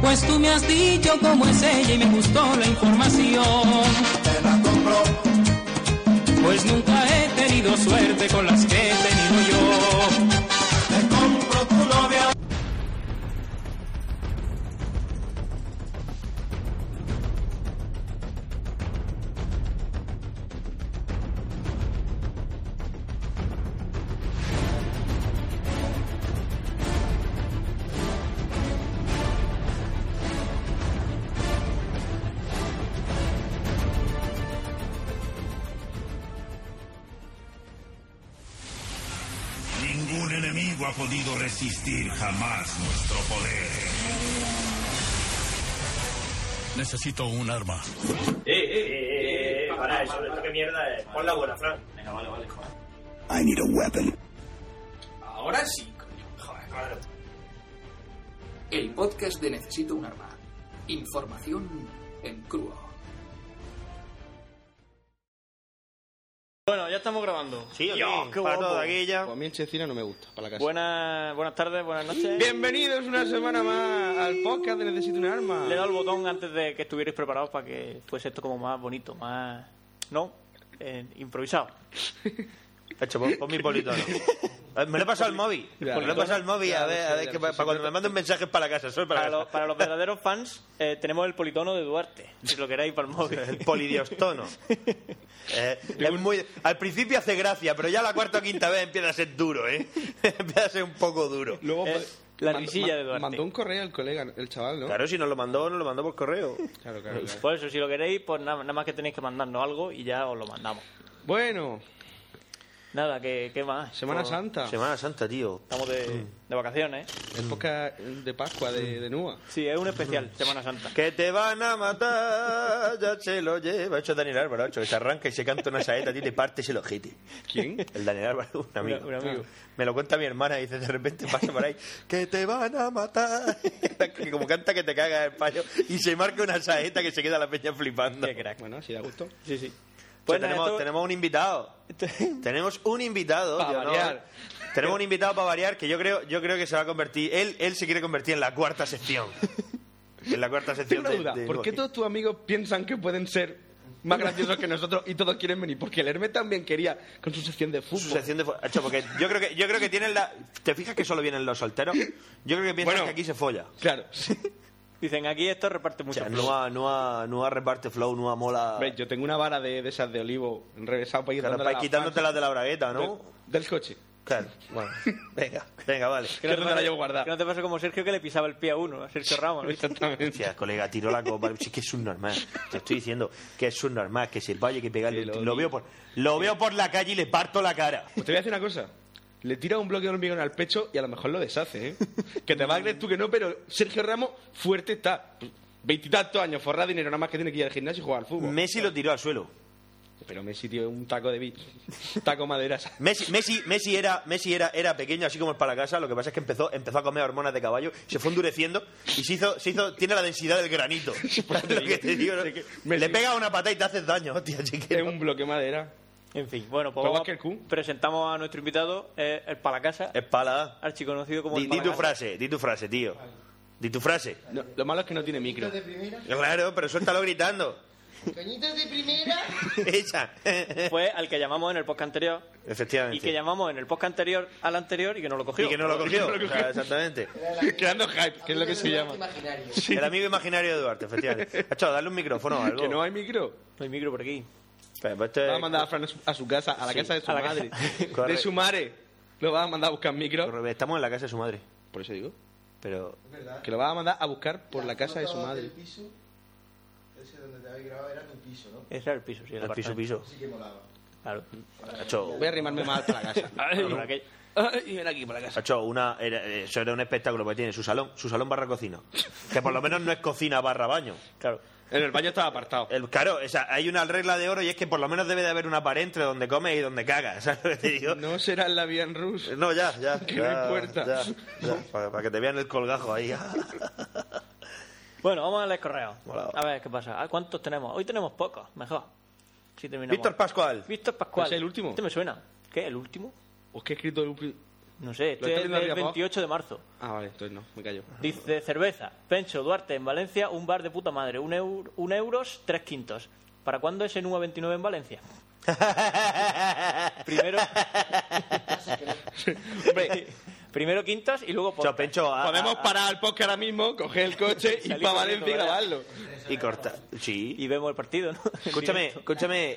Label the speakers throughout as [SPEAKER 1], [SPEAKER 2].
[SPEAKER 1] Pues tú me has dicho cómo es ella y me gustó la información.
[SPEAKER 2] Te la compro,
[SPEAKER 1] Pues nunca he tenido suerte con las que he tenido yo.
[SPEAKER 2] te compro tu novia.
[SPEAKER 3] Ningún enemigo ha podido resistir jamás nuestro poder. Necesito un arma.
[SPEAKER 4] Eh, eh, eh, eh, eh, para eso, esta que mierda es. Pon la buena, Fran. Venga, vale, vale, joder.
[SPEAKER 5] I need a weapon.
[SPEAKER 6] Ahora sí, coño.
[SPEAKER 4] Joder, madre.
[SPEAKER 6] El podcast de Necesito un Arma. Información en crudo.
[SPEAKER 7] Bueno, ya estamos grabando.
[SPEAKER 8] Sí, aquí,
[SPEAKER 7] Dios, qué
[SPEAKER 8] para
[SPEAKER 7] guapo.
[SPEAKER 8] todo aquí ya.
[SPEAKER 5] Pues a mí en Checina no me gusta, para la casa.
[SPEAKER 7] Buenas, buenas tardes, buenas noches.
[SPEAKER 8] Bienvenidos una semana más al podcast de Necesito un Arma.
[SPEAKER 7] Le he dado el botón antes de que estuvierais preparados para que fuese esto como más bonito, más... ¿No? Eh, improvisado.
[SPEAKER 8] Hecho, pon, pon mi politono. Eh, Me lo he pasado al móvil.
[SPEAKER 5] Claro.
[SPEAKER 8] me lo he pasado al móvil. a ver, a ver, que pa- para cuando me manden mensajes para la casa. Solo para,
[SPEAKER 7] Para,
[SPEAKER 8] la
[SPEAKER 7] los-
[SPEAKER 8] casa.
[SPEAKER 7] para los verdaderos fans eh, tenemos el politono de Duarte, si lo queréis para el móvil.
[SPEAKER 8] El polidiostono. Eh, es muy, al principio hace gracia, pero ya la cuarta o quinta vez empieza a ser duro, ¿eh? empieza a ser un poco duro.
[SPEAKER 5] Luego,
[SPEAKER 7] Eh,
[SPEAKER 5] joder,
[SPEAKER 7] la
[SPEAKER 5] mandó-
[SPEAKER 7] risilla
[SPEAKER 5] ma-
[SPEAKER 7] de Duarte.
[SPEAKER 5] Mandó un correo al colega, el chaval, ¿no?
[SPEAKER 8] Claro, si nos lo mandó, nos lo mandó por correo.
[SPEAKER 5] claro, claro. claro.
[SPEAKER 7] Por eso, si lo queréis, pues na- nada más que tenéis que mandarnos algo y ya os lo mandamos.
[SPEAKER 5] Bueno,
[SPEAKER 7] Nada, ¿qué, qué más?
[SPEAKER 5] Semana
[SPEAKER 7] Pues,
[SPEAKER 5] Santa.
[SPEAKER 8] Semana Santa, tío.
[SPEAKER 7] Estamos de, de vacaciones, ¿eh?
[SPEAKER 5] Época de Pascua, de, de Nua.
[SPEAKER 7] Sí, es un especial, Semana Santa.
[SPEAKER 8] Que te van a matar, ya se lo lleva. Ha hecho Daniel Álvaro, ha hecho que se arranca y se canta una saeta a ti y te partes el ojete.
[SPEAKER 5] ¿Quién?
[SPEAKER 8] El Daniel Álvaro, un amigo. Ah.
[SPEAKER 7] Un- un amigo.
[SPEAKER 8] Me lo cuenta mi hermana y dice, de repente pasa por ahí, que te van a matar. Que como canta que te cagas el payo y se marca una saeta que se queda la peña flipando.
[SPEAKER 7] Qué crack.
[SPEAKER 5] Bueno, si da gusto.
[SPEAKER 7] Sí, sí.
[SPEAKER 8] Pues
[SPEAKER 7] Pues nada,
[SPEAKER 8] tenemos,
[SPEAKER 7] esto-
[SPEAKER 8] tenemos un invitado. tenemos un invitado.
[SPEAKER 7] Pa'
[SPEAKER 8] de honor.
[SPEAKER 7] variar.
[SPEAKER 8] Tenemos un invitado para variar que yo creo, yo creo que se va a convertir. Él, él se quiere convertir en la cuarta sección. en la cuarta sección
[SPEAKER 5] Tengo
[SPEAKER 8] de-
[SPEAKER 5] una duda.
[SPEAKER 8] de
[SPEAKER 5] ¿Por qué
[SPEAKER 8] Nuki.
[SPEAKER 5] todos tus amigos piensan que pueden ser más graciosos que nosotros y todos quieren venir? Porque el Hermes también quería con su sección de
[SPEAKER 8] Su
[SPEAKER 5] fútbol.
[SPEAKER 8] sección de fo- Hacho, porque yo creo que yo creo que tienen la te fijas que solo vienen los solteros yo creo que piensan
[SPEAKER 5] Bueno.
[SPEAKER 8] que aquí se folla
[SPEAKER 5] Claro. sí.
[SPEAKER 7] Dicen, aquí esto reparte
[SPEAKER 8] o
[SPEAKER 7] mucho.
[SPEAKER 8] sea no ha, no ha- no ha reparte flow no ha mola
[SPEAKER 5] Ves, yo tengo una vara de, de esas de olivo enrevesada para ir
[SPEAKER 8] Ah. Claro, para quitándotelas de la bragueta no
[SPEAKER 5] Del coche.
[SPEAKER 8] claro bueno venga venga vale
[SPEAKER 7] Que no
[SPEAKER 5] Yo
[SPEAKER 7] te
[SPEAKER 5] no la
[SPEAKER 7] pase-
[SPEAKER 5] llevo guardada.
[SPEAKER 7] Que no te pase como Sergio que le pisaba el pie a uno, a Sergio Ramos. ¿viste?
[SPEAKER 5] Exactamente.
[SPEAKER 8] Hostia, colega, tiró la copa. Sí, que es subnormal. Te estoy diciendo que es subnormal, que se vaya que pegarle.
[SPEAKER 5] Sí,
[SPEAKER 8] un tiro.
[SPEAKER 5] lo vi.
[SPEAKER 8] lo, veo por, lo veo por la calle y le parto la cara.
[SPEAKER 5] Pues te voy a decir una cosa. Le tira un bloque de hormigón al pecho y a lo mejor lo deshace, ¿eh? Que te va a creer tú que no, pero Sergio Ramos fuerte está. Veintitantos años, forrada dinero, nada más que tiene que ir al gimnasio y jugar al fútbol.
[SPEAKER 8] Messi lo tiró al suelo.
[SPEAKER 5] Pero Messi, tío, un taco de bicho. Taco madera. ¿sabes?
[SPEAKER 8] Messi, Messi, Messi era, Messi era, era pequeño, así como es para la casa. Lo que pasa es que empezó, empezó a comer hormonas de caballo, se fue endureciendo y se hizo, se hizo tiene la densidad del granito. Lo que te digo, ¿no?
[SPEAKER 5] Sí, que Messi-
[SPEAKER 8] Le pega una patada y te haces daño, hostia. así que
[SPEAKER 5] Es
[SPEAKER 8] no.
[SPEAKER 5] un bloque de madera.
[SPEAKER 7] En fin, bueno, pues
[SPEAKER 5] Pero
[SPEAKER 7] vamos-
[SPEAKER 5] más que el Kun.
[SPEAKER 7] presentamos a nuestro invitado, eh, el Palacasa,
[SPEAKER 8] Es pala.
[SPEAKER 7] archiconocido como
[SPEAKER 8] Di,
[SPEAKER 7] el
[SPEAKER 8] di tu
[SPEAKER 7] Palacasa.
[SPEAKER 8] frase, di tu frase, tío. Di tu frase.
[SPEAKER 5] No, lo malo es que no tiene micro.
[SPEAKER 9] de primera.
[SPEAKER 8] Claro, pero suéltalo gritando.
[SPEAKER 9] Cañitos de primera.
[SPEAKER 8] Esa.
[SPEAKER 7] Fue al que llamamos en el podcast anterior
[SPEAKER 8] Efectivamente.
[SPEAKER 7] y que llamamos en el podcast anterior al anterior y que no lo cogió. Pues,
[SPEAKER 8] Y que no lo cogió.
[SPEAKER 5] no lo cogió.
[SPEAKER 8] O sea, exactamente.
[SPEAKER 5] Creando hype, que es lo que se llama.
[SPEAKER 9] Imaginario.
[SPEAKER 8] El amigo imaginario de Duarte, efectivamente. Hacho, darle un micrófono o algo.
[SPEAKER 5] Que no hay Ah, micro.
[SPEAKER 7] No hay micro por aquí.
[SPEAKER 8] Espera, pues este-
[SPEAKER 5] Va a mandar a Fran a su- a su casa, a la
[SPEAKER 7] Sí,
[SPEAKER 5] casa de su
[SPEAKER 7] a la
[SPEAKER 5] madre.
[SPEAKER 7] casa.
[SPEAKER 8] Corre.
[SPEAKER 5] De su madre. Lo va a mandar a buscar micro.
[SPEAKER 8] Corre, Estamos en la casa de su madre.
[SPEAKER 5] Por eso digo.
[SPEAKER 8] Pero.
[SPEAKER 5] Que lo va a mandar a buscar por la casa de su
[SPEAKER 9] foto
[SPEAKER 5] madre.
[SPEAKER 9] del piso, ese donde te habéis grabado era tu piso, ¿no?
[SPEAKER 7] Ese era el piso, sí. El
[SPEAKER 8] El piso,
[SPEAKER 7] apartamento.
[SPEAKER 8] piso.
[SPEAKER 9] Sí que molaba.
[SPEAKER 7] Claro.
[SPEAKER 8] Hacho,
[SPEAKER 5] Voy a arrimarme más para la casa.
[SPEAKER 7] Ay, por aquello.
[SPEAKER 5] Y ven aquí para la casa.
[SPEAKER 8] Hacho, una, era- eso era un espectáculo que tiene su salón, su salón barra cocina. Que por lo menos no es cocina barra baño.
[SPEAKER 7] Claro.
[SPEAKER 5] En el baño estaba apartado.
[SPEAKER 8] El, claro, o sea, hay una regla de oro y es que por lo menos debe de haber una pared entre donde comes y donde cagas. ¿Sabes lo que te digo?
[SPEAKER 5] No será en la vía en Rus.
[SPEAKER 8] No, ya, ya.
[SPEAKER 5] Que no hay
[SPEAKER 8] ya,
[SPEAKER 5] puerta.
[SPEAKER 8] ya, ya, para, para que te vean el colgajo ahí.
[SPEAKER 7] Bueno, vamos a leer correo.
[SPEAKER 8] Mola.
[SPEAKER 7] A ver qué pasa. Ah, ¿Cuántos tenemos? Hoy tenemos pocos, mejor. Si terminamos.
[SPEAKER 8] Víctor Pascual.
[SPEAKER 7] Víctor Pascual.
[SPEAKER 5] ¿Es el último?
[SPEAKER 7] Este me suena. ¿Qué? ¿El último?
[SPEAKER 5] ¿O qué he escrito el último?
[SPEAKER 7] No sé,
[SPEAKER 5] ¿Lo
[SPEAKER 7] este
[SPEAKER 5] estás
[SPEAKER 7] es
[SPEAKER 5] viendo
[SPEAKER 7] del
[SPEAKER 5] arriba abajo?
[SPEAKER 7] 28 de marzo.
[SPEAKER 5] Ah, vale, entonces no, me callo.
[SPEAKER 7] Dice cerveza, Pencho, Duarte, en Valencia, un bar de puta madre, un, euro, un euros, tres quintos. ¿Para cuándo ese Numa 29 en Valencia? primero,
[SPEAKER 5] Hombre,
[SPEAKER 7] primero quintos y luego
[SPEAKER 8] Chao,
[SPEAKER 7] podcast.
[SPEAKER 8] Pencho, ah. a-
[SPEAKER 5] podemos
[SPEAKER 8] a-
[SPEAKER 5] parar el podcast ahora mismo, coger el coche y
[SPEAKER 7] Salir
[SPEAKER 5] para
[SPEAKER 7] corriendo,
[SPEAKER 5] Valencia y
[SPEAKER 7] ¿verdad?
[SPEAKER 5] grabarlo.
[SPEAKER 8] y cortar. Sí.
[SPEAKER 7] y vemos el partido, ¿no?
[SPEAKER 8] Escúchame, escúchame.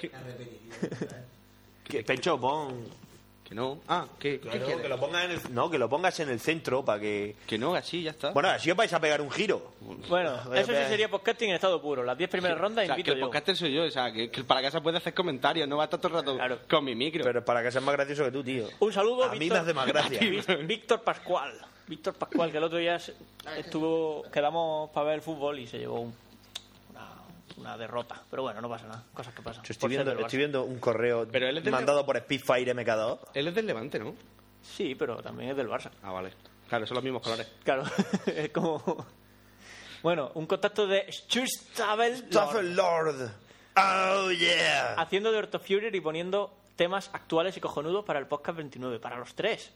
[SPEAKER 8] Que- Pencho, pon.
[SPEAKER 5] Que no. Ah, que, ¿qué quieres?
[SPEAKER 8] que lo pongas en el... No, que lo pongas en el centro para que.
[SPEAKER 5] Que no, así ya está.
[SPEAKER 8] Bueno, así os vais a pegar un giro.
[SPEAKER 7] Bueno,
[SPEAKER 8] Voy a
[SPEAKER 7] eso sí
[SPEAKER 8] pegar-
[SPEAKER 7] sería podcasting en estado puro. Las 10 primeras rondas
[SPEAKER 5] o sea, que
[SPEAKER 7] invito
[SPEAKER 5] el
[SPEAKER 7] yo.
[SPEAKER 5] podcaster soy yo, o sea, que, que el para casa puede hacer comentarios, no va a estar todo el rato
[SPEAKER 7] Claro.
[SPEAKER 5] con mi micro.
[SPEAKER 8] Pero para que seas más gracioso que tú, tío.
[SPEAKER 7] Un saludo,
[SPEAKER 8] A mí
[SPEAKER 7] Víctor-
[SPEAKER 8] me hace más gracia.
[SPEAKER 7] Ví- Víctor Pascual. Víctor Pascual, que el otro día se- estuvo, quedamos para ver el fútbol y se llevó un- una, una derrota. Pero bueno, no pasa nada, cosas que pasan.
[SPEAKER 8] Yo
[SPEAKER 7] Por
[SPEAKER 8] estoy,
[SPEAKER 7] ser
[SPEAKER 8] viendo,
[SPEAKER 7] del Barça.
[SPEAKER 8] estoy viendo un correo
[SPEAKER 5] Pero él es del-
[SPEAKER 8] mandado por Spitfire MK2.
[SPEAKER 5] Él es del Levante, ¿no?
[SPEAKER 7] Sí, pero también es del Barça.
[SPEAKER 5] Ah, vale. Claro, son los mismos colores.
[SPEAKER 7] Claro, es como... Bueno, un contacto de Schusterabel
[SPEAKER 8] Tough Lord. Oh, yeah.
[SPEAKER 7] haciendo de Ortofurier y poniendo temas actuales y cojonudos para el podcast 29, para los tres.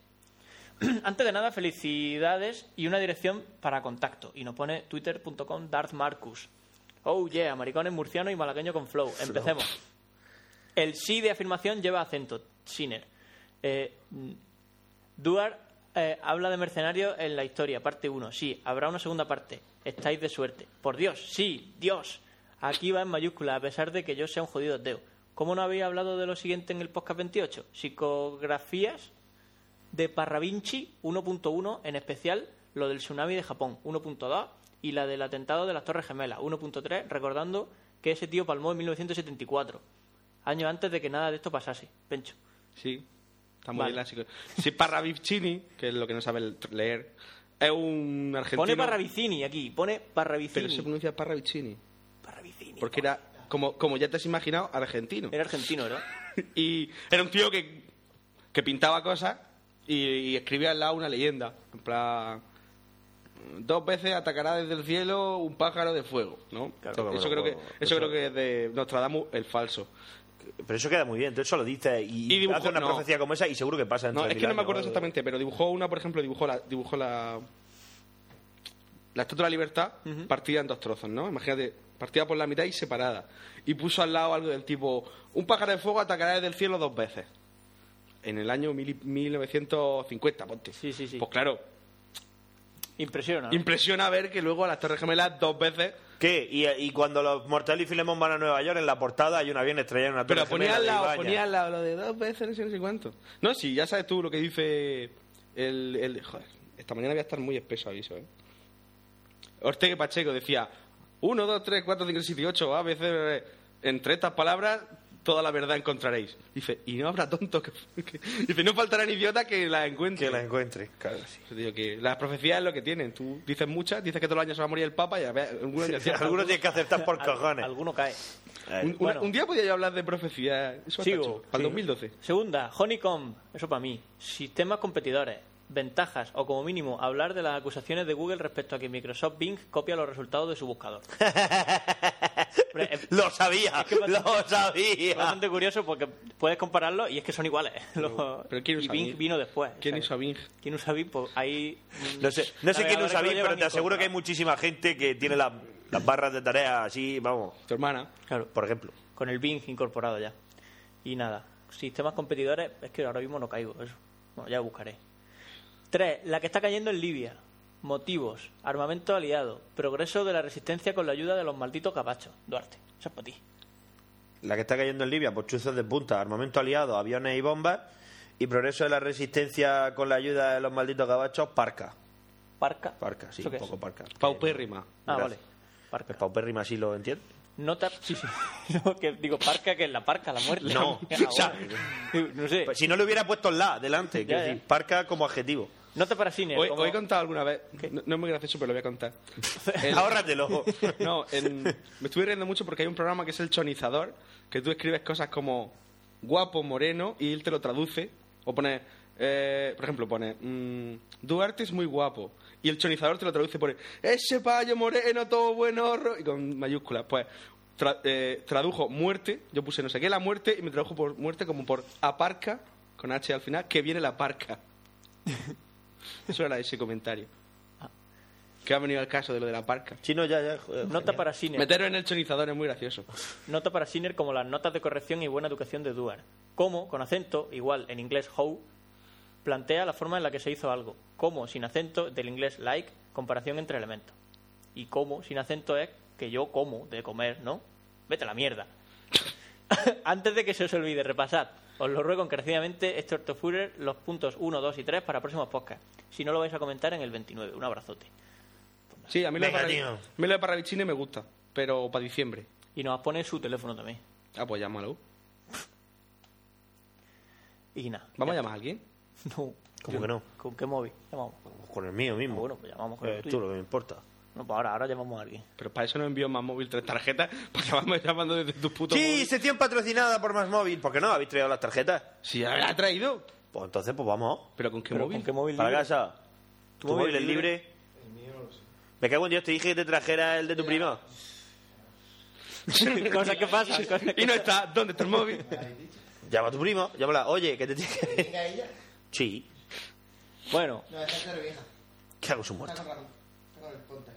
[SPEAKER 7] Antes de nada, felicidades y una dirección para contacto. Y nos pone twitter.com Darth Marcus. Oh yeah, maricones murciano y malagueño con flow. Empecemos. El sí de afirmación lleva acento, Siner. Eh, mm, Duar eh, habla de mercenarios en la historia, parte 1. Sí, habrá una segunda parte. Estáis de suerte. Por Dios, sí, Dios. Aquí va en mayúscula, a pesar de que yo sea un jodido ateo. ¿Cómo no habéis hablado de lo siguiente en el podcast 28? Psicografías de Parravinci 1.1, en especial lo del tsunami de Japón 1.2 y la del atentado de las Torres Gemelas 1.3, recordando que ese tío palmó en 1974, años antes de que nada de esto pasase. Pencho.
[SPEAKER 5] Sí. Está muy
[SPEAKER 7] Vale.
[SPEAKER 5] bien la psico- Si Parravicini, que es lo que no sabe el- leer, es un argentino.
[SPEAKER 7] Pone Parravicini aquí, pone Parravicini.
[SPEAKER 5] Pero se pronuncia Parravicini.
[SPEAKER 7] Parravicini.
[SPEAKER 5] Porque era, como, como ya te has imaginado, argentino.
[SPEAKER 7] Era argentino, ¿verdad?
[SPEAKER 5] Y era un tío que, que pintaba cosas y, y escribía al lado una leyenda. En plan, dos veces atacará desde el cielo un pájaro de fuego, ¿no?
[SPEAKER 8] Claro.
[SPEAKER 5] eso creo que, eso,
[SPEAKER 8] Eso-
[SPEAKER 5] creo que es de Nostradamus el falso.
[SPEAKER 8] Pero eso queda muy bien. Tú eso lo dices y,
[SPEAKER 5] Y dibujo-
[SPEAKER 8] haces una
[SPEAKER 5] no.
[SPEAKER 8] profecía como esa y seguro que pasa dentro
[SPEAKER 5] No,
[SPEAKER 8] de
[SPEAKER 5] es
[SPEAKER 8] mil
[SPEAKER 5] que no me
[SPEAKER 8] años,
[SPEAKER 5] acuerdo
[SPEAKER 8] ¿no?
[SPEAKER 5] exactamente, pero dibujó una, por ejemplo, dibujó la, dibujó la, la Estatua de la Libertad partida en dos trozos, ¿no? Imagínate, partida por la mitad y separada. Y puso al lado algo del tipo, un pájaro de fuego atacará desde el cielo dos veces. En el año mil y- 1950, ponte.
[SPEAKER 7] Sí, sí, Ah. sí.
[SPEAKER 5] Pues claro,
[SPEAKER 7] Impresiona. ¿no?
[SPEAKER 5] impresiona ver que luego a las Torres Gemelas dos veces...
[SPEAKER 8] ¿Qué? Y, y cuando los Mortal y Filemón van a Nueva York, en la portada hay un avión estrellado en una torre
[SPEAKER 5] Pero ponía
[SPEAKER 8] gemela
[SPEAKER 5] al
[SPEAKER 8] de
[SPEAKER 5] lado,
[SPEAKER 8] Ibañez.
[SPEAKER 5] ponía al lado lo de dos veces, no sé, no sé cuánto. No, sí, ya sabes tú lo que dice el, el- Joder, esta mañana voy a estar muy espeso, aviso, ¿eh? Ortega y Pacheco decía 1, 2, 3, 4, 5, 6, 7, 8, A, B, C, B, B. Entre estas palabras, toda la verdad encontraréis. Dice, y no habrá tonto que... que- Dice, no faltarán idiota que la encuentre.
[SPEAKER 8] Que la encuentre. Claro, sí.
[SPEAKER 5] Yo digo que las profecías es lo que tienen. Tú dices muchas, dices que todos los años se va a morir el Papa y a ver, algunos ya se-
[SPEAKER 8] Algunos tienen que aceptar por
[SPEAKER 7] Al-
[SPEAKER 8] cojones.
[SPEAKER 7] Alguno cae.
[SPEAKER 8] Eh,
[SPEAKER 5] Un, una-
[SPEAKER 7] Bueno.
[SPEAKER 5] un día podía yo hablar de profecías. Eso
[SPEAKER 7] Sigo.
[SPEAKER 5] Sigo. Para el
[SPEAKER 7] Sí.
[SPEAKER 5] 2012.
[SPEAKER 7] Segunda, Honeycomb. Eso para mí. Sistemas competidores. Ventajas, o como mínimo, hablar de las acusaciones de Google respecto a que Microsoft Bing copia los resultados de su buscador. Hombre, es
[SPEAKER 8] Lo sabía,
[SPEAKER 7] que bastante-
[SPEAKER 8] lo sabía.
[SPEAKER 7] bastante curioso porque puedes compararlo y es que son iguales. Los-
[SPEAKER 5] pero ¿quién
[SPEAKER 7] y
[SPEAKER 5] usa
[SPEAKER 7] Bing
[SPEAKER 5] Bing?
[SPEAKER 7] vino después.
[SPEAKER 5] ¿Quién
[SPEAKER 7] ¿sabes?
[SPEAKER 5] hizo a Bing?
[SPEAKER 7] ¿Quién usa Bing? Pues ahí. mm,
[SPEAKER 8] No sé, no sé quién lo
[SPEAKER 7] navegadores que
[SPEAKER 8] sabía,
[SPEAKER 7] llevan
[SPEAKER 8] pero te
[SPEAKER 7] en
[SPEAKER 8] aseguro que hay
[SPEAKER 7] contra.
[SPEAKER 8] muchísima gente que tiene las- las barras de tareas así, vamos,
[SPEAKER 5] Tu hermana.
[SPEAKER 7] Claro.
[SPEAKER 8] por ejemplo.
[SPEAKER 7] con el Bing incorporado ya. Y nada, sistemas competidores, es que ahora mismo no caigo. Eso. Bueno, ya lo buscaré. Tres, La que está cayendo en Libia. Motivos, armamento aliado, progreso de la resistencia con la ayuda de los malditos capachos. Duarte, eso es para ti.
[SPEAKER 8] La que está cayendo en Libia, por chuzos de punta, armamento aliado, aviones y bombas, y progreso de la resistencia con la ayuda de los malditos gabachos, parca.
[SPEAKER 7] Parca.
[SPEAKER 8] Parca, sí,
[SPEAKER 7] ¿Eso
[SPEAKER 8] un
[SPEAKER 7] qué
[SPEAKER 8] poco
[SPEAKER 7] es?
[SPEAKER 8] parca.
[SPEAKER 5] Paupérrima.
[SPEAKER 7] Ah,
[SPEAKER 8] Gracias.
[SPEAKER 7] vale. Parca.
[SPEAKER 8] Es paupérrima, sí lo entiendo.
[SPEAKER 7] Nota. Sí, sí. No, que digo, parca que es la parca, la muerte.
[SPEAKER 8] No,
[SPEAKER 7] Ah,
[SPEAKER 8] o sea,
[SPEAKER 7] vale. no sé.
[SPEAKER 8] Pues si no le hubiera puesto la delante, quiero
[SPEAKER 7] Ya, ya.
[SPEAKER 8] decir, parca como adjetivo.
[SPEAKER 7] Nota para cine.
[SPEAKER 5] Hoy,
[SPEAKER 7] como-
[SPEAKER 5] hoy he contado alguna vez. No, no es muy gracioso, pero lo voy a contar. El-
[SPEAKER 8] Ahórratelo.
[SPEAKER 5] No, en- me estuve riendo mucho porque hay un programa que es el chonizador, que tú escribes cosas como guapo, moreno, y él te lo traduce. O pone, eh, por ejemplo, pone, mm, Duarte es muy guapo. Y el chonizador te lo traduce, pone, ese payo moreno, todo bueno, ro-", y con mayúsculas. Pues tra- eh, tradujo muerte, yo puse no sé qué, la muerte, y me tradujo por muerte como por aparca, con H al final, que viene la parca. Eso era ese comentario.
[SPEAKER 7] Ah.
[SPEAKER 5] Que ha venido al caso de lo de la parca.
[SPEAKER 8] Chino, ya, ya. joder,
[SPEAKER 7] Nota
[SPEAKER 8] genial.
[SPEAKER 7] para Sinner.
[SPEAKER 5] Meteros en el chonizador es muy gracioso.
[SPEAKER 7] Nota para Sinner como las notas de corrección y buena educación de Duarte. Cómo, con acento, igual en inglés how, plantea la forma en la que se hizo algo. Cómo, sin acento, del inglés like, comparación entre elementos. Y cómo, sin acento, es que yo como de comer, ¿no? Vete a la mierda. Antes de que se os olvide, repasad. Os lo ruego encarecidamente, este Ortofurer, los puntos 1, 2 y 3 para próximos podcasts. Si no lo vais a comentar en el 29. Un abrazote.
[SPEAKER 5] Sí, a mí,
[SPEAKER 8] Venga,
[SPEAKER 5] lo, de
[SPEAKER 8] tío.
[SPEAKER 5] Parra- a mí lo de Parravicini me gusta, pero para diciembre.
[SPEAKER 7] Y nos pone su teléfono también.
[SPEAKER 5] Ah, pues llámalo.
[SPEAKER 7] Y nada.
[SPEAKER 5] ¿Vamos a llamar a alguien?
[SPEAKER 7] No.
[SPEAKER 8] ¿Cómo que no?
[SPEAKER 7] ¿Con qué móvil? Llamamos.
[SPEAKER 8] Con el mío mismo.
[SPEAKER 7] Bueno, pues llamamos con el
[SPEAKER 8] Eh,
[SPEAKER 7] tuyo.
[SPEAKER 8] tú lo que me importa.
[SPEAKER 7] No, pues ahora, ahora llamamos a alguien.
[SPEAKER 5] Pero para eso no envío más móvil tres tarjetas, para que vamos llamando desde tu puto
[SPEAKER 8] Sí,
[SPEAKER 5] móvil.
[SPEAKER 8] sección patrocinada por Más Móvil. ¿Por qué no? ¿Habéis traído las tarjetas?
[SPEAKER 5] Si ya la ha traído.
[SPEAKER 8] Pues entonces, pues vamos.
[SPEAKER 5] ¿Pero con qué
[SPEAKER 7] ¿Pero
[SPEAKER 5] móvil?
[SPEAKER 7] con qué móvil?
[SPEAKER 8] Para
[SPEAKER 7] libre?
[SPEAKER 8] casa. ¿Tu, móvil es libre? Me cago en Dios, te dije que te trajera el de tu prima.
[SPEAKER 7] Cosas que pasan. cosas que-
[SPEAKER 5] Y no está. ¿Dónde está el móvil?
[SPEAKER 8] Llama a tu prima, llámala. Oye, que te tiene
[SPEAKER 9] ¿Llega ella?
[SPEAKER 8] Sí.
[SPEAKER 7] Bueno,
[SPEAKER 9] No, esa es la vieja.
[SPEAKER 8] ¿Qué hago su
[SPEAKER 9] Está
[SPEAKER 8] muerto?
[SPEAKER 9] con razón. Está con el ponte.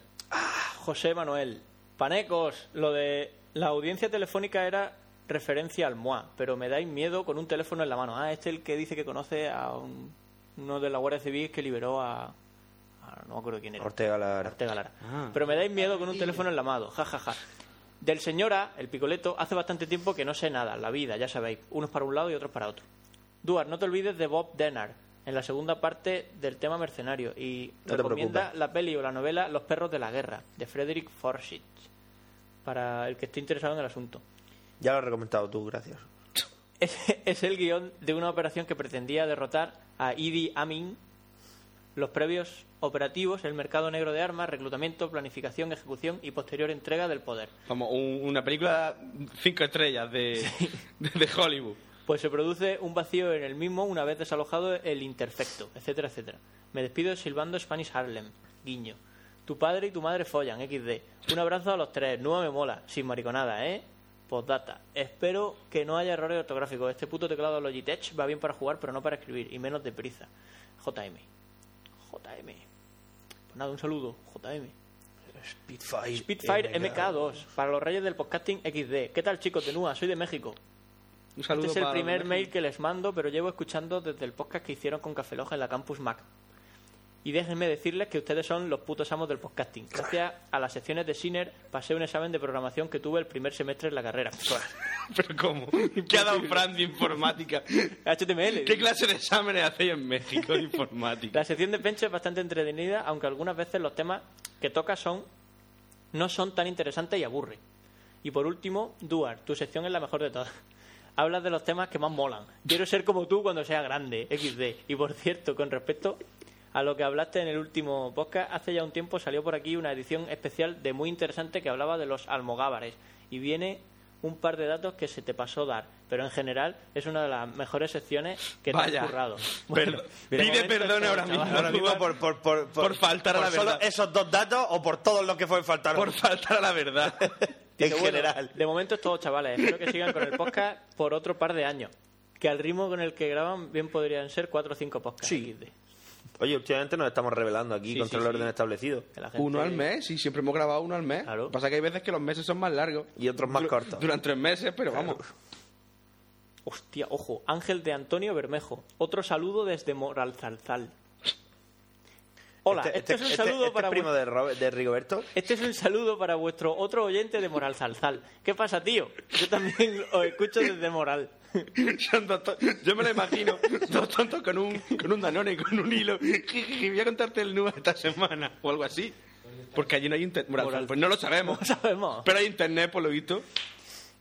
[SPEAKER 7] José Manuel. Panecos, lo de la audiencia telefónica era referencia al MOA, pero me dais miedo con un teléfono en la mano. Ah, este es el que dice que conoce a un- uno de la Guardia Civil que liberó a... a- no me acuerdo quién era.
[SPEAKER 8] Ortega Lara.
[SPEAKER 7] Ortega Lara.
[SPEAKER 5] Ah.
[SPEAKER 7] Pero me dais miedo con un teléfono en la mano. Ja, ja, ja. Del señor A, el picoleto, hace bastante tiempo que no sé nada. La vida, ya sabéis. Unos para un lado y otros para otro. Duar, no te olvides de Bob Denard en la segunda parte del tema mercenario y
[SPEAKER 8] No te
[SPEAKER 7] recomienda
[SPEAKER 8] preocupes.
[SPEAKER 7] la peli o la novela Los perros de la guerra de Frederick Forsyth para el que esté interesado en el asunto.
[SPEAKER 8] Ya lo has recomendado tú, gracias.
[SPEAKER 7] Es, es el guión de una operación que pretendía derrotar a Idi Amin. Los previos operativos, el mercado negro de armas, reclutamiento, planificación, ejecución y posterior entrega del poder.
[SPEAKER 5] Vamos, un- una película cinco estrellas de, de, de Hollywood.
[SPEAKER 7] Pues se produce un vacío en el mismo una vez desalojado el imperfecto, etcétera, etcétera. Me despido silbando Spanish Harlem. Guiño. Tu padre y tu madre follan, XD. Un abrazo a los tres. Nueva me mola. Sin mariconada, ¿eh? Postdata. Espero que no haya errores ortográficos. Este puto teclado Logitech va bien para jugar, pero no para escribir. Y menos deprisa. JM. JM. Pues nada, un saludo. JM.
[SPEAKER 8] Spitfire.
[SPEAKER 7] Spitfire MK2. Para los reyes del podcasting XD. ¿Qué tal, chicos? De Nua. Soy de México.
[SPEAKER 5] Un saludo
[SPEAKER 7] Este es el
[SPEAKER 5] para
[SPEAKER 7] primer
[SPEAKER 5] Doméstico.
[SPEAKER 7] mail que les mando, pero llevo escuchando desde el podcast que hicieron con Café Loja en la Campus Mac. Y déjenme decirles que ustedes son los putos amos del podcasting. Gracias a las secciones de Sinner pasé un examen de programación que tuve el primer semestre en la carrera.
[SPEAKER 5] ¿Pero cómo? ¿Qué ha dado Fran de informática?
[SPEAKER 7] HTML.
[SPEAKER 5] ¿Qué clase de exámenes hacéis en México de informática?
[SPEAKER 7] La sección de Pencho es bastante entretenida, aunque algunas veces los temas que toca son no son tan interesantes y aburren. Y por último, Duar, tu sección es la mejor de todas. Hablas de los temas que más molan. Quiero ser como tú cuando sea grande, XD. Y por cierto, con respecto a lo que hablaste en el último podcast, hace ya un tiempo salió por aquí una edición especial de muy interesante que hablaba de los almogávares. Y viene un par de datos que se te pasó dar, pero en general es una de las mejores secciones que te
[SPEAKER 5] Vaya.
[SPEAKER 7] has currado.
[SPEAKER 5] Perdón.
[SPEAKER 7] de
[SPEAKER 5] Pide
[SPEAKER 7] momento,
[SPEAKER 5] perdón
[SPEAKER 7] chao,
[SPEAKER 5] ahora
[SPEAKER 7] chaval.
[SPEAKER 5] mismo.
[SPEAKER 8] Ahora mismo por, por, por,
[SPEAKER 5] Por faltar a
[SPEAKER 8] por
[SPEAKER 5] la
[SPEAKER 8] solo
[SPEAKER 5] verdad.
[SPEAKER 8] esos dos datos o por todos los que fue faltar
[SPEAKER 5] Por faltar a la verdad.
[SPEAKER 8] en
[SPEAKER 7] Pero bueno,
[SPEAKER 8] general.
[SPEAKER 7] De momento es todo, chavales. Espero que sigan con el podcast por otro par de años. Que al ritmo con el que graban, bien podrían ser cuatro o cinco podcasts.
[SPEAKER 8] Sí.
[SPEAKER 7] XD.
[SPEAKER 8] Oye, últimamente nos estamos revelando aquí
[SPEAKER 7] Sí,
[SPEAKER 8] contra
[SPEAKER 7] sí,
[SPEAKER 8] el
[SPEAKER 7] sí.
[SPEAKER 8] orden establecido.
[SPEAKER 7] Que la gente-
[SPEAKER 5] Uno al mes, y siempre hemos grabado uno al mes.
[SPEAKER 7] Claro.
[SPEAKER 5] Pasa que hay veces que los meses son más largos.
[SPEAKER 8] Y otros más
[SPEAKER 5] Dur-
[SPEAKER 8] cortos.
[SPEAKER 5] Duran tres meses, pero vamos.
[SPEAKER 7] Hostia, ojo. Ángel de Antonio Bermejo. Otro saludo desde Moralzalzal. Hola,
[SPEAKER 8] Este-
[SPEAKER 7] este,
[SPEAKER 8] este-
[SPEAKER 7] es un
[SPEAKER 8] este-
[SPEAKER 7] saludo
[SPEAKER 8] este
[SPEAKER 7] para
[SPEAKER 8] primo
[SPEAKER 7] vuestro...
[SPEAKER 8] de, Robert- de Rigoberto.
[SPEAKER 7] Este es un saludo para vuestro otro oyente de Moralzalzal. ¿Qué pasa, tío? Yo también os escucho desde Moral.
[SPEAKER 5] Son dos to- Yo me lo imagino, dos tontos con un, con un danone y con un hilo. Jijiji, Voy a contarte el nudo esta semana o algo así. Porque allí no hay internet. Pues no lo sabemos.
[SPEAKER 7] No sabemos.
[SPEAKER 5] Pero hay internet, por lo visto.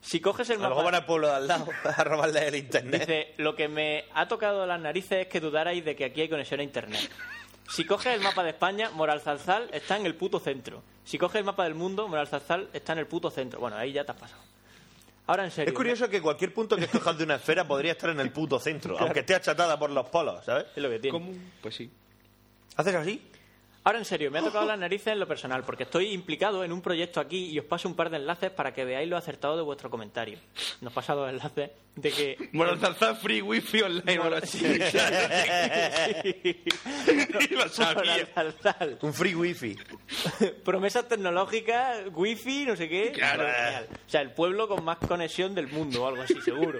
[SPEAKER 7] Si coges el
[SPEAKER 8] A lo mejor
[SPEAKER 7] mapa...
[SPEAKER 8] van al pueblo de al lado a robarle el internet.
[SPEAKER 7] Dice, lo que me ha tocado las narices es que dudarais de que aquí hay conexión a internet. Si coges el mapa de España, Moralzalzal está en el puto centro. Si coges el mapa del mundo, Moralzalzal está en el puto centro. Bueno, ahí ya te has pasado. Ahora en serio.
[SPEAKER 8] Es curioso que cualquier punto que escojas de una esfera podría estar en el puto centro, aunque esté achatada por los polos, ¿sabes?
[SPEAKER 7] ¿no? Es lo que tiene.
[SPEAKER 5] ¿Cómo? Pues sí.
[SPEAKER 8] ¿Haces así?
[SPEAKER 7] Ahora en serio, me ha tocado las narices en lo personal, porque estoy implicado en un proyecto aquí y os paso un par de enlaces para que veáis lo acertado de vuestro comentario. Nos pasa dos enlaces de que
[SPEAKER 5] Morozalzá free wifi online o algo así. Lo sabía.
[SPEAKER 7] Morazalzal.
[SPEAKER 8] Un free wifi.
[SPEAKER 7] Promesas tecnológicas, wifi, no sé qué.
[SPEAKER 5] Claro.
[SPEAKER 7] Genial. O sea, el pueblo con más conexión del mundo o algo así, seguro.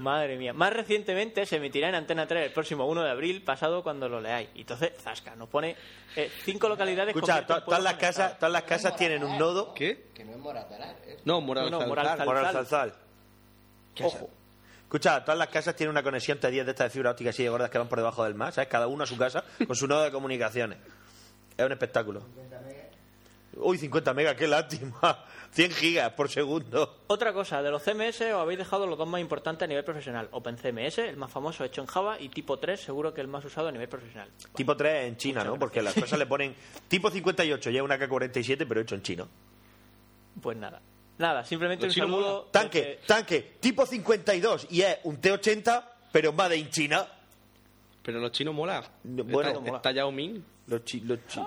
[SPEAKER 7] Madre mía. Más recientemente se emitirá en Antena 3 el próximo 1 de abril, pasado cuando lo leáis. Y entonces, zasca, nos pone eh, cinco localidades...
[SPEAKER 8] Escucha,
[SPEAKER 7] completas
[SPEAKER 8] to- todas las,
[SPEAKER 7] por conectar.
[SPEAKER 8] casas, todas las casas tienen un nodo.
[SPEAKER 5] ¿Qué?
[SPEAKER 9] Que no es moratalar, ¿eh?
[SPEAKER 5] No, Moralzalzá.
[SPEAKER 7] No, no, Moralzalzá.
[SPEAKER 8] Bueno, al Zalzal.
[SPEAKER 7] Ojo.
[SPEAKER 8] Escucha, todas las casas tienen una conexión de 10 de estas de fibra óptica así de gordas que van por debajo del mar, ¿sabes? Cada uno a su casa con su nodo de comunicaciones. Es un espectáculo. Uy, 50 megas, qué lástima. 100 gigas por segundo.
[SPEAKER 7] Otra cosa, de los CMS os habéis dejado los dos más importantes a nivel profesional. OpenCMS, el más famoso hecho en Java, y tipo 3, seguro que el más usado a nivel profesional.
[SPEAKER 8] Tipo 3 en China, ¿no? Porque las cosas le ponen tipo 58, ya una K47, pero hecho en chino.
[SPEAKER 7] Pues nada. Nada, simplemente un
[SPEAKER 5] Los chinos
[SPEAKER 7] saludo...
[SPEAKER 8] Tanque, tanque, tipo 52 y es un T80, pero made in China.
[SPEAKER 5] Pero los chinos mola.
[SPEAKER 8] No, bueno,
[SPEAKER 5] está,
[SPEAKER 8] mola.
[SPEAKER 5] está Yao Ming.
[SPEAKER 8] Los chi- los chi-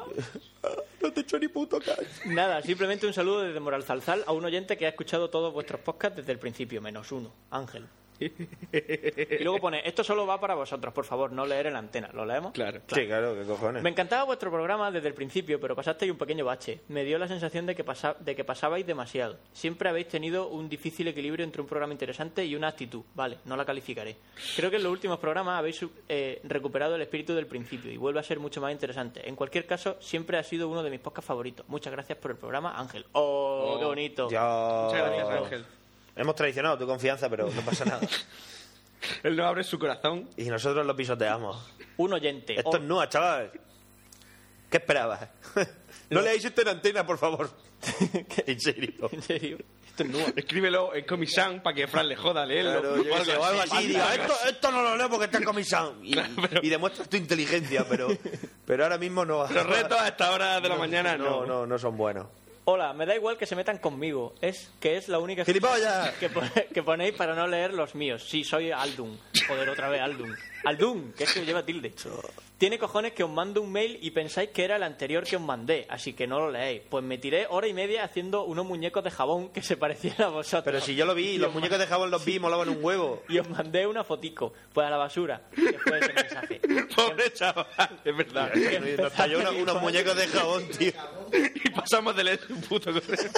[SPEAKER 8] Ah, no te echo ni puto cash.
[SPEAKER 7] desde- Nada, simplemente un saludo desde Moralzalzal a un oyente que ha escuchado todos vuestros podcasts desde el principio, menos uno, Ángel. Y luego pone, esto solo va para vosotros, por favor, no leer en la antena. ¿Lo leemos?
[SPEAKER 5] Claro.
[SPEAKER 8] Sí, claro, qué cojones.
[SPEAKER 7] Me encantaba vuestro programa desde el principio, pero pasasteis un pequeño bache. Me dio la sensación de que, pasa- de que pasabais demasiado. Siempre habéis tenido un difícil equilibrio entre un programa interesante y una actitud. Vale, no la calificaré. Creo que en los últimos programas habéis eh, recuperado el espíritu del principio y vuelve a ser mucho más interesante. En cualquier caso, siempre ha sido uno de mis podcasts favoritos. Muchas gracias por el programa, Ángel. ¡Oh,
[SPEAKER 5] Oh,
[SPEAKER 7] qué bonito!
[SPEAKER 8] Ya.
[SPEAKER 5] Muchas gracias, Ángel.
[SPEAKER 8] Hemos traicionado tu confianza, pero no pasa nada.
[SPEAKER 5] Él no abre su corazón.
[SPEAKER 8] y nosotros lo pisoteamos.
[SPEAKER 7] Un oyente. Oh,
[SPEAKER 8] Esto es nueva, chaval. ¿Qué esperabas? no leáis esto en antena, por favor. en serio.
[SPEAKER 7] ¿En serio? Esto es nuevo.
[SPEAKER 5] Escríbelo en Comisan para que Fran le joda a leerlo.
[SPEAKER 8] Claro, yo qué
[SPEAKER 5] o algo
[SPEAKER 8] sé, o algo así,
[SPEAKER 5] así.
[SPEAKER 8] digo, esto, esto no lo leo porque está en comisán. Y, y demuestras tu inteligencia, pero, pero ahora mismo no.
[SPEAKER 5] Los retos a esta hora de la mañana no.
[SPEAKER 8] no, no, no son buenos.
[SPEAKER 7] Hola, me da igual que se metan conmigo. Es que es la única
[SPEAKER 8] ¡Gilipollas!
[SPEAKER 7] que, pone- que ponéis para no leer los míos. Sí, soy Aldun. Joder, otra vez Aldun. Aldun, que es que lleva tilde. Tiene cojones que os mando un mail y pensáis que era el anterior que os mandé, así que no lo leéis. Pues me tiré hora y media haciendo unos muñecos de jabón que se parecían a vosotros.
[SPEAKER 8] Pero si yo lo vi, los muñecos de jabón los vi, molaban un huevo.
[SPEAKER 7] Y os mandé una fotico, pues a la basura, después de ese mensaje.
[SPEAKER 5] Pobre chaval. Es verdad.
[SPEAKER 8] Nos cayó una- unos muñecos de jabón, tío.
[SPEAKER 5] y pasamos de leer un puto correo.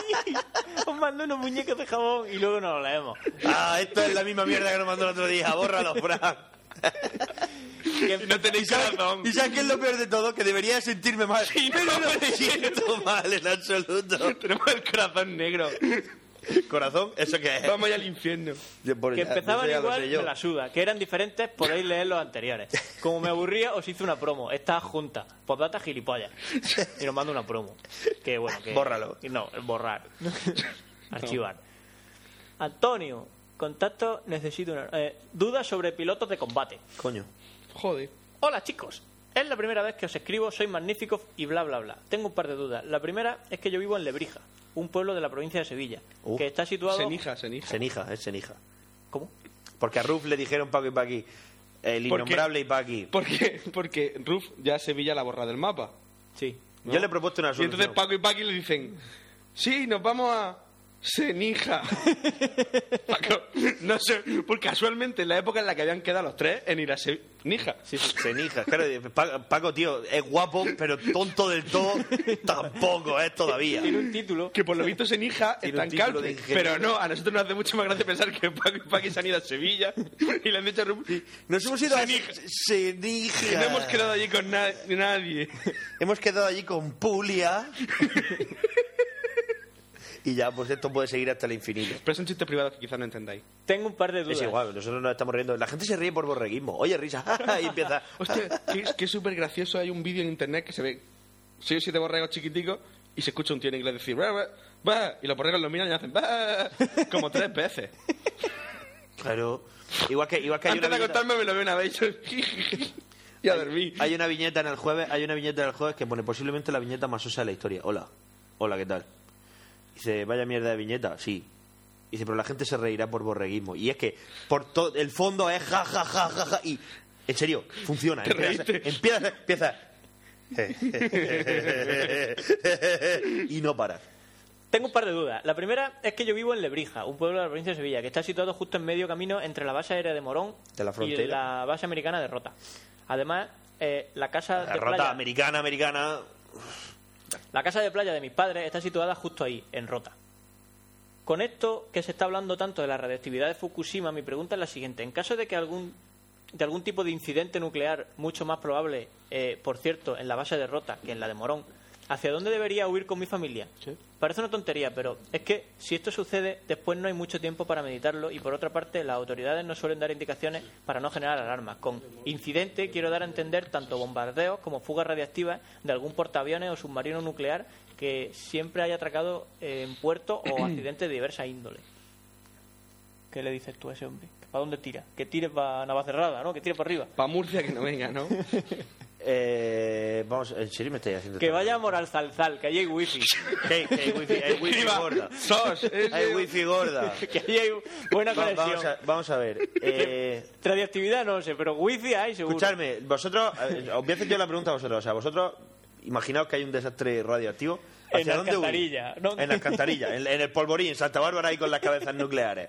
[SPEAKER 7] os mando unos muñecos de jabón y luego no lo leemos.
[SPEAKER 8] Ah, esto es la misma mierda que nos mandó el otro día. Bórralo, Frank.
[SPEAKER 7] Que-
[SPEAKER 5] Y no tenéis corazón.
[SPEAKER 8] ¿Y sabes qué es lo peor de todo? Que debería sentirme mal. pero no me siento mal en absoluto.
[SPEAKER 5] Tenemos el corazón negro.
[SPEAKER 8] Eh. Corazón, ¿eso qué es?
[SPEAKER 5] Vamos ya al infierno.
[SPEAKER 8] Yo por-
[SPEAKER 7] que
[SPEAKER 8] ya-
[SPEAKER 7] empezaban
[SPEAKER 8] eso ya lo
[SPEAKER 7] igual
[SPEAKER 8] sé yo.
[SPEAKER 7] me la suda, que eran diferentes, podéis leer los anteriores. Como me aburría, os hice una promo. Está junta. Postdata gilipollas. Y nos manda una promo. Que bueno, que...
[SPEAKER 8] Bórralo.
[SPEAKER 7] No, borrar. Archivar. Antonio, contacto, necesito una... eh, dudas sobre pilotos de combate.
[SPEAKER 8] Coño.
[SPEAKER 5] Joder.
[SPEAKER 7] Hola chicos, es la primera vez que os escribo, soy magnífico y bla bla bla. Tengo un par de dudas. La primera es que yo vivo en Lebrija, un pueblo de la provincia de Sevilla,
[SPEAKER 8] Uh.
[SPEAKER 7] que está situado...
[SPEAKER 5] Senija, senija.
[SPEAKER 8] Senija, es senija.
[SPEAKER 7] ¿Cómo?
[SPEAKER 8] Porque a Ruf le dijeron pa' aquí, pa' aquí. El
[SPEAKER 5] ¿Por qué?
[SPEAKER 8] innombrable y pa' aquí.
[SPEAKER 5] ¿Por qué? Porque Ruf ya Sevilla la borra del mapa.
[SPEAKER 7] Sí.
[SPEAKER 5] ¿no?
[SPEAKER 8] Yo le he propuesto una
[SPEAKER 5] Y
[SPEAKER 8] solución.
[SPEAKER 5] entonces Paco y Paqui le dicen, sí, nos vamos a Senija. Paco, no sé, porque casualmente en la época en la que habían quedado los tres en ir a Senija.
[SPEAKER 8] Senija, claro, Pa- Paco, tío, es guapo, pero tonto del todo tampoco es todavía.
[SPEAKER 7] Tiene un título
[SPEAKER 5] Que por lo visto Senija
[SPEAKER 8] Tiene
[SPEAKER 5] está
[SPEAKER 8] un
[SPEAKER 5] en
[SPEAKER 8] título de
[SPEAKER 5] Calpe.
[SPEAKER 8] ingeniero.
[SPEAKER 5] Pero no, a nosotros nos hace mucho más gracia pensar que Paco y Paqui se han ido a Sevilla y le han dicho a Ruf,
[SPEAKER 8] Nos hemos ido a
[SPEAKER 5] Senija.
[SPEAKER 8] Senija.
[SPEAKER 5] no hemos quedado allí con na- nadie.
[SPEAKER 8] Hemos quedado allí con Pulia. y ya, pues esto puede seguir hasta el infinito.
[SPEAKER 5] Pero es un chiste privado que quizás no entendáis.
[SPEAKER 7] Tengo un par de dudas.
[SPEAKER 8] Es igual, nosotros nos estamos riendo. La gente se ríe por borreguismo. Oye, risa. y empieza.
[SPEAKER 5] Hostia, qué, qué súper gracioso. Hay un vídeo en internet que se ve soy siete borregos chiquiticos y se escucha un tío en inglés decir "Bah, bah, bah", y los borregos lo miran y hacen "Bah", como tres veces.
[SPEAKER 8] Claro. Igual que, igual que hay,
[SPEAKER 5] Antes de
[SPEAKER 8] una viñeta,
[SPEAKER 5] acostarme me lo veo una vez y yo, y a dormir.
[SPEAKER 8] hay una viñeta en el jueves, hay una viñeta en el jueves que pone posiblemente la viñeta más sosa de la historia. Hola. Hola, ¿qué tal? Dice, vaya mierda de viñeta. Sí. Dice, pero la gente se reirá por borreguismo. Y es que por todo el fondo es ja, ja, ja, ja, ja. Y en serio, funciona.
[SPEAKER 5] Te
[SPEAKER 8] empieza,
[SPEAKER 5] reíste.
[SPEAKER 8] empieza, empieza. y no parar.
[SPEAKER 7] Tengo un par de dudas. La primera es que yo vivo en Lebrija, un pueblo de la provincia de Sevilla, que está situado justo en medio camino entre la base aérea de Morón
[SPEAKER 8] De la frontera.
[SPEAKER 7] y la base americana de Rota. Además, eh, la casa
[SPEAKER 8] La
[SPEAKER 7] de
[SPEAKER 8] rota
[SPEAKER 7] playa,
[SPEAKER 8] americana, americana.
[SPEAKER 7] la casa de playa de mis padres está situada justo ahí, en Rota. Con esto que se está hablando tanto de la radioactividad de Fukushima, mi pregunta es la siguiente: en caso de que algún de algún tipo de incidente nuclear mucho más probable, eh, por cierto, en la base de Rota que en la de Morón, ¿hacia dónde debería huir con mi familia? Parece una tontería, pero es que si esto sucede, después no hay mucho tiempo para meditarlo y por otra parte las autoridades no suelen dar indicaciones para no generar alarmas. Con incidente quiero dar a entender tanto bombardeos como fugas radiactivas de algún portaaviones o submarino nuclear que siempre haya atracado eh, en puerto o accidentes de diversa índole. ¿Qué le dices tú a ese hombre? ¿Para dónde tira? Que tire para Navacerrada, ¿no? Que tire para arriba.
[SPEAKER 5] Pa' Murcia que no venga, ¿no?
[SPEAKER 8] Eh, vamos, en serio me estáis haciendo.
[SPEAKER 7] Que vaya a Moralzalzal, que allí hay wifi.
[SPEAKER 8] Hey, hey, wifi, hey, wifi
[SPEAKER 5] Escriba,
[SPEAKER 8] gorda.
[SPEAKER 5] sos, eh, es-
[SPEAKER 8] Hey, wifi gorda.
[SPEAKER 7] que allí hay buena
[SPEAKER 8] Va-
[SPEAKER 7] conexión.
[SPEAKER 8] vamos, a, vamos a ver. Eh,
[SPEAKER 7] Radioactividad no sé, pero wifi hay seguro.
[SPEAKER 8] escuchadme, vosotros. eh, Os voy a hacer yo la pregunta a vosotros. O sea, vosotros. Imaginaos que hay un desastre radioactivo.
[SPEAKER 7] En
[SPEAKER 8] ¿Hacia dónde huís?
[SPEAKER 7] Alcantarilla, ¿no?
[SPEAKER 8] En la alcantarilla, en, en el polvorín, en Santa Bárbara, ahí con las cabezas nucleares.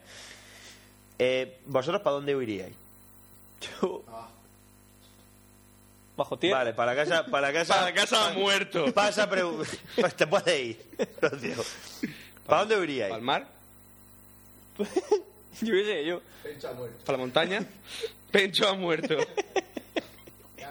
[SPEAKER 8] Eh, ¿Vosotros para dónde huiríais?
[SPEAKER 7] Yo- Bajo tierra.
[SPEAKER 8] Vale, para casa. Para casa,
[SPEAKER 5] Para casa muerto.
[SPEAKER 8] Pasa, pero. Pues te puedes ir. Lo digo. ¿Para dónde iríais?
[SPEAKER 5] ¿Para el mar?
[SPEAKER 7] Yo qué sé, yo.
[SPEAKER 9] Pencha muerto.
[SPEAKER 5] ¿Para la montaña? Pencho ha muerto.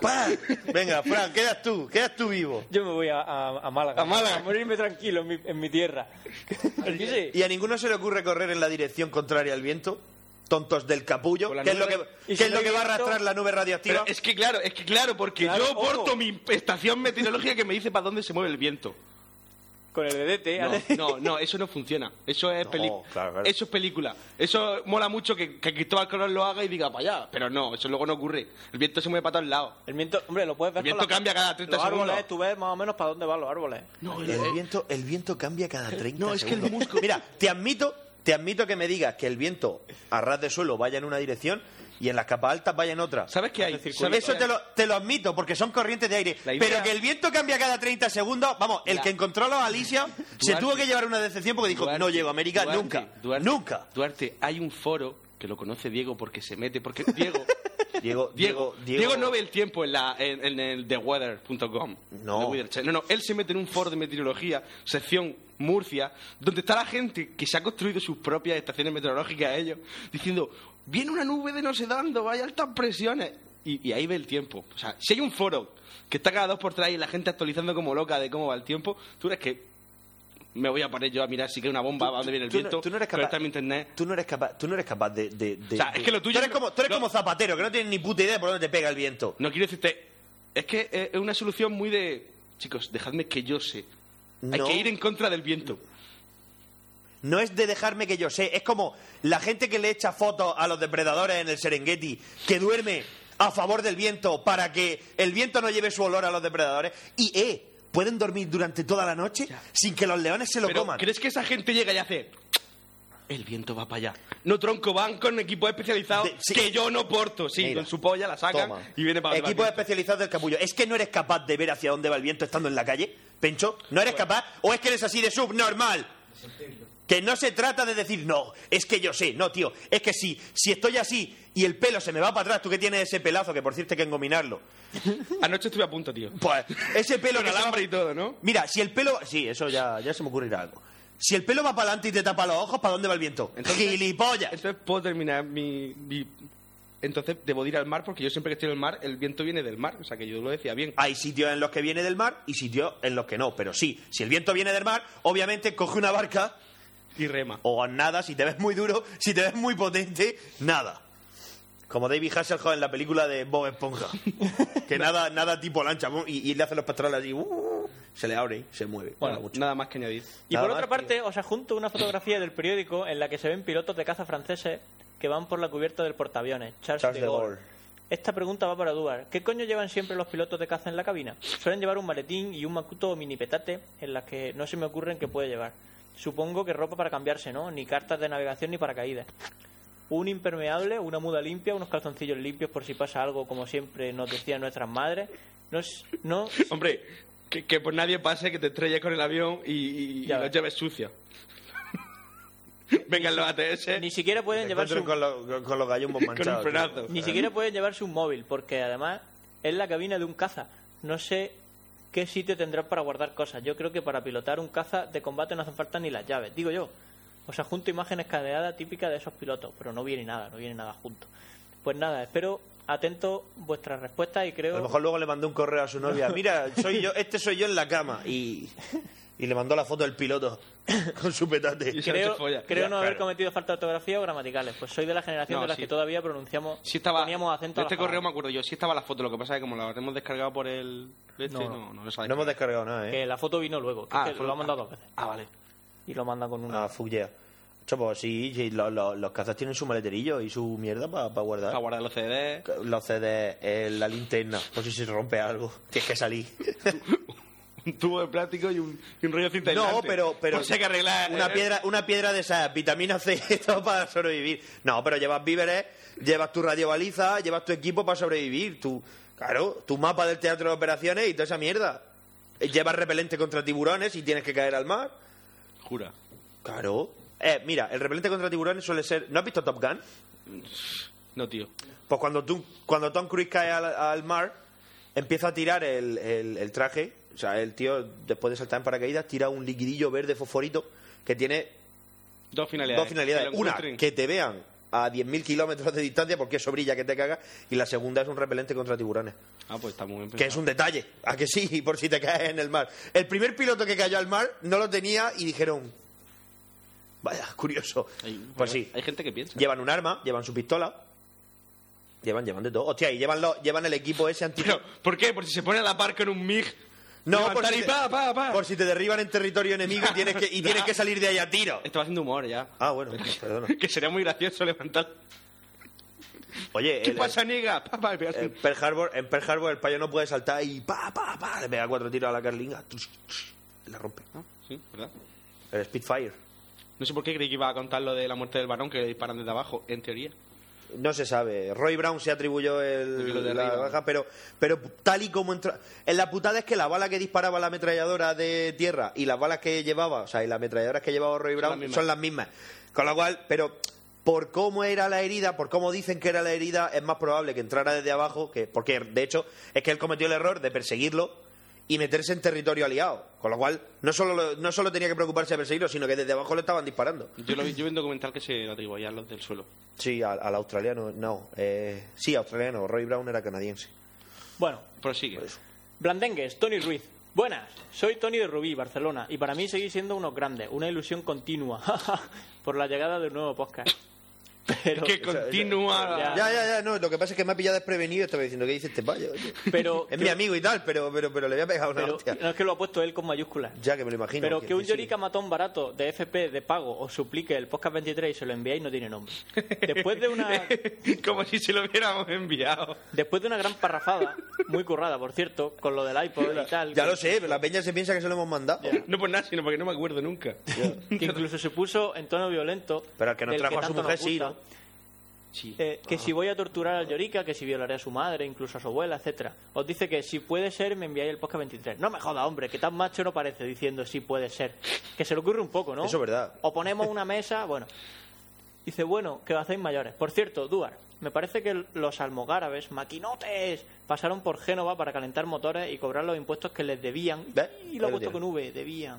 [SPEAKER 8] ¡Pam! Venga, Fran, quedas tú, quedas tú vivo.
[SPEAKER 7] Yo me voy a, a- a Málaga.
[SPEAKER 5] A Málaga.
[SPEAKER 7] morirme tranquilo en mi, en mi tierra. Yo qué sé.
[SPEAKER 8] ¿Y a ninguno se le ocurre correr en la dirección contraria al viento? Tontos del capullo.
[SPEAKER 5] Con la
[SPEAKER 8] ¿Qué es lo
[SPEAKER 5] nube-
[SPEAKER 8] que, qué
[SPEAKER 7] ¿Y si
[SPEAKER 8] es
[SPEAKER 7] no
[SPEAKER 8] lo
[SPEAKER 7] hay
[SPEAKER 8] que va a
[SPEAKER 7] viento?
[SPEAKER 8] arrastrar la nube radioactiva?
[SPEAKER 5] Pero es que claro, es que claro, porque
[SPEAKER 7] Claro,
[SPEAKER 5] yo
[SPEAKER 7] ojo.
[SPEAKER 5] porto mi estación meteorológica que me dice para dónde se mueve el viento.
[SPEAKER 7] Con el DDT.
[SPEAKER 5] No,
[SPEAKER 7] ¿vale?
[SPEAKER 5] no, no, eso no funciona. Eso es,
[SPEAKER 8] No,
[SPEAKER 5] peli-
[SPEAKER 8] claro, claro.
[SPEAKER 5] Eso es película. Eso mola mucho que, que Cristóbal Colón lo haga y diga para allá. Pero no, eso luego no ocurre. El viento se mueve para todos lados.
[SPEAKER 7] El viento, hombre, lo puedes ver.
[SPEAKER 5] El viento
[SPEAKER 7] con las-
[SPEAKER 5] cambia cada 30
[SPEAKER 7] los árboles,
[SPEAKER 5] segundos.
[SPEAKER 7] tú ves más o menos para dónde van los árboles.
[SPEAKER 5] No, eh.
[SPEAKER 8] el, viento, el viento cambia cada 30
[SPEAKER 5] No, es que el
[SPEAKER 8] segundos.
[SPEAKER 5] musgo-
[SPEAKER 8] Mira, te admito, te admito que me digas que el viento a ras de suelo vaya en una dirección y en las capas altas vaya en otra.
[SPEAKER 5] ¿Sabes qué hay?
[SPEAKER 7] Hace
[SPEAKER 5] ¿Sabes
[SPEAKER 8] Eso
[SPEAKER 5] qué
[SPEAKER 8] te
[SPEAKER 5] hay?
[SPEAKER 8] lo, te lo admito, porque son corrientes de aire.
[SPEAKER 5] La idea-
[SPEAKER 8] Pero que el viento cambia cada 30 segundos. Vamos, el
[SPEAKER 5] La-
[SPEAKER 8] que encontró a Alicia se
[SPEAKER 5] Duarte.
[SPEAKER 8] tuvo que llevar una decepción porque dijo:
[SPEAKER 5] Duarte,
[SPEAKER 8] No llego a América
[SPEAKER 5] Duarte,
[SPEAKER 8] nunca.
[SPEAKER 5] Duarte,
[SPEAKER 8] Nunca.
[SPEAKER 5] Duarte, hay un foro que lo conoce Diego porque se mete, porque Diego...
[SPEAKER 8] Diego,
[SPEAKER 5] Diego, Diego no ve el tiempo en, la, en, en el theweather.com.
[SPEAKER 8] No.
[SPEAKER 5] The Weather Channel. no, no. Él se mete en un foro de meteorología, sección Murcia, donde está la gente que se ha construido sus propias estaciones meteorológicas ellos, diciendo, viene una nube de no sé dónde, vaya altas presiones. Y, y ahí ve el tiempo. O sea, si hay un foro que está cada dos por tres y la gente actualizando como loca de cómo va el tiempo, tú crees que me voy a parar yo a mirar si que una bomba, a dónde viene el
[SPEAKER 8] Tú no-
[SPEAKER 5] viento,
[SPEAKER 8] tú no eres
[SPEAKER 5] pero
[SPEAKER 8] capaz-
[SPEAKER 5] está en mi internet.
[SPEAKER 8] Tú no eres capaz, tú no eres capaz de, de- de-
[SPEAKER 5] O sea, es que lo
[SPEAKER 8] de-
[SPEAKER 5] tuyo
[SPEAKER 8] Tú eres,
[SPEAKER 5] no-
[SPEAKER 8] como, tú eres
[SPEAKER 5] no-
[SPEAKER 8] como zapatero, que no tienes ni puta idea de por dónde te pega el viento.
[SPEAKER 5] No quiero decirte. Es que eh, es una solución muy de. Chicos, dejadme que yo sé. Hay
[SPEAKER 8] No.
[SPEAKER 5] que ir en contra del viento.
[SPEAKER 8] No es de dejarme que yo sé, es como la gente que le echa fotos a los depredadores en el Serengeti, que duerme a favor del viento para que el viento no lleve su olor a los depredadores. Y, eh, pueden dormir durante toda la noche sin que los leones se lo
[SPEAKER 5] Pero,
[SPEAKER 8] coman.
[SPEAKER 5] ¿crees que esa gente llega y hace.? El viento va para allá. No tronco, van con equipos especializados
[SPEAKER 8] De- sí.
[SPEAKER 5] que yo no porto. Sí,
[SPEAKER 8] Mira.
[SPEAKER 5] con su polla la sacan
[SPEAKER 8] Toma.
[SPEAKER 5] y viene para
[SPEAKER 8] Equipos especializados del capullo. ¿Es que no eres capaz de ver hacia dónde va el viento estando en la calle, Pencho? ¿No eres capaz? ¿O es que eres así de subnormal? Que no se trata de decir, no, es que yo sé, no, tío, es que si, si estoy así y el pelo se me va para atrás, tú que tienes ese pelazo, que por cierto hay que engominarlo,
[SPEAKER 5] Anoche estuve a punto, tío.
[SPEAKER 8] pues ese pelo
[SPEAKER 5] Con
[SPEAKER 8] que se va-
[SPEAKER 5] alambre y todo, ¿no?
[SPEAKER 8] Mira, si el pelo... Sí, eso ya, ya se me ocurrirá algo. Si el pelo va para adelante y te tapa los ojos, ¿para dónde va el viento? ¡Gilipollas!
[SPEAKER 5] Entonces puedo terminar mi, mi- Entonces debo de ir al mar porque yo siempre que estoy en el mar, el viento viene del mar. O sea que yo lo decía bien.
[SPEAKER 8] Hay sitios en los que viene del mar y sitios en los que no. Pero sí, si el viento viene del mar, obviamente coge una barca
[SPEAKER 5] Y rema.
[SPEAKER 8] o nada. Si te ves muy duro, si te ves muy potente, nada. Como David Hasselhoff en la película de Bob Esponja. que nada, nada tipo lancha. pum, Y, y le hace los pectorales así. uh, se le abre y se mueve. Mola
[SPEAKER 5] Bueno,
[SPEAKER 8] mucho.
[SPEAKER 5] nada más que añadir.
[SPEAKER 7] Y
[SPEAKER 8] Nada
[SPEAKER 7] por
[SPEAKER 8] más,
[SPEAKER 7] otra parte, os adjunto una fotografía del periódico en la que se ven pilotos de caza franceses que van por la cubierta del portaaviones, Charles,
[SPEAKER 8] Charles
[SPEAKER 7] de
[SPEAKER 8] de
[SPEAKER 7] Gaulle.
[SPEAKER 8] Gaulle.
[SPEAKER 7] Esta pregunta va para Duar. ¿Qué coño llevan siempre los pilotos de caza en la cabina? Suelen llevar un maletín y un macuto o mini petate en las que no se me ocurren que puede llevar. Supongo que ropa para cambiarse, ¿no? Ni cartas de navegación ni paracaídas. Un impermeable, una muda limpia, unos calzoncillos limpios por si pasa algo, como siempre nos decían nuestras madres, No es. No.
[SPEAKER 5] Hombre, que, que por nadie pase que te estrelles con el avión y, y- y
[SPEAKER 7] Ya
[SPEAKER 5] lo
[SPEAKER 7] ves.
[SPEAKER 5] lleves sucio. Vengan los ATS
[SPEAKER 7] Ni siquiera pueden
[SPEAKER 8] Te
[SPEAKER 7] llevar
[SPEAKER 8] encuentran con,
[SPEAKER 7] su,
[SPEAKER 8] los- con- con los gallumbos
[SPEAKER 5] con un
[SPEAKER 8] manchados. tío.
[SPEAKER 5] frenazo.
[SPEAKER 7] Ni siquiera pueden llevarse un móvil, porque además es la cabina de un caza. No sé qué sitio tendrán para guardar cosas. Yo creo que para pilotar un caza de combate no hacen falta ni las llaves, digo yo. O sea, junto imágenes cadeadas típicas de esos pilotos, pero no viene nada, no viene nada junto. Pues nada, espero atento vuestras respuestas y creo...
[SPEAKER 8] A lo mejor luego le mandó un correo a su novia. Mira, soy yo, este soy yo en la cama. Y, y le mandó la foto del piloto con su petate.
[SPEAKER 5] Y se lo
[SPEAKER 7] Creo,
[SPEAKER 5] se folla.
[SPEAKER 7] creo
[SPEAKER 5] Ya,
[SPEAKER 7] no haber
[SPEAKER 5] claro.
[SPEAKER 7] cometido falta de ortografía o gramaticales. Pues soy de la generación
[SPEAKER 5] No,
[SPEAKER 7] de las
[SPEAKER 5] sí.
[SPEAKER 7] que todavía pronunciamos,
[SPEAKER 5] Sí estaba,
[SPEAKER 7] poníamos acento
[SPEAKER 5] de
[SPEAKER 7] a las
[SPEAKER 5] este correo me
[SPEAKER 7] palabras.
[SPEAKER 5] acuerdo yo, sí estaba la foto, lo que pasa es que como la hemos descargado por el... Este,
[SPEAKER 7] No,
[SPEAKER 5] no,
[SPEAKER 7] no.
[SPEAKER 5] no, lo sabes.
[SPEAKER 8] No hemos descargado nada, ¿eh?
[SPEAKER 7] Que la foto vino luego, que
[SPEAKER 5] Ah,
[SPEAKER 7] es que
[SPEAKER 5] la foto-
[SPEAKER 7] lo ha mandado dos veces.
[SPEAKER 5] Ah, vale.
[SPEAKER 7] Y lo manda con una...
[SPEAKER 8] Ah, fuck yeah. Chopo, pues sí, sí, lo- lo- los cazas tienen su maleterillo y su mierda para guardar.
[SPEAKER 5] Para guardar los CDs,
[SPEAKER 8] Los CDs, eh, la linterna, por si se rompe algo. Tienes que salir.
[SPEAKER 5] un tubo de plástico y un, y un rollo de cinta
[SPEAKER 8] no,
[SPEAKER 5] aislante.
[SPEAKER 8] pero... pero
[SPEAKER 5] Por si hay que arreglar...
[SPEAKER 8] Una
[SPEAKER 5] eh,
[SPEAKER 8] piedra, una piedra de esas, vitamina C, todo para sobrevivir. No, pero llevas víveres, llevas tu radiobaliza, llevas tu equipo para sobrevivir. Tu, claro, tu mapa del teatro de operaciones y toda esa mierda. Eh, Llevas repelente contra tiburones y tienes que caer al mar.
[SPEAKER 5] Jura.
[SPEAKER 8] Claro. Eh, mira, el repelente contra tiburones suele ser. ¿No has visto Top Gun?
[SPEAKER 5] No, tío.
[SPEAKER 8] Pues cuando, tú, cuando Tom Cruise cae al, al mar, empieza a tirar el, el- el traje. O sea, el tío, después de saltar en paracaídas, tira un liquidillo verde fosforito que tiene
[SPEAKER 5] Dos finalidades.
[SPEAKER 8] dos finalidades.
[SPEAKER 5] Que lo
[SPEAKER 8] Una,
[SPEAKER 5] encuentren.
[SPEAKER 8] que te vean a 10.000 kilómetros de distancia porque eso brilla que te caga. Y la segunda es un repelente contra tiburones.
[SPEAKER 5] Ah, pues está muy bien
[SPEAKER 8] Que es
[SPEAKER 5] pensado.
[SPEAKER 8] un detalle, a que sí, por si te caes en el mar. El primer piloto que cayó al mar no lo tenía y dijeron, vaya, curioso.
[SPEAKER 5] Hay-
[SPEAKER 8] Pues sí,
[SPEAKER 5] Hay gente que piensa.
[SPEAKER 8] Llevan un arma, llevan su pistola. Llevan, llevan de todo. Hostia, y llevan, lo- llevan el equipo ese anti...
[SPEAKER 5] Pero, ¿por qué? Por si se pone a la par con un MIG.
[SPEAKER 8] no, por
[SPEAKER 5] levantar
[SPEAKER 8] si,
[SPEAKER 5] y
[SPEAKER 8] te,
[SPEAKER 5] pa, pa, pa.
[SPEAKER 8] por si te derriban en territorio enemigo y tienes que, y tienes que salir de ahí a tiro.
[SPEAKER 5] Estaba haciendo humor ya.
[SPEAKER 8] Ah, bueno, perdona.
[SPEAKER 5] que sería muy gracioso levantar.
[SPEAKER 8] Oye,
[SPEAKER 5] ¿Qué
[SPEAKER 8] el-
[SPEAKER 5] pasa, niga? Pa, pa, y pegarse
[SPEAKER 8] en
[SPEAKER 5] un-
[SPEAKER 8] Pearl Harbor, en Pearl Harbor el payo no puede saltar y pa, pa, pa, le pega cuatro tiros a la carlinga. Tush, tush, y la rompe.
[SPEAKER 5] Ah, sí, ¿verdad?
[SPEAKER 8] El Spitfire.
[SPEAKER 5] No sé por qué creí que iba a contar lo de la muerte del varón que le disparan desde abajo, en teoría.
[SPEAKER 8] No se sabe. Roy Brown se atribuyó
[SPEAKER 5] El
[SPEAKER 8] el,
[SPEAKER 5] hilo de
[SPEAKER 8] la
[SPEAKER 5] Ray Brown.
[SPEAKER 8] baja, pero, pero tal y como entra. En la putada es que la bala que disparaba la ametralladora de tierra y las balas que llevaba, o sea, y las ametralladoras que llevaba Roy Brown son
[SPEAKER 5] las
[SPEAKER 8] las,
[SPEAKER 5] mismas.
[SPEAKER 8] mismas. Con lo cual, pero por cómo era la herida, por cómo dicen que era la herida, es más probable que entrara desde abajo, que porque de hecho es que él cometió el error de perseguirlo y meterse en territorio aliado. Con lo cual, no solo, lo- no solo tenía que preocuparse de perseguirlo, sino que desde abajo le estaban disparando.
[SPEAKER 5] Yo, lo vi, yo vi un documental que se lo atribuía a los del suelo.
[SPEAKER 8] Sí, al, al australiano, no. eh, sí, australiano. Roy Brown era canadiense.
[SPEAKER 7] Bueno,
[SPEAKER 5] Prosigue.
[SPEAKER 7] Blandengues, Tony Ruiz. Buenas, soy Tony de Rubí, Barcelona, y para mí seguís siendo unos grandes, una ilusión continua por la llegada de un nuevo podcast. Pero,
[SPEAKER 5] que continúa.
[SPEAKER 7] Ya.
[SPEAKER 8] Ya, ya, ya, no. Lo que pasa es que me ha pillado desprevenido. Estaba diciendo que dice este payo. oye?
[SPEAKER 7] Pero-
[SPEAKER 8] es mi amigo y tal, pero, pero, pero le voy a pegar una
[SPEAKER 7] pero-
[SPEAKER 8] hostia.
[SPEAKER 7] no es que lo ha puesto él con mayúsculas.
[SPEAKER 8] Ya que me lo imagino.
[SPEAKER 7] Pero
[SPEAKER 8] que-
[SPEAKER 7] que un
[SPEAKER 8] que sí.
[SPEAKER 7] Yorica matón barato de FP de pago os suplique el podcast 23 y se lo enviáis no tiene nombre. Después de una
[SPEAKER 5] Como si se lo hubiéramos enviado.
[SPEAKER 7] después de una gran parrafada, muy currada por cierto, con lo del iPod y tal.
[SPEAKER 8] Ya
[SPEAKER 7] que-
[SPEAKER 8] lo sé, pero la peña se piensa que se lo hemos mandado.
[SPEAKER 7] Ya.
[SPEAKER 5] No por nada, sino porque no me acuerdo nunca.
[SPEAKER 7] que incluso se puso en tono violento.
[SPEAKER 8] Pero el que nos
[SPEAKER 7] del
[SPEAKER 8] trajo a su
[SPEAKER 7] tanto
[SPEAKER 8] mujer,
[SPEAKER 7] nos
[SPEAKER 8] sí,
[SPEAKER 7] gusta.
[SPEAKER 8] ¿no?
[SPEAKER 5] Sí.
[SPEAKER 7] Eh, que si voy a torturar al Llorica, que si violaré a su madre, incluso a su abuela, etcétera. Os dice que si puede ser, me enviáis el podcast 23. No me joda, hombre, que tan macho no parece diciendo si puede ser. Que se le ocurre un poco, ¿no?
[SPEAKER 8] Eso es verdad.
[SPEAKER 7] O ponemos una mesa, bueno. Dice, bueno, que os hacéis mayores. Por cierto, Duar, me parece que los almogárabes, maquinotes, pasaron por Génova para calentar motores y cobrar los impuestos que les debían.
[SPEAKER 8] ¿Ves?
[SPEAKER 7] Y lo
[SPEAKER 8] Ahí
[SPEAKER 7] he
[SPEAKER 8] lo
[SPEAKER 7] puesto
[SPEAKER 8] tienes.
[SPEAKER 7] con V, debían.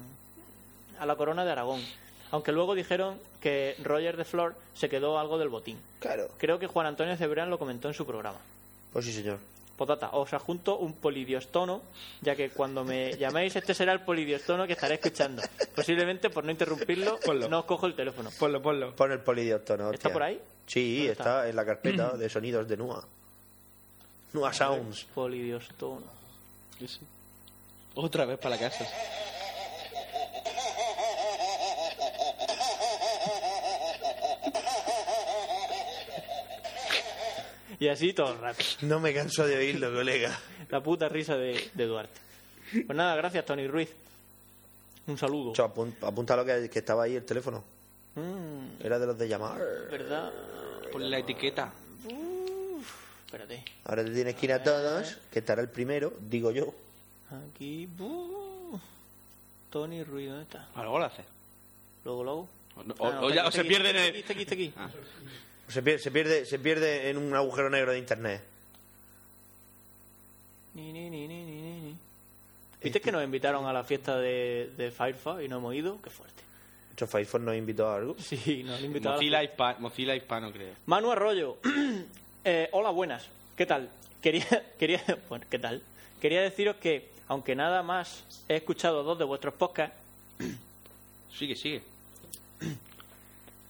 [SPEAKER 7] A la corona de Aragón. Aunque luego dijeron que Roger de Flor se quedó algo del botín.
[SPEAKER 8] Claro.
[SPEAKER 7] Creo que Juan Antonio Cebrián lo comentó en su programa.
[SPEAKER 8] Pues sí, señor.
[SPEAKER 7] Potata, os adjunto un polidiostono, ya que cuando me llaméis este será el polidiostono que estaré escuchando. Posiblemente por no interrumpirlo,
[SPEAKER 5] Ponlo.
[SPEAKER 7] no os cojo el teléfono.
[SPEAKER 5] Ponlo, ponlo.
[SPEAKER 8] Pon el polidiotono.
[SPEAKER 7] ¿Está por ahí?
[SPEAKER 8] Sí,
[SPEAKER 7] ¿Dónde
[SPEAKER 8] está?
[SPEAKER 7] está?
[SPEAKER 8] en la carpeta de sonidos de Nua. Nua Sounds.
[SPEAKER 7] Polidiostono.
[SPEAKER 5] Otra vez para la casa.
[SPEAKER 7] Y así todo el rato.
[SPEAKER 8] No me canso de oírlo, colega.
[SPEAKER 7] La puta risa de, de Duarte. Pues nada, gracias, Tony Ruiz. Un saludo.
[SPEAKER 8] Cho, apun- apunta lo que, que estaba ahí el teléfono.
[SPEAKER 7] Mm,
[SPEAKER 8] Era de los de llamar.
[SPEAKER 7] ¿Verdad?
[SPEAKER 5] Ponle la etiqueta.
[SPEAKER 7] Espérate.
[SPEAKER 8] Ahora te tienes que ir a todos, que estará el primero, digo yo.
[SPEAKER 7] Aquí. bu. Tony Ruiz, ¿dónde está?
[SPEAKER 5] Algo lo hace.
[SPEAKER 7] Luego, luego.
[SPEAKER 5] O, no-
[SPEAKER 7] Ah, no,
[SPEAKER 5] o
[SPEAKER 7] está
[SPEAKER 5] ya-
[SPEAKER 7] aquí,
[SPEAKER 5] o se
[SPEAKER 7] está aquí,
[SPEAKER 5] pierden
[SPEAKER 7] está
[SPEAKER 5] en
[SPEAKER 7] aquí, está aquí, está aquí.
[SPEAKER 5] Ah.
[SPEAKER 8] Se pierde, se pierde, se pierde en un agujero negro de internet.
[SPEAKER 7] Ni, ni, ni, ni, ni, ni, ni. ¿Viste que nos invitaron a la fiesta de, de Firefox y no hemos ido? Qué fuerte.
[SPEAKER 8] Hecho, Firefox nos invitó a algo.
[SPEAKER 7] Sí, nos han invitado. a la
[SPEAKER 5] Mozilla, Hispa- Mozilla Hispano, creo.
[SPEAKER 7] Manu Arroyo. Eh, hola, buenas. ¿Qué tal? Quería, quería, bueno, ¿qué tal? Quería deciros que, aunque nada más he escuchado dos de vuestros podcasts
[SPEAKER 5] Sigue, sigue.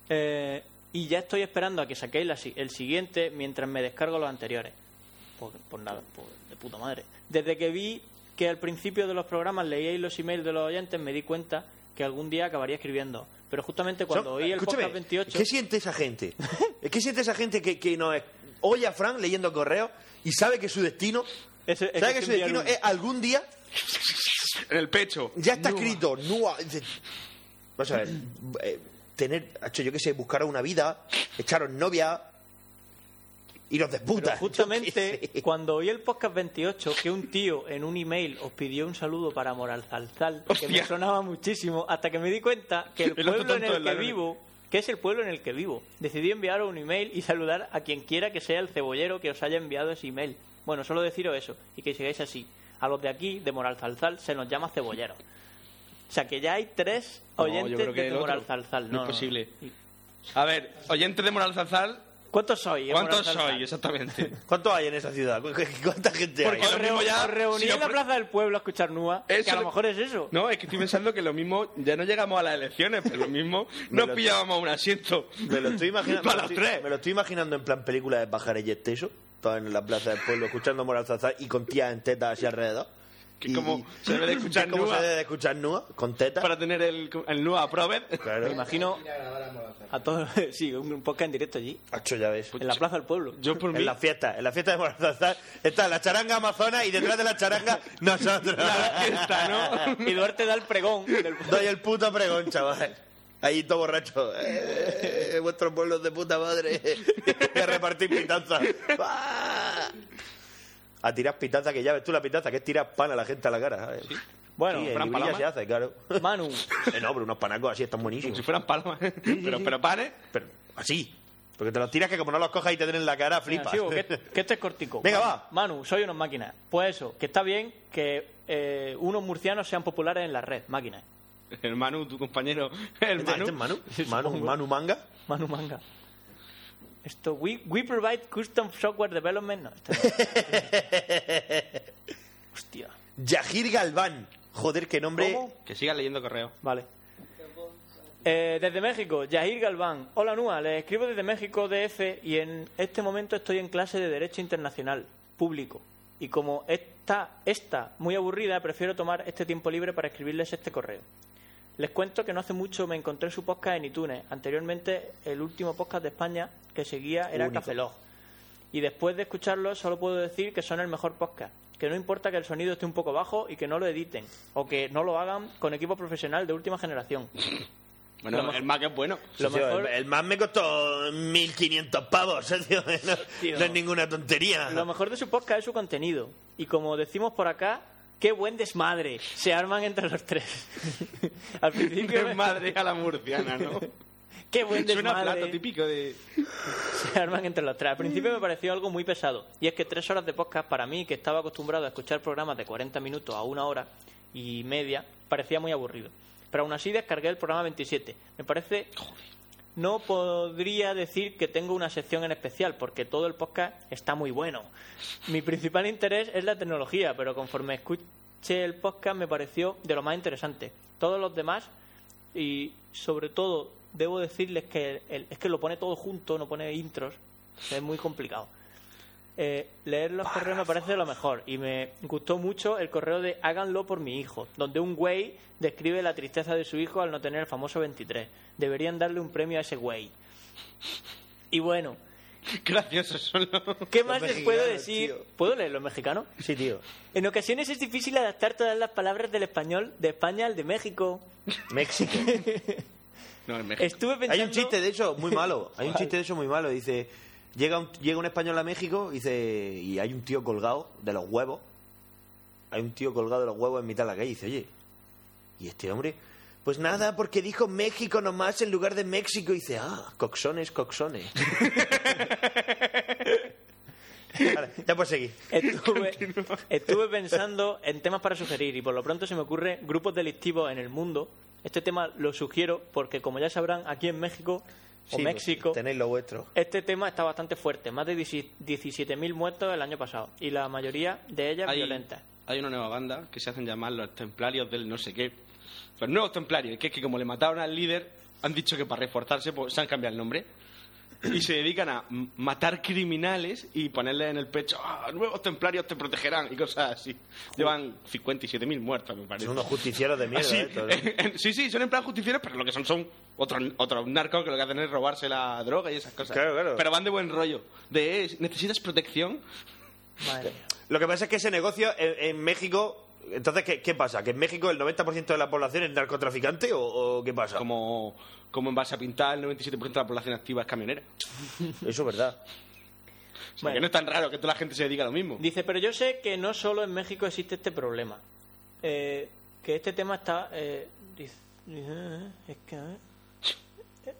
[SPEAKER 7] eh, y ya estoy esperando a que saquéis la si- el siguiente mientras me descargo los anteriores. Por, por nada, por- de puta madre. Desde que vi que al principio de los programas leíais los emails de los oyentes, me di cuenta que algún día acabaría escribiendo. Pero justamente cuando
[SPEAKER 8] Son-
[SPEAKER 7] oí el
[SPEAKER 8] escúchame,
[SPEAKER 7] podcast 28...
[SPEAKER 8] ¿Qué siente esa gente? ¿Qué siente esa gente que, que no es- oye a Frank leyendo correos y sabe que su destino,
[SPEAKER 7] Ese- ese
[SPEAKER 8] sabe que su
[SPEAKER 7] enviar
[SPEAKER 8] destino
[SPEAKER 7] un-
[SPEAKER 8] es algún día
[SPEAKER 5] En el pecho.
[SPEAKER 8] ya está escrito. Nua. Dice, Vamos a ver. eh, tener, hecho, yo qué sé, buscaros una vida, echaros novia, iros de puta.
[SPEAKER 7] Pero justamente
[SPEAKER 8] yo qué sé.
[SPEAKER 7] cuando oí el podcast 28 que un tío en un email os pidió un saludo para Moralzalzal, que me
[SPEAKER 5] Hostia.
[SPEAKER 7] sonaba muchísimo, hasta que me di cuenta que el
[SPEAKER 5] El otro
[SPEAKER 7] pueblo en
[SPEAKER 5] tonto
[SPEAKER 7] el
[SPEAKER 5] del
[SPEAKER 7] que
[SPEAKER 5] ladrón.
[SPEAKER 7] vivo, que es el pueblo en el que vivo, decidí enviaros un email y saludar a quien quiera que sea el cebollero que os haya enviado ese email. Bueno, solo deciros eso y que sigáis así. A los de aquí, de Moralzalzal, se nos llama cebolleros. O sea que ya hay tres
[SPEAKER 5] No,
[SPEAKER 7] oyentes
[SPEAKER 5] yo creo que
[SPEAKER 7] de
[SPEAKER 5] el otro.
[SPEAKER 7] Moralzalzal.
[SPEAKER 5] No es posible. A ver, oyentes de Moral Zalzal,
[SPEAKER 7] ¿Cuántos sois? en
[SPEAKER 5] ¿cuántos
[SPEAKER 7] Moralzalzal?
[SPEAKER 5] sois exactamente?
[SPEAKER 8] ¿Cuánto hay en esa ciudad? ¿Cu- cu- ¿Cuánta gente hay?
[SPEAKER 5] Porque
[SPEAKER 7] Os
[SPEAKER 5] lo mismo
[SPEAKER 7] reu-
[SPEAKER 5] ya-
[SPEAKER 7] os reuní
[SPEAKER 5] si
[SPEAKER 7] en la
[SPEAKER 5] ofre-
[SPEAKER 7] plaza del pueblo a escuchar Nua, que
[SPEAKER 5] Eso
[SPEAKER 7] a lo
[SPEAKER 5] le-
[SPEAKER 7] mejor es eso.
[SPEAKER 5] No, es que estoy pensando que lo mismo, ya no llegamos a las elecciones, pero lo mismo,
[SPEAKER 8] Me
[SPEAKER 5] nos
[SPEAKER 8] lo-
[SPEAKER 5] pillábamos un asiento.
[SPEAKER 8] Me lo estoy imaginando.
[SPEAKER 5] Para los
[SPEAKER 8] me, lo estoy,
[SPEAKER 5] tres.
[SPEAKER 8] me lo estoy imaginando en plan película de Bajar y Esteso, todos en la plaza del pueblo, escuchando Moral Zazar y con tías en tetas así alrededor.
[SPEAKER 5] Que como se debe de escuchar
[SPEAKER 8] que como
[SPEAKER 5] nua.
[SPEAKER 8] se debe de escuchar nua, con tetas.
[SPEAKER 5] Para tener el, el nuevo approve.
[SPEAKER 8] Claro.
[SPEAKER 7] Me imagino a todos, sí, un un podcast en directo allí,
[SPEAKER 8] Hacho, ya ves.
[SPEAKER 7] en la plaza del pueblo.
[SPEAKER 5] Yo Pues, por mí.
[SPEAKER 8] En la fiesta, en la fiesta de Morazazar está la charanga amazona y detrás de la charanga nosotros.
[SPEAKER 5] La fiesta, ¿no?
[SPEAKER 7] Y Duarte da el pregón. del-
[SPEAKER 8] Doy el puto pregón, chaval. Ahí todo borracho. Eh, eh, vuestros pueblos de puta madre. A repartir pitanza. Ah. A tirar pitanza, que ya ves tú la pitanza, que es tirar pan a la gente a la cara. ¿sabes?
[SPEAKER 7] Bueno,
[SPEAKER 8] Sí, en
[SPEAKER 5] Fran
[SPEAKER 8] Librilla
[SPEAKER 5] Paloma.
[SPEAKER 8] se hace, claro.
[SPEAKER 7] Manu,
[SPEAKER 8] Eh, no, pero unos panacos así están
[SPEAKER 5] Como si
[SPEAKER 8] buenísimos.
[SPEAKER 5] fueran palmas. Pero, pero panes.
[SPEAKER 8] Pero así. Porque te los tiras que como no los cojas y te den en la cara, flipas.
[SPEAKER 7] sigo, que, que este es cortico.
[SPEAKER 8] Venga,
[SPEAKER 7] Manu,
[SPEAKER 8] va.
[SPEAKER 7] Manu, soy unos máquinas. Pues eso, que está bien que eh, unos murcianos sean populares en la red, máquinas.
[SPEAKER 5] El Manu, tu compañero. El
[SPEAKER 8] ¿Este- este es
[SPEAKER 5] Manu.
[SPEAKER 8] Manu? Manu,
[SPEAKER 7] supongo.
[SPEAKER 8] Manu Manga.
[SPEAKER 7] Manu Manga. Esto, we, we provide custom software development. No, esto no. Hostia.
[SPEAKER 8] Yajir Galván. Joder, qué nombre.
[SPEAKER 7] ¿Cómo?
[SPEAKER 5] Que siga leyendo correo.
[SPEAKER 7] Vale. Eh, desde México, Yair Galván. Hola, Nua. Les escribo desde México DF y en este momento estoy en clase de Derecho Internacional Público. Y como está esta muy aburrida, prefiero tomar este tiempo libre para escribirles este correo. Les cuento que no hace mucho me encontré su podcast en iTunes. Anteriormente, el último podcast de España que seguía era
[SPEAKER 8] Único.
[SPEAKER 7] Café Log. Y después de escucharlo, solo puedo decir que son el mejor podcast. Que no importa que el sonido esté un poco bajo y que no lo editen. O que no lo hagan con equipo profesional de última generación. Lo
[SPEAKER 5] Bueno,
[SPEAKER 7] mejor-
[SPEAKER 5] el Mac es bueno.
[SPEAKER 7] Lo
[SPEAKER 8] Sí, tío,
[SPEAKER 7] mejor-
[SPEAKER 8] el, el más me costó 1500 pavos, eh, tío. No,
[SPEAKER 7] Tío.
[SPEAKER 8] no es ninguna tontería.
[SPEAKER 7] Lo mejor de su podcast es su contenido. Y como decimos por acá, qué buen desmadre. Se arman entre los tres. Al principio,
[SPEAKER 5] De madre a la murciana, ¿no?
[SPEAKER 7] qué buen
[SPEAKER 5] Suena a
[SPEAKER 7] desmadre.
[SPEAKER 5] plato típico de.
[SPEAKER 7] se arman entre los tres. Al principio me pareció algo muy pesado, y es que tres horas de podcast para mí, que estaba acostumbrado a escuchar programas de 40 minutos a una hora y media, parecía muy aburrido. Pero aún así descargué el programa 27. Me parece... No podría decir que tengo una sección en especial, porque todo el podcast está muy bueno. Mi principal interés es la tecnología, pero conforme escuché el podcast me pareció de lo más interesante. Todos los demás y sobre todo debo decirles que el- es que lo pone todo junto, no pone intros, es muy complicado. Eh, leer los correos me parece lo mejor y me gustó mucho el correo de háganlo por mi hijo, donde un güey describe la tristeza de su hijo al no tener el famoso 23. Deberían darle un premio a ese güey. Y bueno,
[SPEAKER 5] Graciosos son los.
[SPEAKER 7] ¿qué más les puedo
[SPEAKER 8] mexicanos,
[SPEAKER 7] decir?
[SPEAKER 8] tío.
[SPEAKER 7] ¿Puedo leerlo en mexicano?
[SPEAKER 8] Sí, tío.
[SPEAKER 7] En ocasiones es difícil adaptar todas las palabras del español de España al de México.
[SPEAKER 8] México.
[SPEAKER 5] No, el México.
[SPEAKER 7] Estuve pensando
[SPEAKER 8] Hay un chiste de eso muy malo. Hay un chiste de eso muy malo. Dice, Llega un, llega un español a México y dice, y hay un tío colgado de los huevos. Hay un tío colgado de los huevos en mitad de la calle y dice, oye, ¿y este hombre? Pues nada, porque dijo México nomás en lugar de México. Y dice, ah, coxones, coxones. Vale, ya puedes seguir.
[SPEAKER 7] Estuve, estuve pensando en temas para sugerir y por lo pronto se me ocurre grupos delictivos en el mundo. Este tema lo sugiero porque, como ya sabrán, aquí en México o
[SPEAKER 8] Sí, pues,
[SPEAKER 7] México,
[SPEAKER 8] Tenéis lo vuestro.
[SPEAKER 7] este tema está bastante fuerte. Más de 17 17.000 muertos el año pasado y la mayoría de ellas
[SPEAKER 5] hay,
[SPEAKER 7] violentas.
[SPEAKER 5] hay una nueva banda que se hacen llamar los templarios del no sé qué. Los nuevos templarios, que es que como le mataron al líder, han dicho que para reforzarse pues, se han cambiado el nombre. Y se dedican a m- matar criminales y ponerle en el pecho, "Ah, nuevos templarios te protegerán y cosas así. Llevan 57.000 muertos, me parece.
[SPEAKER 8] Son unos justicieros de mierda.
[SPEAKER 5] Así,
[SPEAKER 8] estos, ¿eh?
[SPEAKER 5] sí, sí, son en plan justicieros, pero lo que son son otros otros narcos que lo que hacen es robarse la droga y esas cosas.
[SPEAKER 8] Claro, claro.
[SPEAKER 5] Pero van de buen rollo. De, eh, ¿necesitas protección?
[SPEAKER 7] Madre mía.
[SPEAKER 8] Lo que pasa es que ese negocio en, en México. Entonces, ¿qué, qué pasa? ¿Que en México el 90% de la población es narcotraficante o, o qué pasa?
[SPEAKER 5] Como, como en base a pintar, el 97% de la población activa es camionera.
[SPEAKER 8] Eso es verdad.
[SPEAKER 5] O sea,
[SPEAKER 7] Bueno.
[SPEAKER 5] que no es tan raro que toda la gente se dedica a lo mismo.
[SPEAKER 7] Dice, pero yo sé que no solo en México existe este problema. Eh, que este tema está... eh, dice- eh, es que... eh, eh,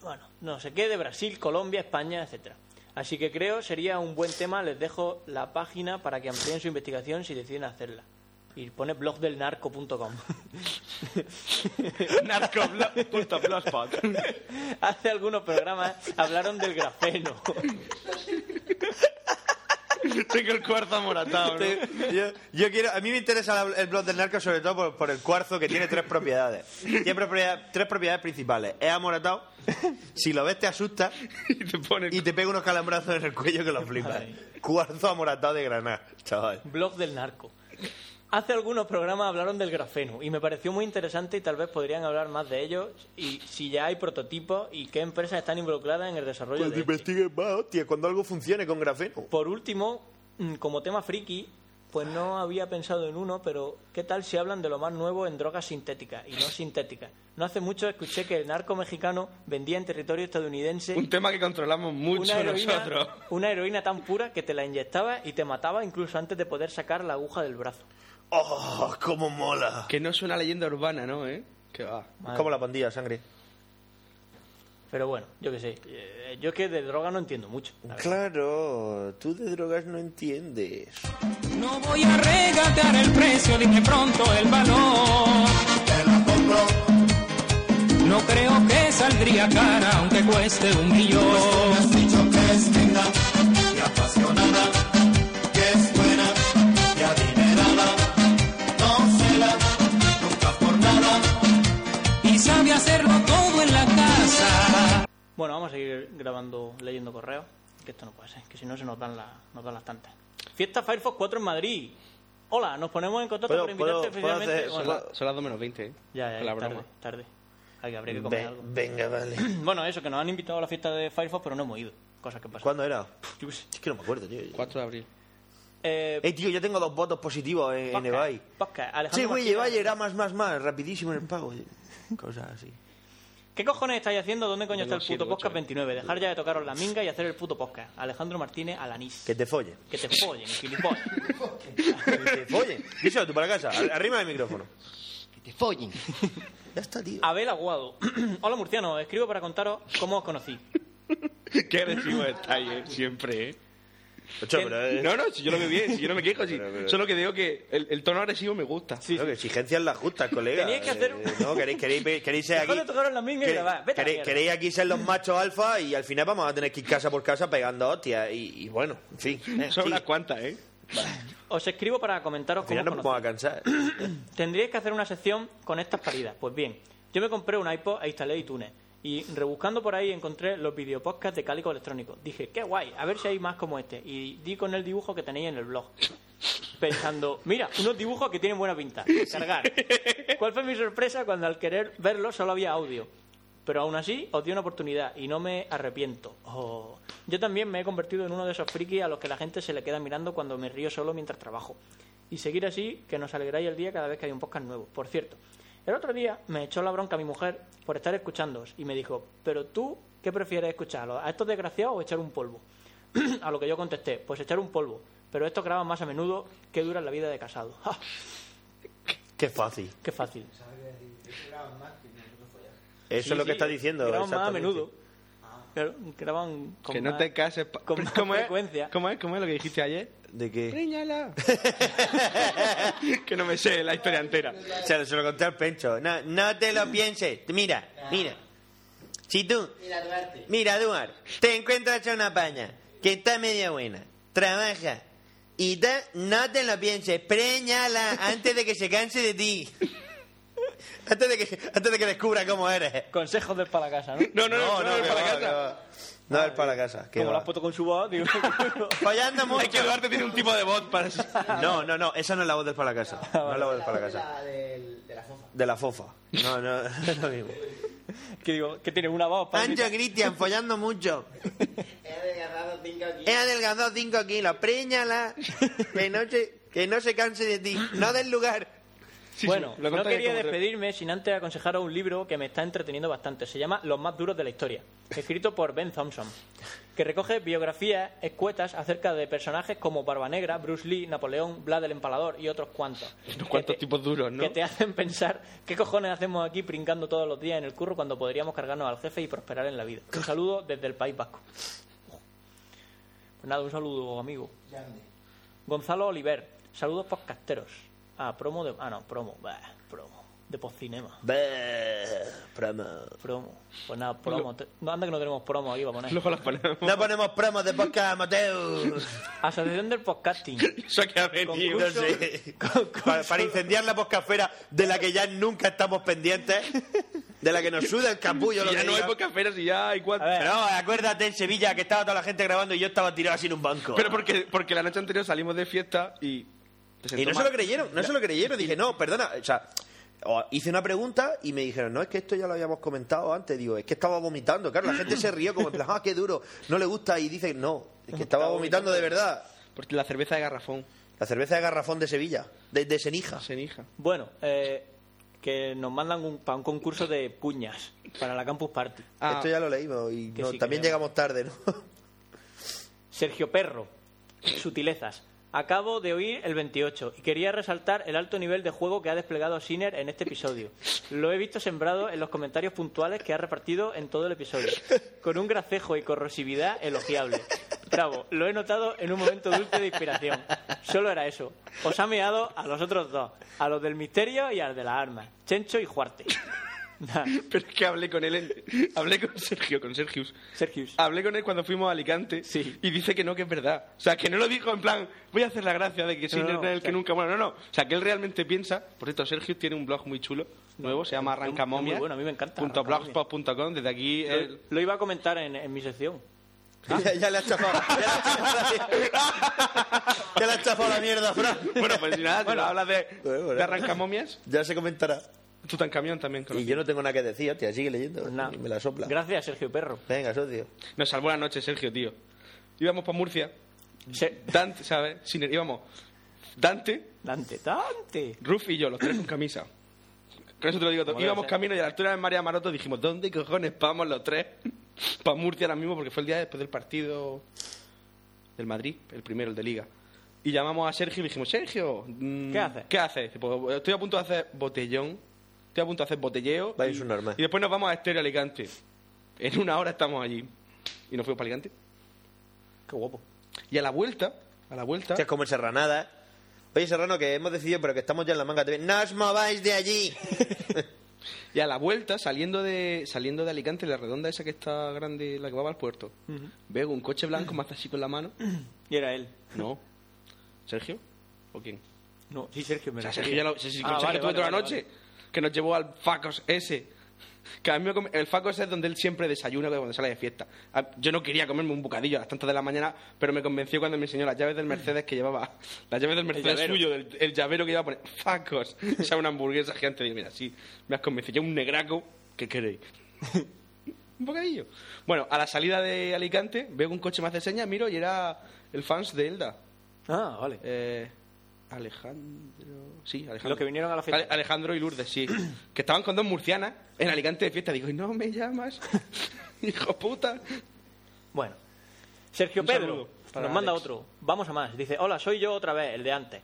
[SPEAKER 7] bueno, no sé qué, de Brasil, Colombia, España, etcétera. Así que creo sería un buen tema. Les dejo la página para que amplíen su investigación si deciden hacerla. Y pone blogdelnarco.com.
[SPEAKER 5] Narcoblog.blogspot.
[SPEAKER 7] Hace algunos programas hablaron del grafeno.
[SPEAKER 5] Tengo el cuarzo amoratado. ¿no?
[SPEAKER 7] Este-
[SPEAKER 8] Yo, yo quiero, a mí me interesa la- el blog del narco sobre todo por, por el cuarzo que tiene tres propiedades. Tiene propiedad- tres propiedades principales. Es amoratado, si lo ves te asusta
[SPEAKER 5] Y te pone
[SPEAKER 8] y te pega unos calambrazos en el cuello que lo flipas. Cuarzo amoratado de Granada, chaval.
[SPEAKER 7] Blog del narco. Hace algunos programas hablaron del grafeno y me pareció muy interesante y tal vez podrían hablar más de ello y si ya hay prototipos y qué empresas están involucradas en el desarrollo
[SPEAKER 5] Pues
[SPEAKER 8] Cuando
[SPEAKER 7] de este.
[SPEAKER 8] investiguen Pues más, hostia, cuando algo funcione con grafeno.
[SPEAKER 7] Por último, mm, como tema friki, pues no había pensado en uno, pero ¿qué tal si hablan de lo más nuevo en drogas sintéticas y no sintéticas? No hace mucho escuché que el narco mexicano vendía en territorio estadounidense
[SPEAKER 5] un tema que controlamos mucho
[SPEAKER 7] una heroína,
[SPEAKER 5] nosotros.
[SPEAKER 7] una heroína tan pura que te la inyectaba y te mataba incluso antes de poder sacar la aguja del brazo.
[SPEAKER 8] ¡Oh, cómo mola!
[SPEAKER 5] Que no es una leyenda urbana, ¿no? ¿Eh? Que va.
[SPEAKER 7] Madre
[SPEAKER 8] Como la pandilla, sangre.
[SPEAKER 7] Pero bueno, yo qué sé. Eh, Yo es que de droga no entiendo mucho. la verdad.
[SPEAKER 8] Claro, tú de drogas no entiendes.
[SPEAKER 1] No voy a regatear el precio, dime pronto el valor.
[SPEAKER 2] te la compro,
[SPEAKER 1] No creo que saldría cara, aunque cueste un millón.
[SPEAKER 2] me has dicho que es linda y apasionada, que es buena y adinerada, no se la, nunca por nada.
[SPEAKER 1] Y sabe hacerlo todo en la casa.
[SPEAKER 7] Bueno, vamos a seguir grabando, leyendo correos. Que esto no puede ser, que si no se nos dan, la- nos dan las tantas. Fiesta Firefox 4 en Madrid. Hola, nos ponemos en contacto
[SPEAKER 8] ¿Puedo-
[SPEAKER 7] para invitarte
[SPEAKER 8] puedo- puedo
[SPEAKER 7] oficialmente.
[SPEAKER 8] hacer-
[SPEAKER 7] Bueno,
[SPEAKER 8] solo-
[SPEAKER 5] Son las 2 menos 20, ¿eh?
[SPEAKER 7] ya, ya,
[SPEAKER 5] Con la
[SPEAKER 7] tarde,
[SPEAKER 5] broma.
[SPEAKER 7] tarde. Hay que, habría que comer
[SPEAKER 8] Ve-
[SPEAKER 7] algo.
[SPEAKER 8] venga, vale.
[SPEAKER 7] Bueno, eso, que nos han invitado a la fiesta de Firefox, pero no hemos ido. Cosas que pasan.
[SPEAKER 8] ¿Cuándo era?
[SPEAKER 7] Yo qué sé.
[SPEAKER 8] Es que no me acuerdo, tío.
[SPEAKER 5] 4 de abril.
[SPEAKER 7] Eh,
[SPEAKER 8] Eh, tío, yo tengo dos votos positivos en, en
[SPEAKER 7] podcast,
[SPEAKER 8] Ebay.
[SPEAKER 7] podcast.
[SPEAKER 8] Sí,
[SPEAKER 7] Alejandro
[SPEAKER 8] güey,
[SPEAKER 7] Martínez.
[SPEAKER 8] Ebay era más, más, más, rapidísimo en el pago. Cosas así.
[SPEAKER 7] ¿Qué cojones estáis haciendo? ¿Dónde coño está el
[SPEAKER 5] Siete,
[SPEAKER 7] puto
[SPEAKER 5] ocho,
[SPEAKER 7] podcast
[SPEAKER 5] eh.
[SPEAKER 7] 29? Dejar ya de tocaros la minga y hacer el puto podcast. Alejandro Martínez Alanís.
[SPEAKER 8] Que te follen.
[SPEAKER 7] Que te follen, gilipollas.
[SPEAKER 8] Que te follen. Díselo tú para casa, ar- arriba del micrófono.
[SPEAKER 10] Te follen.
[SPEAKER 8] Ya está, tío.
[SPEAKER 7] Abel Aguado. Hola, murciano. Escribo para contaros cómo os conocí.
[SPEAKER 5] Qué recibo estáis, ¿eh? Siempre, ¿eh?
[SPEAKER 8] Ocho, pero eh,
[SPEAKER 5] No, no, si yo lo veo bien, si yo no me quejo, si-
[SPEAKER 8] Pero, pero-
[SPEAKER 5] solo que digo que el, el tono agresivo me gusta.
[SPEAKER 8] no, que exigencias las justas, colega.
[SPEAKER 7] Teníais que hacer-
[SPEAKER 8] Eh, no, queréis, queréis, queréis ser
[SPEAKER 7] Dejad
[SPEAKER 8] aquí...
[SPEAKER 7] de tocaros la minga y
[SPEAKER 8] quere-
[SPEAKER 7] grabar. Vete a la
[SPEAKER 8] queréis,
[SPEAKER 7] mierda.
[SPEAKER 8] queréis aquí ser los machos alfa y al final vamos a tener que ir casa por casa pegando hostias. Y, y bueno, en fin. eh,
[SPEAKER 5] Son
[SPEAKER 8] sí.
[SPEAKER 5] unas cuantas, ¿eh?
[SPEAKER 7] Os escribo para comentaros
[SPEAKER 8] Al
[SPEAKER 7] cómo
[SPEAKER 8] final
[SPEAKER 7] os
[SPEAKER 8] no me vamos a
[SPEAKER 7] conocí.
[SPEAKER 8] cansar.
[SPEAKER 7] Tendríais que hacer una sección con estas paridas. Pues bien, yo me compré un iPod e instalé iTunes. Y rebuscando por ahí encontré los videopodcasts de Cálico Electrónico. Dije, qué guay, a ver si hay más como este. Y di con el dibujo que tenéis en el blog. Pensando, mira, unos dibujos que tienen buena pinta. Cargar. ¿Cuál fue mi sorpresa cuando al querer verlo solo había audio? Pero aún así os di una oportunidad y no me arrepiento. Oh. Yo también me he convertido en uno de esos frikis a los que la gente se le queda mirando cuando me río solo mientras trabajo. Y seguir así, que nos alegráis el día cada vez que hay un podcast nuevo. Por cierto, el otro día me echó la bronca mi mujer por estar escuchándoos y me dijo, pero tú ¿qué prefieres escuchar? ¿A estos desgraciados o echar un polvo? a lo que yo contesté, pues echar un polvo. Pero estos graban más a menudo que dura la vida de casado. ¡Ja!
[SPEAKER 8] Qué fácil.
[SPEAKER 7] Qué fácil.
[SPEAKER 8] Eso
[SPEAKER 7] Sí,
[SPEAKER 8] es lo
[SPEAKER 7] sí,
[SPEAKER 8] que está diciendo.
[SPEAKER 7] Graban más a
[SPEAKER 8] exactamente.
[SPEAKER 7] menudo. Claro, graban con
[SPEAKER 5] que no
[SPEAKER 7] más-
[SPEAKER 5] te cases. pa-
[SPEAKER 7] con más
[SPEAKER 5] ¿Cómo es?
[SPEAKER 7] frecuencia.
[SPEAKER 5] ¿Cómo es? ¿Cómo es lo que dijiste ayer?
[SPEAKER 8] ¿De qué?
[SPEAKER 5] Preñala. que no me sé la historia entera.
[SPEAKER 8] Se lo, se lo conté al Pencho. No, no te
[SPEAKER 10] Mm.
[SPEAKER 8] lo pienses. Mira, mira. Si tú,
[SPEAKER 10] Mira, Duarte.
[SPEAKER 8] mira, Duarte, te encuentras a una paña que está media buena, trabaja y da, no te lo pienses, preñala antes de que se canse de ti. Antes de que, antes de que descubra cómo eres.
[SPEAKER 7] Consejos del para casa, ¿no?
[SPEAKER 5] No, no, no, no,
[SPEAKER 8] que
[SPEAKER 5] para
[SPEAKER 8] va, que
[SPEAKER 5] casa.
[SPEAKER 8] va. No, es para casa. que
[SPEAKER 7] Como
[SPEAKER 8] va.
[SPEAKER 7] la foto con su voz, digo.
[SPEAKER 8] Follando mucho.
[SPEAKER 5] Es que Duarte tiene un tipo de bot para eso.
[SPEAKER 8] No, no, no, esa no es la voz del para casa. No es Ah, la voz del para casa.
[SPEAKER 10] La del- de la fofa.
[SPEAKER 8] De la fofa. No, no, es lo mismo.
[SPEAKER 7] que digo, que tiene una voz para
[SPEAKER 8] Ancho Cristian, follando mucho.
[SPEAKER 10] He desgarrado cinco
[SPEAKER 8] He
[SPEAKER 10] kilos.
[SPEAKER 8] adelgazado 5 kilos. Préñala. Que no, se, que no se canse de ti. No del lugar.
[SPEAKER 7] bueno,
[SPEAKER 5] sí, lo
[SPEAKER 7] no
[SPEAKER 5] contáis
[SPEAKER 7] quería
[SPEAKER 5] como-
[SPEAKER 7] despedirme sin antes aconsejaros un libro que me está entreteniendo bastante. Se llama Los más duros de la historia, escrito por Ben Thompson, que recoge biografías escuetas acerca de personajes como Barbanegra, Bruce Lee, Napoleón, Vlad el Empalador y otros cuantos. Este,
[SPEAKER 5] Unos cuantos
[SPEAKER 7] Que te-
[SPEAKER 5] tipos duros, ¿no?
[SPEAKER 7] Que te hacen pensar qué cojones hacemos aquí brincando todos los días en el curro cuando podríamos cargarnos al jefe y prosperar en la vida. Un saludo desde el País Vasco. Pues nada, un saludo, amigo. Gonzalo Oliver, saludos podcasteros. Ah, promo de. Ah, no, promo. bah, promo. De postcinema.
[SPEAKER 8] Promo.
[SPEAKER 7] Promo. Pues nada, promo. Te- No, anda que no tenemos promo aquí para poner.
[SPEAKER 5] Luego las ponemos.
[SPEAKER 8] No ponemos promos de podcast, Mateo.
[SPEAKER 7] Asociación del Podcasting.
[SPEAKER 5] Eso que ha venido.
[SPEAKER 8] No sé. Para, para incendiar la podcafera de la que ya nunca estamos pendientes. De la que nos suda el capullo. lo
[SPEAKER 5] Y ya
[SPEAKER 8] que
[SPEAKER 5] no hay
[SPEAKER 8] diga.
[SPEAKER 5] pocas feras y ya hay
[SPEAKER 7] A
[SPEAKER 5] cuatro.
[SPEAKER 7] ver,
[SPEAKER 8] No, acuérdate en Sevilla que estaba toda la gente grabando y yo estaba tirado así en un banco.
[SPEAKER 5] Pero porque, porque la noche anterior salimos de fiesta y. te
[SPEAKER 8] Y
[SPEAKER 5] sentó
[SPEAKER 8] no se
[SPEAKER 5] mal.
[SPEAKER 8] lo creyeron, no se lo creyeron. Dije, no, perdona, o sea, o- hice una pregunta y me dijeron, no, es que esto ya lo habíamos comentado antes. Digo, es que estaba vomitando. Claro, la gente se rió como en plan, ah, qué duro, no le gusta. Y dice, no, es que estaba vomitando de verdad.
[SPEAKER 5] Porque la cerveza de garrafón,
[SPEAKER 8] La cerveza de garrafón de Sevilla, de, de Senija.
[SPEAKER 5] cenija.
[SPEAKER 7] bueno, eh, que nos mandan un, para un concurso de puñas para la Campus Party.
[SPEAKER 5] Ah.
[SPEAKER 8] Esto ya lo leímos y
[SPEAKER 7] Que
[SPEAKER 8] no,
[SPEAKER 7] sí, que
[SPEAKER 8] también
[SPEAKER 7] ya.
[SPEAKER 8] llegamos tarde, ¿no?
[SPEAKER 7] Sergio Perro, sutilezas. Acabo de oír el 28 y quería resaltar el alto nivel de juego que ha desplegado Sinner en este episodio. Lo he visto sembrado en los comentarios puntuales que ha repartido en todo el episodio, con un gracejo y corrosividad elogiable. Bravo, lo he notado en un momento dulce de inspiración. Solo era eso. Os ha meado a los otros dos, a los del misterio y al de las armas, Chencho y Juarte. Nah,
[SPEAKER 5] Pero es que hablé con él, en- hablé con Sergio, con Sergius.
[SPEAKER 7] Sergius.
[SPEAKER 8] Ah,
[SPEAKER 5] Hablé con él cuando fuimos a Alicante
[SPEAKER 7] Sí.
[SPEAKER 5] y dice que no, que es verdad. O sea, que no lo dijo en plan, voy a hacer la gracia de que soy
[SPEAKER 7] No, no,
[SPEAKER 5] el
[SPEAKER 7] o sea-
[SPEAKER 5] que nunca muero. No, no. O sea, que él realmente piensa. Por cierto, Sergius tiene un blog muy chulo, nuevo, se llama
[SPEAKER 7] Es muy- es muy
[SPEAKER 5] arrancamomias
[SPEAKER 7] bueno, a mí me encanta
[SPEAKER 5] punto
[SPEAKER 7] Arrancamomias.
[SPEAKER 5] blogspot.com. Desde aquí.
[SPEAKER 7] Lo,
[SPEAKER 5] él-
[SPEAKER 7] lo iba a comentar en, en mi sección. Ah.
[SPEAKER 8] ya, ya le has chafado. Ya le has chafado la mierda. Ya le has chafado la mierda, Fran.
[SPEAKER 5] Bueno, pues si nada, bueno, hablas de,
[SPEAKER 7] Pues,
[SPEAKER 8] Bueno, bueno.
[SPEAKER 5] de arrancamomias.
[SPEAKER 8] Ya se comentará.
[SPEAKER 5] Tutankamón también
[SPEAKER 8] Y
[SPEAKER 5] conocí.
[SPEAKER 8] yo no tengo nada que decir, hostia, sigue leyendo.
[SPEAKER 7] Pues nada.
[SPEAKER 8] Me la sopla.
[SPEAKER 7] Gracias, Sergio Perro.
[SPEAKER 8] Venga, socio.
[SPEAKER 5] Nos salvó la noche, Sergio, tío. Íbamos para Murcia.
[SPEAKER 7] Se-
[SPEAKER 5] Dante, ¿sabes? Sin- íbamos. Dante,
[SPEAKER 7] Dante, Dante.
[SPEAKER 5] Ruf y yo, los tres con camisa. Con eso te lo digo todo.
[SPEAKER 7] Como debe
[SPEAKER 5] Íbamos
[SPEAKER 7] ser.
[SPEAKER 5] camino y a la altura de María Maroto dijimos, ¿dónde cojones vamos los tres? Para Murcia ahora mismo, porque fue el día después del partido del Madrid, el primero, el de Liga. Y llamamos a Sergio y le dijimos, Sergio, mm,
[SPEAKER 7] ¿Qué haces?
[SPEAKER 5] ¿Qué haces? Dice, "Pues estoy a punto de hacer botellón, estoy a punto de hacer botelleo.
[SPEAKER 8] Vais
[SPEAKER 5] y-
[SPEAKER 8] a un normal.
[SPEAKER 5] Y después nos vamos a Estéreo Alicante. En una hora estamos allí. Y nos fuimos para Alicante.
[SPEAKER 7] Qué guapo.
[SPEAKER 5] Y a la vuelta, a la
[SPEAKER 8] Hostia,
[SPEAKER 5] vuelta...
[SPEAKER 8] Este es como el Serranada. ¿eh? Oye, Serrano, que hemos decidido, pero que estamos ya en la manga TV. ¡No os mováis de allí!
[SPEAKER 5] Y a la vuelta, saliendo de saliendo de Alicante, la redonda esa que está grande, la que va al puerto, veo un coche blanco, más así con la mano.
[SPEAKER 7] Y era él.
[SPEAKER 5] No. ¿Sergio? ¿O quién?
[SPEAKER 7] No, sí, Sergio, me
[SPEAKER 5] O sea,
[SPEAKER 7] refería.
[SPEAKER 5] Sergio ya lo... Sí, sí,
[SPEAKER 7] Ah,
[SPEAKER 5] con Sergio
[SPEAKER 7] vale,
[SPEAKER 5] estuve toda
[SPEAKER 7] vale,
[SPEAKER 5] la
[SPEAKER 7] vale,
[SPEAKER 5] noche, que nos llevó al Facos ese. Que a mí me come- el Facos es donde él siempre desayuna cuando sale de fiesta. A- Yo no quería comerme un bocadillo a las tantas de la mañana, pero me convenció cuando me enseñó las llaves del Mercedes que llevaba. Las llaves del Mercedes
[SPEAKER 7] Mm. llavero.
[SPEAKER 5] suyo, del, el llavero que iba a poner. Facos. O sea, una hamburguesa gigante. Digo, mira, sí, me has convencido. Yo un negraco, ¿qué queréis? un bocadillo. Bueno, a la salida de Alicante veo que un coche más de señas, miro y era el fans de Elda.
[SPEAKER 7] vale. Ah, vale.
[SPEAKER 5] Eh, Alejandro. Sí, Alejandro.
[SPEAKER 7] Los que vinieron a la fiesta.
[SPEAKER 5] Ale- Alejandro y Lourdes, sí. que estaban con dos murcianas en Alicante de fiesta. Digo, "Y no me llamas. Hijo puta.
[SPEAKER 7] Bueno. Sergio
[SPEAKER 5] Un
[SPEAKER 7] Pedro
[SPEAKER 5] saludo para
[SPEAKER 7] nos manda
[SPEAKER 5] Alex.
[SPEAKER 7] otro. Vamos a más. Dice, hola, soy yo otra vez, el de antes.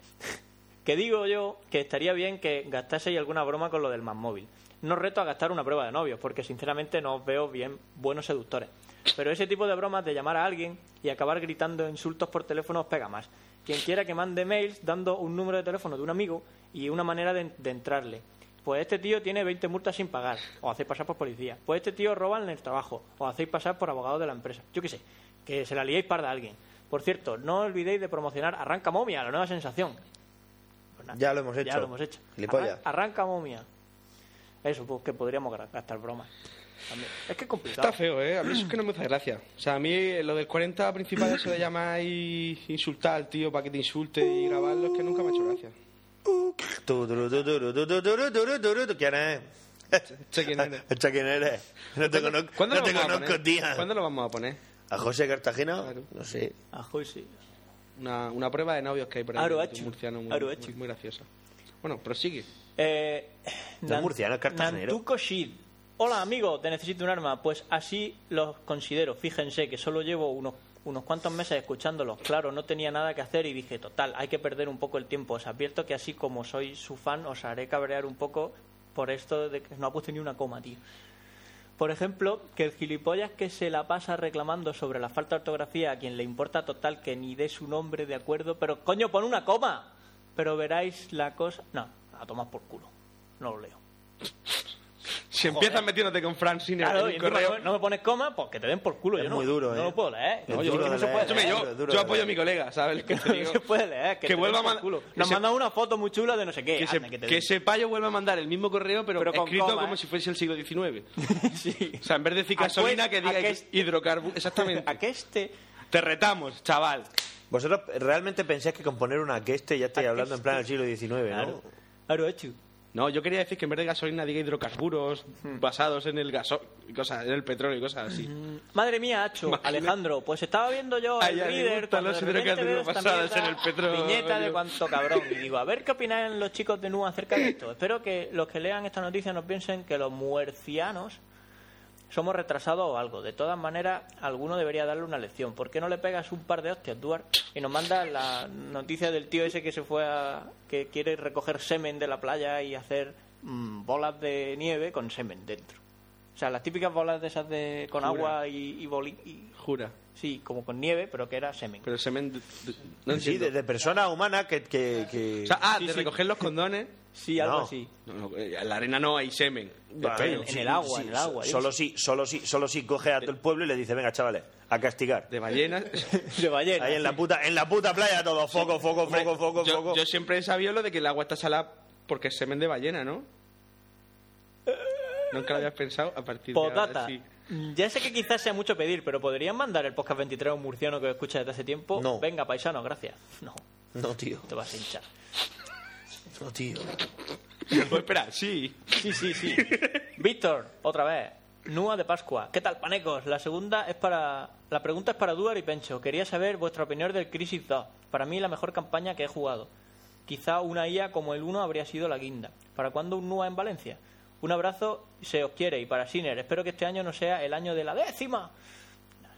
[SPEAKER 7] que digo yo que estaría bien que gastaseis alguna broma con lo del más móvil. No reto a gastar una prueba de novios, porque sinceramente no os veo bien buenos seductores. Pero ese tipo de bromas de llamar a alguien y acabar gritando insultos por teléfono os pega más. Quien quiera que mande mails dando un número de teléfono de un amigo y una manera de, de entrarle. Pues este tío tiene 20 multas sin pagar, o hacéis pasar por policía. Pues este tío roba en el trabajo, o hacéis pasar por abogado de la empresa. Yo qué sé, que se la liéis parda a alguien. Por cierto, no olvidéis de promocionar Arranca Momia, la nueva sensación. Pues nada,
[SPEAKER 8] Ya lo hemos
[SPEAKER 7] Ya
[SPEAKER 8] hecho.
[SPEAKER 7] lo hemos hecho.
[SPEAKER 8] Gilipollas.
[SPEAKER 7] Arran- Arranca Momia. Eso, pues que podríamos gra- gastar bromas. También. Es que es complicado.
[SPEAKER 5] Está feo, ¿eh? A mí eso es que no me hace gracia. O sea, a mí lo del 40 principal, eso de llamar y insultar al tío para que te insulte y grabarlo, es que nunca me ha hecho gracia.
[SPEAKER 8] Tu, tu, tu, tu, tu, tu, tu, tu, tu, tu, ¿Quién es?
[SPEAKER 5] Che, ¿quién eres?
[SPEAKER 8] Echa quién eres. No te conozco,
[SPEAKER 5] ¿Cuándo
[SPEAKER 8] no
[SPEAKER 5] lo
[SPEAKER 8] te
[SPEAKER 5] vamos a
[SPEAKER 8] conozco,
[SPEAKER 5] poner?
[SPEAKER 8] tía.
[SPEAKER 5] ¿Cuándo lo vamos a poner?
[SPEAKER 8] ¿A José Cartagena?
[SPEAKER 5] Claro.
[SPEAKER 8] No sé.
[SPEAKER 7] Ajoy, sí.
[SPEAKER 5] Una, una prueba de novios que hay por ahí.
[SPEAKER 7] Aroachu.
[SPEAKER 5] un murciano muy,
[SPEAKER 7] Aroachu.
[SPEAKER 5] muy- muy graciosa. Bueno, prosigue.
[SPEAKER 7] Eh,
[SPEAKER 8] No es murciano, es cartagenero.
[SPEAKER 7] Nantuco Shid. Hola, amigo, te necesito un arma. Pues así los considero. Fíjense que solo llevo unos, unos cuantos meses escuchándolos. Claro, no tenía nada que hacer y dije, total, hay que perder un poco el tiempo. Os advierto que así como soy su fan, os haré cabrear un poco por esto de que no ha puesto ni una coma, tío. Por ejemplo, que el gilipollas que se la pasa reclamando sobre la falta de ortografía a quien le importa total que ni dé su nombre de acuerdo, pero coño, pon una coma. Pero veráis la cosa. No, a tomar por culo. No lo leo.
[SPEAKER 5] Si empiezas metiéndote con Fran sin
[SPEAKER 7] Claro,
[SPEAKER 5] en
[SPEAKER 7] y
[SPEAKER 5] un
[SPEAKER 7] encima
[SPEAKER 5] correo.
[SPEAKER 7] no me pones coma, pues que te den por culo.
[SPEAKER 8] Es
[SPEAKER 7] yo no,
[SPEAKER 8] muy duro,
[SPEAKER 7] no
[SPEAKER 8] ¿eh?
[SPEAKER 7] lo puedo leer.
[SPEAKER 8] Es
[SPEAKER 7] No, yo
[SPEAKER 8] duro
[SPEAKER 7] creo que
[SPEAKER 8] de
[SPEAKER 7] no se
[SPEAKER 8] leer.
[SPEAKER 7] puede
[SPEAKER 5] Escúchame,
[SPEAKER 7] leer.
[SPEAKER 8] duro,
[SPEAKER 5] yo,
[SPEAKER 8] duro,
[SPEAKER 5] yo
[SPEAKER 8] duro.
[SPEAKER 5] apoyo a mi colega, ¿sabes?
[SPEAKER 7] Que
[SPEAKER 5] Que te
[SPEAKER 7] no
[SPEAKER 5] digo.
[SPEAKER 7] se puede leer. Que,
[SPEAKER 5] Que
[SPEAKER 7] te
[SPEAKER 5] vuelva
[SPEAKER 7] den por
[SPEAKER 5] a mand-
[SPEAKER 7] culo.
[SPEAKER 5] que
[SPEAKER 7] Nos
[SPEAKER 5] se-
[SPEAKER 7] mandan una foto muy chula de no sé qué.
[SPEAKER 5] que, se,
[SPEAKER 7] Anda, que te
[SPEAKER 5] que
[SPEAKER 7] den.
[SPEAKER 5] ese payo vuelva a mandar el mismo correo, pero,
[SPEAKER 7] Pero con
[SPEAKER 5] escrito
[SPEAKER 7] coma,
[SPEAKER 5] como
[SPEAKER 7] ¿eh?
[SPEAKER 5] si fuese el siglo XIX.
[SPEAKER 7] Sí.
[SPEAKER 5] O sea, en vez de decir gasolina,
[SPEAKER 7] Aquest-
[SPEAKER 5] que diga
[SPEAKER 7] aquest-
[SPEAKER 5] hidrocarburos. Exactamente. este
[SPEAKER 7] Aqueste.
[SPEAKER 5] Te retamos, chaval.
[SPEAKER 8] Vosotros realmente pensáis que con poner una este ya estáis hablando en plan del siglo XIX,
[SPEAKER 7] Claro.
[SPEAKER 8] ¿no?
[SPEAKER 7] Aroachu.
[SPEAKER 5] No, yo quería decir que en vez de gasolina diga hidrocarburos
[SPEAKER 7] Hmm.
[SPEAKER 5] basados en el gaso cosas, en el petróleo y cosas así.
[SPEAKER 7] Madre mía, Hacho,
[SPEAKER 5] Imagina-
[SPEAKER 7] Alejandro, pues estaba viendo yo
[SPEAKER 5] Ay,
[SPEAKER 7] el
[SPEAKER 5] ya, le
[SPEAKER 7] líder
[SPEAKER 5] gustan
[SPEAKER 7] cuando
[SPEAKER 5] los
[SPEAKER 7] de repente veo
[SPEAKER 5] hidrocarburos
[SPEAKER 7] esta
[SPEAKER 5] basados en
[SPEAKER 7] mierda,
[SPEAKER 5] el petróleo.
[SPEAKER 7] Viñeta de cuanto cabrón. Y digo, a ver qué opinan los chicos de NU acerca de esto. Espero que los que lean esta noticia no piensen que los muercianos somos retrasados o algo. De todas maneras, alguno debería darle una lección. ¿Por qué no le pegas un par de hostias, Duarte? Y nos manda la noticia del tío ese que se fue a... que quiere recoger semen de la playa y hacer mm, bolas de nieve con semen dentro. O sea, las típicas bolas de esas de con
[SPEAKER 5] Jura.
[SPEAKER 7] agua y, y boli- y-
[SPEAKER 5] Jura.
[SPEAKER 7] sí, como con nieve, pero que era semen.
[SPEAKER 5] Pero semen. de- de- no
[SPEAKER 8] Sí,
[SPEAKER 5] entiendo.
[SPEAKER 8] de, de personas humanas que... que, que-
[SPEAKER 5] O sea, ah,
[SPEAKER 7] Sí,
[SPEAKER 5] de
[SPEAKER 7] sí.
[SPEAKER 5] recoger los condones.
[SPEAKER 7] sí, algo
[SPEAKER 8] No.
[SPEAKER 7] así.
[SPEAKER 5] No, no, eh, en la arena no hay semen.
[SPEAKER 8] Bueno,
[SPEAKER 5] Espero.
[SPEAKER 7] en- en el agua, en el agua, yo
[SPEAKER 8] Solo si, solo si, solo si coge a todo el pueblo y le dice, venga, chavales, a castigar.
[SPEAKER 5] De ballenas.
[SPEAKER 7] De ballena.
[SPEAKER 8] Ahí en la puta, en la puta playa todo, foco, foco,
[SPEAKER 5] Hombre,
[SPEAKER 8] foco, foco,
[SPEAKER 5] yo,
[SPEAKER 8] foco.
[SPEAKER 5] yo siempre he sabido lo de que el agua está salada porque es semen de ballena, ¿no? Nunca lo habías pensado a partir de
[SPEAKER 7] Potata.
[SPEAKER 5] ahora. sí.
[SPEAKER 7] Pues Ya sé que quizás sea mucho pedir, pero ¿podrían mandar el podcast 23 a un murciano que escucha desde hace tiempo?
[SPEAKER 8] No.
[SPEAKER 7] Venga, paisano, gracias. No,
[SPEAKER 8] No, tío,
[SPEAKER 7] te vas a hinchar.
[SPEAKER 8] no, tío.
[SPEAKER 5] Pues espera, sí.
[SPEAKER 7] Sí, sí, sí. Víctor, otra vez. Nua de Pascua. ¿Qué tal, panecos? La segunda es para... La pregunta es para Duar y Pencho. Quería saber vuestra opinión del Crisis 2. Para mí, la mejor campaña que he jugado. Quizá una IA como el 1 habría sido la guinda. ¿Para cuándo un Nua en Valencia? Un abrazo, se os quiere. Y para Siner, espero que este año no sea el año de la décima.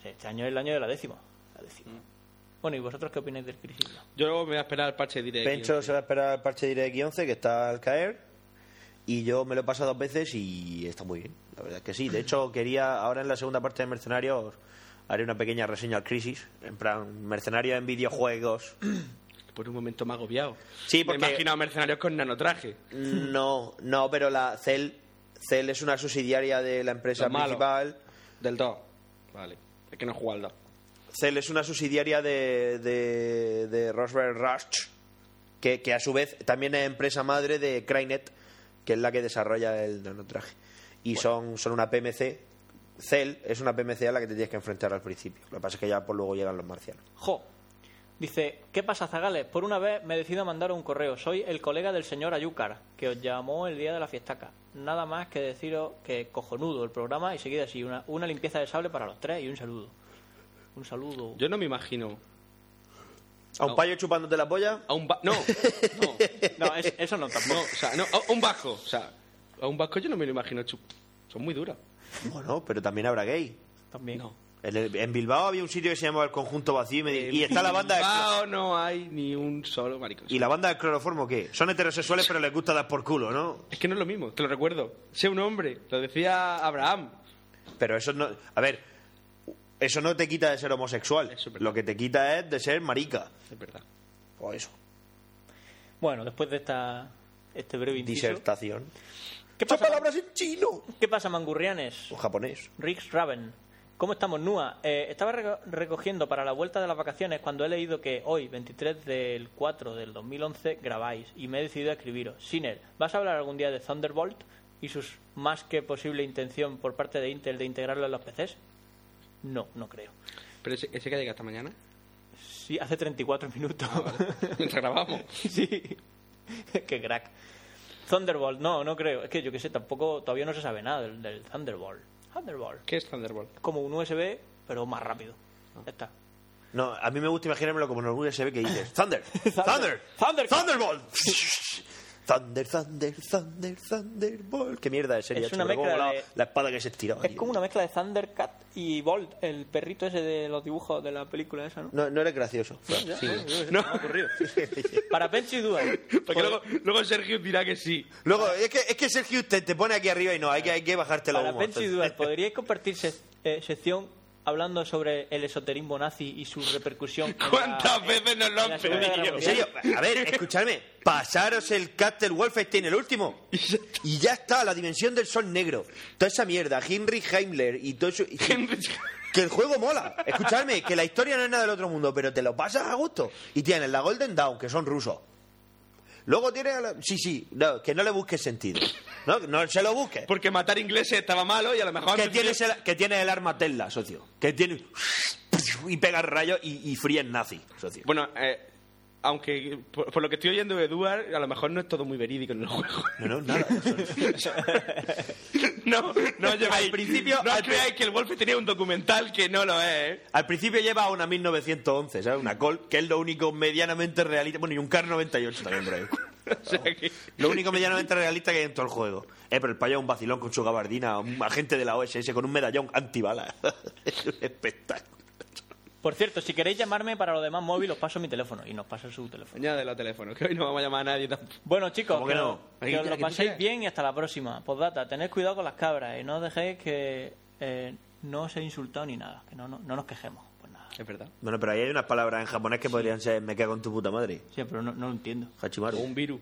[SPEAKER 7] Este año es el año de la décima. La décima. Bueno, ¿y vosotros qué opináis del Crisis 2?
[SPEAKER 5] Yo luego me voy a esperar al parche directo.
[SPEAKER 8] Pencho se va a esperar al parche de x 11 que está al caer. Y yo me lo he pasado dos veces y está muy bien. La verdad es que sí. De hecho, quería, ahora en la segunda parte de Mercenarios, haré una pequeña reseña al Crisis. En plan, Mercenarios en videojuegos.
[SPEAKER 5] Por un momento me ha agobiado.
[SPEAKER 8] Sí, porque-
[SPEAKER 5] Me he imaginado mercenarios con nanotraje.
[SPEAKER 7] Mm.
[SPEAKER 8] No, no, pero la Cell, Cell es una subsidiaria de la empresa
[SPEAKER 5] Los malos.
[SPEAKER 8] principal.
[SPEAKER 5] Del 2. Vale. Es que no he jugado al 2.
[SPEAKER 8] Cell es una subsidiaria de, de, de Roswell Rush, que, que a su vez también es empresa madre de Crynet, que es la que desarrolla el nanotraje. Y son, son una PMC. Cell es una PMC a la que te tienes que enfrentar al principio. Lo que pasa es que ya por luego llegan los marcianos.
[SPEAKER 7] Jo. Dice, ¿qué pasa, Zagales? Por una vez me decido a mandar un correo. Soy el colega del señor Ayúcar, que os llamó el día de la fiestaca. Nada más que deciros que cojonudo el programa y seguida así, una, una limpieza de sable para los tres y un saludo. Un saludo.
[SPEAKER 5] Yo no me imagino
[SPEAKER 8] ¿A un payo chupándote la polla?
[SPEAKER 5] a un ba- No, no.
[SPEAKER 7] No, es- eso no
[SPEAKER 5] No,
[SPEAKER 7] tampoco.
[SPEAKER 5] o sea, no, a un vasco. O sea, a un vasco yo no me lo imagino chup- Son muy duras.
[SPEAKER 8] Bueno, pero también habrá gay.
[SPEAKER 7] También.
[SPEAKER 8] En, el- en Bilbao había un sitio que se llamaba El Conjunto Vacío y, me di- y está la banda de...
[SPEAKER 5] Bilbao no hay ni un solo maricón.
[SPEAKER 8] ¿Y la banda del cloroformo qué? Son heterosexuales pero les gusta dar por culo, ¿no?
[SPEAKER 5] Es que no es lo mismo, te lo recuerdo. Sé un hombre, lo decía Abraham.
[SPEAKER 8] Pero eso no... A ver, eso no te quita de ser homosexual. Lo que te quita es de ser marica.
[SPEAKER 5] Es verdad.
[SPEAKER 8] O eso.
[SPEAKER 7] Bueno, después de esta este breve inciso.
[SPEAKER 8] Disertación.
[SPEAKER 7] ¿Qué pasa,
[SPEAKER 8] palabras en chino!
[SPEAKER 7] ¿Qué pasa, mangurrianes?
[SPEAKER 8] O japonés.
[SPEAKER 7] Rix Raven. ¿Cómo estamos, Nua? Eh, estaba reco- recogiendo para la vuelta de las vacaciones cuando he leído que hoy, 23 del 4 del 2011, grabáis y me he decidido a escribiros. Siner, ¿vas a hablar algún día de Thunderbolt y sus más que posible intención por parte de Intel de integrarlo en los PCs? No, no creo.
[SPEAKER 5] Pero ese, ese que ha llegado hasta mañana.
[SPEAKER 7] Sí, hace 34 minutos.
[SPEAKER 5] Mientras grabamos.
[SPEAKER 7] sí. Qué crack. Thunderbolt, no, no creo. Es que yo que sé, tampoco, todavía no se sabe nada del, del Thunderbolt. Thunderbolt.
[SPEAKER 5] ¿Qué es Thunderbolt?
[SPEAKER 7] Es como un USB, pero más rápido. Ya está.
[SPEAKER 8] No, a mí me gusta imaginármelo como en algún USB que dices Thunder, Thunder,
[SPEAKER 7] Thunder.
[SPEAKER 8] Thunderbolt. Thunder, Thunder, Thunder, Thunderbolt. Qué mierda de serie.
[SPEAKER 7] Es
[SPEAKER 8] ha
[SPEAKER 7] una
[SPEAKER 8] hecho, pero cómo
[SPEAKER 7] mezcla
[SPEAKER 8] molaba
[SPEAKER 7] de-
[SPEAKER 8] La espada que se estiraba.
[SPEAKER 7] Es
[SPEAKER 8] tío.
[SPEAKER 7] como una mezcla de Thundercat y Bolt, el perrito ese de los dibujos de la película esa, ¿no?
[SPEAKER 8] No, no era gracioso. Sí.
[SPEAKER 5] No.
[SPEAKER 7] Para Penchi Dual.
[SPEAKER 5] Porque luego, luego Sergio dirá que sí.
[SPEAKER 8] Luego, es que, es que Sergio te, te pone aquí arriba y no, hay que, hay que bajarte la
[SPEAKER 7] Para
[SPEAKER 8] humo.
[SPEAKER 7] Penchi Dual, ¿podríais compartir sec- eh, sección hablando sobre el esoterismo nazi y su repercusión? en la-
[SPEAKER 5] ¿Cuántas veces nos lo
[SPEAKER 7] en la
[SPEAKER 5] han
[SPEAKER 7] Segunda Guerra
[SPEAKER 5] pedido?
[SPEAKER 8] En
[SPEAKER 7] Mundial?
[SPEAKER 8] serio, a ver, escuchadme. Pasaros el Castle Wolfenstein, el último. Y ya está, la dimensión del sol negro. Toda esa mierda, Henry Heimler y todo eso. y- Que el juego mola. Escuchadme, que la historia no es nada del otro mundo, pero te lo pasas a gusto. Y tienes la Golden Dawn, que son rusos. Luego tienes a la... Sí, sí, no, que no le busques sentido. No, no se lo busques.
[SPEAKER 5] Porque matar ingleses estaba malo y a lo mejor.
[SPEAKER 8] Que
[SPEAKER 5] antes-
[SPEAKER 8] tienes, el, que tienes el arma Tesla, socio. Que tiene... Y pegas rayos y, y fríes nazi, socio.
[SPEAKER 5] Bueno, eh, aunque por, por lo que estoy oyendo de Eduard, a lo mejor no es todo muy verídico en el juego.
[SPEAKER 8] No, no, nada.
[SPEAKER 5] No, no lleváis.
[SPEAKER 8] Al principio-
[SPEAKER 5] no
[SPEAKER 8] al-
[SPEAKER 5] creáis que el Wolf tenía un documental que no lo es. ¿eh?
[SPEAKER 8] Al principio lleva una 1911, ¿sabes? Una Colt, que es lo único medianamente realista. Bueno, y un Car 98 también por ahí.
[SPEAKER 5] O sea que-
[SPEAKER 8] Lo único medianamente realista que hay en todo el juego. Eh, pero el payo es un vacilón con su gabardina, un agente de la OSS con un medallón antibalas. es un espectáculo.
[SPEAKER 7] Por cierto, si queréis llamarme para lo demás móvil, os paso mi teléfono y nos pasa su teléfono.
[SPEAKER 5] Añade los teléfonos, que hoy no vamos a llamar a nadie tampoco.
[SPEAKER 7] Bueno, chicos,
[SPEAKER 8] ¿Cómo que no?
[SPEAKER 7] que os lo paséis bien y hasta la próxima. Postdata, tened cuidado con las cabras y no os dejéis que eh, no os he insultado ni nada, que no, no, no nos quejemos. Pues nada.
[SPEAKER 5] Es verdad.
[SPEAKER 8] Bueno, pero ahí hay unas palabras en japonés que podrían ser me cago en tu puta madre.
[SPEAKER 7] Sí, pero no, no lo entiendo.
[SPEAKER 5] O
[SPEAKER 8] Hachimaru.
[SPEAKER 5] un virus.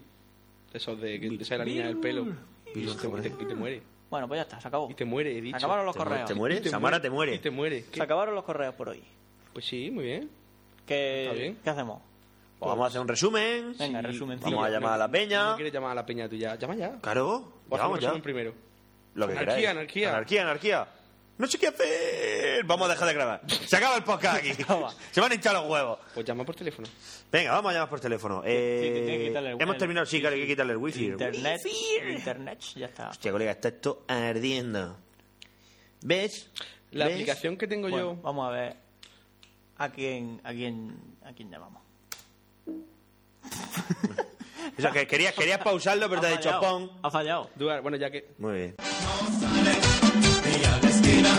[SPEAKER 5] Esos de que te sale la línea del pelo. Y te, y te- y te muere.
[SPEAKER 7] Bueno, pues ya está, se acabó.
[SPEAKER 5] Y te muere, he dicho.
[SPEAKER 7] Acabaron los
[SPEAKER 8] ¿Te mu-
[SPEAKER 7] correos.
[SPEAKER 8] te muere?
[SPEAKER 5] Y
[SPEAKER 8] Samara te muere.
[SPEAKER 5] Y te muere. ¿Qué?
[SPEAKER 7] Se acabaron los correos por hoy.
[SPEAKER 5] Pues sí, muy bien. Está
[SPEAKER 7] ¿Qué,
[SPEAKER 5] bien.
[SPEAKER 7] ¿qué hacemos?
[SPEAKER 8] Pues vamos a hacer un resumen.
[SPEAKER 7] Venga,
[SPEAKER 5] Sí,
[SPEAKER 7] resumencillo.
[SPEAKER 8] Vamos a llamar a la peña.
[SPEAKER 5] ¿No quieres llamar a la peña tuya? Llama ya.
[SPEAKER 8] Claro,
[SPEAKER 5] O hacemos
[SPEAKER 8] vamos ya.
[SPEAKER 5] resumen primero.
[SPEAKER 8] Lo que
[SPEAKER 5] Anarquía,
[SPEAKER 8] queráis.
[SPEAKER 5] anarquía.
[SPEAKER 8] Anarquía, anarquía. No sé qué hacer. Vamos a dejar de grabar. Se acaba el podcast aquí.
[SPEAKER 7] acaba.
[SPEAKER 8] Se van a hinchar los huevos.
[SPEAKER 5] Pues llama por teléfono.
[SPEAKER 8] Venga, vamos a llamar por teléfono.
[SPEAKER 7] sí, te tiene que
[SPEAKER 8] Eh,
[SPEAKER 7] quitarle el-
[SPEAKER 8] hemos
[SPEAKER 7] el-
[SPEAKER 8] terminado, sí, claro, hay que quitarle el wifi.
[SPEAKER 7] Internet, internet, ya está.
[SPEAKER 8] Hostia, colega, está esto ardiendo. ¿Ves?
[SPEAKER 5] La
[SPEAKER 8] ¿Ves?
[SPEAKER 5] aplicación que tengo
[SPEAKER 7] Bueno,
[SPEAKER 5] yo.
[SPEAKER 7] vamos a ver a quién, a quién, a quién llamamos.
[SPEAKER 8] O sea, que querías, querías pausarlo, pero te has dicho
[SPEAKER 7] fallado,
[SPEAKER 8] pon.
[SPEAKER 7] ha fallado.
[SPEAKER 5] Duar, bueno, ya que.
[SPEAKER 8] Muy bien.
[SPEAKER 2] Y a la esquina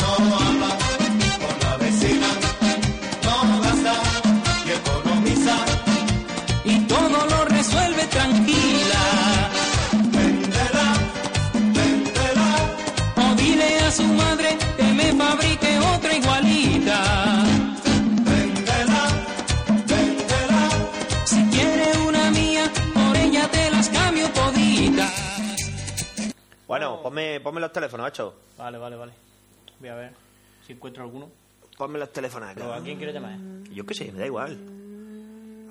[SPEAKER 2] no habla con la vecina, no gasta y economiza.
[SPEAKER 1] Y todo lo resuelve tranquila.
[SPEAKER 2] Véndela, véndela,
[SPEAKER 1] O dile a su madre que me fabrique otra igualita.
[SPEAKER 2] véndela, véndela.
[SPEAKER 1] Si quiere una mía, por ella te las cambio toditas.
[SPEAKER 8] Bueno, ponme, ponme los teléfonos, macho.
[SPEAKER 7] Vale, vale, vale. Voy a ver si encuentro alguno.
[SPEAKER 8] Ponme los teléfonos
[SPEAKER 7] Pero ¿A
[SPEAKER 8] acá.
[SPEAKER 7] quién quiere llamar?
[SPEAKER 8] Yo qué sé, me da igual.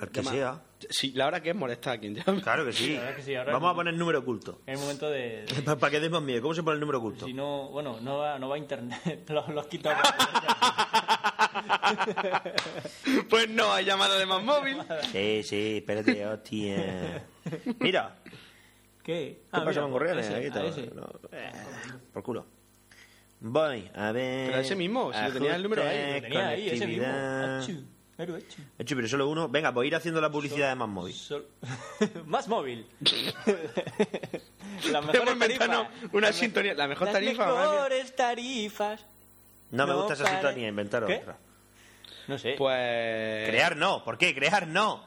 [SPEAKER 8] Al que
[SPEAKER 5] Llama.
[SPEAKER 8] sea.
[SPEAKER 5] Sí, la hora que es molestar a quien llame.
[SPEAKER 8] Claro que sí.
[SPEAKER 7] la verdad que sí, ahora-
[SPEAKER 8] Vamos a poner número oculto.
[SPEAKER 7] Es el momento de... de-
[SPEAKER 8] Para que demos miedo, ¿cómo se pone el número oculto?
[SPEAKER 7] si no, bueno, no va, no va a internet. Lo, lo has quitado.
[SPEAKER 5] Pues no, hay llamada de más móvil.
[SPEAKER 7] Eh,
[SPEAKER 8] Sí, sí, espérate, hostia. Mira,
[SPEAKER 7] ¿Qué? Ah,
[SPEAKER 8] ¿qué pasa con Correales?
[SPEAKER 7] ese,
[SPEAKER 8] Ahí está,
[SPEAKER 7] a ese.
[SPEAKER 8] no, eh, por culo. Voy, a ver.
[SPEAKER 5] Pero ese mismo, si lo tenía el número ahí.
[SPEAKER 7] Lo tenía ahí, ese mismo.
[SPEAKER 8] conectividad.
[SPEAKER 7] Achú. Héroe hecho.
[SPEAKER 8] Hecho, pero solo uno. Venga, pues ir haciendo la publicidad de más móvil.
[SPEAKER 7] Sol- Más móvil. las
[SPEAKER 5] Hemos
[SPEAKER 7] mejores
[SPEAKER 5] inventado
[SPEAKER 7] tarifas.
[SPEAKER 5] una sintonía. La mejor
[SPEAKER 7] Las
[SPEAKER 5] tarifa. madre mía.
[SPEAKER 7] mejores tarifas.
[SPEAKER 8] No, me
[SPEAKER 7] No,
[SPEAKER 8] gusta esa
[SPEAKER 7] para-
[SPEAKER 8] sintonía, inventar
[SPEAKER 7] ¿Qué?
[SPEAKER 8] otra.
[SPEAKER 7] No sé.
[SPEAKER 5] Pues.
[SPEAKER 8] Crear no, ¿por qué? Crear no.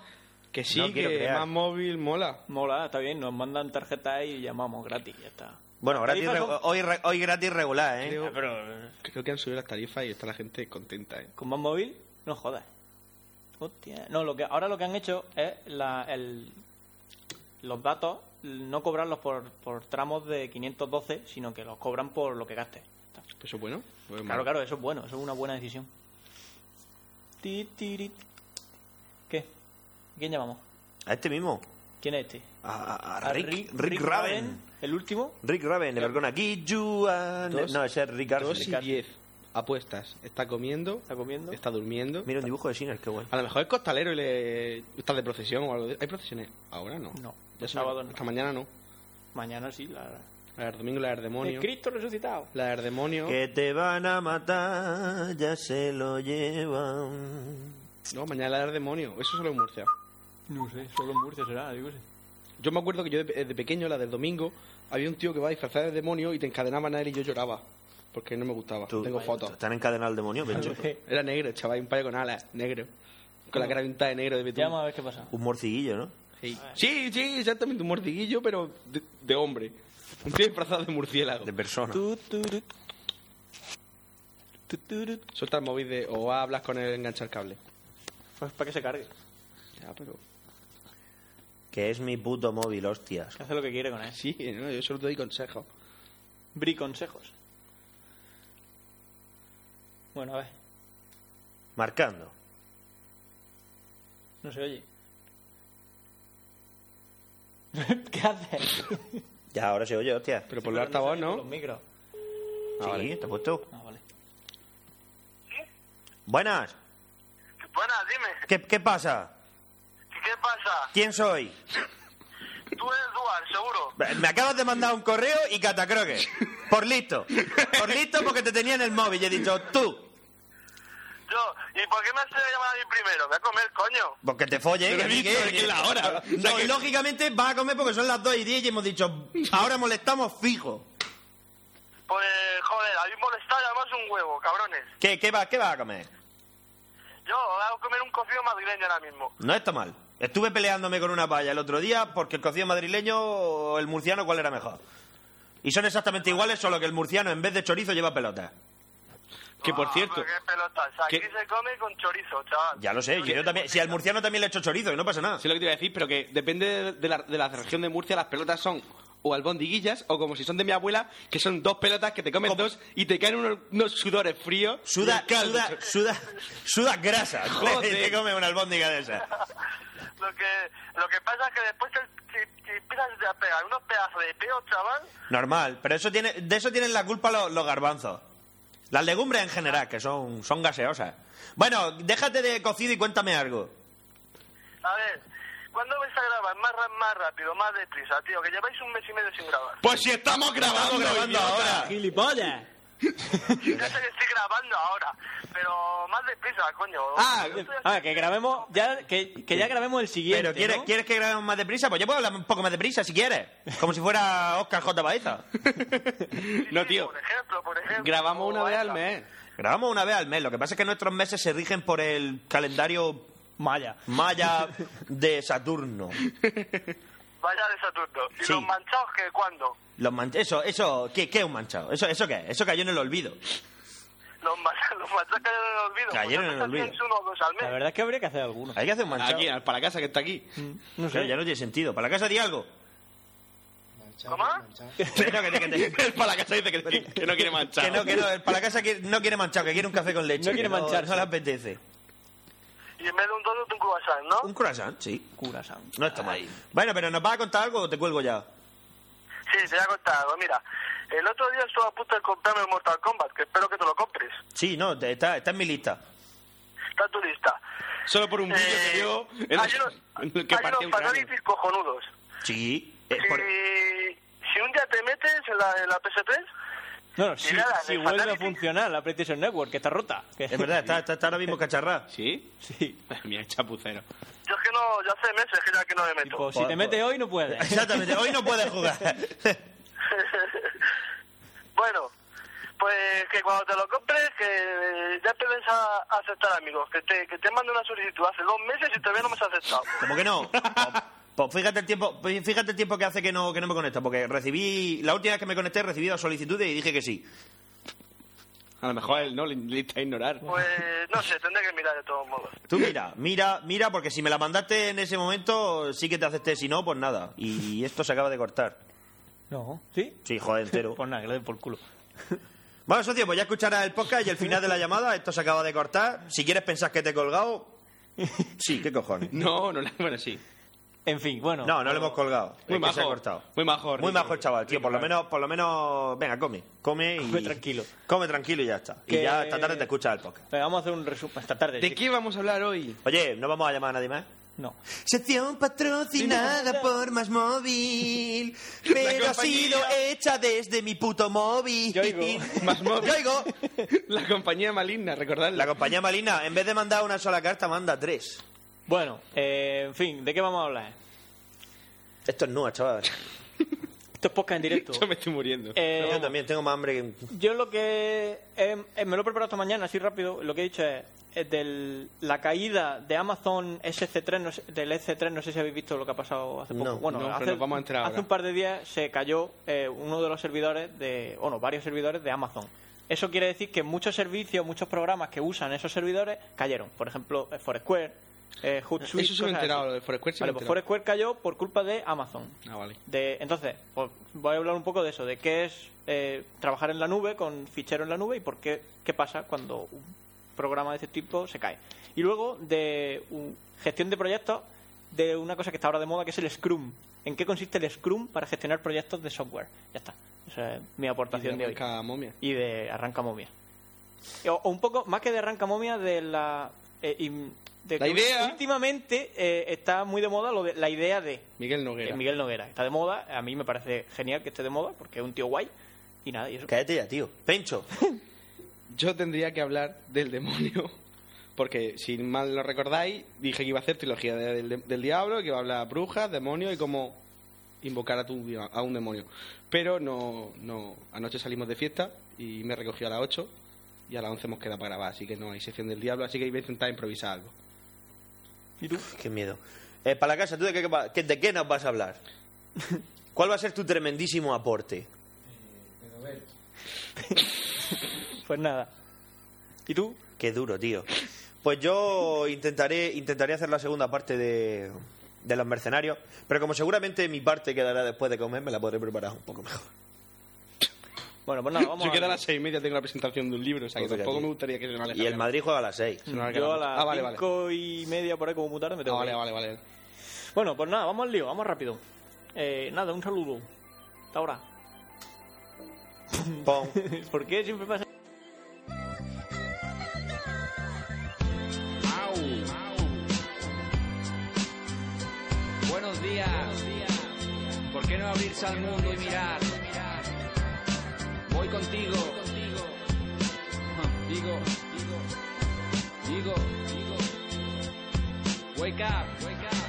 [SPEAKER 5] Que sí,
[SPEAKER 8] No
[SPEAKER 5] que
[SPEAKER 8] quiero crear.
[SPEAKER 5] más móvil mola.
[SPEAKER 7] Mola, está bien. Nos mandan tarjeta y llamamos gratis. Ya está.
[SPEAKER 8] Bueno, gratis, re-
[SPEAKER 7] Tarifas con-
[SPEAKER 8] hoy, re- hoy gratis regular, ¿eh?
[SPEAKER 5] Creo-
[SPEAKER 7] Pero eh,
[SPEAKER 5] Creo que han subido las tarifas y está la gente contenta, ¿eh?
[SPEAKER 7] con más móvil, no jodas. Hostia. No, lo que, ahora lo que han hecho es la- el- los datos, no cobrarlos por, por tramos de 512, sino que los cobran por lo que gastes. Ya está.
[SPEAKER 5] Eso es bueno. Pues
[SPEAKER 7] Claro,
[SPEAKER 5] malo.
[SPEAKER 7] claro, eso es bueno, eso es una buena decisión. Ti, tiri. ¿Qué? ¿Quién llamamos?
[SPEAKER 8] A este mismo.
[SPEAKER 7] ¿Quién es este?
[SPEAKER 8] A, a- a
[SPEAKER 7] ¿A
[SPEAKER 8] Rick, Rick, Raven.
[SPEAKER 7] ¿El último?
[SPEAKER 8] Rick Raven, el vergona aquí, you and-
[SPEAKER 5] Dos-
[SPEAKER 8] No, ese es Rick
[SPEAKER 5] Dos y
[SPEAKER 8] Arcelus.
[SPEAKER 5] diez. Apuestas. Está comiendo.
[SPEAKER 7] ¿Está comiendo?
[SPEAKER 5] Está durmiendo.
[SPEAKER 8] Mira un dibujo de Sinners, qué bueno.
[SPEAKER 5] A lo mejor es costalero y le está de procesión o algo. de- ¿Hay procesiones? Ahora no.
[SPEAKER 7] No,
[SPEAKER 5] Ya
[SPEAKER 7] el
[SPEAKER 5] son-
[SPEAKER 7] sábado no.
[SPEAKER 5] Hasta mañana no.
[SPEAKER 7] Mañana sí, la verdad.
[SPEAKER 5] La del domingo, la del
[SPEAKER 7] El
[SPEAKER 5] demonio.
[SPEAKER 7] Cristo resucitado.
[SPEAKER 5] La del demonio.
[SPEAKER 8] Que te van a matar, ya se lo llevan.
[SPEAKER 5] No, mañana la del demonio. Eso solo en Murcia.
[SPEAKER 7] No sé, solo en Murcia será, digo sí.
[SPEAKER 5] Yo me acuerdo que yo de, de pequeño, la del domingo, había un tío que va disfrazado de demonio y te encadenaban a él y yo lloraba. Porque no me gustaba.
[SPEAKER 8] Tú-
[SPEAKER 5] Tengo fotos.
[SPEAKER 8] Están encadenados al demonio, pecho.
[SPEAKER 5] Era negro, el chaval, y un payo con alas, negro. Con la cara pintada de negro de betún.
[SPEAKER 7] Llama a ver qué pasa.
[SPEAKER 8] Un morciguillo, ¿no?
[SPEAKER 5] Sí. sí, sí, exactamente, un mordiguillo, pero de, de hombre. Un tío disfrazado de murciélago.
[SPEAKER 8] De persona.
[SPEAKER 7] Tu, tu, tu. Tu, tu, tu.
[SPEAKER 5] Suelta el móvil de, o hablas con el engancha el cable.
[SPEAKER 7] Pues para que se cargue.
[SPEAKER 5] Ya, pero...
[SPEAKER 8] Que es mi puto móvil, hostias.
[SPEAKER 7] Que hace lo que quiere con él.
[SPEAKER 5] Sí, no, yo solo te doy consejos.
[SPEAKER 7] Bri consejos. Bueno, a ver.
[SPEAKER 8] Marcando.
[SPEAKER 7] No se oye. ¿Qué haces?
[SPEAKER 8] Ya, ahora se oye, hostias.
[SPEAKER 5] Pero por los altavoz,
[SPEAKER 7] Con Los
[SPEAKER 5] ¿no?
[SPEAKER 7] micros.
[SPEAKER 8] Sí, te he puesto.
[SPEAKER 7] Ah, vale.
[SPEAKER 8] Buenas.
[SPEAKER 11] Bueno, dime,
[SPEAKER 8] ¿Qué, qué pasa?
[SPEAKER 11] ¿qué pasa?
[SPEAKER 8] ¿Quién soy?
[SPEAKER 11] Tú eres Dual, seguro.
[SPEAKER 8] Me acabas de mandar un correo y catacroque. Por listo. Por listo porque te tenía en el móvil y he dicho tú.
[SPEAKER 11] Yo, ¿y por qué me has hecho llamar a mí primero? Me voy a comer, coño.
[SPEAKER 8] Porque te folle.
[SPEAKER 5] Pero he
[SPEAKER 8] Pues que-
[SPEAKER 5] visto de que es la hora.
[SPEAKER 8] No, y lógicamente vas a comer porque son las 2 y 10 y hemos dicho, ahora molestamos fijo.
[SPEAKER 11] Pues, joder, habéis molestado y además un huevo, cabrones.
[SPEAKER 8] ¿Qué, qué, va, ¿Qué vas a comer?
[SPEAKER 11] Yo voy a comer un cocido madrileño ahora mismo.
[SPEAKER 8] No está mal. Estuve peleándome con una valla el otro día porque el cocido madrileño o el murciano, ¿cuál era mejor? Y son exactamente iguales, solo que el murciano en vez de chorizo lleva pelota.
[SPEAKER 5] Que por
[SPEAKER 11] Ah,
[SPEAKER 5] cierto,
[SPEAKER 11] pero qué pelotas. Aquí
[SPEAKER 5] ¿Qué?
[SPEAKER 11] se come con chorizo, chaval.
[SPEAKER 8] Ya lo sé, yo también. Si al murciano también le echo chorizo, y no pasa nada.
[SPEAKER 5] sé lo que te iba a decir, pero que depende de la, de la región de Murcia, las pelotas son o albondiguillas o como si son de mi abuela, que son dos pelotas que te comes dos y te caen unos, unos sudores fríos.
[SPEAKER 8] Suda, suda, suda, suda grasa.
[SPEAKER 5] Joder.
[SPEAKER 8] Te come una albóndiga de esa.
[SPEAKER 11] Lo que, lo que pasa es que después te, si- si empiezas a pegar unos pedazos de peo, chaval.
[SPEAKER 8] Normal, pero eso tiene, de eso tienen la culpa los, los garbanzos. Las legumbres en general, que son, son gaseosas. Bueno, déjate de cocido y cuéntame algo.
[SPEAKER 11] A ver, ¿cuándo vais a grabar? Más, ra- más rápido, más deprisa, tío, que lleváis un mes y medio sin grabar.
[SPEAKER 5] Pues si estamos grabando,
[SPEAKER 8] Estamos grabando
[SPEAKER 5] idiota.
[SPEAKER 8] ahora.
[SPEAKER 7] ¡Gilipollas!
[SPEAKER 11] Ya sé que estoy grabando ahora, pero más deprisa, coño.
[SPEAKER 7] Ah, a ver, que grabemos ya, que, que ya grabemos el siguiente.
[SPEAKER 8] Pero ¿quieres,
[SPEAKER 7] ¿no?
[SPEAKER 8] ¿quieres que grabemos más deprisa? Pues yo puedo hablar un poco más deprisa si quieres. Como si fuera Oscar J. Baeza.
[SPEAKER 11] Sí,
[SPEAKER 5] No,
[SPEAKER 11] sí,
[SPEAKER 5] tío.
[SPEAKER 11] Por ejemplo, por ejemplo.
[SPEAKER 5] Grabamos una vez al
[SPEAKER 11] Anda.
[SPEAKER 5] mes.
[SPEAKER 8] Grabamos una vez al mes. Lo que pasa es que nuestros meses se rigen por el calendario
[SPEAKER 7] Maya.
[SPEAKER 8] maya de Saturno.
[SPEAKER 11] Vaya de Saturno. ¿Y
[SPEAKER 8] Sí.
[SPEAKER 11] los manchados que cuándo?
[SPEAKER 8] Los man- Eso, eso, ¿qué, qué es un manchado? ¿Eso, ¿Eso qué es? Eso cayó en el olvido.
[SPEAKER 11] Los, manchados los manchados cayeron en el olvido. Pues
[SPEAKER 8] Cayeron en el
[SPEAKER 11] Vosotros
[SPEAKER 8] olvido.
[SPEAKER 11] hacéis uno o dos al mes.
[SPEAKER 7] La verdad es que habría que hacer alguno.
[SPEAKER 8] Hay que hacer un manchado.
[SPEAKER 5] Aquí, al- para la casa que está aquí.
[SPEAKER 7] No
[SPEAKER 8] Claro,
[SPEAKER 7] sé.
[SPEAKER 8] ya no tiene sentido. Para la casa di algo.
[SPEAKER 9] Manchado,
[SPEAKER 11] ¿Cómo?
[SPEAKER 9] manchado.
[SPEAKER 8] Pero que te- que te-
[SPEAKER 5] El para la casa dice que, que no quiere manchar.
[SPEAKER 8] Que no, que no, el para casa que no quiere manchado, que quiere un café con leche.
[SPEAKER 7] No quiere
[SPEAKER 8] que
[SPEAKER 7] mancharse.
[SPEAKER 8] No le apetece.
[SPEAKER 11] Y en vez de un todo, un croissant,
[SPEAKER 8] Un
[SPEAKER 11] ¿no?
[SPEAKER 8] croissant, sí.
[SPEAKER 7] Cura, Sam.
[SPEAKER 8] No está mal. Bueno, pero ¿nos vas a contar algo o te cuelgo ya?
[SPEAKER 11] Sí, te voy a contar algo. Mira, el otro día estuve a punto de comprarme el Mortal Kombat, que espero que te lo compres.
[SPEAKER 8] Sí, no, te- está, está en mi lista.
[SPEAKER 11] Está en tu lista.
[SPEAKER 5] Solo por un vídeo
[SPEAKER 11] Eh,
[SPEAKER 5] que yo en
[SPEAKER 11] hay unos,
[SPEAKER 5] el, en el que
[SPEAKER 11] hay
[SPEAKER 5] partí
[SPEAKER 11] unos
[SPEAKER 5] un cráneo.
[SPEAKER 11] fanáticos cojonudos.
[SPEAKER 8] Sí. eh, por-
[SPEAKER 11] Si, si un día te metes en la, en la PS3,
[SPEAKER 7] No, no,
[SPEAKER 11] Y
[SPEAKER 7] si,
[SPEAKER 11] nada,
[SPEAKER 7] si
[SPEAKER 11] de
[SPEAKER 7] vuelve a
[SPEAKER 11] Fatality-
[SPEAKER 7] funcionar la PlayStation Network, que está rota.
[SPEAKER 8] Es verdad, está, está, está ahora mismo cacharrá.
[SPEAKER 5] ¿Sí?
[SPEAKER 7] Sí.
[SPEAKER 5] Mira, chapucero.
[SPEAKER 11] Yo es que no, ya hace meses que ya que no me meto.
[SPEAKER 7] Pues si te metes hoy no puedes.
[SPEAKER 8] Exactamente, hoy no puedes jugar.
[SPEAKER 11] bueno, pues que cuando te lo compres, que ya te ves a a aceptar, amigos. Que te, que te mando una solicitud hace dos meses y todavía no me has aceptado.
[SPEAKER 8] ¿Cómo que no? Pues fíjate el tiempo, pues fíjate el tiempo que hace que no, que no me conecto, porque recibí, la última vez que me conecté recibí dos solicitudes y dije que sí.
[SPEAKER 5] A lo mejor él no le a ignorar.
[SPEAKER 11] Pues no sé, tendré que mirar de todos modos.
[SPEAKER 8] Tú mira, mira, mira, porque si me la mandaste en ese momento, sí que te acepté, si no, pues nada. Y esto se acaba de cortar.
[SPEAKER 7] No, ¿sí?
[SPEAKER 8] Sí, joder, entero.
[SPEAKER 7] Pues nada, que le den por culo.
[SPEAKER 8] Bueno, socio, pues ya escucharás el podcast y el final de la llamada, esto se acaba de cortar. Si quieres pensar que te he colgado, sí, qué cojones.
[SPEAKER 5] No, no, le- bueno, sí.
[SPEAKER 7] En fin, bueno.
[SPEAKER 8] No, no lo hemos colgado.
[SPEAKER 5] Muy
[SPEAKER 8] es que se ha
[SPEAKER 5] majo,
[SPEAKER 8] cortado.
[SPEAKER 5] muy majo,
[SPEAKER 8] Muy
[SPEAKER 5] Ricky.
[SPEAKER 8] majo el chaval, tío. Por lo menos, por lo menos, venga, come. Come y.
[SPEAKER 7] Come tranquilo.
[SPEAKER 8] Come tranquilo y ya está. Y
[SPEAKER 7] Que-
[SPEAKER 8] ya esta tarde te escuchas el podcast.
[SPEAKER 7] Venga, vamos a hacer un resumen esta tarde.
[SPEAKER 5] ¿De qué vamos a hablar hoy?
[SPEAKER 8] Oye, ¿no vamos a llamar a nadie más?
[SPEAKER 7] No.
[SPEAKER 8] Sección patrocinada por Más Móvil, pero ha
[SPEAKER 5] compañía.
[SPEAKER 8] sido hecha desde mi puto móvil.
[SPEAKER 7] Yo oigo.
[SPEAKER 5] Más móvil.
[SPEAKER 8] Yo oigo.
[SPEAKER 5] La compañía maligna, recordadla.
[SPEAKER 8] La compañía Malina, en vez de mandar una sola carta, manda tres.
[SPEAKER 7] Bueno, eh, en fin, ¿de qué vamos a hablar?
[SPEAKER 8] Esto es nueva, chaval.
[SPEAKER 7] Esto es podcast en directo.
[SPEAKER 5] Yo me estoy muriendo.
[SPEAKER 7] Eh,
[SPEAKER 8] Yo también tengo más hambre que.
[SPEAKER 7] Yo lo que eh, eh, me lo he preparado esta mañana, así rápido, lo que he dicho es, eh, del, la caída de Amazon SC3, no sé- del SC3, no sé si habéis visto lo que ha pasado hace poco.
[SPEAKER 8] No,
[SPEAKER 7] bueno,
[SPEAKER 5] no, pero
[SPEAKER 7] hace,
[SPEAKER 5] nos vamos a enterar
[SPEAKER 7] hace
[SPEAKER 5] ahora.
[SPEAKER 7] un par de días se cayó eh, uno de los servidores de, bueno, varios servidores de Amazon. Eso quiere decir que muchos servicios, muchos programas que usan esos servidores cayeron. Por ejemplo, eh, Foursquare, eh, Hootsuite...
[SPEAKER 5] Eso sí me he
[SPEAKER 7] cosas
[SPEAKER 5] enterado,
[SPEAKER 7] así.
[SPEAKER 5] lo de Foursquare sí me
[SPEAKER 7] Vale,
[SPEAKER 5] he
[SPEAKER 7] pues
[SPEAKER 5] enterado.
[SPEAKER 7] Foursquare cayó por culpa de Amazon.
[SPEAKER 5] Ah, vale.
[SPEAKER 7] De- entonces, pues, voy a hablar un poco de eso, de qué es eh, trabajar en la nube con fichero en la nube y por qué, qué pasa cuando un programa de este tipo se cae. Y luego de un- gestión de proyectos, de una cosa que está ahora de moda, que es el Scrum. ¿En qué consiste el Scrum para gestionar proyectos de software? Ya está. Esa es mi aportación de hoy
[SPEAKER 5] Arranca momia.
[SPEAKER 7] y de Arranca Momia. O, o un poco, más que de Arranca Momia, de la... eh, im- de
[SPEAKER 5] La
[SPEAKER 7] que
[SPEAKER 5] idea.
[SPEAKER 7] Últimamente eh, está muy de moda lo de, la idea de...
[SPEAKER 5] Miguel
[SPEAKER 7] Eh,
[SPEAKER 5] Noguera.
[SPEAKER 7] Miguel Noguera. Está de moda, a mí me parece genial que esté de moda, porque es un tío guay. Y nada, y eso.
[SPEAKER 8] Cállate ya, tío. Pencho.
[SPEAKER 5] Yo tendría que hablar del demonio. Porque, si mal lo recordáis, dije que iba a hacer trilogía de- del, del diablo, que iba a hablar brujas, demonios y cómo invocar a, tu, a un demonio. Pero no, no. Anoche salimos de fiesta y me recogió a las 8 y a las 11 hemos quedado para grabar. Así que no hay sección del diablo, así que voy a intentar improvisar algo.
[SPEAKER 7] ¿Y tú?
[SPEAKER 8] Qué miedo. Eh, para la casa, ¿tú de qué, va- qué- de qué nos vas a hablar? ¿Cuál va a ser tu tremendísimo aporte?
[SPEAKER 7] Pues nada. ¿Y tú?
[SPEAKER 8] Qué duro, tío. Pues yo intentaré, intentaré hacer la segunda parte de, de Los Mercenarios, pero como seguramente mi parte quedará después de comer, me la podré preparar un poco mejor.
[SPEAKER 7] Bueno, pues nada, vamos
[SPEAKER 5] Yo
[SPEAKER 7] a...
[SPEAKER 5] queda a las 6 y media, tengo la presentación de un libro, o sea que
[SPEAKER 8] Joder,
[SPEAKER 5] tampoco
[SPEAKER 8] tío.
[SPEAKER 5] me gustaría que se me
[SPEAKER 8] Pues Y el
[SPEAKER 5] alejara.
[SPEAKER 8] Madrid juega a las seis.
[SPEAKER 5] Se me alejara
[SPEAKER 7] Yo a
[SPEAKER 5] mucho.
[SPEAKER 7] las
[SPEAKER 5] Ah, vale, vale.
[SPEAKER 7] cinco y media, por ahí como muy tarde, me
[SPEAKER 5] Ah,
[SPEAKER 7] tengo que
[SPEAKER 5] vale,
[SPEAKER 7] ir.
[SPEAKER 5] vale, vale.
[SPEAKER 7] Bueno, pues nada, vamos al lío, vamos rápido. Eh, nada, un saludo. Hasta ahora.
[SPEAKER 5] Mm.
[SPEAKER 8] Pon.
[SPEAKER 7] ¿Por qué siempre pasa?
[SPEAKER 1] Buenos días. ¿Por qué no abrirse al mundo y mirar? Voy contigo. Ja, Digo, digo, digo, digo. Wake up, wake up.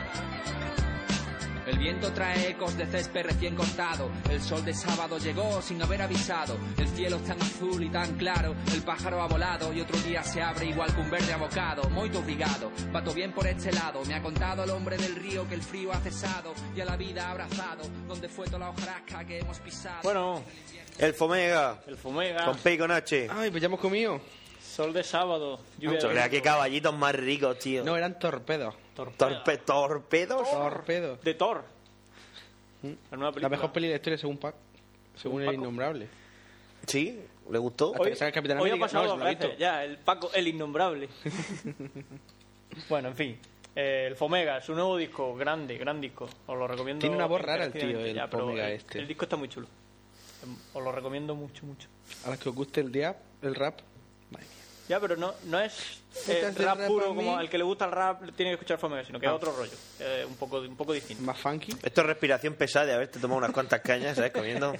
[SPEAKER 1] El viento trae ecos de césped recién cortado. El sol de sábado llegó sin haber avisado. El cielo es tan azul y tan claro. El pájaro ha volado y otro día se abre igual que un verde abocado. Muy obrigado, pato bien por este lado. Me ha contado el hombre del río que el frío ha cesado y a la vida ha abrazado. Donde fue toda la hojarasca que hemos pisado.
[SPEAKER 7] Bueno,
[SPEAKER 8] El Fomega,
[SPEAKER 7] el
[SPEAKER 5] Ah.
[SPEAKER 7] Fomega,
[SPEAKER 8] con P y con H.
[SPEAKER 5] Ay, pues ya hemos comido.
[SPEAKER 7] Sol de Sábado, Lluvia de
[SPEAKER 8] Chorrea,
[SPEAKER 7] Viento,
[SPEAKER 8] qué caballitos más ricos, tío.
[SPEAKER 5] No, eran torpedos.
[SPEAKER 7] Torpeda.
[SPEAKER 8] Torpe- ¿Torpedos?
[SPEAKER 5] Torpedos.
[SPEAKER 7] De Thor. La nueva película.
[SPEAKER 5] Mm. La mejor peli de la historia según Pac. Según el
[SPEAKER 7] Paco.
[SPEAKER 5] innombrable.
[SPEAKER 8] ¿Sí, ¿le gustó?
[SPEAKER 5] Hasta que salga el Capitán
[SPEAKER 7] hoy ha
[SPEAKER 5] América.
[SPEAKER 7] pasado
[SPEAKER 5] No,
[SPEAKER 7] dos
[SPEAKER 5] se lo ha
[SPEAKER 7] veces,
[SPEAKER 5] visto.
[SPEAKER 7] ya, el Paco, el innombrable. bueno, en fin. eh, el Fomega, su nuevo disco, grande, gran disco. Os lo recomiendo.
[SPEAKER 5] Tiene una voz rara el tío,
[SPEAKER 7] encarecidamente,
[SPEAKER 5] el
[SPEAKER 7] pero
[SPEAKER 5] Fomega
[SPEAKER 7] el-
[SPEAKER 5] este.
[SPEAKER 7] El disco está muy chulo. Os lo recomiendo mucho, mucho.
[SPEAKER 5] A las que os guste el, día, el rap. Madre mía.
[SPEAKER 7] Ya, pero no, no es eh,
[SPEAKER 5] Este es el
[SPEAKER 7] rap
[SPEAKER 5] rap a
[SPEAKER 7] puro
[SPEAKER 5] mí.
[SPEAKER 7] como al que le gusta el rap tiene que escuchar Fomega, sino que
[SPEAKER 8] Ah.
[SPEAKER 7] es otro rollo, eh, un, poco, un poco distinto.
[SPEAKER 5] ¿Más funky?
[SPEAKER 8] Esto es respiración pesada de haberte tomado unas cuantas cañas, ¿sabes? Comiendo.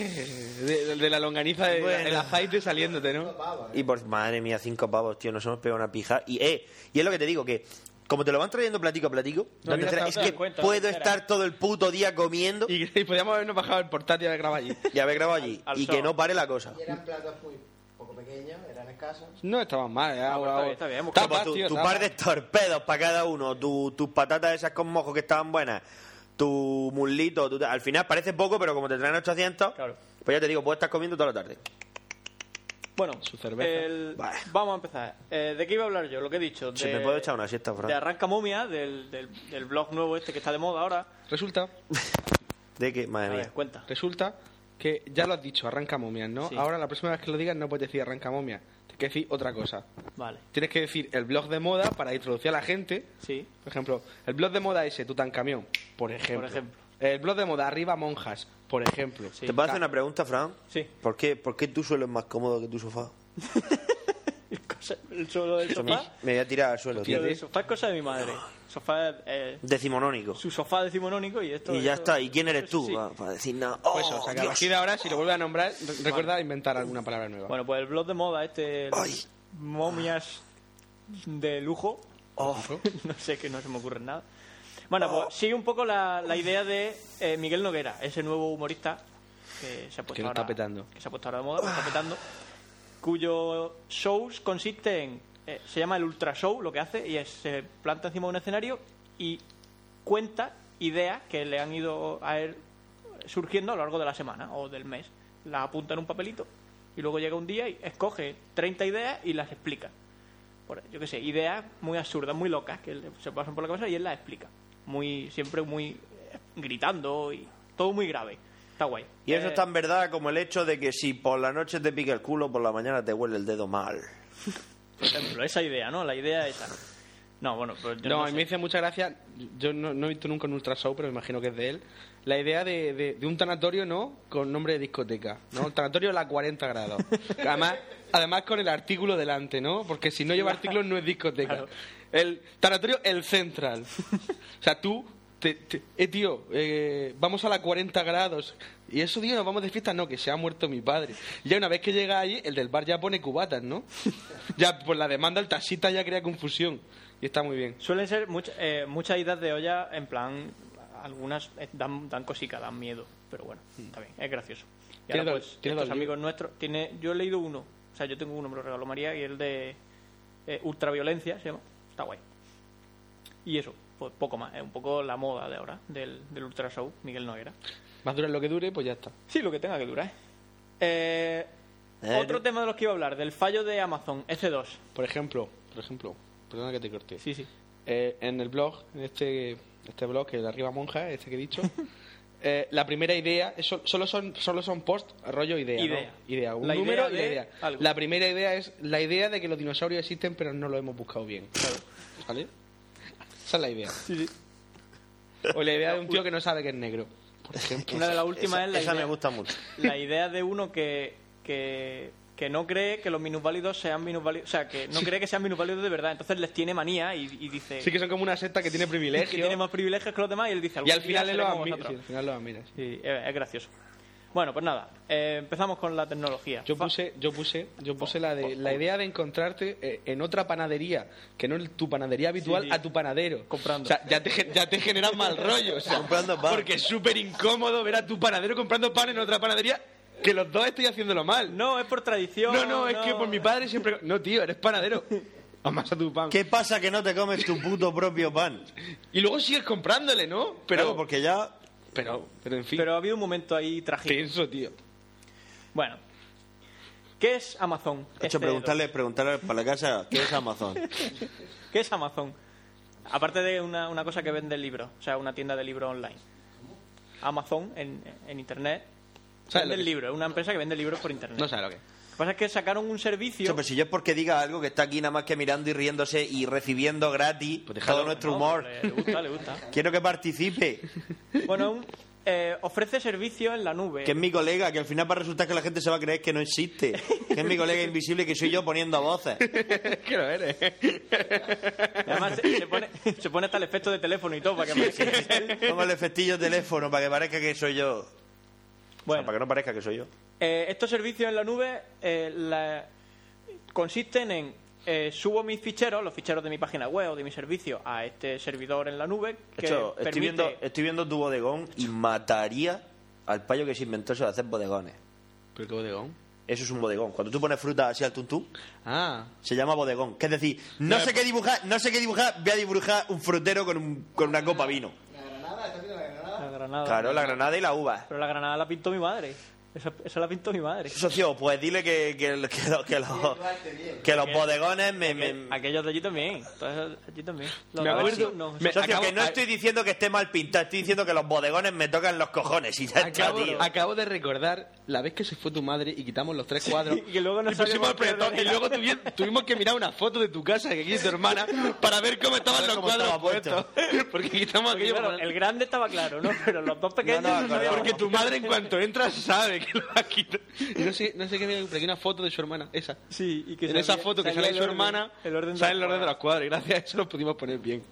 [SPEAKER 5] De, de la longaniza de,
[SPEAKER 8] Bueno.
[SPEAKER 5] el aceite saliéndote, ¿no?
[SPEAKER 8] Y por madre mía, cinco pavos, tío, nos hemos pegado una pija. Y, eh, y es lo que te digo, que como te lo van trayendo platico a platico,
[SPEAKER 5] No
[SPEAKER 8] la
[SPEAKER 5] hubiera
[SPEAKER 8] tercera-
[SPEAKER 5] estado
[SPEAKER 8] es
[SPEAKER 5] tan
[SPEAKER 8] que
[SPEAKER 5] en cuenta,
[SPEAKER 8] puedo
[SPEAKER 5] la tercera.
[SPEAKER 8] estar todo el puto día comiendo
[SPEAKER 5] Y, y podríamos habernos bajado el portátil y haber grabado allí.
[SPEAKER 8] y haber grabado allí.
[SPEAKER 5] Al- al
[SPEAKER 8] y
[SPEAKER 5] sol.
[SPEAKER 8] que no pare la cosa.
[SPEAKER 10] Y eran platos muy poco pequeños, eran escasos.
[SPEAKER 5] No estaban mal, ¿eh?
[SPEAKER 8] Como tu, pues, tu par de torpedos para cada uno, tu- tus patatas esas con mojo que estaban buenas, tu muslito, tu- al final parece poco, pero como te traen 800, pues ya te digo, puedes estar comiendo toda la tarde.
[SPEAKER 7] Bueno,
[SPEAKER 8] cerveza.
[SPEAKER 7] el- vamos a empezar. Eh, ¿De qué iba a hablar yo? Lo que he dicho.
[SPEAKER 8] Se
[SPEAKER 7] de-
[SPEAKER 8] me puede echar una siesta,
[SPEAKER 7] de
[SPEAKER 8] Fran.
[SPEAKER 7] Arranca Momia, del, del, del blog nuevo este que está de moda ahora.
[SPEAKER 5] Resulta.
[SPEAKER 8] ¿De qué? Madre
[SPEAKER 7] mía. cuenta.
[SPEAKER 5] Resulta que ya lo has dicho, arranca momias, ¿no?
[SPEAKER 7] Sí.
[SPEAKER 5] Ahora la próxima vez que lo digas no puedes decir arranca momias. Tienes que decir otra cosa.
[SPEAKER 7] Vale.
[SPEAKER 5] Tienes que decir el blog de moda para introducir a la gente.
[SPEAKER 7] Sí.
[SPEAKER 5] Por ejemplo, el blog de moda ese, Tutankamón, por ejemplo.
[SPEAKER 8] Por ejemplo.
[SPEAKER 5] El blog de moda arriba monjas, por ejemplo.
[SPEAKER 8] ¿Te puedo hacer una pregunta, Fran?
[SPEAKER 7] Sí.
[SPEAKER 8] ¿Por qué, ¿Por qué tu suelo es más cómodo que tu sofá?
[SPEAKER 7] El suelo del
[SPEAKER 8] Yo me,
[SPEAKER 7] sofá.
[SPEAKER 8] me voy a tirar al suelo, tío.
[SPEAKER 7] Tío, el sofá es cosa de mi madre. Sofá eh,
[SPEAKER 8] Decimonónico.
[SPEAKER 7] su sofá decimonónico y esto.
[SPEAKER 8] Y ya
[SPEAKER 7] esto-
[SPEAKER 8] está. ¿Y quién eres
[SPEAKER 7] esto
[SPEAKER 8] tú?
[SPEAKER 7] sí.
[SPEAKER 8] Va, Para decir nada. Oh,
[SPEAKER 5] Pues eso, o sea que a
[SPEAKER 8] Dios.
[SPEAKER 5] partir de ahora, si lo vuelves a nombrar, re- recuerda inventar alguna palabra nueva.
[SPEAKER 7] Bueno, pues el blog de moda este. el- Momias de lujo. no sé que no se me ocurre nada. Bueno, pues sigue un poco la, la idea de eh, Miguel Noguera, ese nuevo humorista que se ha puesto
[SPEAKER 5] Que lo está
[SPEAKER 7] ahora-
[SPEAKER 5] petando.
[SPEAKER 7] que se ha puesto ahora de moda, lo está petando, cuyos shows consisten, eh, se llama el ultra show, lo que hace, y es, se planta encima de un escenario y cuenta ideas que le han ido a él surgiendo a lo largo de la semana o del mes. Las apunta en un papelito y luego llega un día y escoge 30 ideas y las explica. Por- yo qué sé, ideas muy absurdas, muy locas que le- se pasan por la cabeza y él las explica. Muy, siempre muy eh, gritando y todo muy grave. Está guay.
[SPEAKER 8] Y eso
[SPEAKER 7] Eh,
[SPEAKER 8] es tan verdad como el hecho de que si por la noche te pica el culo, por la mañana te huele el dedo mal.
[SPEAKER 7] Por ejemplo, esa idea, ¿no? La idea esa. No, bueno, pues yo
[SPEAKER 5] no,
[SPEAKER 7] no,
[SPEAKER 5] a mí
[SPEAKER 7] sé.
[SPEAKER 5] me dice mucha gracia. Yo no, no he visto nunca un Ultra Show, pero me imagino que es de él. La idea de, de- de un tanatorio, ¿no? Con nombre de discoteca. ¿no? El tanatorio de la 40 grados. Además, además con el artículo delante, ¿no? Porque si no lleva artículo no es discoteca. El tanatorio, el central. O sea, tú. Te, te- eh, tío, eh, vamos a la 40 grados. Y eso, tío, nos vamos de fiesta. No, que se ha muerto mi padre. Y ya una vez que llega allí, el del bar ya pone cubatas, ¿no? ya, pues la demanda, el taxista ya crea confusión. Y está muy bien.
[SPEAKER 7] Suelen ser much- eh, muchas ideas de olla, en plan, algunas eh, dan, dan cosica, dan miedo, pero bueno, está bien, es gracioso. Y
[SPEAKER 5] Mm. Tiene
[SPEAKER 7] ahora,
[SPEAKER 5] dos-
[SPEAKER 7] pues,
[SPEAKER 5] tiene
[SPEAKER 7] estos
[SPEAKER 5] dos
[SPEAKER 7] amigos nuestros, tiene, yo he leído uno, o sea, yo tengo uno, me lo regaló María, y el de eh, Ultraviolencia, se llama, está guay. Y eso, pues poco más, es un poco la moda de ahora, del, del Ultra Show, Miguel Noguera.
[SPEAKER 5] Más dura lo que dure, pues ya está.
[SPEAKER 7] Sí, lo que tenga que durar. Eh,
[SPEAKER 5] Eh,
[SPEAKER 7] otro
[SPEAKER 5] no-
[SPEAKER 7] tema de los que iba a hablar, del fallo de Amazon, S2.
[SPEAKER 5] Por ejemplo, por ejemplo, perdona que te corté.
[SPEAKER 7] Sí, sí.
[SPEAKER 5] en el blog, en este, este blog, el de Arriba Monja, este que he dicho, eh, la primera idea, eso- solo son, solo son post, rollo idea. ¿no?
[SPEAKER 7] Idea.
[SPEAKER 5] idea un
[SPEAKER 7] La idea
[SPEAKER 5] número y la
[SPEAKER 7] de
[SPEAKER 5] idea.
[SPEAKER 7] algo.
[SPEAKER 5] La primera idea es la idea de que los dinosaurios existen, pero no lo hemos buscado bien. ¿Vale? Esa es la idea. O la idea de un tío que no sabe que es negro. Por ejemplo.
[SPEAKER 7] Una de las últimas
[SPEAKER 8] Esa-
[SPEAKER 7] es la
[SPEAKER 8] esa
[SPEAKER 7] idea.
[SPEAKER 8] me gusta mucho.
[SPEAKER 7] la idea de uno que, que, que no cree que los minusválidos sean minusválidos, o sea, que no cree que sean minusválidos de verdad, entonces les tiene manía y, y dice
[SPEAKER 5] Sí que son como una secta que tiene privilegios.
[SPEAKER 7] Eh. que tiene más privilegios que los demás y él dice
[SPEAKER 5] y
[SPEAKER 7] "Algún
[SPEAKER 5] al
[SPEAKER 7] día
[SPEAKER 5] final, lo
[SPEAKER 7] seremos
[SPEAKER 5] admi- sí,
[SPEAKER 7] vosotros".
[SPEAKER 5] al final lo admiras.
[SPEAKER 7] Sí, es, es gracioso. Bueno, pues nada, eh, empezamos con la tecnología.
[SPEAKER 5] Yo puse, yo puse, yo puse la de la idea de encontrarte eh, en otra panadería, que no en tu panadería habitual,
[SPEAKER 7] Sí, sí.
[SPEAKER 5] a tu panadero.
[SPEAKER 7] Comprando.
[SPEAKER 5] O sea, ya te, gen- ya te genera mal rollo. o sea, Porque es súper incómodo ver a tu panadero comprando pan en otra panadería que los dos estéis haciéndolo mal.
[SPEAKER 7] No, es por tradición.
[SPEAKER 5] No, no, es
[SPEAKER 7] no.
[SPEAKER 5] que por mi padre siempre. No, tío, eres panadero. Amas a tu pan.
[SPEAKER 8] ¿Qué pasa que no te comes tu puto propio pan?
[SPEAKER 5] Y luego sigues comprándole, ¿no? Pero.
[SPEAKER 8] Claro, porque ya.
[SPEAKER 5] Pero, pero en fin.
[SPEAKER 7] Pero ha habido un momento ahí trágico.
[SPEAKER 5] Tenso, tío.
[SPEAKER 7] Bueno. ¿Qué es Amazon?
[SPEAKER 8] De hecho,
[SPEAKER 7] Este-
[SPEAKER 8] preguntarle, preguntarle para la casa qué es Amazon.
[SPEAKER 7] ¿Qué es Amazon? Aparte de una, una cosa que vende libros, o sea, una tienda de libros online. Amazon en, en internet
[SPEAKER 8] ¿Sabes
[SPEAKER 7] vende
[SPEAKER 8] lo que es?
[SPEAKER 7] libros, es una empresa que vende libros por internet.
[SPEAKER 8] No
[SPEAKER 5] sabes lo que
[SPEAKER 7] Lo que pasa es que sacaron un servicio.
[SPEAKER 8] Pero si yo es porque diga algo que está aquí nada más que mirando y riéndose y recibiendo gratis todo nuestro humor.
[SPEAKER 7] Le, le gusta, le gusta.
[SPEAKER 8] Quiero que participe.
[SPEAKER 7] Bueno, un- eh, ofrece servicio en la nube.
[SPEAKER 8] Que es mi colega, que al final va a resultar que la gente se va a creer que no existe. Que es mi colega invisible, que soy yo poniendo voces.
[SPEAKER 5] que lo eres.
[SPEAKER 7] Además, se, se pone, se pone hasta el efecto de teléfono y todo para que me-
[SPEAKER 8] Pongo el efectillo teléfono para que parezca que soy yo. Bueno. para que no parezca que soy yo.
[SPEAKER 7] Eh, estos servicios en la nube eh, la- consisten en eh, subo mis ficheros, los ficheros de mi página web o de mi servicio, a este servidor en la nube. Que
[SPEAKER 8] De hecho,
[SPEAKER 7] permite-
[SPEAKER 8] estoy, viendo, eh, estoy viendo tu bodegón y mataría al payo que se inventó eso de hacer bodegones.
[SPEAKER 5] ¿Pero qué bodegón?
[SPEAKER 8] Eso es un bodegón. Cuando tú pones fruta así al tuntú,
[SPEAKER 5] ah.
[SPEAKER 8] se llama bodegón. Que es decir, no, sé qué dibujar, no sé qué dibujar, voy a dibujar un frutero con, un- con una copa vino.
[SPEAKER 7] La granada.
[SPEAKER 8] Claro, la granada y la uva.
[SPEAKER 7] Pero la granada la pintó mi madre. Esa, esa la pintó mi madre.
[SPEAKER 8] Socio, pues dile que, que, que los- que los, que los bodegones me... me-
[SPEAKER 7] Aquellos de allí también. todos esos de allí también. Los
[SPEAKER 8] me
[SPEAKER 7] de
[SPEAKER 8] acuerdo-
[SPEAKER 7] allí, no,
[SPEAKER 8] me-
[SPEAKER 7] esos-
[SPEAKER 8] socio, Pues que no estoy diciendo que esté mal pintado, estoy diciendo que los bodegones me tocan los cojones y ya está,
[SPEAKER 5] Acabo,
[SPEAKER 8] tío.
[SPEAKER 5] acabo de recordar la vez que se fue tu madre y quitamos los tres cuadros
[SPEAKER 7] y que luego no
[SPEAKER 5] y pusimos
[SPEAKER 7] sabíamos
[SPEAKER 5] el pretón,
[SPEAKER 7] qué
[SPEAKER 5] y
[SPEAKER 7] era.
[SPEAKER 5] luego tuvi- tuvimos que mirar una foto de tu casa que aquí de tu hermana para ver cómo estaban los cuadros puestos porque quitamos
[SPEAKER 7] Porque,
[SPEAKER 5] aquello
[SPEAKER 7] claro,
[SPEAKER 5] por-
[SPEAKER 7] el grande estaba claro, ¿no? Pero los dos pequeños no, sabíamos.
[SPEAKER 5] porque tu madre en cuanto entras sabe que lo ha quitado y no sé, no sé qué me pero aquí una foto de su hermana esa
[SPEAKER 7] sí y que
[SPEAKER 5] en
[SPEAKER 7] salía-
[SPEAKER 5] esa foto que
[SPEAKER 7] salía
[SPEAKER 5] sale
[SPEAKER 7] el
[SPEAKER 5] su
[SPEAKER 7] orden-
[SPEAKER 5] hermana
[SPEAKER 7] el orden de
[SPEAKER 5] sale
[SPEAKER 7] los
[SPEAKER 5] el orden de los cuadros y gracias a eso lo pudimos poner bien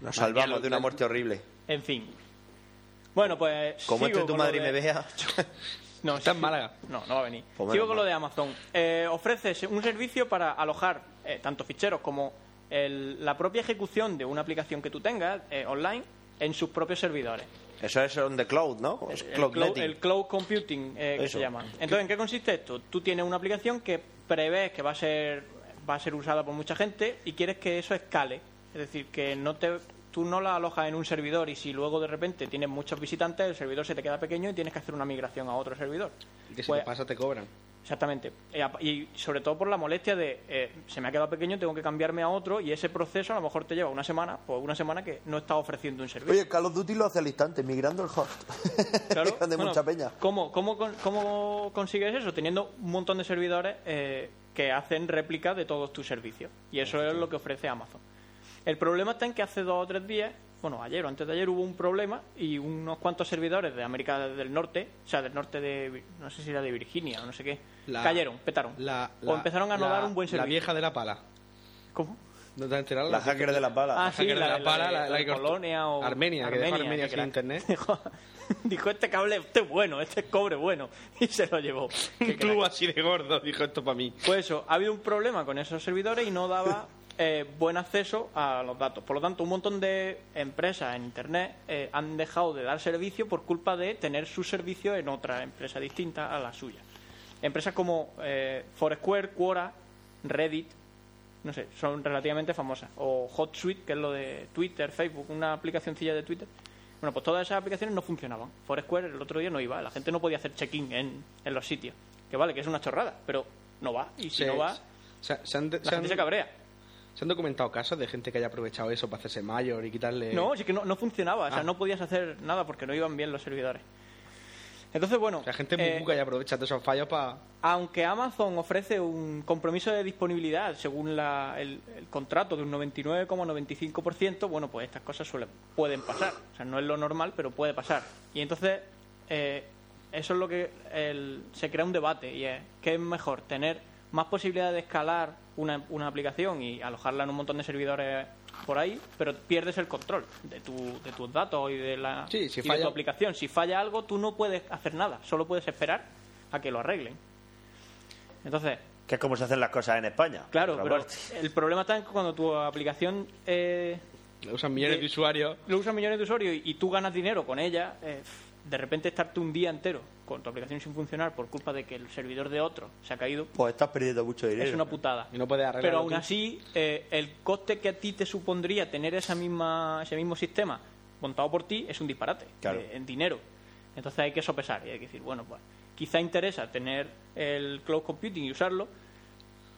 [SPEAKER 8] Nos salvamos de una muerte horrible.
[SPEAKER 7] En fin. Bueno, pues.
[SPEAKER 8] Como
[SPEAKER 7] sigo
[SPEAKER 8] entre tu
[SPEAKER 7] con lo
[SPEAKER 8] madre y
[SPEAKER 7] de-
[SPEAKER 8] me vea...
[SPEAKER 7] No,
[SPEAKER 5] Está
[SPEAKER 7] sí.
[SPEAKER 5] en Málaga.
[SPEAKER 7] No, no va a venir.
[SPEAKER 8] Pues menos
[SPEAKER 7] Sigo
[SPEAKER 8] mal.
[SPEAKER 7] con lo de Amazon. Eh, ofrece se- un servicio para alojar eh, tanto ficheros como el- la propia ejecución de una aplicación que tú tengas eh, online en sus propios servidores.
[SPEAKER 8] Eso es on the cloud, ¿no? Es
[SPEAKER 7] El
[SPEAKER 8] Pues cloud
[SPEAKER 7] cloud,
[SPEAKER 8] netting.
[SPEAKER 7] el cloud computing eh, que
[SPEAKER 8] Eso.
[SPEAKER 7] se llama. Entonces, ¿en qué consiste esto? Tú tienes una aplicación que prevés que va a ser va a ser usada por mucha gente y quieres que eso escale, es decir, que no te tú no la alojas en un servidor y si luego de repente tienes muchos visitantes, el servidor se te queda pequeño y tienes que hacer una migración a otro servidor.
[SPEAKER 5] y que si
[SPEAKER 7] Pues,
[SPEAKER 5] te pasa te cobran
[SPEAKER 7] Exactamente. Y apa- Y sobre todo por la molestia de eh, se me ha quedado pequeño, tengo que cambiarme a otro y ese proceso a lo mejor te lleva una semana, pues una semana que no está ofreciendo un servicio.
[SPEAKER 8] Oye, Call of Duty lo hace al instante, migrando el host.
[SPEAKER 7] Claro,
[SPEAKER 8] de
[SPEAKER 7] bueno,
[SPEAKER 8] mucha peña.
[SPEAKER 7] ¿Cómo, cómo, con- cómo consigues eso? Teniendo un montón de servidores eh, que hacen réplica de todos tus servicios. Y eso es lo que ofrece Amazon. El problema está en que hace dos o tres días, bueno, ayer o antes de ayer hubo un problema y unos cuantos servidores de América del Norte, o sea, del norte de, Vir- no sé si era de Virginia o no sé qué,
[SPEAKER 5] La-
[SPEAKER 7] cayeron, petaron.
[SPEAKER 5] la-
[SPEAKER 7] o
[SPEAKER 5] la-
[SPEAKER 7] empezaron a no
[SPEAKER 5] la-
[SPEAKER 7] dar un buen
[SPEAKER 5] la
[SPEAKER 7] servicio.
[SPEAKER 5] vieja de la pala
[SPEAKER 7] ¿Cómo?
[SPEAKER 5] no te has enterado
[SPEAKER 8] La hacker de las balas.
[SPEAKER 7] Ah,
[SPEAKER 5] La
[SPEAKER 7] sí,
[SPEAKER 5] hacker de
[SPEAKER 7] la,
[SPEAKER 5] la pala, la-
[SPEAKER 7] de
[SPEAKER 5] la que cortó-
[SPEAKER 7] Polonia o...
[SPEAKER 5] Armenia, que dejó Armenia
[SPEAKER 7] qué
[SPEAKER 5] sin
[SPEAKER 7] crack.
[SPEAKER 5] internet.
[SPEAKER 7] Dijo, dijo, este cable, este es bueno, este es cobre bueno. Y se lo llevó. Qué
[SPEAKER 5] un
[SPEAKER 7] crack.
[SPEAKER 5] club así de gordo dijo esto para mí
[SPEAKER 7] Pues eso, ha habido un problema con esos servidores y no daba eh, buen acceso a los datos. Por lo tanto, un montón de empresas en Internet eh, han dejado de dar servicio por culpa de tener su servicio en otra empresa distinta a la suya. Empresas como eh, Foursquare, Quora, Reddit, no sé, son relativamente famosas. O HotSuite, que es lo de Twitter, Facebook, una aplicacioncilla de Twitter. Bueno, pues todas esas aplicaciones no funcionaban. Foursquare el otro día no iba, la gente no podía hacer check-in en, en los sitios. Que vale, que es una chorrada, pero no va. Y si
[SPEAKER 5] Se-
[SPEAKER 7] no va,
[SPEAKER 5] se, se han,
[SPEAKER 7] la gente se cabrea.
[SPEAKER 5] ¿Se han documentado casos de gente que haya aprovechado eso para hacerse mayor y quitarle...
[SPEAKER 7] No, sí que no, no funcionaba, o
[SPEAKER 5] Ah.
[SPEAKER 7] sea, no podías hacer nada porque no iban bien los servidores. Entonces, bueno,
[SPEAKER 5] La gente
[SPEAKER 7] eh,
[SPEAKER 5] muy buca y aprovecha todos esos fallos para...
[SPEAKER 7] aunque Amazon ofrece un compromiso de disponibilidad según la- el, el contrato de un 99,95%, bueno, pues estas cosas suelen, pueden pasar. O sea, no es lo normal, pero puede pasar. Y entonces, eh, eso es lo que el- se crea un debate y es, ¿qué es mejor? ¿Tener más posibilidad de escalar una, una aplicación y alojarla en un montón de servidores por ahí, pero pierdes el control de, tu, de tus datos y de la
[SPEAKER 5] Sí, si
[SPEAKER 7] y de
[SPEAKER 5] falla-
[SPEAKER 7] tu aplicación. Si falla algo, tú no puedes hacer nada, solo puedes esperar a que lo arreglen. Entonces,
[SPEAKER 8] Que es como se hacen las cosas en España.
[SPEAKER 7] Ah. claro,
[SPEAKER 8] Otra
[SPEAKER 7] pero
[SPEAKER 8] parte.
[SPEAKER 7] el problema está en que cuando tu aplicación eh,
[SPEAKER 5] Lo usan millones
[SPEAKER 7] de-
[SPEAKER 5] de usuarios.
[SPEAKER 7] lo usan millones de usuarios y, y tú ganas dinero con ella, eh, de repente estarte un día entero con tu aplicación sin funcionar por culpa de que el servidor de otro se ha caído,
[SPEAKER 8] Pues estás perdiendo mucho dinero.
[SPEAKER 7] es una putada.
[SPEAKER 5] Y no puedes arreglarlo
[SPEAKER 7] Pero aún
[SPEAKER 5] tú.
[SPEAKER 7] así, eh, el coste que a ti te supondría tener esa misma, ese mismo sistema montado por ti es un disparate
[SPEAKER 8] Claro.
[SPEAKER 7] eh, en dinero. Entonces hay que sopesar y hay que decir, bueno, pues quizá interesa tener el cloud computing y usarlo,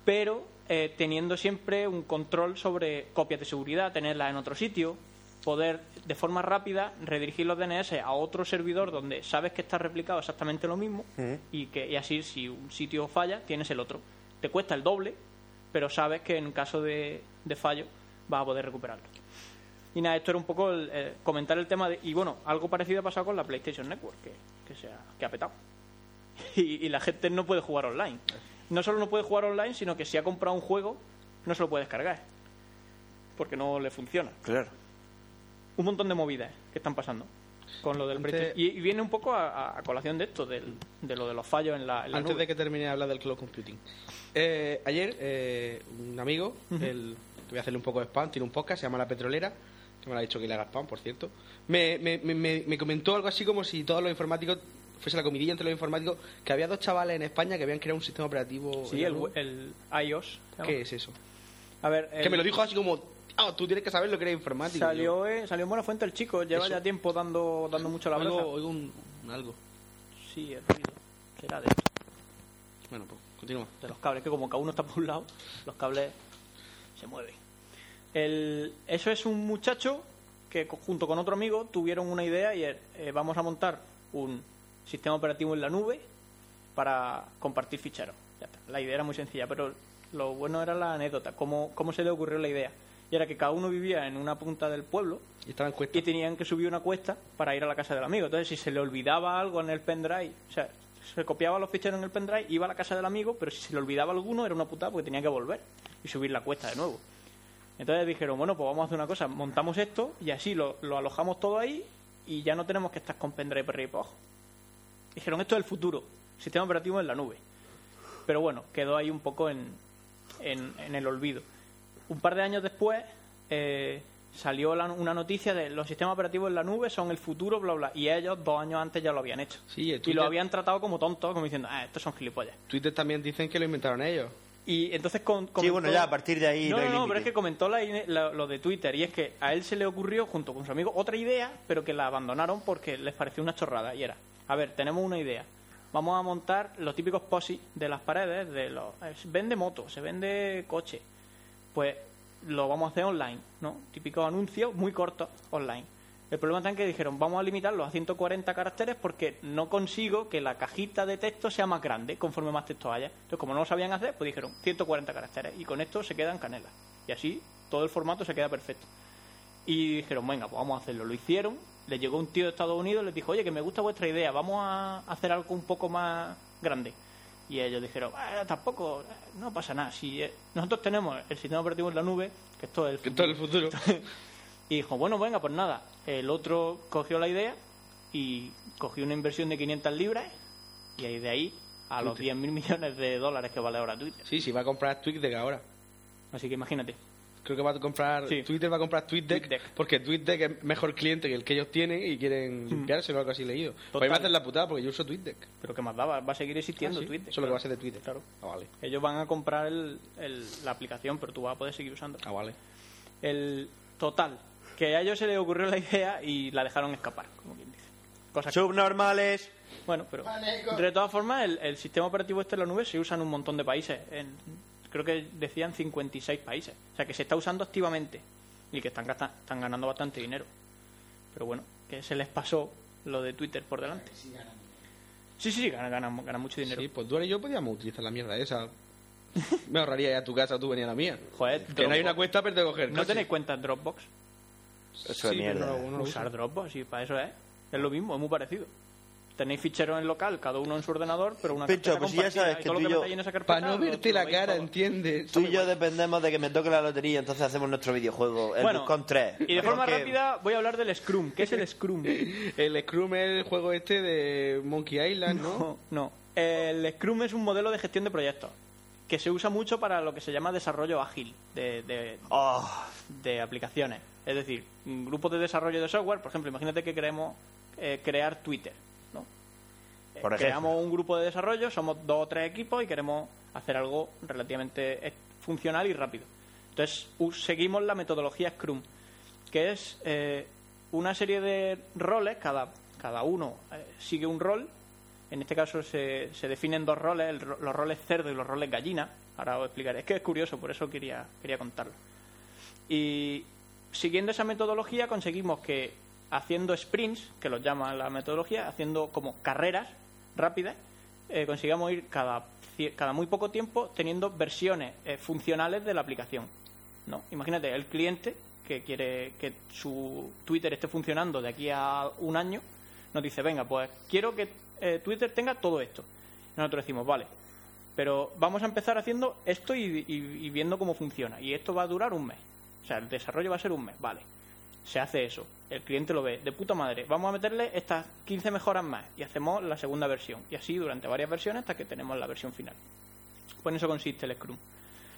[SPEAKER 7] pero eh, teniendo siempre un control sobre copias de seguridad, tenerlas en otro sitio, poder de forma rápida redirigir los DNS a otro servidor donde sabes que está replicado exactamente lo mismo
[SPEAKER 8] Ujú.
[SPEAKER 7] y que y así si un sitio falla tienes el otro. Te cuesta el doble, pero sabes que en caso de, de fallo vas a poder recuperarlo. Y nada, esto era un poco el, eh, comentar el tema de... Y bueno, algo parecido ha pasado con la PlayStation Network, que, que, se ha, que ha petado. Y, y la gente no puede jugar online. No solo no puede jugar online, sino que si ha comprado un juego, no se lo puede descargar. Porque no le funciona.
[SPEAKER 8] Claro.
[SPEAKER 7] Un montón de movidas que están pasando con lo del
[SPEAKER 5] Antes-
[SPEAKER 7] PlayStation. Y, y viene un poco a, a- a colación de esto, del- de lo de los fallos en la, en la
[SPEAKER 5] Antes
[SPEAKER 7] nube.
[SPEAKER 5] de que termine de hablar del cloud computing. Eh, ayer, eh, un amigo,
[SPEAKER 7] Ujú.
[SPEAKER 5] el- que voy a hacerle un poco de spam, tiene un podcast, se llama La Petrolera, que me lo ha dicho que le haga spam, por cierto, me, me- me- me- me comentó algo así como si todos los informáticos, fuese la comidilla entre los informáticos, que había dos chavales en España que habían creado un sistema operativo... en
[SPEAKER 7] Sí,
[SPEAKER 5] la
[SPEAKER 7] el, eh,
[SPEAKER 5] nube.
[SPEAKER 7] el iOS.
[SPEAKER 5] ¿Qué es eso?
[SPEAKER 7] A ver,
[SPEAKER 5] Que
[SPEAKER 7] el-
[SPEAKER 5] me lo dijo así como, ah, tú tienes que saber lo que eres informático. Yo,
[SPEAKER 7] Salió, eh, salió en buena fuente el chico, lleva
[SPEAKER 5] Eso.
[SPEAKER 7] ya tiempo dando, dando mucho la
[SPEAKER 5] Oigo-
[SPEAKER 7] brasa.
[SPEAKER 5] oigo un, algo.
[SPEAKER 7] Sí, el ruido. Será de,
[SPEAKER 5] Bueno, pues continúa.
[SPEAKER 7] de los cables, que como cada uno está por un lado, los cables se mueven. El- eso es un muchacho que co- junto con otro amigo tuvieron una idea y es, eh, vamos a montar un sistema operativo en la nube para compartir ficheros. Ya está. La idea era muy sencilla, pero lo bueno era la anécdota, cómo, cómo se le ocurrió la idea. Y era que cada uno vivía en una punta del pueblo
[SPEAKER 5] Y estaban cuesta.
[SPEAKER 7] y tenían que subir una cuesta para ir a la casa del amigo. Entonces, si se le olvidaba algo en el pendrive, o sea, se copiaba los ficheros en el pendrive, iba a la casa del amigo, pero si se le olvidaba alguno era una putada porque tenía que volver y subir la cuesta de nuevo. Entonces dijeron, bueno, pues vamos a hacer una cosa, montamos esto y así lo, lo alojamos todo ahí y ya no tenemos que estar con pendrive por arriba y por abajo. Dijeron, esto es el futuro, sistema operativo en la nube. Pero bueno, quedó ahí un poco en, en, en el olvido. Un par de años después eh, salió la- una noticia de los sistemas operativos en la nube son el futuro, bla, bla. Y ellos dos años antes ya lo habían hecho.
[SPEAKER 5] Sí, el
[SPEAKER 7] y lo
[SPEAKER 5] Twitter-
[SPEAKER 7] habían tratado como tontos, como diciendo, ah, estos son gilipollas.
[SPEAKER 5] Twitter también dicen que lo inventaron ellos.
[SPEAKER 7] Y entonces con,
[SPEAKER 8] Sí, bueno, ya a partir de ahí
[SPEAKER 7] No,
[SPEAKER 8] no hay
[SPEAKER 7] no,
[SPEAKER 8] límite.
[SPEAKER 7] pero es que comentó la ine- la- lo de Twitter y es que a él se le ocurrió junto con su amigo otra idea, pero que la abandonaron porque les pareció una chorrada y era, a ver, tenemos una idea. Vamos a montar los típicos posis de las paredes de los eh, se vende moto, se vende coche. Pues lo vamos a hacer online, ¿no? Típicos anuncios muy cortos online. El problema está en que dijeron, vamos a limitarlos a 140 caracteres porque no consigo que la cajita de texto sea más grande conforme más texto haya. Entonces, como no lo sabían hacer, pues dijeron 140 caracteres y con esto se quedan canelas. Y así todo el formato se queda perfecto. Y dijeron, venga, pues vamos a hacerlo. Lo hicieron, les llegó un tío de Estados Unidos, les dijo, oye, que me gusta vuestra idea, vamos a hacer algo un poco más grande. Y ellos dijeron, "Ah, tampoco, eh, no pasa nada. Si eh, nosotros tenemos el sistema operativo en la nube, que esto es el
[SPEAKER 5] Todo el futuro.
[SPEAKER 7] y dijo, bueno, venga, pues nada. El otro cogió la idea y cogió una inversión de 500 libras y ahí de ahí a los 10.000 millones de dólares que vale ahora Twitter.
[SPEAKER 5] sí, sí, va a comprar Twitter ahora.
[SPEAKER 7] Así que imagínate.
[SPEAKER 5] Creo que va a comprar
[SPEAKER 7] Sí.
[SPEAKER 5] Twitter va a comprar TweetDeck,
[SPEAKER 7] TweetDeck. Hmm.
[SPEAKER 5] porque TweetDeck es mejor cliente que el que ellos tienen y quieren limpiarse o algo así leído. Pues a mí me
[SPEAKER 7] Total.
[SPEAKER 5] hacen la putada porque yo uso TweetDeck.
[SPEAKER 7] Pero que más daba, va a seguir existiendo
[SPEAKER 5] Ah, sí,
[SPEAKER 7] Twitter.
[SPEAKER 5] Eso es lo que va a ser
[SPEAKER 7] claro.
[SPEAKER 5] de Twitter. Claro. Ah, vale.
[SPEAKER 7] Ellos van a comprar el- el- la aplicación, pero tú vas a poder seguir usando.
[SPEAKER 5] Ah, vale.
[SPEAKER 7] El total, que a ellos se les ocurrió la idea y la dejaron escapar, como quien dice. Cosa que-
[SPEAKER 8] Subnormales.
[SPEAKER 7] Bueno, pero de todas formas, el, el sistema operativo este de la nube se usa en un montón de países. En- creo que decían 56 países. O sea, que se está usando activamente y que están, gasta- están ganando bastante dinero. Pero bueno, que se les pasó lo de Twitter por delante. Sí, sí, sí, ganan, ganan, ganan mucho dinero.
[SPEAKER 5] Sí, pues tú y yo podíamos utilizar la mierda esa. me ahorraría ya tu casa, tú venías a la mía.
[SPEAKER 7] Joder,
[SPEAKER 5] Que no hay
[SPEAKER 7] Dropbox.
[SPEAKER 5] una cuesta, pero te coger.
[SPEAKER 7] ¿No
[SPEAKER 5] coche.
[SPEAKER 7] tenéis cuenta en Dropbox?
[SPEAKER 8] Eso
[SPEAKER 5] Sí,
[SPEAKER 8] es mierda.
[SPEAKER 5] pero no lo- no lo
[SPEAKER 7] Usar
[SPEAKER 5] uso.
[SPEAKER 7] Dropbox, sí, para eso es. Es lo mismo, es muy parecido. Tenéis ficheros en local, cada uno en su ordenador, pero una
[SPEAKER 8] Pecho,
[SPEAKER 7] carpeta
[SPEAKER 8] pues si ya
[SPEAKER 7] compartida,
[SPEAKER 8] sabes
[SPEAKER 7] y
[SPEAKER 8] que
[SPEAKER 7] todo lo
[SPEAKER 8] tú y yo-
[SPEAKER 7] metáis en esa carpeta,
[SPEAKER 5] Para no
[SPEAKER 7] lo-
[SPEAKER 5] verte
[SPEAKER 7] lo
[SPEAKER 5] la
[SPEAKER 7] veis
[SPEAKER 5] cara,
[SPEAKER 7] todo.
[SPEAKER 5] ¿entiendes?
[SPEAKER 8] Tú y yo dependemos de que me toque la lotería, entonces hacemos nuestro videojuego, el
[SPEAKER 7] Bueno,
[SPEAKER 8] Buscón 3.
[SPEAKER 7] Y de forma
[SPEAKER 8] Porque-
[SPEAKER 7] rápida voy a hablar del Scrum. ¿Qué es el Scrum?
[SPEAKER 5] El Scrum es el juego este de Monkey Island, ¿no?
[SPEAKER 7] No, no. El Scrum es un modelo de gestión de proyectos que se usa mucho para lo que se llama desarrollo ágil de, de-
[SPEAKER 8] Oh,
[SPEAKER 7] de aplicaciones. Es decir, un grupo de desarrollo de software, por ejemplo, imagínate que queremos eh, crear Twitter. ¿no? Eh,
[SPEAKER 8] Por ejemplo.
[SPEAKER 7] Creamos un grupo de desarrollo, somos dos o tres equipos y queremos hacer algo relativamente eh, funcional y rápido. Entonces, u- seguimos la metodología Scrum, que es eh, una serie de roles, cada, cada uno eh, sigue un rol. En este caso se, se definen dos roles, el ro- los roles cerdo y los roles gallina. Ahora os explicaré. Es que es curioso, por eso quería, quería contarlo. Y siguiendo esa metodología conseguimos que haciendo sprints, que los llama la metodología, haciendo como carreras rápidas, eh, consigamos ir cada, cie- cada muy poco tiempo teniendo versiones eh, funcionales de la aplicación. ¿no? Imagínate, el cliente que quiere que su Twitter esté funcionando de aquí a un año, nos dice, venga, pues quiero que eh, Twitter tenga todo esto. Y nosotros decimos, vale, pero vamos a empezar haciendo esto y, y- y viendo cómo funciona. Y esto va a durar un mes. O sea, el desarrollo va a ser un mes, vale. Se hace eso. El cliente lo ve, de puta madre. Vamos a meterle estas 15 mejoras más y hacemos la segunda versión. Y así durante varias versiones hasta que tenemos la versión final. Pues en eso consiste el Scrum.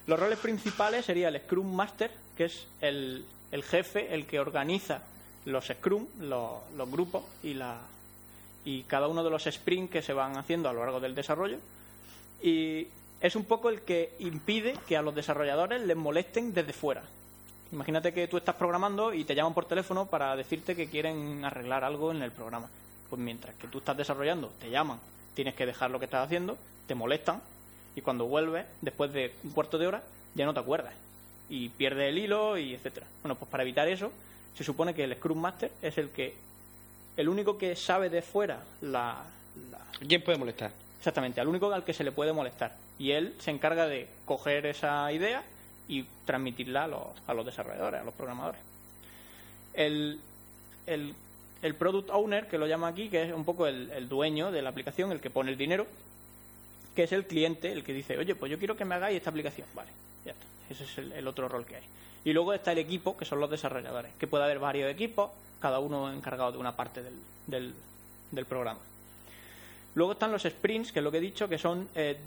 [SPEAKER 7] Los roles principales sería el Scrum Master, que es el, el jefe, el que organiza los Scrum, los, los grupos y, la, y cada uno de los sprints que se van haciendo a lo largo del desarrollo. Y es un poco el que impide que a los desarrolladores les molesten desde fuera. Imagínate que tú estás programando y te llaman por teléfono para decirte que quieren arreglar algo en el programa. Pues mientras que tú estás desarrollando, te llaman, tienes que dejar lo que estás haciendo, te molestan y cuando vuelves, después de un cuarto de hora, ya no te acuerdas y pierdes el hilo y etcétera. Bueno, pues para evitar eso, se supone que el Scrum Master es el que el único que sabe de fuera la,
[SPEAKER 5] ¿Quién puede molestar?
[SPEAKER 7] Exactamente, al único al que se le puede molestar. Y él se encarga de coger esa idea y transmitirla a los, a los desarrolladores, a los programadores. El, el, el product owner, que lo llama aquí, que es un poco el, el dueño de la aplicación, el que pone el dinero, que es el cliente, el que dice, oye, pues yo quiero que me hagáis esta aplicación. Vale, ya está. Ese es el, el otro rol que hay. Y luego está el equipo, que son los desarrolladores, que puede haber varios equipos, cada uno encargado de una parte del- del, del programa. Luego están los sprints, que es lo que he dicho, que son eh,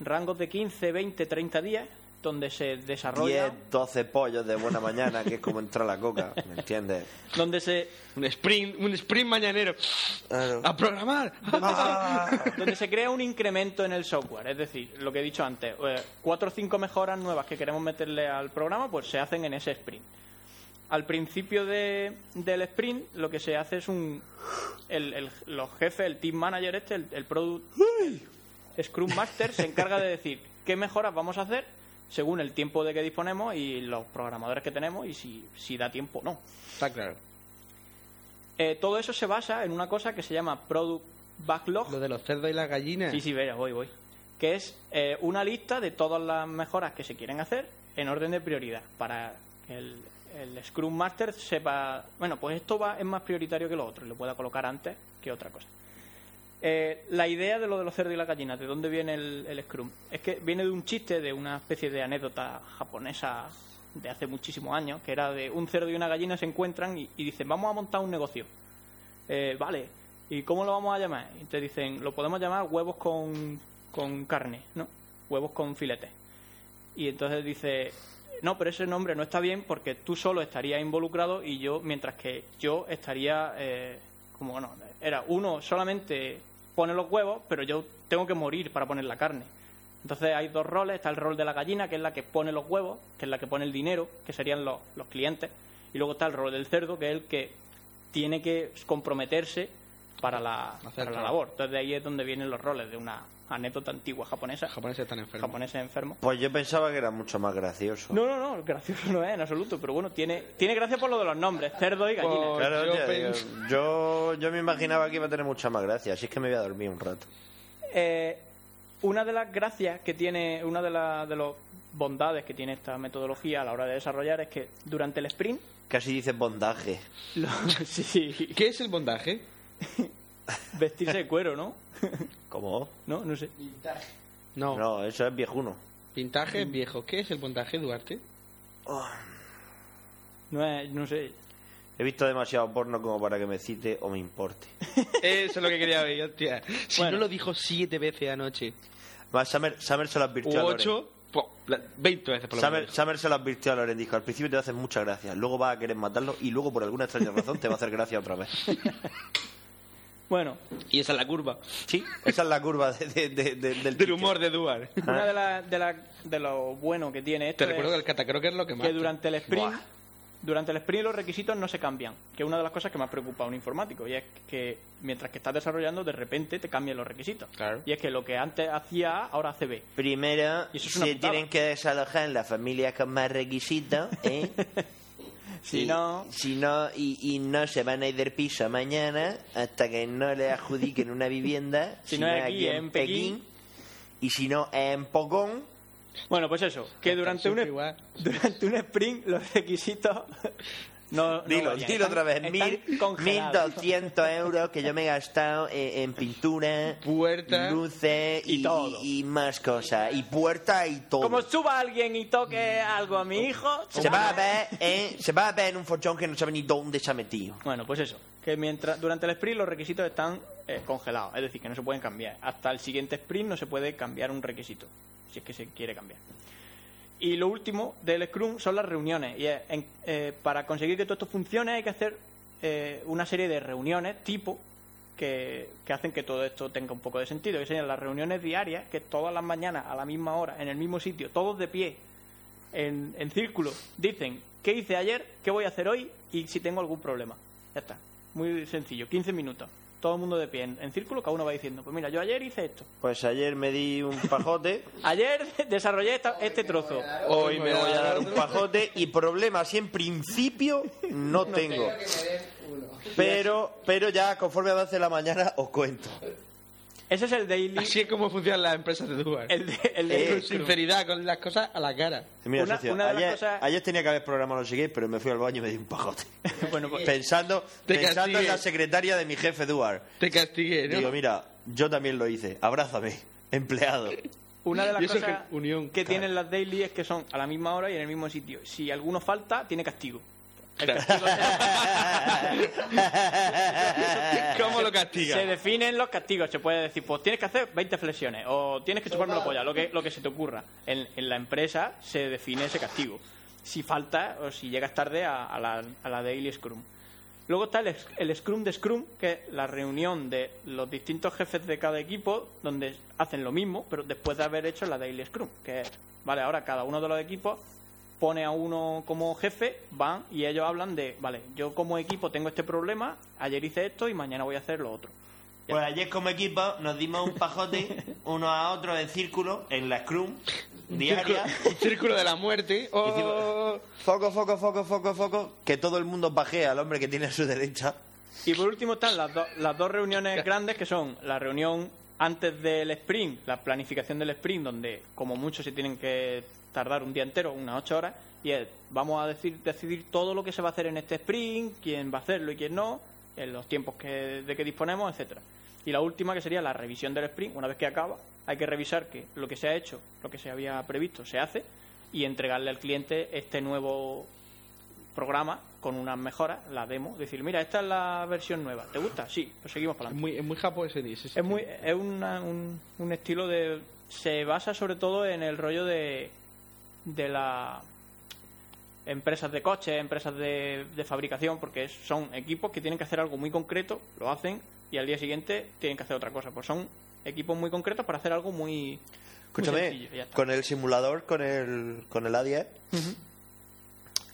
[SPEAKER 7] rangos de 15, 20, 30 días, donde se desarrolla.
[SPEAKER 8] 10, 12 pollos de buena mañana, que es como entrar la coca, ¿me entiendes?
[SPEAKER 7] Donde se.
[SPEAKER 5] Un sprint, un sprint mañanero. A programar.
[SPEAKER 7] donde se crea un incremento en el software. Es decir, lo que he dicho antes, eh, cuatro o cinco mejoras nuevas que queremos meterle al programa, pues se hacen en ese sprint. Al principio de- del sprint, lo que se hace es un. El, el- los jefes, el team manager, este, el, el product. Scrum Master se encarga de decir qué mejoras vamos a hacer según el tiempo de que disponemos y los programadores que tenemos y si, si da tiempo o no.
[SPEAKER 5] Está claro.
[SPEAKER 7] Eh, todo eso se basa en una cosa que se llama Product Backlog.
[SPEAKER 5] Lo de los cerdos y las gallinas.
[SPEAKER 7] Sí, sí, verá, voy, voy. Que es eh, una lista de todas las mejoras que se quieren hacer en orden de prioridad. Para que el, el Scrum Master sepa, bueno, pues esto va es más prioritario que lo otro y lo pueda colocar antes que otra cosa. Eh, la idea de lo de los cerdos y las gallinas, ¿de dónde viene el, el Scrum? Es que viene de un chiste, de una especie de anécdota japonesa de hace muchísimos años, que era de un cerdo y una gallina se encuentran y, y dicen, vamos a montar un negocio. Eh, vale, ¿y cómo lo vamos a llamar? Y te dicen, lo podemos llamar huevos con, con carne, ¿no? Huevos con filetes. Y entonces dice, no, pero ese nombre no está bien porque tú solo estarías involucrado y yo, mientras que yo estaría, eh, como bueno, era uno solamente pone los huevos, pero yo tengo que morir para poner la carne. Entonces hay dos roles, está el rol de la gallina, que es la que pone los huevos, que es la que pone el dinero, que serían los, los clientes, y luego está el rol del cerdo, que es el que tiene que comprometerse para la, para la
[SPEAKER 5] trabajo.
[SPEAKER 7] labor. Entonces de ahí es donde vienen los roles de una anécdota antigua japonesa.
[SPEAKER 5] Japoneses están enfermos.
[SPEAKER 7] Japoneses enfermos.
[SPEAKER 8] Pues yo pensaba que era mucho más gracioso.
[SPEAKER 7] No, no, no, gracioso no es en absoluto, pero bueno, tiene, tiene gracia por lo de los nombres, cerdo y gallina.
[SPEAKER 8] Claro, yo, yo, yo me imaginaba que iba a tener mucha más gracia, así es que me voy a dormir un rato.
[SPEAKER 7] Eh, una de las gracias que tiene, una de, la- de las bondades que tiene esta metodología a la hora de desarrollar es que durante el sprint
[SPEAKER 8] Casi dices bondaje.
[SPEAKER 5] ¿Qué es el bondaje?
[SPEAKER 7] vestirse de cuero, ¿no?
[SPEAKER 8] ¿Cómo?
[SPEAKER 7] No, no sé.
[SPEAKER 5] No.
[SPEAKER 8] No, eso es viejuno.
[SPEAKER 5] Pintaje es viejo. ¿Qué es el bondaje, Duarte?
[SPEAKER 7] No, es- no sé.
[SPEAKER 8] He visto demasiado porno como para que me cite o me importe.
[SPEAKER 5] Eso es lo que quería ver, hostia. Si no lo dijo siete veces anoche.
[SPEAKER 8] Más Summer, Summer se lo advirtió
[SPEAKER 5] U
[SPEAKER 8] a Loren.
[SPEAKER 5] ocho, po, la- 20 veces por lo
[SPEAKER 8] Summer,
[SPEAKER 5] menos.
[SPEAKER 8] Summer se lo advirtió a Loren. Dijo, al principio te haces muchas gracias, luego vas a querer matarlo y luego por alguna extraña razón te va a hacer gracia otra vez.
[SPEAKER 7] Bueno,
[SPEAKER 5] Y esa es la curva.
[SPEAKER 8] Sí, esa es la curva de- de- de- de- del,
[SPEAKER 5] Del humor de Duarte.
[SPEAKER 7] una de, las de, la- de lo bueno que tiene esto
[SPEAKER 5] Ah. Te recuerdo que
[SPEAKER 7] es
[SPEAKER 5] el catacroker es lo que más.
[SPEAKER 7] que durante el sprint durante el sprint los requisitos no se cambian, que es una de las cosas que más preocupa a un informático, y es que mientras que estás desarrollando, de repente te cambian los requisitos. Y es que lo que antes hacía A, ahora hace B.
[SPEAKER 8] Primero,
[SPEAKER 7] Y eso es una
[SPEAKER 8] se
[SPEAKER 7] putada.
[SPEAKER 8] tienen que desalojar en las familias con más requisitos, ¿eh?
[SPEAKER 7] Si
[SPEAKER 8] Y-
[SPEAKER 7] no-
[SPEAKER 8] Si no, y, y no se van a ir del piso mañana hasta que no le adjudiquen una vivienda.
[SPEAKER 7] Si no es aquí, en Pekín.
[SPEAKER 8] Y si no, en Pocón.
[SPEAKER 7] Bueno, pues eso, que durante un, durante un sprint los requisitos no. no
[SPEAKER 8] Dilo,
[SPEAKER 7] varían.
[SPEAKER 8] dilo otra vez.
[SPEAKER 7] Están
[SPEAKER 8] Mil,
[SPEAKER 7] congelados.
[SPEAKER 8] 1200 euros que yo me he gastado en, en pintura, puertas, luces y,
[SPEAKER 7] todo.
[SPEAKER 8] y, más cosas. Y puertas y todo.
[SPEAKER 7] Como suba alguien y toque algo a mi hijo,
[SPEAKER 8] se, va a ver en, se va a ver en un fochón que no sabe ni dónde se ha metido.
[SPEAKER 7] Bueno, pues eso, que mientras durante el sprint los requisitos están eh, congelados, es decir, que no se pueden cambiar. Hasta el siguiente sprint no se puede cambiar un requisito, si es que se quiere cambiar. Y lo último del Scrum son las reuniones. Y es, en- eh, para conseguir que todo esto funcione hay que hacer eh, una serie de reuniones tipo que, que hacen que todo esto tenga un poco de sentido, que serían las reuniones diarias, que todas las mañanas a la misma hora, en el mismo sitio, todos de pie, en, en círculo, dicen qué hice ayer, qué voy a hacer hoy y si tengo algún problema. Ya está. Muy sencillo, 15 minutos. Todo el mundo de pie, en, en círculo, cada uno va diciendo, pues mira, yo ayer hice esto.
[SPEAKER 8] Pues ayer me di un pajote.
[SPEAKER 7] Ayer desarrollé esta- este trozo.
[SPEAKER 8] Hoy me voy a dar un pajote y problemas y en principio no tengo. Pero, pero ya conforme avance la mañana os cuento.
[SPEAKER 7] Ese es el daily.
[SPEAKER 5] Así es como funcionan las empresas de Dubai.
[SPEAKER 7] El eh, de- el
[SPEAKER 8] de-
[SPEAKER 5] con sinceridad, con las cosas a la cara.
[SPEAKER 8] Mira,
[SPEAKER 5] Una-
[SPEAKER 8] socio,
[SPEAKER 5] una de las
[SPEAKER 8] ayer,
[SPEAKER 5] cosas-
[SPEAKER 8] ayer tenía que haber programado no sé qué, pero me fui al baño y me di un pajote.
[SPEAKER 7] Bueno, pues-
[SPEAKER 8] pensando
[SPEAKER 5] Te
[SPEAKER 8] pensando en
[SPEAKER 5] castigue.
[SPEAKER 8] la secretaria de mi jefe, Duar.
[SPEAKER 5] Te castigué, ¿no?
[SPEAKER 8] Digo, mira, yo también lo hice. Abrázame, empleado.
[SPEAKER 7] Una de las
[SPEAKER 5] Y eso
[SPEAKER 7] cosas
[SPEAKER 5] que-
[SPEAKER 7] que tienen las daily es que son a la misma hora y en el mismo sitio. Si alguno falta, tiene castigo.
[SPEAKER 5] ¿Cómo lo castiga?
[SPEAKER 7] Se definen los castigos. Se puede decir, pues tienes que hacer 20 flexiones o tienes que chuparme la polla, lo que, lo que se te ocurra. En, en la empresa se define ese castigo. Si falta o si llegas tarde a, a la, a la Daily Scrum. Luego está el, ex- el Scrum de Scrum, que es la reunión de los distintos jefes de cada equipo, donde hacen lo mismo, pero después de haber hecho la Daily Scrum. Que es, vale, ahora cada uno de los equipos pone a uno como jefe, van y ellos hablan de, vale, yo como equipo tengo este problema, ayer hice esto y mañana voy a hacer lo otro.
[SPEAKER 8] Pues ayer como equipo nos dimos un pajote uno a otro en círculo, en la scrum diaria.
[SPEAKER 5] Un círculo de la muerte. Oh.
[SPEAKER 8] Foco, foco, foco, foco, foco. Que todo el mundo bajea al hombre que tiene a su derecha.
[SPEAKER 7] Y por último están las, do- las dos reuniones grandes que son la reunión antes del sprint, la planificación del sprint, donde como mucho se tienen que tardar un día entero, unas ocho horas, y es, vamos a decir, decidir todo lo que se va a hacer en este sprint, quién va a hacerlo y quién no, en los tiempos que, de que disponemos, etcétera. Y la última que sería la revisión del sprint, una vez que acaba, hay que revisar que lo que se ha hecho, lo que se había previsto, se hace y entregarle al cliente este nuevo programa con unas mejoras, la demo, decir, mira, esta es la versión nueva, ¿te gusta? Sí, pues seguimos para
[SPEAKER 5] Es
[SPEAKER 7] adelante.
[SPEAKER 5] muy, es muy japo ese dice.
[SPEAKER 7] Es, muy, es una- un, un estilo de... Se basa sobre todo en el rollo de, de las empresas de coches, empresas de, de fabricación, porque es- son equipos que tienen que hacer algo muy concreto, lo hacen y al día siguiente tienen que hacer otra cosa. Pues son equipos muy concretos para hacer algo muy... muy
[SPEAKER 8] Escúchame,
[SPEAKER 7] sencillo, ya está.
[SPEAKER 8] con el simulador, con el, con el A10,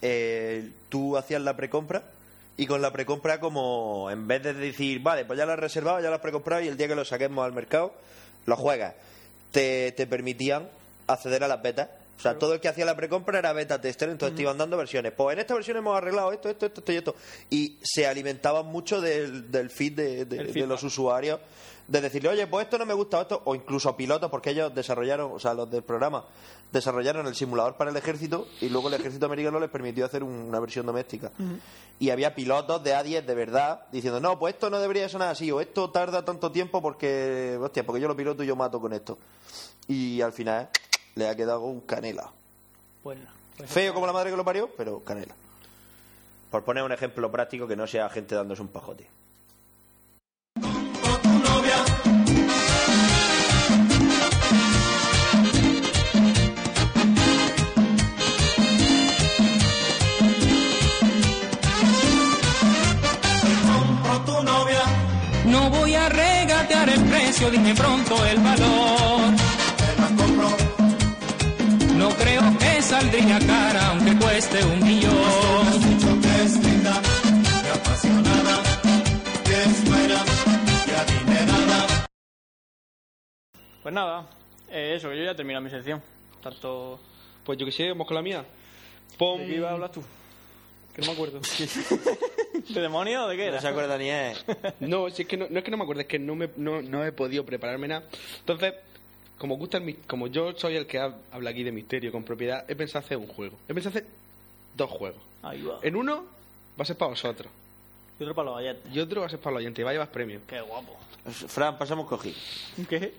[SPEAKER 8] eh, tú hacías la precompra y con la precompra como en vez de decir, vale, pues ya la has reservado, ya la has precomprado y el día que lo saquemos al mercado, lo juegas. Te, te permitían acceder a las betas. O sea, todo el que hacía la precompra era beta tester, entonces te iban dando versiones. Pues en esta versión hemos arreglado esto, esto, esto, esto y esto. Y se alimentaban mucho del, del feed de, de-
[SPEAKER 7] El
[SPEAKER 8] de
[SPEAKER 7] feedback.
[SPEAKER 8] los usuarios, de decirle, oye, pues esto no me gusta, esto, o incluso a pilotos, porque ellos desarrollaron, o sea, los del programa, desarrollaron el simulador para el ejército y luego el ejército americano les permitió hacer un- una versión doméstica. Y había pilotos de A10 de verdad diciendo, no, pues esto no debería sonar así, o esto tarda tanto tiempo porque, hostia, porque yo lo piloto y yo mato con esto. Y al final le ha quedado un canela.
[SPEAKER 7] Bueno, pues-
[SPEAKER 8] Feo como la madre que lo parió, pero canela. Por poner un ejemplo práctico que no sea gente dándose un pajote.
[SPEAKER 12] No voy a regatear el precio, dime pronto el valor. No creo que saldría cara aunque cueste un
[SPEAKER 2] oh,
[SPEAKER 12] millón.
[SPEAKER 7] Pues nada, eh, eso, yo ya he terminado mi sección. Tanto.
[SPEAKER 5] Pues yo que sé, vamos con la mía. Pon...
[SPEAKER 7] ¿De qué iba a hablar tú?
[SPEAKER 5] Que no me acuerdo.
[SPEAKER 7] ¿De demonio o de qué era?
[SPEAKER 8] ni él.
[SPEAKER 5] No, si es que no, no es que no me acuerdo, es que no, me, no, no he podido prepararme nada. Entonces, como, gusta el mis- como yo soy el que hab- habla aquí de misterio con propiedad, he pensado hacer un juego. He pensado hacer dos juegos.
[SPEAKER 7] Ahí va.
[SPEAKER 5] En uno va a ser para vosotros.
[SPEAKER 7] Y otro para los oyentes.
[SPEAKER 5] Y otro va a ser para los oyentes y va a llevar premio.
[SPEAKER 7] Qué guapo.
[SPEAKER 8] Fran, pasamos cojín.
[SPEAKER 7] ¿Qué?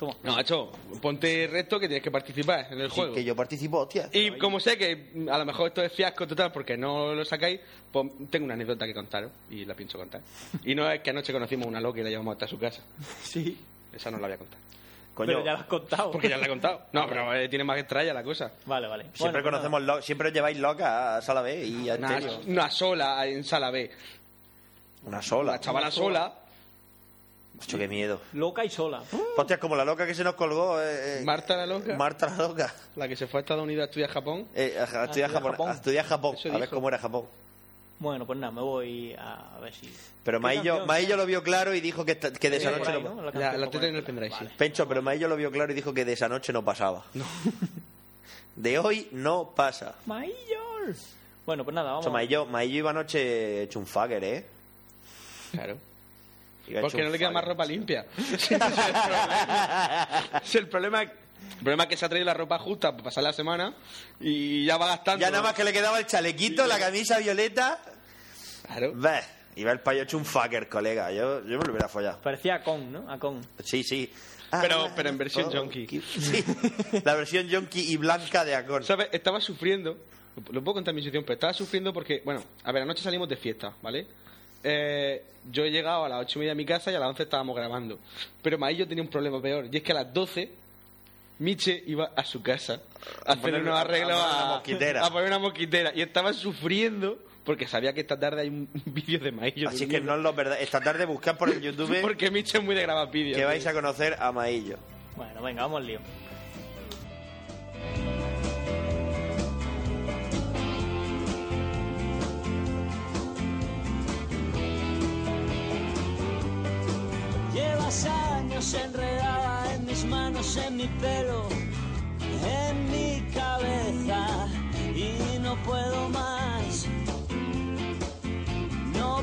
[SPEAKER 5] No, macho, ponte reto que tienes que participar en el juego.
[SPEAKER 8] que yo participo, hostia.
[SPEAKER 5] Y como sé que mm, a lo mejor esto es fiasco total porque no lo sacáis, pues tengo una anécdota que contaros y la pienso contar. Y no es que anoche conocimos una loca y la llevamos hasta su casa.
[SPEAKER 7] Sí.
[SPEAKER 5] Esa no la voy a contar.
[SPEAKER 7] Pero ya lo has contado.
[SPEAKER 5] Porque ya la he contado. No, pero eh, tiene más extraña la cosa.
[SPEAKER 7] Vale, vale.
[SPEAKER 8] Siempre
[SPEAKER 7] Bueno, pues
[SPEAKER 8] conocemos lo- siempre os lleváis loca a sala B y a
[SPEAKER 5] Una,
[SPEAKER 8] estéreo.
[SPEAKER 5] una sola en sala B.
[SPEAKER 8] Una sola.
[SPEAKER 5] La chavala sola.
[SPEAKER 8] Mucho qué miedo.
[SPEAKER 7] Loca y sola.
[SPEAKER 8] Hostia, como la loca que se nos colgó. eh, eh,
[SPEAKER 5] Marta la loca.
[SPEAKER 8] Marta la loca.
[SPEAKER 5] La que se fue a Estados Unidos a estudiar a Japón.
[SPEAKER 8] Eh, a- a estudiar
[SPEAKER 7] estudiar
[SPEAKER 8] Japón.
[SPEAKER 7] Japón.
[SPEAKER 8] A estudiar Japón.
[SPEAKER 5] Ah, Eso
[SPEAKER 8] A ver
[SPEAKER 5] dijo.
[SPEAKER 8] cómo era Japón.
[SPEAKER 7] Bueno, pues nada, me voy a ver si.
[SPEAKER 8] Pero
[SPEAKER 7] ¿Qué
[SPEAKER 8] Maillo,
[SPEAKER 7] canción?
[SPEAKER 8] Maillo lo vio claro y dijo que, ta- que de esa
[SPEAKER 7] Eh,
[SPEAKER 8] noche
[SPEAKER 7] por ahí,
[SPEAKER 8] no.
[SPEAKER 5] La,
[SPEAKER 7] ¿no? La canción
[SPEAKER 5] la teta en
[SPEAKER 7] japonesa.
[SPEAKER 5] el pendrive, sí.
[SPEAKER 8] Pencho, pero Maillo lo vio claro y dijo que de esa noche no pasaba. De hoy no pasa.
[SPEAKER 7] Maillol. Bueno, pues nada, vamos.
[SPEAKER 8] Maillo, Maillo, iba anoche hecho un fucker, ¿eh?
[SPEAKER 5] Claro.
[SPEAKER 8] Iba hecho un
[SPEAKER 5] Porque Pues no le queda más
[SPEAKER 8] fucker.
[SPEAKER 5] ropa limpia. Ese es el problema. Ese es el problema. El problema es que se ha traído la ropa justa para pasar la semana y ya va gastando.
[SPEAKER 8] Ya nada más que le quedaba el chalequito, la camisa violeta.
[SPEAKER 5] Claro.
[SPEAKER 8] Ve, iba el payo hecho un fucker, colega. Yo, yo me lo hubiera follado.
[SPEAKER 7] Parecía a Kong, ¿no? A Kong.
[SPEAKER 8] Sí, sí.
[SPEAKER 5] Pero-
[SPEAKER 8] Ah,
[SPEAKER 5] pero en versión
[SPEAKER 8] oh,
[SPEAKER 5] yonki.
[SPEAKER 8] qué- Sí, la versión yonki y blanca de Acon.
[SPEAKER 5] ¿Sabes? Estaba sufriendo. Lo puedo contar en mi situación, pero estaba sufriendo porque, bueno, a ver, anoche salimos de fiesta, ¿vale? Eh, yo he llegado a las ocho y media a mi casa y a las 11 estábamos grabando. Pero Maillo tenía un problema peor, y es que a las 12 Miche iba a su casa a hacer
[SPEAKER 8] poner-
[SPEAKER 5] unos arreglos
[SPEAKER 8] a poner una
[SPEAKER 5] a,
[SPEAKER 8] mosquitera.
[SPEAKER 5] a poner una mosquitera. Y estaba sufriendo porque sabía que esta tarde hay un un vídeo de Maillo.
[SPEAKER 8] Así que
[SPEAKER 5] durmiendo.
[SPEAKER 8] no es lo verdad. Esta tarde buscad por el YouTube
[SPEAKER 5] Porque Miche es muy de grabar vídeos.
[SPEAKER 8] que vais a conocer a Maillo.
[SPEAKER 7] Bueno, venga, vamos al lío.
[SPEAKER 13] Llevas años enredada en mis manos, en mi pelo, en mi cabeza y no puedo más. No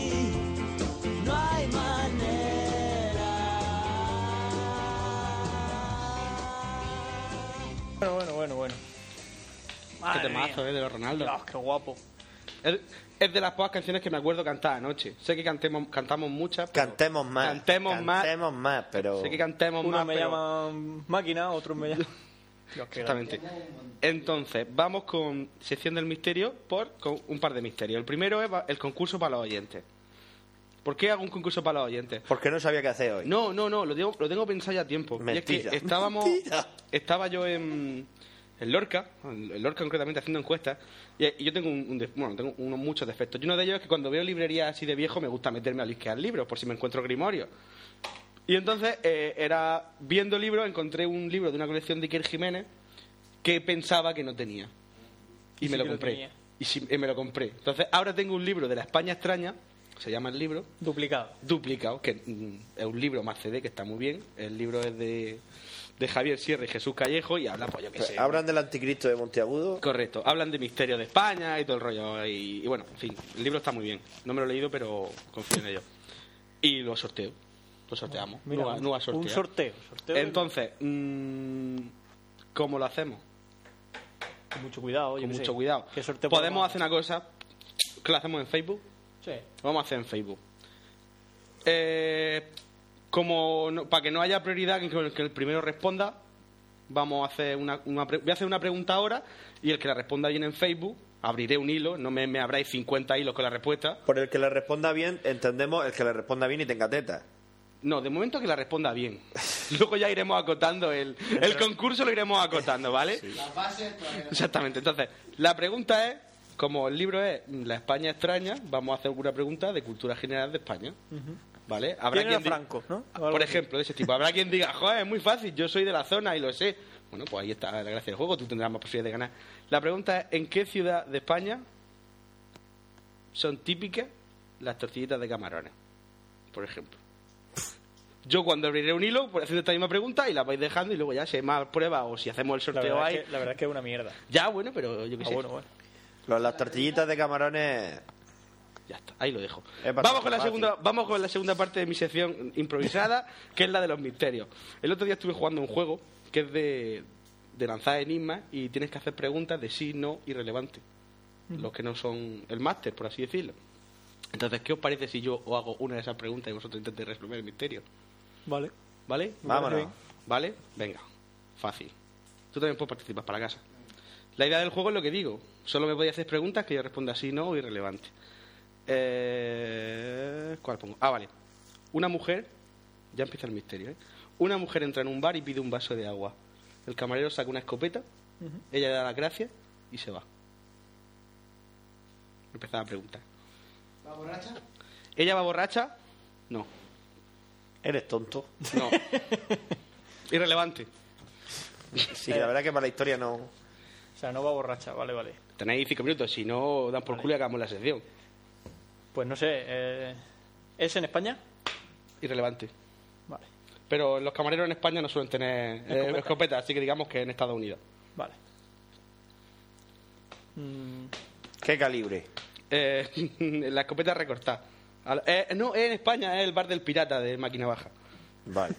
[SPEAKER 13] no hay manera.
[SPEAKER 7] Bueno, bueno, bueno, bueno.
[SPEAKER 5] Qué
[SPEAKER 7] Madre
[SPEAKER 5] temazo,
[SPEAKER 7] mía.
[SPEAKER 5] eh, de los Ronaldo.
[SPEAKER 7] Dios, qué guapo.
[SPEAKER 5] Es, es de las pocas canciones que me acuerdo cantar anoche. Sé que cantemos, cantamos muchas. pero-
[SPEAKER 8] Cantemos más.
[SPEAKER 5] Cantemos más.
[SPEAKER 8] Cantemos más, pero.
[SPEAKER 5] Sé que cantemos
[SPEAKER 7] Unos
[SPEAKER 5] más.
[SPEAKER 7] me
[SPEAKER 5] pero-
[SPEAKER 7] llaman máquina, otros me llaman. Dios, qué grande.
[SPEAKER 5] Exactamente. Entonces, vamos con sección del misterio por con un par de misterios. El primero es va- el concurso para los oyentes. ¿Por qué hago un concurso para los oyentes?
[SPEAKER 8] Porque no sabía qué hacer hoy.
[SPEAKER 5] No, no, no, lo tengo, lo tengo pensado ya a tiempo. Y es que
[SPEAKER 8] Mentira.
[SPEAKER 5] estábamos.
[SPEAKER 8] Mentira.
[SPEAKER 5] Estaba yo en, en Lorca, en Lorca concretamente haciendo encuestas, y, y yo tengo, un, un de- bueno, tengo unos muchos defectos. Y uno de ellos es que cuando veo librerías así de viejo me gusta meterme a lisquear libros por si me encuentro grimorio. Y entonces, eh, era viendo libros, encontré un libro de una colección de Iker Jiménez que pensaba que no tenía. Y,
[SPEAKER 7] Y
[SPEAKER 5] me
[SPEAKER 7] sí
[SPEAKER 5] lo
[SPEAKER 7] que lo
[SPEAKER 5] compré.
[SPEAKER 7] tenía.
[SPEAKER 5] y, sí- y me lo compré. Entonces, ahora tengo un libro de la España extraña, se llama el libro,
[SPEAKER 7] Duplicado.
[SPEAKER 5] duplicado, que mm, es un libro más CD que está muy bien. El libro es de, de Javier Sierra y Jesús Callejo y habla, pues yo qué sé.
[SPEAKER 8] Hablan del anticristo de Monteagudo.
[SPEAKER 5] Correcto, hablan de misterio de España y todo el rollo. Y, y bueno, en fin, el libro está muy bien. No me lo he leído, pero confío en ello. Y lo sorteo, lo sorteamos.
[SPEAKER 7] Mira,
[SPEAKER 5] no, va- no va a
[SPEAKER 7] un
[SPEAKER 5] sortear.
[SPEAKER 7] sorteo. sorteo de-
[SPEAKER 5] Entonces, mm, ¿cómo lo hacemos?
[SPEAKER 7] Con mucho cuidado, yo
[SPEAKER 5] Con
[SPEAKER 7] qué
[SPEAKER 5] mucho
[SPEAKER 7] sé.
[SPEAKER 5] cuidado.
[SPEAKER 7] ¿Qué sorteo
[SPEAKER 5] Podemos hacer una cosa que la hacemos en Facebook.
[SPEAKER 7] Sí.
[SPEAKER 5] Lo vamos a hacer en Facebook. Eh, como no- para que no haya prioridad en que el, que el primero responda, vamos a hacer una, una pre- voy a hacer una pregunta ahora y el que la responda bien en Facebook, abriré un hilo, no me, me abráis 50 hilos con la respuesta.
[SPEAKER 8] Por el que le responda bien, entendemos el que le responda bien y tenga teta.
[SPEAKER 5] No, de momento que la responda bien. Luego ya iremos acotando el, el concurso, lo iremos acotando, ¿vale?
[SPEAKER 10] Las bases pues, eh. todavía no-
[SPEAKER 5] Exactamente. Entonces, la pregunta es, como el libro es La España extraña, vamos a hacer una pregunta de cultura general de España. ¿Vale?
[SPEAKER 7] Tiene
[SPEAKER 5] quien
[SPEAKER 7] a
[SPEAKER 5] di-
[SPEAKER 7] Franco, ¿no? O algo
[SPEAKER 5] Por
[SPEAKER 7] así.
[SPEAKER 5] ejemplo, de ese tipo. Habrá quien diga, joder, es muy fácil, yo soy de la zona y lo sé. Bueno, pues ahí está la gracia del juego, tú tendrás más posibilidades de ganar. La pregunta es, ¿en qué ciudad de España son típicas las tortillitas de camarones? Por ejemplo. Yo cuando abriré un hilo, por haciendo esta misma pregunta, y la vais dejando, y luego ya si hay más pruebas o si hacemos el
[SPEAKER 7] La
[SPEAKER 5] sorteo
[SPEAKER 7] verdad,
[SPEAKER 5] ahí...
[SPEAKER 7] es que, la verdad es que es una mierda.
[SPEAKER 5] Ya, bueno, pero yo qué
[SPEAKER 7] Ah,
[SPEAKER 5] sé.
[SPEAKER 7] bueno, bueno.
[SPEAKER 8] Lo- Las tortillitas de camarones.
[SPEAKER 5] Ya está, ahí lo dejo.
[SPEAKER 8] Es bastante
[SPEAKER 5] Vamos con, la
[SPEAKER 8] fácil.
[SPEAKER 5] segunda, vamos con la segunda parte de mi sección improvisada, que es la de los misterios. El otro día estuve jugando un juego que es de, de lanzar enigmas y tienes que hacer preguntas de sí, no y relevante. Los que no son el máster, por así decirlo. Entonces, ¿qué os parece si yo os hago una de esas preguntas y vosotros intentáis resolver el misterio?
[SPEAKER 7] Vale.
[SPEAKER 5] ¿Vale?
[SPEAKER 7] Me parece Vámonos. bien.
[SPEAKER 5] ¿Vale? Venga. Fácil. Tú también puedes participar para casa. La idea del juego es lo que digo. Solo me podéis hacer preguntas que yo responda sí, no o irrelevante. Eh, ¿Cuál pongo? Ah, vale. Una mujer... Ya empieza el misterio, ¿eh? Una mujer entra en un bar y pide un vaso de agua. El camarero saca una escopeta, ella le da las gracias y se va. Empezaba a preguntar.
[SPEAKER 10] ¿Va borracha?
[SPEAKER 5] ¿Ella va borracha? No.
[SPEAKER 8] Eres tonto.
[SPEAKER 5] No. Irrelevante.
[SPEAKER 8] Sí, la verdad es que para la historia no.
[SPEAKER 7] O sea, no va borracha, vale, vale.
[SPEAKER 5] Tenéis cinco minutos, si no, dan por culo y acabamos la sección.
[SPEAKER 7] Pues no sé, eh, ¿es en España?
[SPEAKER 5] Irrelevante.
[SPEAKER 7] Vale.
[SPEAKER 5] Pero los camareros en España no suelen tener eh,
[SPEAKER 7] Escopeta.
[SPEAKER 5] escopeta, así que digamos que en Estados Unidos.
[SPEAKER 7] Vale. Mm,
[SPEAKER 8] ¿Qué calibre?
[SPEAKER 5] Eh, la escopeta recortada. Al- eh, no, es en España es el bar del pirata de máquina baja.
[SPEAKER 8] Vale.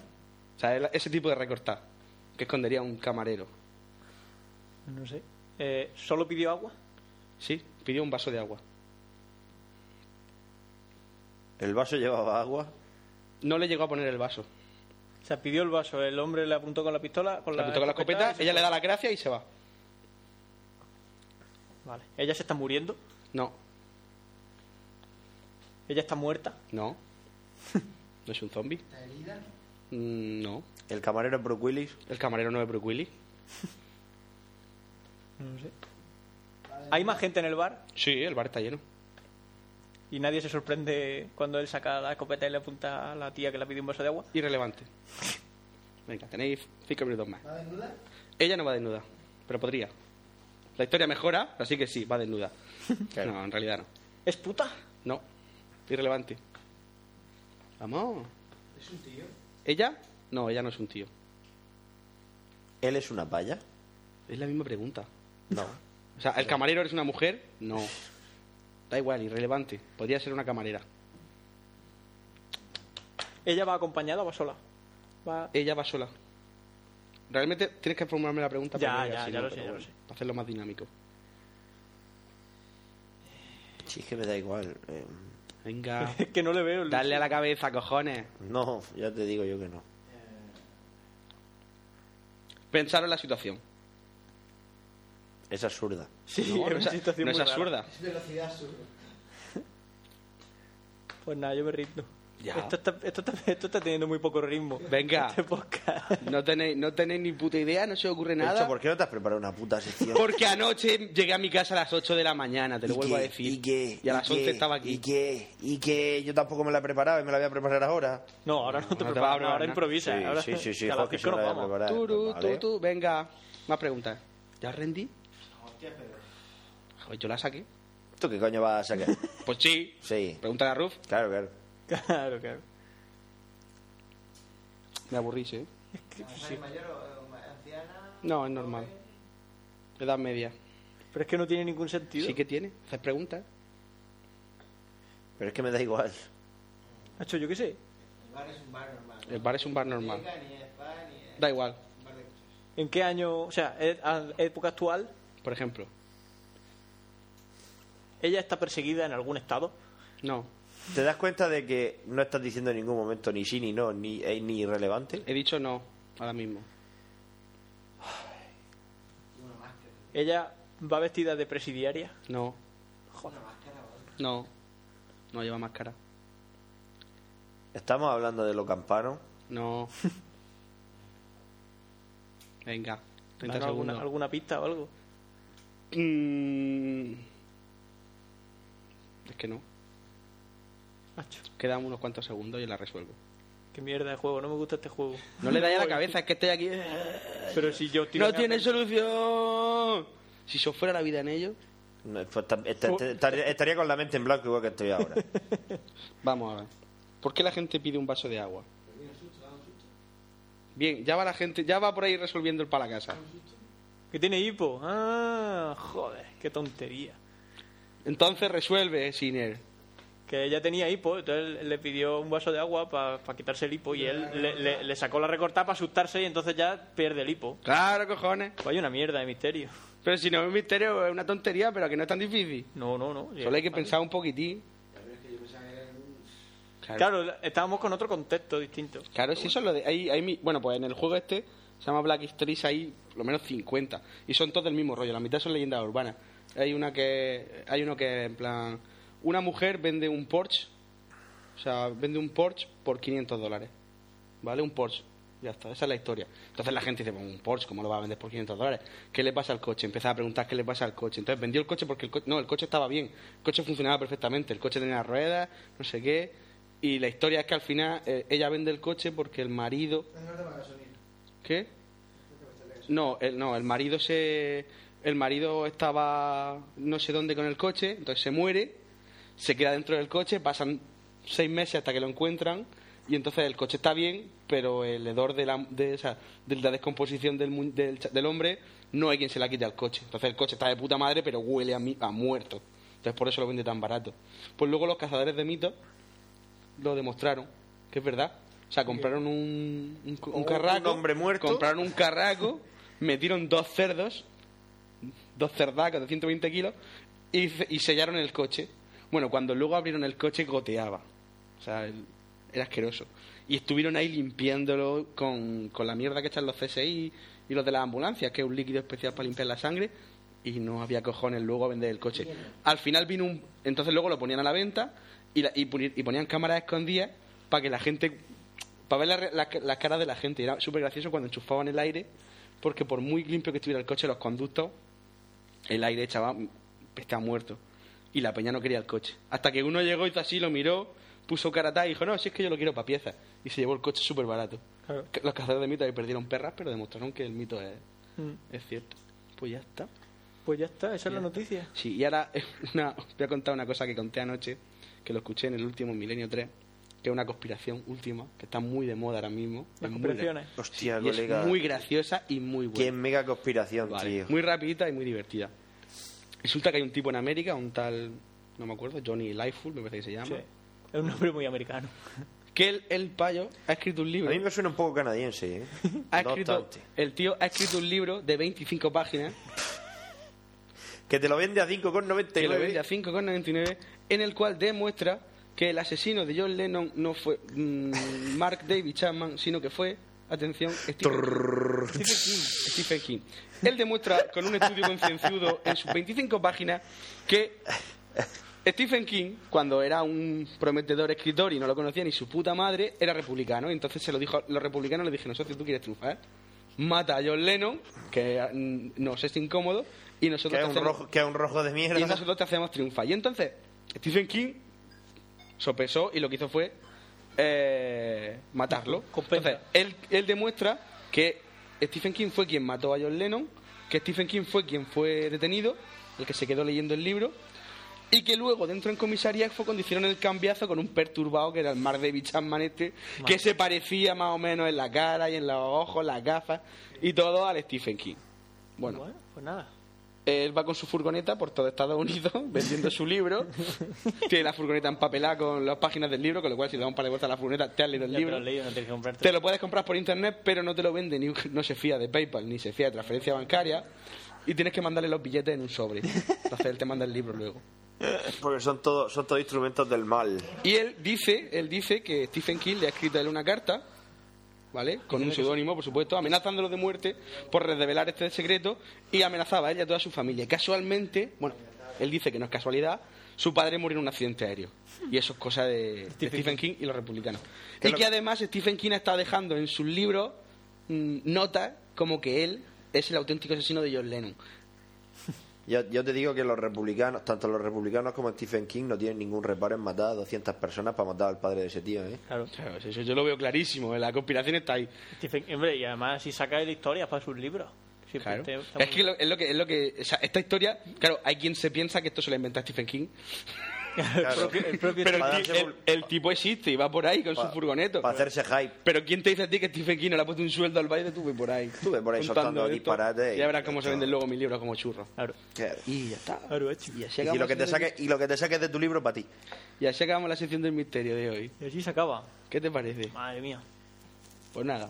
[SPEAKER 5] O sea, el- ese tipo de recortada que escondería un camarero.
[SPEAKER 7] no sé. Eh, ¿Solo pidió agua?
[SPEAKER 5] Sí, pidió un vaso de agua.
[SPEAKER 8] ¿El vaso llevaba agua?
[SPEAKER 5] No le llegó a poner el vaso.
[SPEAKER 7] O sea, pidió el vaso, el hombre le apuntó con la pistola. Con
[SPEAKER 5] Le apuntó con la escopeta,
[SPEAKER 7] y se
[SPEAKER 5] ella le
[SPEAKER 7] fue.
[SPEAKER 5] da las gracias y se va.
[SPEAKER 7] Vale. ¿Ella se está muriendo?
[SPEAKER 5] No,
[SPEAKER 7] ¿Ella está muerta?
[SPEAKER 5] no. ¿No es un zombie?
[SPEAKER 10] ¿Está herida?
[SPEAKER 5] Mm, No.
[SPEAKER 8] ¿El camarero es Brooke Willis?
[SPEAKER 5] El camarero no es Bruce Willis.
[SPEAKER 7] No sé. ¿Hay más gente en el bar?
[SPEAKER 5] Sí, el bar está lleno.
[SPEAKER 7] Y nadie se sorprende cuando él saca la escopeta y le apunta a la tía que le pide un vaso de agua.
[SPEAKER 5] Irrelevante. Venga, tenéis cinco minutos más.
[SPEAKER 10] ¿Va desnuda?
[SPEAKER 5] Ella no va desnuda, pero podría. La historia mejora, así que sí, va desnuda. No, en realidad no.
[SPEAKER 7] ¿Es puta?
[SPEAKER 5] No, irrelevante. Vamos.
[SPEAKER 10] ¿Es un tío?
[SPEAKER 5] ¿Ella? No, ella no es un tío.
[SPEAKER 8] ¿Él es una palla?
[SPEAKER 5] Es la misma pregunta.
[SPEAKER 8] No.
[SPEAKER 5] O sea, ¿el camarero es una mujer? No. Da igual, irrelevante. Podría ser una camarera.
[SPEAKER 7] ¿Ella va acompañada o va sola? Va...
[SPEAKER 5] Ella va sola. Realmente tienes que formularme la pregunta
[SPEAKER 7] Ya,
[SPEAKER 5] que
[SPEAKER 7] ya,
[SPEAKER 5] diga si
[SPEAKER 7] ya
[SPEAKER 5] no, pero
[SPEAKER 7] lo sé, ya lo
[SPEAKER 5] bueno,
[SPEAKER 7] sé.
[SPEAKER 5] Para hacerlo más dinámico.
[SPEAKER 8] Sí, es que me da igual. eh,
[SPEAKER 5] Venga.
[SPEAKER 7] que no le veo el...
[SPEAKER 5] Dale a la cabeza, cojones.
[SPEAKER 8] no, ya te digo yo que no.
[SPEAKER 5] Pensaron la situación.
[SPEAKER 8] Es absurda.
[SPEAKER 7] Sí,
[SPEAKER 5] No,
[SPEAKER 7] es
[SPEAKER 5] no
[SPEAKER 7] una
[SPEAKER 5] es,
[SPEAKER 7] situación
[SPEAKER 5] no es
[SPEAKER 7] muy rara.
[SPEAKER 5] absurda.
[SPEAKER 10] Es velocidad absurda.
[SPEAKER 7] Pues nada, yo me rindo.
[SPEAKER 5] Ya.
[SPEAKER 7] Esto, está, esto, está, esto está teniendo muy poco ritmo.
[SPEAKER 5] Venga.
[SPEAKER 7] Este podcast.
[SPEAKER 5] No tenéis, no tenéis ni puta idea, no se os ocurre
[SPEAKER 8] De
[SPEAKER 5] nada.
[SPEAKER 8] hecho, ¿por qué no te has preparado una puta sección?
[SPEAKER 5] Porque anoche llegué a mi casa a las 8 de la mañana, te lo
[SPEAKER 8] ¿Y
[SPEAKER 5] vuelvo a
[SPEAKER 8] qué?
[SPEAKER 5] decir.
[SPEAKER 8] ¿Y qué?
[SPEAKER 5] Y a las
[SPEAKER 8] ¿Y
[SPEAKER 5] 11
[SPEAKER 8] qué?
[SPEAKER 5] estaba aquí.
[SPEAKER 8] ¿Y qué? ¿Y qué? Yo tampoco me la he preparado y me la voy a preparar ahora.
[SPEAKER 7] No, ahora no, te
[SPEAKER 5] No te
[SPEAKER 7] preparas,
[SPEAKER 5] vas a preparar
[SPEAKER 7] ahora
[SPEAKER 5] nada.
[SPEAKER 7] improvisa.
[SPEAKER 8] Sí,
[SPEAKER 7] ahora
[SPEAKER 8] sí, sí, sí,
[SPEAKER 7] que a las
[SPEAKER 8] Jorge,
[SPEAKER 7] cinco
[SPEAKER 8] sí me
[SPEAKER 7] nos
[SPEAKER 8] la voy a
[SPEAKER 7] vamos.
[SPEAKER 8] preparar.
[SPEAKER 5] Turu,
[SPEAKER 8] Vale.
[SPEAKER 5] tu, tu, pues venga. Más preguntas. ¿Ya rendí? Joder, yo la saqué.
[SPEAKER 8] ¿Tú qué coño vas a sacar?
[SPEAKER 5] Pues sí.
[SPEAKER 8] Sí,
[SPEAKER 5] Pregúntale a Ruf.
[SPEAKER 8] claro, claro.
[SPEAKER 7] Claro, claro.
[SPEAKER 5] Me aburrís, ¿eh?
[SPEAKER 10] ¿Es mayor o eh, anciana?
[SPEAKER 5] No, es normal. Edad media.
[SPEAKER 7] Pero es que no tiene ningún sentido.
[SPEAKER 5] Sí que tiene. Haces preguntas.
[SPEAKER 8] Pero es que me da igual.
[SPEAKER 7] Nacho, yo qué sé.
[SPEAKER 10] El bar es un bar normal.
[SPEAKER 5] El bar es Eh, un bar
[SPEAKER 10] No
[SPEAKER 5] normal.
[SPEAKER 10] es ni es bar ni es
[SPEAKER 5] Da igual.
[SPEAKER 10] un bar de cosas.
[SPEAKER 7] ¿En qué año, o sea, e- a- época actual,
[SPEAKER 5] Por ejemplo.
[SPEAKER 7] ella está perseguida en algún estado?
[SPEAKER 5] No.
[SPEAKER 8] ¿Te das cuenta de que no estás diciendo en ningún momento ni sí ni no, ni, eh, ni irrelevante?
[SPEAKER 5] He dicho no ahora mismo.
[SPEAKER 7] ¿Ella va vestida de presidiaria?
[SPEAKER 5] No. No. No lleva máscara.
[SPEAKER 8] Estamos hablando de lo campano.
[SPEAKER 5] No. Venga, 30
[SPEAKER 7] ¿Dan alguna,
[SPEAKER 5] segundos.
[SPEAKER 7] alguna pista o algo?
[SPEAKER 5] Mm. Es que no.
[SPEAKER 7] Nacho.
[SPEAKER 5] Quedan unos cuantos segundos y la resuelvo.
[SPEAKER 7] Qué mierda de juego, no me gusta este juego.
[SPEAKER 5] No le da a la cabeza, es que estoy aquí.
[SPEAKER 7] Pero si yo tiro
[SPEAKER 5] ¡No
[SPEAKER 7] mi
[SPEAKER 5] tiene solución! Si yo fuera la vida en ello.
[SPEAKER 8] No, pues, tam- esta- esta- estaría- estaría con la mente en blanco igual que estoy ahora.
[SPEAKER 5] Vamos a ver. ¿Por qué la gente pide un vaso de agua? Bien, ya va la gente, ya va por ahí resolviendo el para la casa.
[SPEAKER 7] Que tiene hipo. Ah, joder, qué tontería.
[SPEAKER 5] Entonces resuelve Siner.
[SPEAKER 7] Que ella tenía hipo, entonces le pidió un vaso de agua para quitarse el hipo y él le, le- le sacó la recortada para asustarse y entonces ya pierde el hipo.
[SPEAKER 5] Claro, cojones.
[SPEAKER 7] Vaya una mierda de misterio.
[SPEAKER 5] Pero si no es un misterio, es una tontería, pero que no es tan difícil.
[SPEAKER 7] No, no, no.
[SPEAKER 5] Solo hay que pensar un poquitín.
[SPEAKER 7] Claro, estábamos con otro contexto distinto.
[SPEAKER 5] Claro, sí, eso es lo de. Hay, hay mi- bueno, pues en el juego este se llama Black Histories, hay por lo menos 50. Y son todos del mismo rollo, la mitad son leyendas urbanas. Hay una que. Hay uno que, en plan. Una mujer vende un Porsche. O sea, vende un Porsche por 500 dólares. ¿Vale? Un Porsche. Ya está, esa es la historia. Entonces la gente dice, bueno, un Porsche, ¿cómo lo va a vender por 500 dólares? ¿Qué le pasa al coche? Empezaba a preguntar qué le pasa al coche. Entonces vendió el coche porque el coche... No, el coche estaba bien. El coche funcionaba perfectamente. El coche tenía ruedas, no sé qué. Y la historia es que al final eh, ella vende el coche porque el marido... ¿Qué? No, el, no, el marido se... El marido estaba no sé dónde con el coche, entonces se muere, se queda dentro del coche, pasan seis meses hasta que lo encuentran y entonces el coche está bien, pero el hedor de la, de, esa- de la descomposición del, mu- del, cha- del hombre no hay quien se la quite al coche. Entonces el coche está de puta madre, pero huele a, mi- a muerto. Entonces por eso lo vende tan barato. Pues luego los cazadores de mitos lo demostraron, que es verdad. O sea, compraron un, un, un
[SPEAKER 8] Un
[SPEAKER 5] carraco.
[SPEAKER 8] hombre muerto.
[SPEAKER 5] Compraron un carraco, metieron dos cerdos, dos cerdacos de 120 kilos, y, ce- y sellaron el coche. Bueno, cuando luego abrieron el coche, goteaba. O sea, el- era asqueroso. Y estuvieron ahí limpiándolo con, con la mierda que echan los CSI y los de las ambulancias, que es un líquido especial para limpiar la sangre. Y no había cojones luego a vender el coche. Al final vino un... Entonces luego lo ponían a la venta y, la- y poni- y ponían cámaras escondidas para que la gente... Para ver la re- la- las caras de la gente. Y era súper gracioso cuando enchufaban el aire, porque por muy limpio que estuviera el coche, los conductos, el aire echaba... Estaba muerto. Y la peña no quería el coche. Hasta que uno llegó y hizo así, lo miró, puso cara atrás y dijo, no, si es que yo lo quiero para piezas. Y se llevó el coche súper barato.
[SPEAKER 7] Claro.
[SPEAKER 5] Los cazadores de mitos ahí perdieron perras, pero demostraron que el mito es,
[SPEAKER 7] Mm.
[SPEAKER 5] es cierto. Pues ya está.
[SPEAKER 7] Pues ya está, esa es la noticia.
[SPEAKER 5] Sí, y ahora una, os voy a contar una cosa que conté anoche, que lo escuché en el último Milenio 3, que es una conspiración última, que está muy de moda ahora mismo. Es
[SPEAKER 7] Las
[SPEAKER 5] muy gra-
[SPEAKER 7] conspiraciones.
[SPEAKER 8] Hostia,
[SPEAKER 5] y es
[SPEAKER 8] colega.
[SPEAKER 5] muy graciosa y muy buena.
[SPEAKER 8] Qué mega conspiración, tío.
[SPEAKER 5] Muy rapidita y muy divertida. Resulta que hay un tipo en América, un tal, no me acuerdo, Johnny Lightfoot, me parece que se llama.
[SPEAKER 7] Sí. Es un nombre muy americano.
[SPEAKER 5] Que el, el payo ha escrito un libro.
[SPEAKER 8] A mí me suena un poco canadiense, ¿eh?
[SPEAKER 5] Ha
[SPEAKER 8] No
[SPEAKER 5] escrito,
[SPEAKER 8] obstante.
[SPEAKER 5] el tío ha escrito un libro de 25 páginas
[SPEAKER 8] Que te lo vende a 5,99.
[SPEAKER 5] que lo vende a 5,99 en el cual demuestra que el asesino de John Lennon no fue mm, Mark David Chapman, sino que fue, atención, Stephen King. Stephen King. Él demuestra con un estudio concienzudo en sus 25 páginas que Stephen King, cuando era un prometedor escritor y no lo conocía ni su puta madre, era republicano. Y entonces se lo dijo, los republicanos le dijeron, socio, ¿tú quieres triunfar? Mata a John Lennon, que mm, nos es incómodo, y
[SPEAKER 8] Que es
[SPEAKER 5] nosotros te
[SPEAKER 8] un
[SPEAKER 5] hacemos-
[SPEAKER 8] rojo, que es un rojo de mierda.
[SPEAKER 5] y nosotros te hacemos triunfar. Y entonces, Stephen King sopesó y lo que hizo fue eh, matarlo. Entonces, él, él demuestra que Stephen King fue quien mató a John Lennon, que Stephen King fue quien fue detenido, el que se quedó leyendo el libro, y que luego dentro en comisaría fue cuando hicieron el cambiazo con un perturbado que era el Mar David Chapman este, que se parecía más o menos en la cara y en los ojos, las gafas y todo al Stephen King. Bueno,
[SPEAKER 7] Bueno, pues nada.
[SPEAKER 5] él va con su furgoneta por todo Estados Unidos vendiendo su libro. Tiene la furgoneta empapelada con las páginas del libro, con lo cual si le das un par de vueltas a la furgoneta te has leído el
[SPEAKER 7] Ya te lo
[SPEAKER 5] libro.
[SPEAKER 7] has leído, no tienes que comprarte.
[SPEAKER 5] Te lo puedes comprar por internet, pero no te lo vende, ni, no se fía de PayPal, ni se fía de transferencia bancaria. Y tienes que mandarle los billetes en un sobre. Entonces él te manda el libro luego.
[SPEAKER 8] Porque son todos son todos instrumentos del mal.
[SPEAKER 5] Y él dice, él dice que Stephen King le ha escrito a él una carta, ¿vale? Con un seudónimo, por supuesto, amenazándolo de muerte por revelar este secreto y amenazaba a él y a toda su familia. Y Casualmente, bueno, él dice que no es casualidad, su padre murió en un accidente aéreo. Y eso es cosa de, de Stephen King y los republicanos. Y que además Stephen King ha estado dejando en sus libros mm, notas como que él es el auténtico asesino de John Lennon.
[SPEAKER 8] Yo, yo te digo que los republicanos, tanto los republicanos como Stephen King, no tienen ningún reparo en matar a 200 personas para matar al padre de ese tío, ¿eh?
[SPEAKER 7] Claro.
[SPEAKER 5] sí, sí, yo lo veo clarísimo, eh, la conspiración está ahí.
[SPEAKER 7] Stephen- hombre, y además si saca él historias para sus libros. Siempre
[SPEAKER 5] Claro.
[SPEAKER 7] te- está
[SPEAKER 5] Es
[SPEAKER 7] muy-
[SPEAKER 5] que lo, es lo que es lo que o sea, esta historia, claro, hay quien se piensa que esto se lo inventó Stephen King.
[SPEAKER 7] Claro. propio- el propio
[SPEAKER 5] pero
[SPEAKER 7] Para
[SPEAKER 5] el,
[SPEAKER 7] darse
[SPEAKER 5] el- el tipo existe y va por ahí con su furgoneta.
[SPEAKER 8] Para hacerse hype.
[SPEAKER 5] Pero quién te dice a ti que Stephen King no le ha puesto un sueldo al baile, tú ve por ahí. Tú
[SPEAKER 8] por ahí soltando disparates y-
[SPEAKER 5] Ya verás cómo se venden luego mis libros como churros.
[SPEAKER 8] Claro. Y ya está.
[SPEAKER 5] Y así
[SPEAKER 8] Y,
[SPEAKER 5] acabamos
[SPEAKER 8] lo que te
[SPEAKER 5] el-
[SPEAKER 8] saque, y lo que te saques de tu libro para ti.
[SPEAKER 5] Y así acabamos la sección del misterio de hoy.
[SPEAKER 7] Y así se acaba.
[SPEAKER 5] ¿Qué te parece?
[SPEAKER 7] Madre mía.
[SPEAKER 5] Pues nada.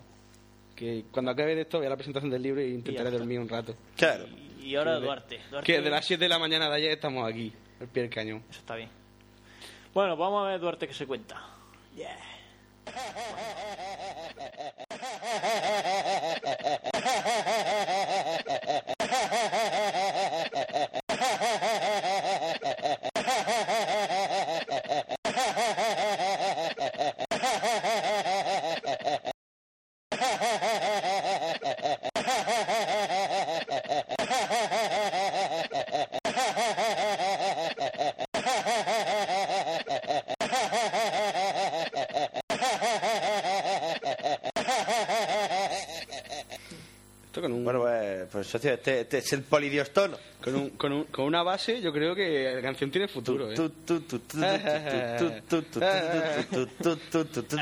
[SPEAKER 5] Que cuando acabe de esto, vea la presentación del libro e intentaré dormir un rato.
[SPEAKER 8] Claro.
[SPEAKER 7] Y ahora Duarte. Duarte-
[SPEAKER 5] Que de las 7 de la mañana de ayer estamos aquí, al pie del cañón.
[SPEAKER 7] Eso está bien. Bueno, pues vamos a ver Duarte que se cuenta. Yeah.
[SPEAKER 8] Bueno, pues, pues socio, este, este es el polidiostono.
[SPEAKER 5] Con, un- con, un- con una base, yo creo que la canción tiene futuro. ¿eh?
[SPEAKER 8] Tu, tu, tu, tu, tu, tu, tu, tu, tu, tu, tu, tu, tu, tu, tu, tu, tu.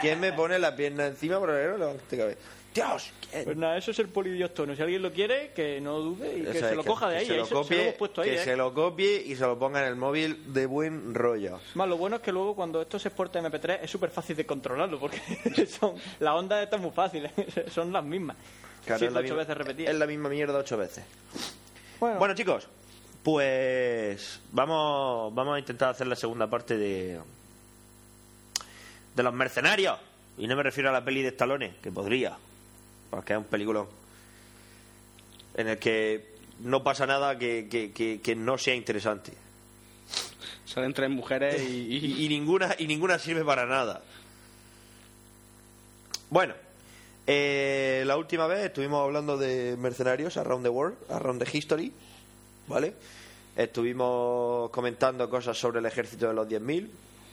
[SPEAKER 8] ¿Quién me pone la pierna encima por el Dios, ¿quién?
[SPEAKER 7] Pues nada, eso es el polidiostono. Si alguien lo quiere, que no dude y que
[SPEAKER 8] Eso es,
[SPEAKER 7] se lo coja de
[SPEAKER 8] que
[SPEAKER 7] ahí.
[SPEAKER 8] Se
[SPEAKER 7] eh,
[SPEAKER 8] lo
[SPEAKER 7] eso- se lo
[SPEAKER 8] copie,
[SPEAKER 7] hemos puesto ahí.
[SPEAKER 8] que
[SPEAKER 7] eh.
[SPEAKER 8] se lo copie y se lo ponga en el móvil de buen rollo.
[SPEAKER 7] Más lo bueno es que luego cuando esto se exporta a MP3 es súper fácil de controlarlo porque son las ondas estas muy fáciles, son las mismas.
[SPEAKER 8] Claro,
[SPEAKER 7] Siete,
[SPEAKER 8] es la
[SPEAKER 7] ocho
[SPEAKER 8] misma-
[SPEAKER 7] veces repetidas.
[SPEAKER 8] Es la misma mierda ocho veces. Bueno, chicos, pues vamos, vamos a intentar hacer la segunda parte de, de Los Mercenarios. Y no me refiero a la peli de Stallone, que podría, porque es un peliculón en el que no pasa nada que, que- que- que no sea interesante.
[SPEAKER 5] Salen tres mujeres y,
[SPEAKER 8] Y, y ninguna, y ninguna sirve para nada. Bueno, eh, la última vez estuvimos hablando de mercenarios around the world, around the history, ¿vale? Estuvimos comentando cosas sobre el ejército de los 10.000,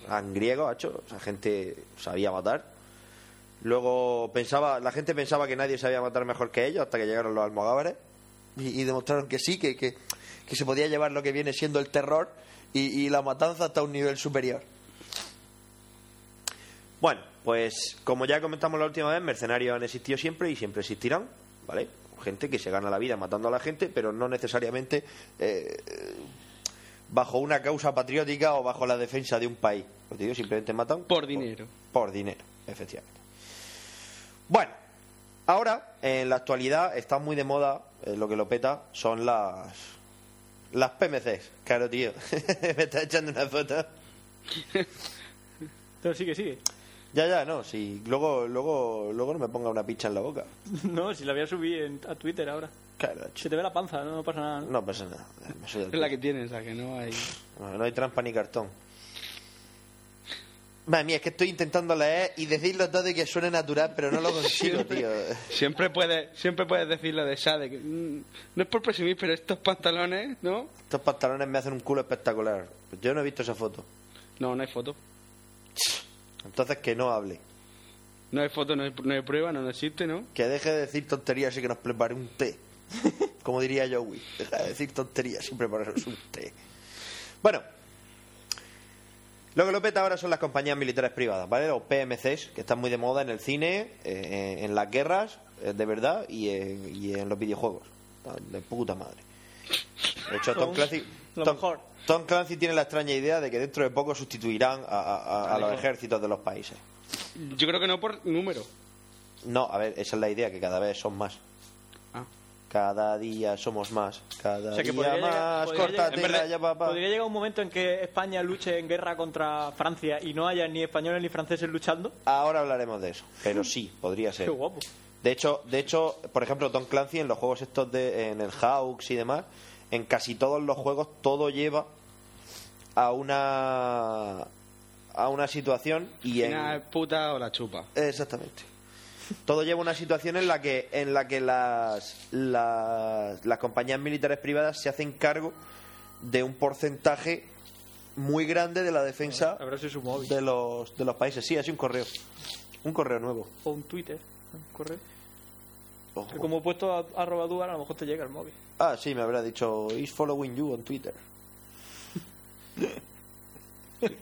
[SPEAKER 8] eran griegos, hacho, o sea, gente sabía matar. Luego pensaba, la gente pensaba que nadie sabía matar mejor que ellos hasta que llegaron los almogávares y, y demostraron que sí, que, que, que se podía llevar lo que viene siendo el terror y, y la matanza hasta un nivel superior. Bueno, pues como ya comentamos la última vez, mercenarios han existido siempre y siempre existirán, ¿vale? Gente que se gana la vida matando a la gente, pero no necesariamente eh, eh, bajo una causa patriótica o bajo la defensa de un país. Lo digo, simplemente matan
[SPEAKER 5] Por dinero.
[SPEAKER 8] por dinero, efectivamente. Bueno, ahora en la actualidad está muy de moda, eh, lo que lo peta son las las PMCs. Claro, tío, me está echando una foto.
[SPEAKER 7] Pero sigue, sigue.
[SPEAKER 8] Ya, ya, no, si luego luego luego no me ponga una picha en la boca.
[SPEAKER 7] No, si la voy a subir en- a Twitter ahora.
[SPEAKER 8] Claro, ch-
[SPEAKER 7] Se te ve la panza, no, no pasa nada. ¿no?
[SPEAKER 8] no pasa nada. me soy del
[SPEAKER 5] Es la que tienes, la que no hay.
[SPEAKER 8] No, no hay trampa ni cartón. Madre mía, es que estoy intentando leer y decir los dos de que suene natural, pero no lo consigo,
[SPEAKER 5] Siempre.
[SPEAKER 8] tío.
[SPEAKER 5] Siempre puedes, siempre puedes decir lo de Sade. que, mm, no es por presumir, pero estos pantalones, ¿no?
[SPEAKER 8] Estos pantalones me hacen un culo espectacular. Yo no he visto esa foto.
[SPEAKER 5] No, no hay foto.
[SPEAKER 8] Entonces que no hable.
[SPEAKER 5] No hay foto, no hay, no hay prueba, no, no existe, ¿no?
[SPEAKER 8] Que deje de decir tonterías y que nos prepare un té. Como diría Joey. Deja de decir tonterías y prepararnos un té. Bueno. Lo que lo peta ahora son las compañías militares privadas, ¿vale? Los PMCs, que están muy de moda en el cine, eh, en, en las guerras, eh, de verdad, y en, y en los videojuegos. Están De puta madre. De hecho, Tom
[SPEAKER 7] Son
[SPEAKER 8] Clancy,
[SPEAKER 7] lo
[SPEAKER 8] Tom,
[SPEAKER 7] mejor.
[SPEAKER 8] Tom Clancy tiene la extraña idea de que dentro de poco sustituirán a- a- a- a los
[SPEAKER 5] Alejo.
[SPEAKER 8] ejércitos de los países.
[SPEAKER 5] Yo creo que no por número.
[SPEAKER 8] No, a ver, esa es la idea, que cada vez son más.
[SPEAKER 5] Ah.
[SPEAKER 8] Cada día somos más. Cada
[SPEAKER 7] O sea que
[SPEAKER 8] día
[SPEAKER 7] podría llegar,
[SPEAKER 8] más.
[SPEAKER 7] podría llegar-
[SPEAKER 8] Córtate la ya, papá.
[SPEAKER 7] podría llegar un momento en que España luche en guerra contra Francia y no haya ni españoles ni franceses luchando.
[SPEAKER 8] Ahora hablaremos de eso. Pero sí, podría ser.
[SPEAKER 7] Qué guapo.
[SPEAKER 8] De hecho, de hecho, por ejemplo, Tom Clancy en los juegos estos de en el Hawks y demás, en casi todos los juegos todo lleva a una a una situación y en
[SPEAKER 5] Una puta o la chupa.
[SPEAKER 8] exactamente. todo lleva a una situación en la que, en la que las, las, las compañías militares privadas se hacen cargo de un porcentaje muy grande de la defensa de los de los países. Sí, así un correo. Un correo nuevo.
[SPEAKER 7] O un Twitter, un correo.
[SPEAKER 8] Ojo.
[SPEAKER 7] Que como he puesto a- arroba Duar, a lo mejor te llega el móvil.
[SPEAKER 8] Ah, sí, me habrá dicho is following you on Twitter.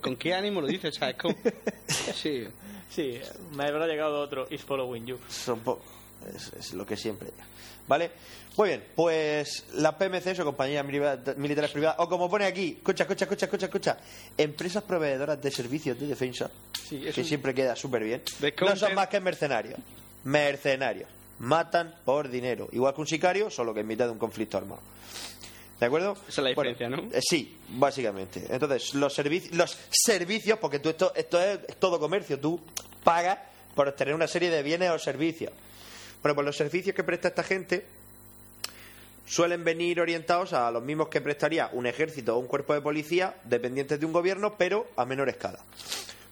[SPEAKER 5] ¿Con qué ánimo lo dices? O sea, es como... Sí.
[SPEAKER 7] Sí, me habrá llegado otro is following you.
[SPEAKER 8] Son po- es, es lo que siempre. ¿Vale? Muy bien, pues las PMCs o compañías priva- militares privadas, o como pone aquí, escucha, escucha, escucha, escucha, escucha, empresas proveedoras de servicios de defensa,
[SPEAKER 7] Sí, es
[SPEAKER 8] que
[SPEAKER 7] un-
[SPEAKER 8] siempre queda súper bien,
[SPEAKER 5] The
[SPEAKER 8] no son
[SPEAKER 5] content-
[SPEAKER 8] más que mercenarios. Mercenarios. Matan por dinero. Igual que un sicario, solo que en mitad de un conflicto armado. ¿De acuerdo?
[SPEAKER 5] Esa es la diferencia, ¿no?
[SPEAKER 8] Eh, sí, básicamente. Entonces, los, servicios los servicios, porque tú esto, esto es, es todo comercio, tú pagas por obtener una serie de bienes o servicios. Bueno, pues los servicios que presta esta gente suelen venir orientados a los mismos que prestaría un ejército o un cuerpo de policía dependientes de un gobierno, pero a menor escala.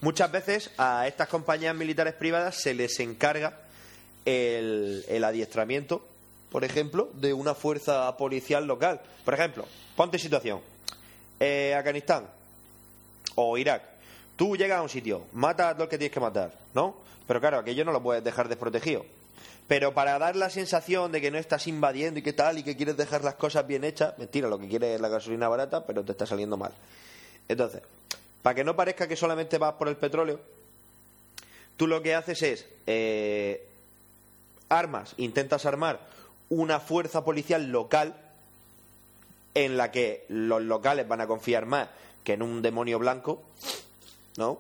[SPEAKER 8] Muchas veces a estas compañías militares privadas se les encarga el, el adiestramiento, por ejemplo, de una fuerza policial local. Por ejemplo, ponte situación. Eh, Afganistán o Irak. Tú llegas a un sitio, matas a todo el que tienes que matar, ¿no? Pero claro, aquello no lo puedes dejar desprotegido. Pero para dar la sensación de que no estás invadiendo y que tal, y que quieres dejar las cosas bien hechas, mentira, lo que quieres es la gasolina barata, pero te está saliendo mal. Entonces, para que no parezca que solamente vas por el petróleo, tú lo que haces es eh, armas, intentas armar una fuerza policial local en la que los locales van a confiar más que en un demonio blanco, ¿no?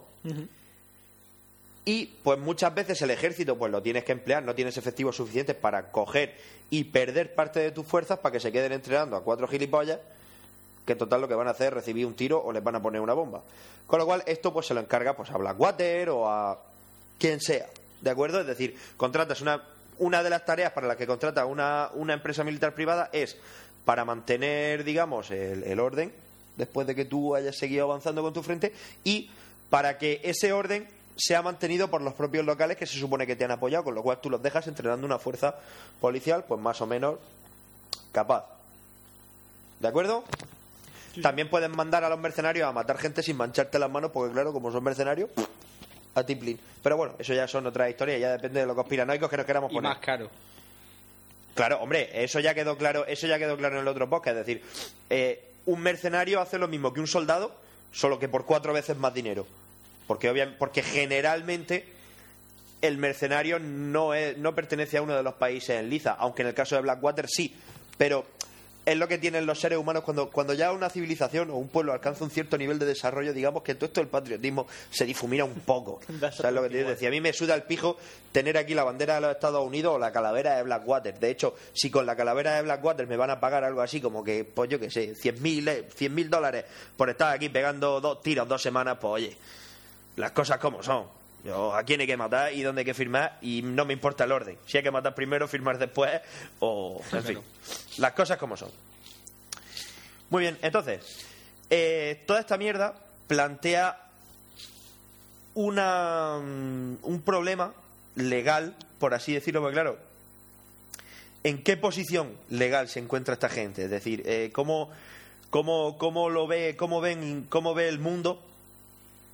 [SPEAKER 8] Y pues muchas veces el ejército pues lo tienes que emplear, no tienes efectivos suficientes para coger y perder parte de tus fuerzas para que se queden entrenando a cuatro gilipollas que en total lo que van a hacer es recibir un tiro o les van a poner una bomba. Con lo cual esto pues se lo encarga pues a Blackwater o a quien sea, ¿de acuerdo? Es decir, contratas una una de las tareas para las que contrata una, una empresa militar privada es para mantener, digamos, el, el orden después de que tú hayas seguido avanzando con tu frente y para que ese orden sea mantenido por los propios locales que se supone que te han apoyado, con lo cual tú los dejas entrenando una fuerza policial pues más o menos capaz. ¿De acuerdo? También pueden mandar a los mercenarios a matar gente sin mancharte las manos, porque claro, como son mercenarios, a tiplin. Pero bueno, eso ya son otras historias, ya depende de los conspiranoicos que nos queramos
[SPEAKER 5] Y
[SPEAKER 8] poner.
[SPEAKER 5] más caro.
[SPEAKER 8] Claro, hombre, eso ya quedó claro, eso ya quedó claro en el otro podcast. Es decir, eh, un mercenario hace lo mismo que un soldado, solo que por cuatro veces más dinero. Porque, obvia- porque generalmente el mercenario no, es- no pertenece a uno de los países en liza, aunque en el caso de Blackwater sí. Pero es lo que tienen los seres humanos cuando, cuando ya una civilización o un pueblo alcanza un cierto nivel de desarrollo, digamos que todo esto del patriotismo se difumina un poco. ¿Sabes lo que te decía? A mí me suda el pijo tener aquí la bandera de los Estados Unidos o la calavera de Blackwater. De hecho, si con la calavera de Blackwater me van a pagar algo así como que, pues yo qué sé, 100.000 mil dólares por estar aquí pegando dos tiros dos semanas, pues oye, las cosas como son. Yo, a quién hay que matar y dónde hay que firmar y no me importa el orden. Si hay que matar primero, firmar después o... En fin, las cosas como son. Muy bien, entonces, eh, toda esta mierda plantea una, mm, un problema legal, por así decirlo, porque claro, ¿en qué posición legal se encuentra esta gente? Es decir, eh, ¿cómo, cómo, cómo lo ve, cómo ven, cómo ve el mundo?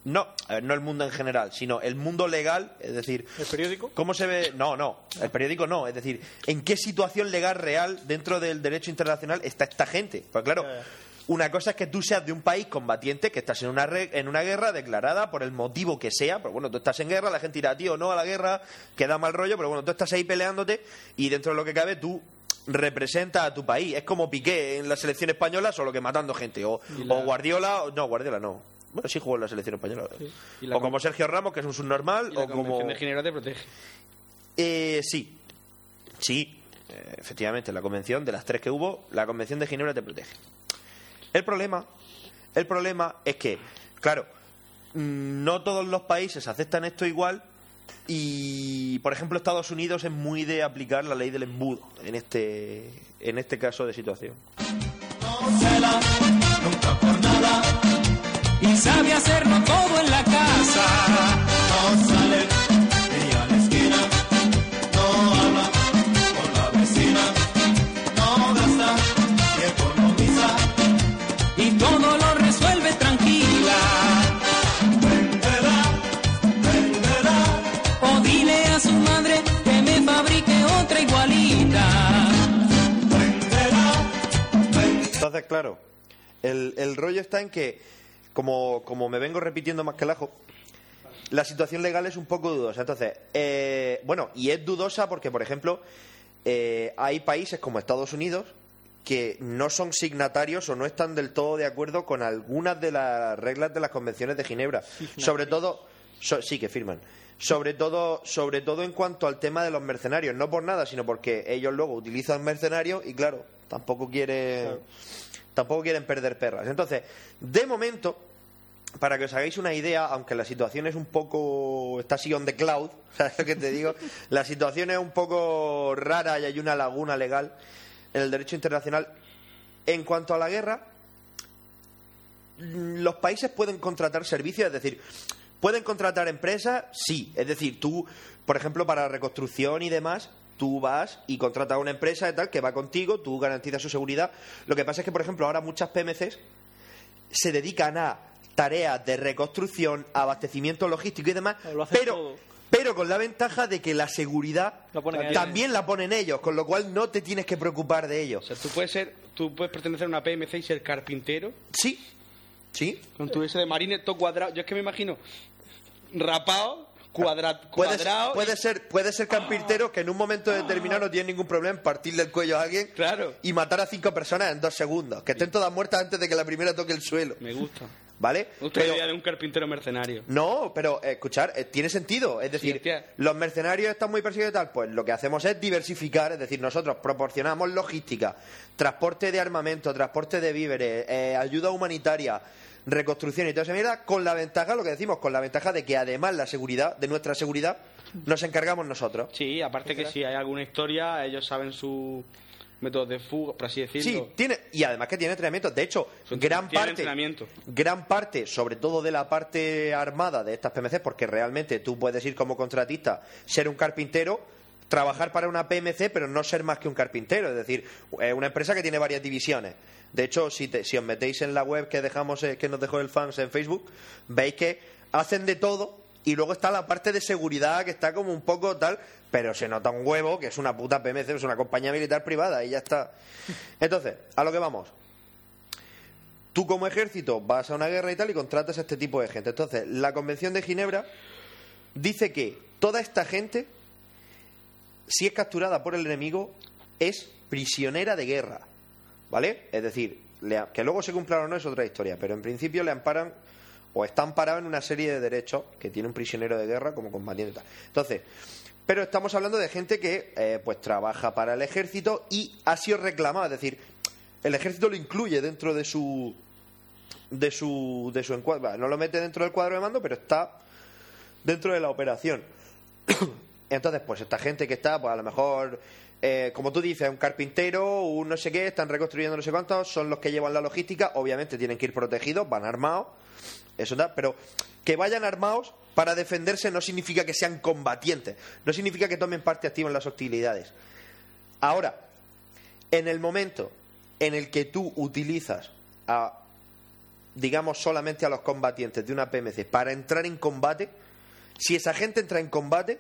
[SPEAKER 8] No, a ver, no el mundo en general, sino el mundo legal, es decir,
[SPEAKER 7] ¿El periódico?
[SPEAKER 8] ¿Cómo se ve? No, no, el periódico no. Es decir, ¿en qué situación legal real dentro del derecho internacional está esta gente? Pues claro,
[SPEAKER 5] Eh.
[SPEAKER 8] una cosa es que tú seas de un país combatiente, que estás en una, re- en una guerra declarada por el motivo que sea, pero bueno, tú estás en guerra, la gente irá, tío, no a la guerra, que da mal rollo, pero bueno, tú estás ahí peleándote y dentro de lo que cabe tú representas a tu país. Es como Piqué en la selección española, solo que matando gente. O, o Guardiola, o- no, Guardiola no. Bueno, sí jugó en la selección española.
[SPEAKER 5] Y la
[SPEAKER 8] O como Sergio Ramos, que es un subnormal,
[SPEAKER 5] Y la
[SPEAKER 8] o como...
[SPEAKER 5] Convención de Ginebra te protege.
[SPEAKER 8] Eh, sí. Sí, eh, efectivamente, la convención de las tres que hubo, la convención de Ginebra te protege. El problema, el problema es que, claro, mm, no todos los países aceptan esto igual y, por ejemplo, Estados Unidos es muy de aplicar la ley del embudo en este, en este caso de situación.
[SPEAKER 12] y sabe hacerlo todo en la casa.
[SPEAKER 2] No sale ni a la esquina
[SPEAKER 8] entonces, claro, el, el rollo está en que, como, como me vengo repitiendo más que el ajo, la situación legal es un poco dudosa. Entonces, eh, bueno, y es dudosa porque, por ejemplo, eh, hay países como Estados Unidos que no son signatarios o no están del todo de acuerdo con algunas de las reglas de las convenciones de Ginebra. Sobre todo, so- sí que firman. Sobre todo, sobre todo en cuanto al tema de los mercenarios, no por nada, sino porque ellos luego utilizan mercenarios y claro, tampoco quieren, tampoco quieren perder perras. Entonces, de momento, para que os hagáis una idea, aunque la situación es un poco. está así on the cloud, ¿sabes lo que te digo? La situación es un poco rara y hay una laguna legal en el derecho internacional. En cuanto a la guerra, mm, los países pueden contratar servicios, es decir, pueden contratar empresas, sí. Es decir, tú, por ejemplo, para reconstrucción y demás, tú vas y contratas a una empresa y tal que va contigo, tú garantizas su seguridad. Lo que pasa es que, por ejemplo, ahora muchas PMCs se dedican a tareas de reconstrucción, abastecimiento logístico y demás, pero, pero con la ventaja de que la seguridad
[SPEAKER 5] ponen ellos.
[SPEAKER 8] también la ponen ellos, con lo cual no te tienes que preocupar de ellos.
[SPEAKER 5] Tú puedes ser, tú puedes pertenecer a una PMC y ser carpintero.
[SPEAKER 8] Sí. Sí.
[SPEAKER 5] Con tu ese de marine todo cuadrado. Yo es que me imagino rapado, cuadra-
[SPEAKER 8] Puedes,
[SPEAKER 5] cuadrado.
[SPEAKER 8] Ah, puede ser, puede ser carpintero que en un momento determinado no tiene ningún problema en partir del cuello a alguien y matar a cinco personas en dos segundos. Que estén todas muertas antes de que la primera toque el suelo.
[SPEAKER 5] Me gusta.
[SPEAKER 8] ¿Vale?
[SPEAKER 5] Usted
[SPEAKER 8] Pero-
[SPEAKER 5] idea de un carpintero mercenario.
[SPEAKER 8] No, pero eh, escuchar, eh, tiene sentido. Es decir, los mercenarios están muy perseguidos y tal. Pues lo que hacemos es diversificar, es decir, nosotros proporcionamos logística, transporte de armamento, transporte de víveres, eh, ayuda humanitaria, reconstrucción y toda esa mierda, con la ventaja, lo que decimos, con la ventaja de que además la seguridad, de nuestra seguridad, nos encargamos nosotros.
[SPEAKER 5] Sí, aparte que si hay alguna historia, ellos saben sus métodos de fuga, por así decirlo.
[SPEAKER 8] Sí, tiene, y además que tiene entrenamiento. De hecho, gran
[SPEAKER 5] tiene
[SPEAKER 8] parte,
[SPEAKER 5] entrenamiento.
[SPEAKER 8] gran parte, sobre todo de la parte armada de estas PMC, porque realmente tú puedes ir como contratista, ser un carpintero, trabajar para una PMC, pero no ser más que un carpintero. Es decir, es una empresa que tiene varias divisiones. De hecho, si, te- si os metéis en la web que dejamos, eh, que nos dejó el fans en Facebook, veis que hacen de todo. Y luego está la parte de seguridad que está como un poco tal, pero se nota un huevo que es una puta PMC, es una compañía militar privada y ya está. Entonces, a lo que vamos. Tú como ejército vas a una guerra y tal y contratas a este tipo de gente. Entonces, la Convención de Ginebra dice que toda esta gente, si es capturada por el enemigo, es prisionera de guerra. ¿Vale? Es decir, le a- que luego se cumplan o no es otra historia, pero en principio le amparan o está amparado en una serie de derechos que tiene un prisionero de guerra como combatiente. y tal. Entonces, pero estamos hablando de gente que eh, pues trabaja para el ejército y ha sido reclamada, es decir, el ejército lo incluye dentro de su de su de su encuadro, no lo mete dentro del cuadro de mando, pero está dentro de la operación. Entonces, pues esta gente que está, pues a lo mejor, eh, como tú dices, un carpintero, un no sé qué, están reconstruyendo no sé cuántos, son los que llevan la logística, obviamente tienen que ir protegidos, van armados, eso da, pero que vayan armados para defenderse no significa que sean combatientes, no significa que tomen parte activa en las hostilidades. Ahora, en el momento en el que tú utilizas a, digamos, solamente a los combatientes de una PMC para entrar en combate, si esa gente entra en combate,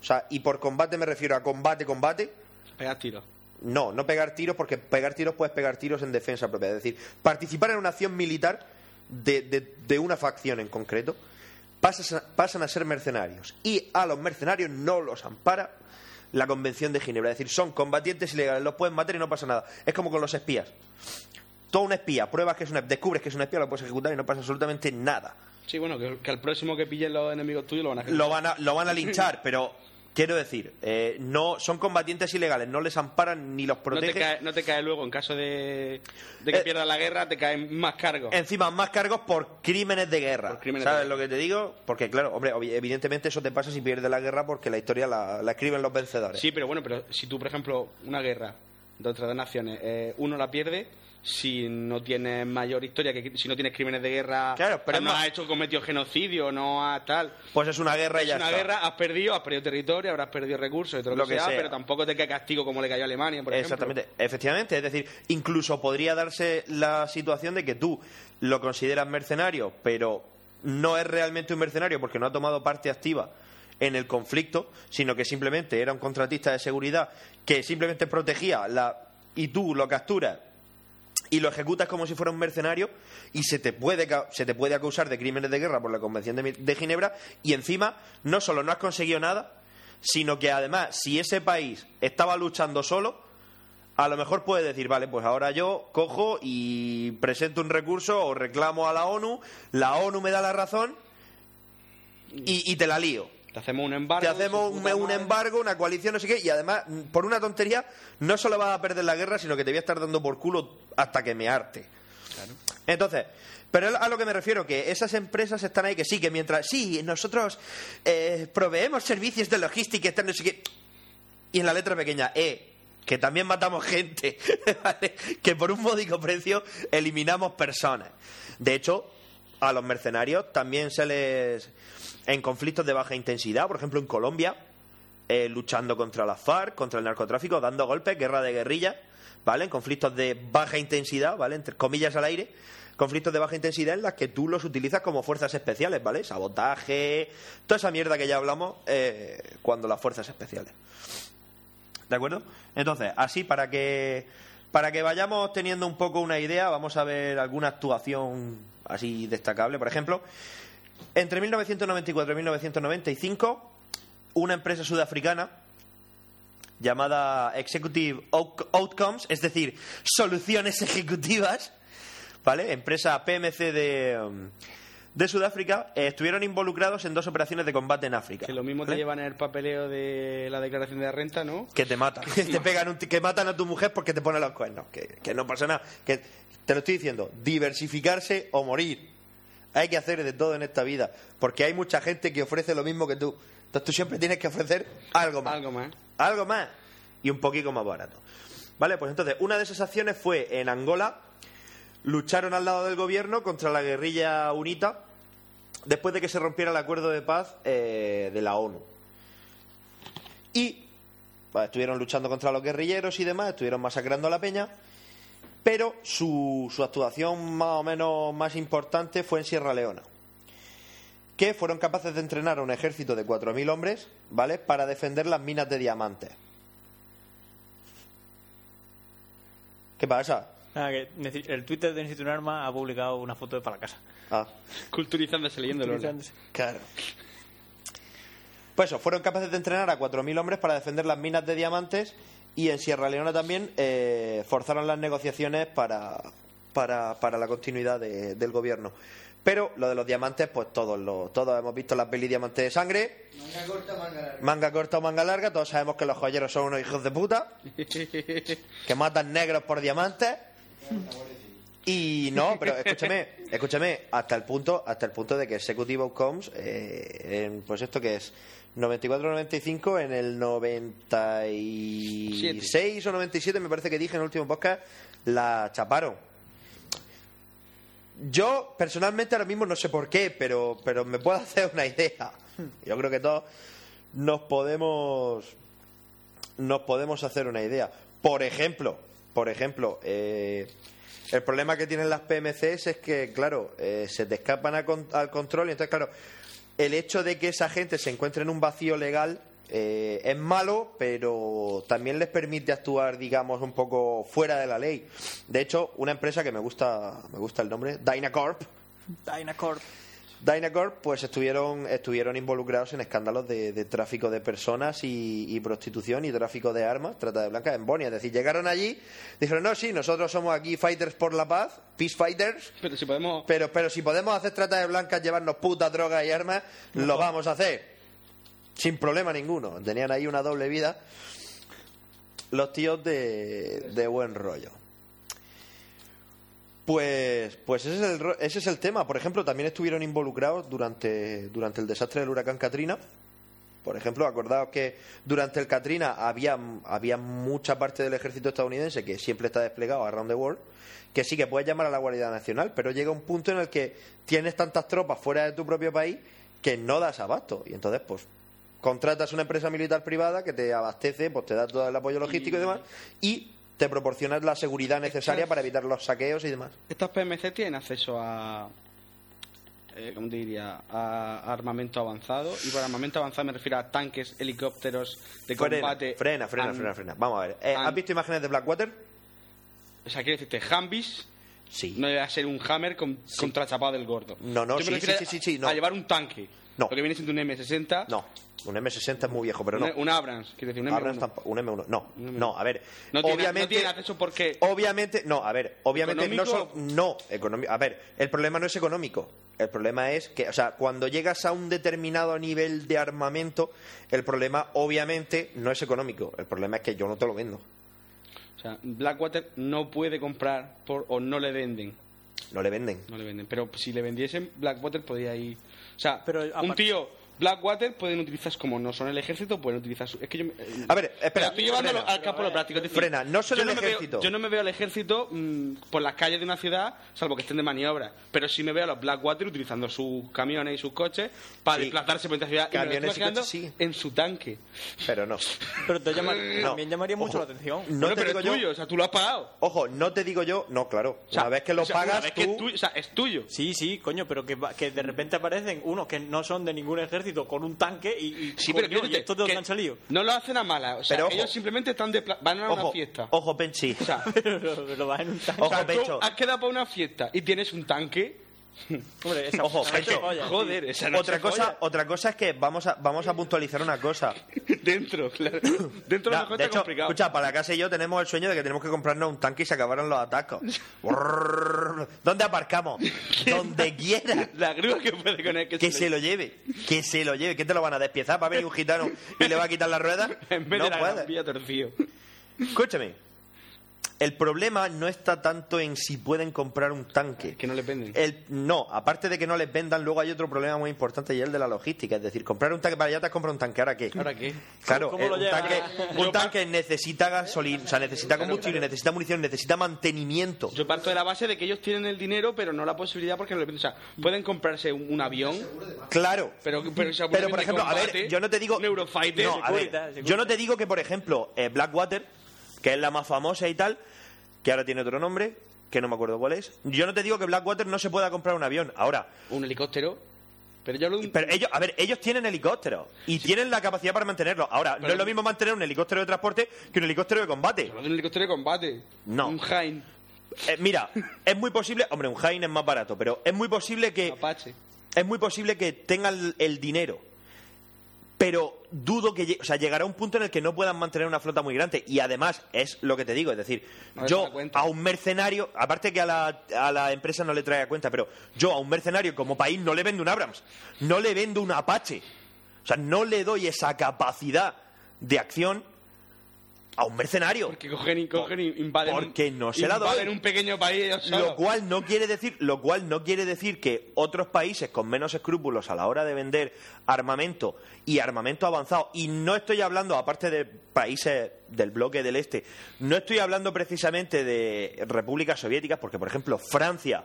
[SPEAKER 8] o sea, y por combate me refiero a combate, combate,
[SPEAKER 5] Pegar tiros.
[SPEAKER 8] no, no pegar tiros, porque pegar tiros puedes pegar tiros en defensa propia. Es decir, participar en una acción militar de, de- de una facción en concreto, pasas a- pasan a ser mercenarios. Y a los mercenarios no los ampara la Convención de Ginebra. Es decir, son combatientes ilegales, los pueden matar y no pasa nada. Es como con los espías. Todo un espía, pruebas que es una, descubres que es un espía, lo puedes ejecutar y no pasa absolutamente nada
[SPEAKER 5] Sí, bueno, que, que al próximo que pillen los enemigos tuyos lo van a
[SPEAKER 8] lo van a, lo van a linchar, pero quiero decir, eh, no son combatientes ilegales, no les amparan ni los
[SPEAKER 5] no, te
[SPEAKER 8] protegen.
[SPEAKER 5] cae, no te cae luego, en caso de, de que
[SPEAKER 8] Eh,
[SPEAKER 5] pierdas la guerra, te caen más cargos.
[SPEAKER 8] Encima, más cargos por crímenes de guerra.
[SPEAKER 5] crímenes
[SPEAKER 8] ¿Sabes
[SPEAKER 5] de
[SPEAKER 8] lo que te digo? Porque, claro, hombre, obvi- evidentemente eso te pasa si pierdes la guerra porque la historia la, la escriben los vencedores.
[SPEAKER 5] Sí, pero bueno, pero si tú, por ejemplo, una guerra de otras dos naciones, eh, uno la pierde si no tienes mayor historia, que si no tienes crímenes de guerra,
[SPEAKER 8] Claro, pero
[SPEAKER 5] o
[SPEAKER 8] es
[SPEAKER 5] no
[SPEAKER 8] más-
[SPEAKER 5] has hecho cometido genocidio, no has tal.
[SPEAKER 8] Pues es una guerra y
[SPEAKER 5] es
[SPEAKER 8] ya
[SPEAKER 5] una
[SPEAKER 8] está.
[SPEAKER 5] guerra, has perdido, has perdido territorio, habrás perdido recursos y todo lo,
[SPEAKER 8] Lo
[SPEAKER 5] que,
[SPEAKER 8] que
[SPEAKER 5] sea,
[SPEAKER 8] sea.
[SPEAKER 5] pero tampoco te cae castigo como le cayó a Alemania, por ejemplo.
[SPEAKER 8] Exactamente, efectivamente. Es decir, incluso podría darse la situación de que tú lo consideras mercenario, pero no es realmente un mercenario porque no ha tomado parte activa en el conflicto, sino que simplemente era un contratista de seguridad que simplemente protegía la y tú lo capturas y lo ejecutas como si fuera un mercenario y se te puede ca- se te puede acusar de crímenes de guerra por la Convención de, Mi- de Ginebra y encima no solo no has conseguido nada, sino que además si ese país estaba luchando solo a lo mejor puedes decir, vale, pues ahora yo cojo y presento un recurso o reclamo a la ONU, la ONU me da la razón y, y te la lío.
[SPEAKER 5] Te hacemos un embargo.
[SPEAKER 8] Te hacemos
[SPEAKER 5] su
[SPEAKER 8] un,
[SPEAKER 5] puta
[SPEAKER 8] un
[SPEAKER 5] madre.
[SPEAKER 8] embargo, una coalición, no sé qué, y además, mm, por una tontería, no solo vas a perder la guerra, sino que te voy a estar dando por culo hasta que me harte. Entonces, pero a lo que me refiero, que esas empresas están ahí que sí, que mientras, sí, nosotros eh, proveemos servicios de logística, están no sé qué. Y en la letra pequeña, eh, que también matamos gente, ¿vale? que por un módico precio eliminamos personas. De hecho, a los mercenarios también se les. en conflictos de baja intensidad, por ejemplo en Colombia, eh, luchando contra las FARC, contra el narcotráfico, dando golpes, guerra de guerrilla, ¿vale? En conflictos de baja intensidad, ¿vale? Entre comillas al aire. Conflictos de baja intensidad en las que tú los utilizas como fuerzas especiales, ¿vale? Sabotaje, toda esa mierda que ya hablamos eh, cuando las fuerzas especiales. ¿De acuerdo? Entonces, así para que para que vayamos teniendo un poco una idea, vamos a ver alguna actuación así destacable. Por ejemplo, entre 1994 y 1995, una empresa sudafricana llamada Executive Out- Outcomes, es decir, soluciones ejecutivas, ¿vale? Empresa PMC de, um, de Sudáfrica, eh, estuvieron involucrados en dos operaciones de combate en África.
[SPEAKER 5] Que lo mismo te llevan en el papeleo de la declaración de la renta, ¿no?
[SPEAKER 8] Que te matan. ¿Mm? Que te pegan un ti- que matan a tu mujer porque te pone los cuernos. Que, que no pasa nada. Que te lo estoy diciendo, diversificarse o morir. Hay que hacer de todo en esta vida. Porque hay mucha gente que ofrece lo mismo que tú. Entonces tú siempre tienes que ofrecer algo más. Algo
[SPEAKER 5] más.
[SPEAKER 8] Algo más. Y un poquito más barato. Vale, pues entonces, una de esas acciones fue en Angola. Lucharon al lado del gobierno contra la guerrilla unita después de que se rompiera el acuerdo de paz eh, de la ONU. Y pues, estuvieron luchando contra los guerrilleros y demás, estuvieron masacrando a la peña, pero su, su actuación más o menos más importante fue en Sierra Leona, que fueron capaces de entrenar a un ejército de 4.000 hombres, ¿vale?, para defender las minas de diamantes. ¿Qué pasa?
[SPEAKER 7] Ah, que neces- el Twitter de Necesito un Arma ha publicado una foto de para casa.
[SPEAKER 8] Ah.
[SPEAKER 5] Culturizándose leyendo
[SPEAKER 7] Culturizándose.
[SPEAKER 8] Claro. Pues eso, fueron capaces de entrenar a 4.000 hombres para defender las minas de diamantes y en Sierra Leona también eh, forzaron las negociaciones para, para, para la continuidad de- del gobierno. Pero lo de los diamantes, pues todos, los, todos hemos visto las pelis Diamantes de Sangre,
[SPEAKER 10] Manga corta, manga larga.
[SPEAKER 8] manga corta o manga larga, todos sabemos que los joyeros son unos hijos de puta, que matan negros por diamantes. Y no, pero escúchame, escúchame, hasta el punto, hasta el punto de que Executive Outcomes, eh, en, pues esto que es 94-95, en el 96 o 97 me parece que dije en el último podcast, la chaparon. Yo personalmente ahora mismo no sé por qué, pero, pero me puedo hacer una idea. Yo creo que todos nos podemos nos podemos hacer una idea. Por ejemplo, por ejemplo, eh, el problema que tienen las PMCs es que, claro, eh, se te escapan a con- al control y entonces, claro, el hecho de que esa gente se encuentre en un vacío legal eh, es malo, pero también les permite actuar, digamos, un poco fuera de la ley. De hecho, una empresa que me gusta, me gusta el nombre, Dynacorp,
[SPEAKER 7] Dynacord.
[SPEAKER 8] Dynacorp, pues estuvieron, estuvieron involucrados en escándalos de, de tráfico de personas y, y prostitución y tráfico de armas, trata de blancas en Bosnia. Es decir, llegaron allí, dijeron, no, sí, nosotros somos aquí Fighters por la Paz, Peace Fighters.
[SPEAKER 5] Pero si podemos...
[SPEAKER 8] Pero, pero si podemos hacer trata de blancas, llevarnos putas, drogas y armas, lo vamos a hacer. Sin problema ninguno. Tenían ahí una doble vida. Los tíos de, de buen rollo. Pues, pues ese, es el, ro- ese es el tema. Por ejemplo, también estuvieron involucrados durante, durante el desastre del huracán Katrina. Por ejemplo, acordaos que durante el Katrina había, había mucha parte del ejército estadounidense que siempre está desplegado around the world, que sí que puedes llamar a la Guardia Nacional, pero llega un punto en el que tienes tantas tropas fuera de tu propio país que no das abasto. Y entonces, pues, contratas una empresa militar privada que te abastece, pues te da todo el apoyo logístico y demás, y te proporcionas la seguridad necesaria para evitar los saqueos y demás.
[SPEAKER 5] Estas PMC tienen acceso a. eh, ¿Cómo te diría? A armamento avanzado. Y por armamento avanzado me refiero a tanques, helicópteros de
[SPEAKER 8] Frena,
[SPEAKER 5] combate.
[SPEAKER 8] Frena, frena,
[SPEAKER 5] an-
[SPEAKER 8] frena, frena. Vamos a ver. Eh,
[SPEAKER 5] an-
[SPEAKER 8] ¿Has visto imágenes de Blackwater?
[SPEAKER 5] O sea, quiero decirte, Hambis no debe ser un hammer con, contrachapado del gordo.
[SPEAKER 8] No, no,
[SPEAKER 5] Yo me
[SPEAKER 8] sí,
[SPEAKER 5] refiero
[SPEAKER 8] sí, sí, sí, sí,
[SPEAKER 5] a-
[SPEAKER 8] no.
[SPEAKER 5] A llevar un tanque.
[SPEAKER 8] No.
[SPEAKER 5] Lo que viene siendo un M60.
[SPEAKER 8] No, un M60 es muy viejo, pero no.
[SPEAKER 5] Un- un Abrams, quiero decir, un
[SPEAKER 8] Abrams
[SPEAKER 5] M1.
[SPEAKER 8] tampoco- un M1. No, no, a ver.
[SPEAKER 5] No tiene-
[SPEAKER 8] obviamente,
[SPEAKER 5] no tiene acceso porque...
[SPEAKER 8] Obviamente, no, a ver, obviamente no
[SPEAKER 5] ¿Económico?
[SPEAKER 8] son- no, económico, a ver, el problema no es económico. El problema es que, o sea, cuando llegas a un determinado nivel de armamento, el problema obviamente no es económico. El problema es que yo no te lo vendo.
[SPEAKER 5] O sea, Blackwater no puede comprar por, o no le venden.
[SPEAKER 8] No le venden.
[SPEAKER 5] No le venden. Pero si le vendiesen, Blackwater podría ir. O sea, un
[SPEAKER 8] aparte-
[SPEAKER 5] tío, Blackwater pueden utilizar como no son el ejército, pueden utilizar su. Es que yo. me- eh,
[SPEAKER 8] A ver, espera,
[SPEAKER 5] Estoy llevándolo
[SPEAKER 8] frena.
[SPEAKER 5] al campo de lo práctico. es decir,
[SPEAKER 8] Frena, no son
[SPEAKER 5] yo
[SPEAKER 8] el
[SPEAKER 5] me veo-
[SPEAKER 8] ejército.
[SPEAKER 5] yo no me veo al ejército mm, por las calles de una ciudad, salvo que estén de maniobra. Pero sí me veo a los Blackwater utilizando sus camiones y sus coches para
[SPEAKER 8] Sí.
[SPEAKER 5] desplazarse por esta ciudad. y me lo estoy
[SPEAKER 8] Camiones y
[SPEAKER 5] imaginando
[SPEAKER 8] coches, sí.
[SPEAKER 5] En su tanque.
[SPEAKER 8] Pero no.
[SPEAKER 7] Pero te
[SPEAKER 8] llama-
[SPEAKER 7] también llamaría
[SPEAKER 8] Ojo.
[SPEAKER 7] mucho la atención.
[SPEAKER 8] No
[SPEAKER 5] Bueno,
[SPEAKER 8] te
[SPEAKER 5] pero
[SPEAKER 8] digo
[SPEAKER 5] es
[SPEAKER 8] yo.
[SPEAKER 5] tuyo, o sea, tú lo has pagado.
[SPEAKER 8] Ojo, no te digo yo, no, claro.
[SPEAKER 7] sea,
[SPEAKER 8] una vez que lo
[SPEAKER 7] o sea, una
[SPEAKER 8] pagas,
[SPEAKER 7] vez
[SPEAKER 8] tú,
[SPEAKER 7] que
[SPEAKER 5] O sea, es tuyo.
[SPEAKER 7] Sí, sí, coño, pero que, va- que de repente aparecen unos que no son de ningún ejército con un tanque y, y,
[SPEAKER 5] Sí, pero
[SPEAKER 7] coño, ¿y
[SPEAKER 5] fíjate,
[SPEAKER 7] estos de dónde
[SPEAKER 5] que
[SPEAKER 7] han salido?
[SPEAKER 5] No lo hacen a mala. O sea,
[SPEAKER 7] Pero ojo.
[SPEAKER 5] ellos simplemente están de pla- van a una
[SPEAKER 7] Ojo,
[SPEAKER 5] fiesta.
[SPEAKER 8] Ojo, Penchi.
[SPEAKER 5] O sea,
[SPEAKER 7] pero, pero vas en un tanque.
[SPEAKER 5] o sea, tú has quedado para una fiesta y tienes un tanque.
[SPEAKER 7] Hombre, esa-
[SPEAKER 8] Ojo,
[SPEAKER 7] esa noche
[SPEAKER 8] Pencho,
[SPEAKER 7] folla, tío.
[SPEAKER 5] joder, esa noche
[SPEAKER 8] otra cosa,
[SPEAKER 5] folla.
[SPEAKER 8] otra cosa es que vamos a vamos a puntualizar una cosa.
[SPEAKER 5] Dentro, claro. Dentro
[SPEAKER 8] de hecho, escucha, para casa y yo tenemos el sueño de que tenemos que comprarnos un tanque y se acabaron los atacos. Brrrr. ¿Dónde aparcamos? Donde quiera.
[SPEAKER 5] La grúa que puede con él que,
[SPEAKER 8] se, lo lleve. Que se lo lleve. ¿Qué te lo van a despiezar? ¿Va a venir un gitano y le va a quitar la rueda?
[SPEAKER 5] En vez
[SPEAKER 8] no
[SPEAKER 5] de la
[SPEAKER 8] puede.
[SPEAKER 5] Gran Vía, torcido.
[SPEAKER 8] Escúchame. El problema no está tanto en si pueden comprar un tanque.
[SPEAKER 5] Que no les venden.
[SPEAKER 8] El, no, aparte de que no les vendan, luego hay otro problema muy importante y es el de la logística. Es decir, comprar un tanque para allá te has comprado un tanque, ¿ahora qué?
[SPEAKER 5] ¿Ahora qué?
[SPEAKER 8] Claro,
[SPEAKER 5] ¿Cómo
[SPEAKER 8] eh,
[SPEAKER 5] lo
[SPEAKER 8] un,
[SPEAKER 5] llevas?
[SPEAKER 8] tanque, un tanque necesita gasolina, o sea, necesita combustible, necesita munición, necesita mantenimiento.
[SPEAKER 5] Yo parto de la base de que ellos tienen el dinero, pero no la posibilidad porque no les venden. O sea, pueden comprarse un, un avión.
[SPEAKER 8] Claro.
[SPEAKER 5] Pero, pero, si
[SPEAKER 8] Pero, por ejemplo, a ver, yo no te digo.
[SPEAKER 5] Neurofighter,
[SPEAKER 8] No, a ver, yo no te digo que, por ejemplo, eh, Blackwater, que es la más famosa y tal, que ahora tiene otro nombre, que no me acuerdo cuál es. Yo no te digo que Blackwater no se pueda comprar un avión. Ahora.
[SPEAKER 5] Un helicóptero. Pero
[SPEAKER 8] ellos, a ver, ellos tienen helicópteros y tienen la capacidad para mantenerlo. Ahora, no
[SPEAKER 5] Pero-
[SPEAKER 8] es lo mismo mantener un helicóptero de transporte que un helicóptero de combate.
[SPEAKER 5] Un helicóptero de combate.
[SPEAKER 8] No. Un
[SPEAKER 5] Jain.
[SPEAKER 8] Eh, mira, es muy posible, hombre, un Jain es más barato, pero es muy posible que es muy posible que tengan el, el dinero. Pero dudo que, lle- o sea, llegará un punto en el que no puedan mantener una flota muy grande y además es lo que te digo, es decir,
[SPEAKER 5] No les
[SPEAKER 8] yo
[SPEAKER 5] da cuenta.
[SPEAKER 8] a un mercenario, aparte que a la, a la empresa no le trae a cuenta, pero yo a un mercenario como país no le vendo un Abrams, no le vendo un Apache. O sea, no le doy esa capacidad de acción a un mercenario.
[SPEAKER 5] Porque cogen y cogen y invaden.
[SPEAKER 8] Porque no se la doy.
[SPEAKER 5] Invaden un pequeño país ellos solos.
[SPEAKER 8] Lo cual no quiere decir, lo cual no quiere decir que otros países con menos escrúpulos a la hora de vender armamento y armamento avanzado, y no estoy hablando, aparte de países del bloque del este, no estoy hablando precisamente de repúblicas soviéticas, porque por ejemplo Francia,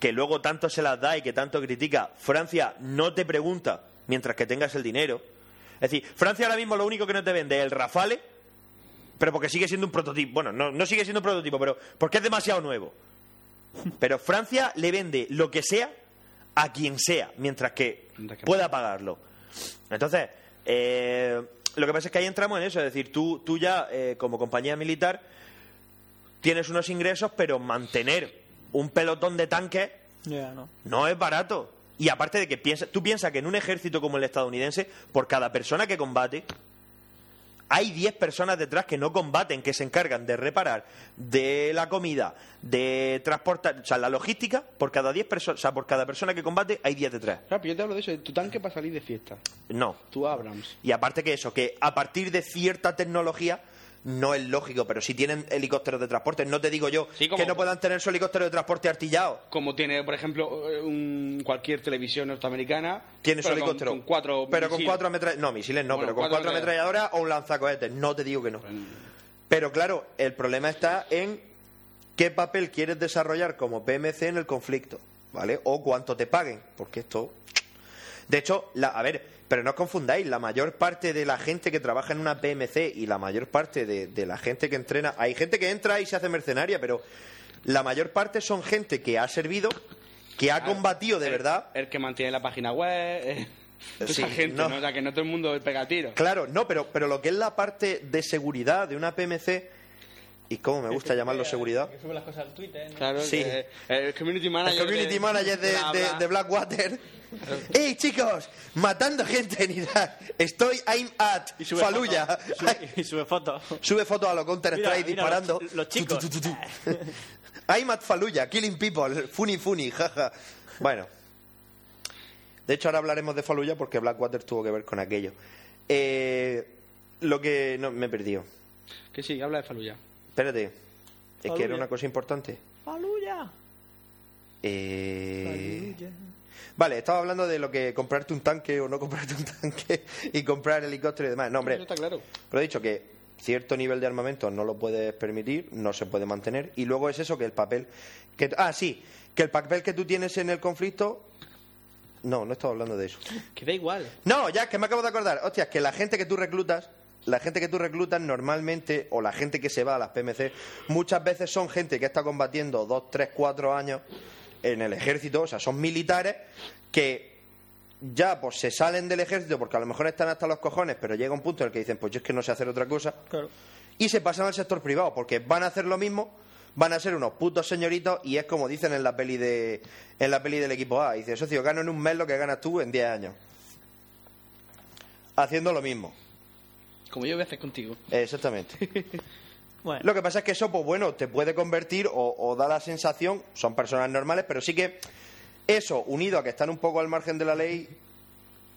[SPEAKER 8] que luego tanto se las da y que tanto critica, Francia no te pregunta mientras que tengas el dinero. Es decir, Francia ahora mismo lo único que no te vende es el Rafale, pero porque sigue siendo un prototipo. Bueno, no, no sigue siendo un prototipo, pero porque es demasiado nuevo. Pero Francia le vende lo que sea a quien sea, mientras que pueda pagarlo. Entonces, eh, lo que pasa es que ahí entramos en eso. Es decir, tú, tú ya, eh, como compañía militar, tienes unos ingresos, pero mantener un pelotón de tanques
[SPEAKER 7] Ya, no.
[SPEAKER 8] no es barato. Y aparte de que piensa, tú piensas que en un ejército como el estadounidense, por cada persona que combate, hay 10 personas detrás que no combaten, que se encargan de reparar, de la comida, de transportar, o sea, la logística, por cada 10 personas, o sea, por cada persona que combate hay 10 detrás.
[SPEAKER 5] Claro, pero yo te hablo de eso, de tu tanque para salir de fiesta.
[SPEAKER 8] No.
[SPEAKER 5] Tu Abrams.
[SPEAKER 8] Y aparte que eso, que a partir de cierta tecnología no es lógico, pero si tienen helicópteros de transporte, no te digo yo
[SPEAKER 5] como-
[SPEAKER 8] que no puedan tener su helicóptero de transporte artillado.
[SPEAKER 5] Como tiene, por ejemplo, eh, un- cualquier televisión norteamericana.
[SPEAKER 8] Tiene su
[SPEAKER 5] pero con-
[SPEAKER 8] helicóptero.
[SPEAKER 5] Con, cuatro
[SPEAKER 8] pero con
[SPEAKER 5] misiles.
[SPEAKER 8] cuatro ametralladoras. No, misiles no,
[SPEAKER 5] Bueno,
[SPEAKER 8] pero con
[SPEAKER 5] cuatro
[SPEAKER 8] cuatro
[SPEAKER 5] ametralladoras.
[SPEAKER 8] ametralladoras o un lanzacohetes. No te digo que no. Pero claro, el problema está en qué papel quieres desarrollar como PMC en el conflicto, ¿vale? O cuánto te paguen, porque esto. De hecho, la- a ver, pero no os confundáis, la mayor parte de la gente que trabaja en una PMC y la mayor parte de, de la gente que entrena, hay gente que entra y se hace mercenaria, pero la mayor parte son gente que ha servido, que
[SPEAKER 5] Ah,
[SPEAKER 8] ha combatido
[SPEAKER 5] eh,
[SPEAKER 8] de verdad
[SPEAKER 5] El que mantiene la página web. eh, toda esa
[SPEAKER 8] Sí,
[SPEAKER 5] gente,
[SPEAKER 8] no.
[SPEAKER 5] ¿no? O sea, que no todo el mundo pega tiros.
[SPEAKER 8] Claro, no, pero, pero lo que es la parte de seguridad de una PMC ¿Y cómo me gusta llamarlo seguridad?
[SPEAKER 7] Que sube las cosas al Twitter. ¿no?
[SPEAKER 5] Claro,
[SPEAKER 8] Sí.
[SPEAKER 5] que eh, el community manager.
[SPEAKER 8] El community
[SPEAKER 5] de-
[SPEAKER 8] manager de,
[SPEAKER 5] bla,
[SPEAKER 8] de-
[SPEAKER 5] bla.
[SPEAKER 8] de Blackwater. ¡Ey, chicos! Matando gente en Irak. Estoy I'm at
[SPEAKER 7] Y sube
[SPEAKER 8] Faluya.
[SPEAKER 7] fotos, sube- y sube fotos.
[SPEAKER 8] Sube fotos a lo Counter
[SPEAKER 7] Mira,
[SPEAKER 8] Strike
[SPEAKER 7] mira,
[SPEAKER 8] disparando.
[SPEAKER 7] los- los chicos.
[SPEAKER 8] Tu, tu, tu, tu. I'm at Faluya, killing people. Funny, funny, jaja. Bueno. De hecho, ahora hablaremos de Faluya porque Blackwater tuvo que ver con aquello. Eh, lo que. No, me he perdido.
[SPEAKER 5] Que sí, habla de Faluya.
[SPEAKER 8] Espérate. Es que
[SPEAKER 5] Faluya.
[SPEAKER 8] era una cosa importante.
[SPEAKER 7] ¡Faluya!
[SPEAKER 8] Eh, Vale, estaba hablando de lo que comprarte un tanque o no comprarte un tanque y comprar helicóptero y demás. No, hombre,
[SPEAKER 5] Eso está claro.
[SPEAKER 8] pero he dicho que cierto nivel de armamento no lo puedes permitir, no se puede mantener. Y luego es eso que el papel. Que, ah, sí, que el papel que tú tienes en el conflicto. No, no estaba hablando de eso.
[SPEAKER 5] Que da igual.
[SPEAKER 8] No, ya, que me acabo de acordar. Hostias, que la gente que tú reclutas, la gente que tú reclutas normalmente, o la gente que se va a las PMC, muchas veces son gente que está combatiendo dos, tres, cuatro años en el ejército, o sea, son militares que ya pues se salen del ejército porque a lo mejor están hasta los cojones, pero llega un punto en el que dicen, pues yo es que no sé hacer otra cosa. Y se pasan al sector privado porque van a hacer lo mismo, van a ser unos putos señoritos y es como dicen en la peli de en la peli del equipo A, dice, socio, gano en un mes lo que ganas tú en 10 años. Haciendo lo mismo.
[SPEAKER 5] Como yo voy a hacer contigo.
[SPEAKER 8] Exactamente.
[SPEAKER 7] Bueno.
[SPEAKER 8] Lo que pasa es que eso, pues bueno, te puede convertir o, o da la sensación, son personas normales, pero sí que eso, unido a que están un poco al margen de la ley,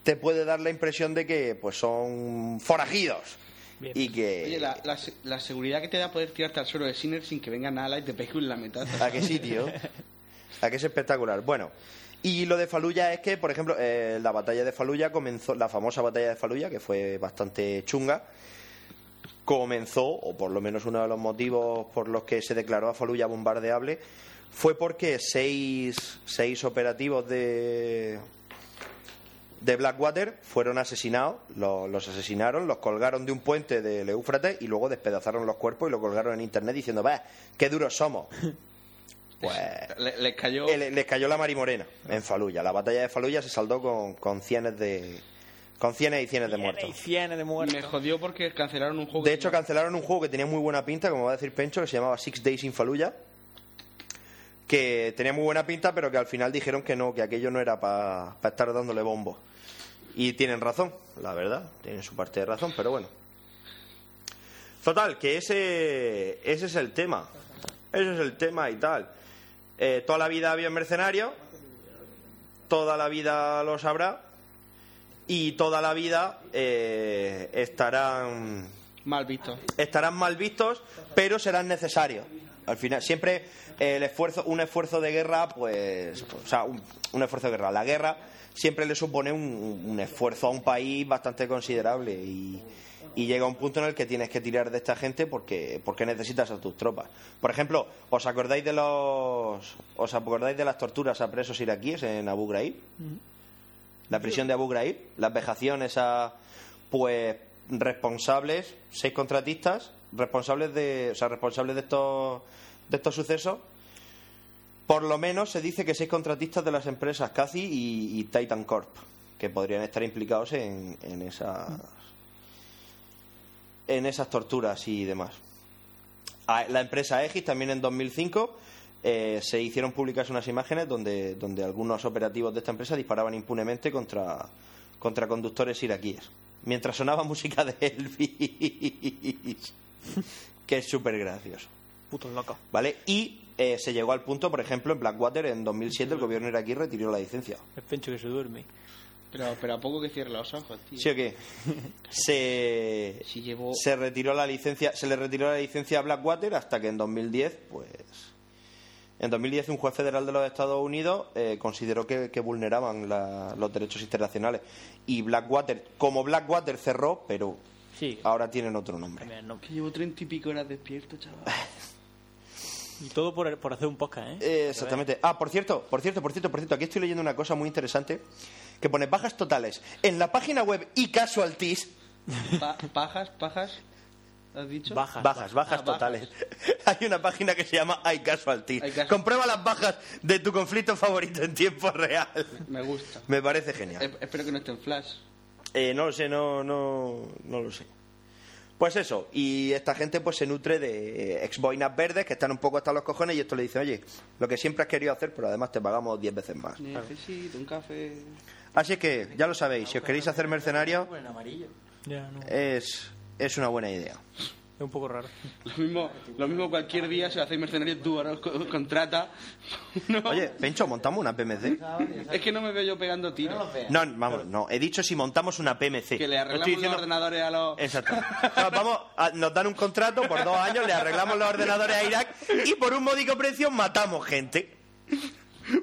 [SPEAKER 8] te puede dar la impresión de que pues son forajidos. Y que...
[SPEAKER 5] Oye, la, la se- la seguridad que te da poder tirarte al suelo de Sinner sin que venga nada y te pegue en la mitad.
[SPEAKER 8] ¿A qué sitio? ¿A qué es espectacular? Bueno, y lo de Faluya es que, por ejemplo, eh, la batalla de Faluya comenzó, la famosa batalla de Faluya, que fue bastante chunga, comenzó, o por lo menos uno de los motivos por los que se declaró a Faluya bombardeable, fue porque seis, seis operativos de, de Blackwater fueron asesinados, lo- los asesinaron, los colgaron de un puente del Éufrates y luego despedazaron los cuerpos y los colgaron en internet diciendo, va, qué duros somos. Pues
[SPEAKER 5] Le- les cayó.
[SPEAKER 8] eh, le- les cayó la marimorena en Faluya. La batalla de Faluya se saldó con, con cienes de con cienes y cienes de
[SPEAKER 7] Hay
[SPEAKER 8] muertos.
[SPEAKER 7] cienes de muertos.
[SPEAKER 5] Me jodió porque cancelaron un juego.
[SPEAKER 8] De
[SPEAKER 5] que
[SPEAKER 8] hecho,
[SPEAKER 5] tenía-
[SPEAKER 8] cancelaron un juego que tenía muy buena pinta, como va a decir Pencho, que se llamaba Six Days in Faluya. Que tenía muy buena pinta, pero que al final dijeron que no, que aquello no era para estar dándole bombo. Y tienen razón, la verdad, tienen su parte de razón, pero bueno. Total, que ese, ese es el tema. Ese es el tema y tal. Eh, toda la vida había mercenarios, toda la vida lo sabrá, y toda la vida eh, estarán
[SPEAKER 5] Mal visto.
[SPEAKER 8] estarán mal vistos, pero serán necesarios. Al final, siempre eh, el esfuerzo, un esfuerzo de guerra, pues, o sea, un, un esfuerzo de guerra. La guerra siempre le supone un, un esfuerzo a un país bastante considerable y, y llega un punto en el que tienes que tirar de esta gente porque, porque necesitas a tus tropas. Por ejemplo, ¿os acordáis de los, os acordáis de las torturas a presos iraquíes en Abu Ghraib? la prisión de Abu Ghraib, las vejaciones a pues responsables, seis contratistas, responsables de, o sea, responsables de estos de estos sucesos. Por lo menos se dice que seis contratistas de las empresas Cathy y, y Titan Corp, que podrían estar implicados en, en esas en esas torturas y demás. A- Ah, La empresa Egis también en 2005 eh, se hicieron públicas unas imágenes donde, donde algunos operativos de esta empresa disparaban impunemente contra, contra conductores iraquíes. Mientras sonaba música de Elvis. que es súper gracioso.
[SPEAKER 7] Putos locos.
[SPEAKER 8] ¿Vale? Y eh, se llegó al punto, por ejemplo, en Blackwater en 2007 el gobierno iraquí retiró la licencia.
[SPEAKER 7] El pencho que se duerme.
[SPEAKER 5] Pero, pero a poco que cierre los ojos, tío.
[SPEAKER 8] ¿Sí o qué? Se,
[SPEAKER 5] Si llevó.
[SPEAKER 8] se retiró la licencia se le retiró la licencia a Blackwater hasta que en 2010 pues en 2010 un juez federal de los Estados Unidos eh, consideró que, que vulneraban la- los derechos internacionales y Blackwater como Blackwater cerró pero
[SPEAKER 7] Sí.
[SPEAKER 8] ahora tienen otro nombre
[SPEAKER 7] Mira, no.
[SPEAKER 5] Que llevo treinta y pico horas despierto, chaval.
[SPEAKER 7] Y todo por, por hacer un podcast, ¿eh?
[SPEAKER 8] Eh, exactamente ah por cierto por cierto por cierto por cierto aquí estoy leyendo una cosa muy interesante que pone bajas totales en la página web y casualties
[SPEAKER 5] Pa- pajas, pajas. ¿Has dicho?
[SPEAKER 7] Bajas.
[SPEAKER 8] Bajas, bajas
[SPEAKER 5] Ah,
[SPEAKER 8] totales. Hay una página que se llama iCasualty.
[SPEAKER 5] iCasualty.
[SPEAKER 8] Comprueba las bajas de tu conflicto favorito en tiempo real.
[SPEAKER 5] Me gusta.
[SPEAKER 8] Me parece genial.
[SPEAKER 5] E- espero que no esté en flash.
[SPEAKER 8] Eh, no lo sé, no, no, no lo sé. Pues eso, y esta gente pues se nutre de ex boinas verdes que están un poco hasta los cojones y esto le dice, oye, lo que siempre has querido hacer, pero además te pagamos 10 veces más.
[SPEAKER 5] Necesito un café.
[SPEAKER 8] Así que, ya lo sabéis, si os queréis hacer mercenarios,
[SPEAKER 10] en amarillo.
[SPEAKER 7] Ya,
[SPEAKER 8] eh.
[SPEAKER 7] no.
[SPEAKER 8] es, es una buena idea.
[SPEAKER 7] Es un poco raro.
[SPEAKER 5] Lo mismo, lo mismo cualquier día, si hacéis mercenarios, tú ahora os co- os contrata.
[SPEAKER 8] Oye, Pencho, ¿montamos una PMC?
[SPEAKER 5] Es que no me veo yo pegando tiros.
[SPEAKER 8] No, vamos, no, he dicho si montamos una PMC.
[SPEAKER 5] Que le arreglamos
[SPEAKER 8] Estoy diciendo- Eh.
[SPEAKER 5] los ordenadores a los...
[SPEAKER 8] Exacto. O sea, vamos, a- nos dan un contrato por dos años, le arreglamos los ordenadores a Irak y por un módico precio matamos gente.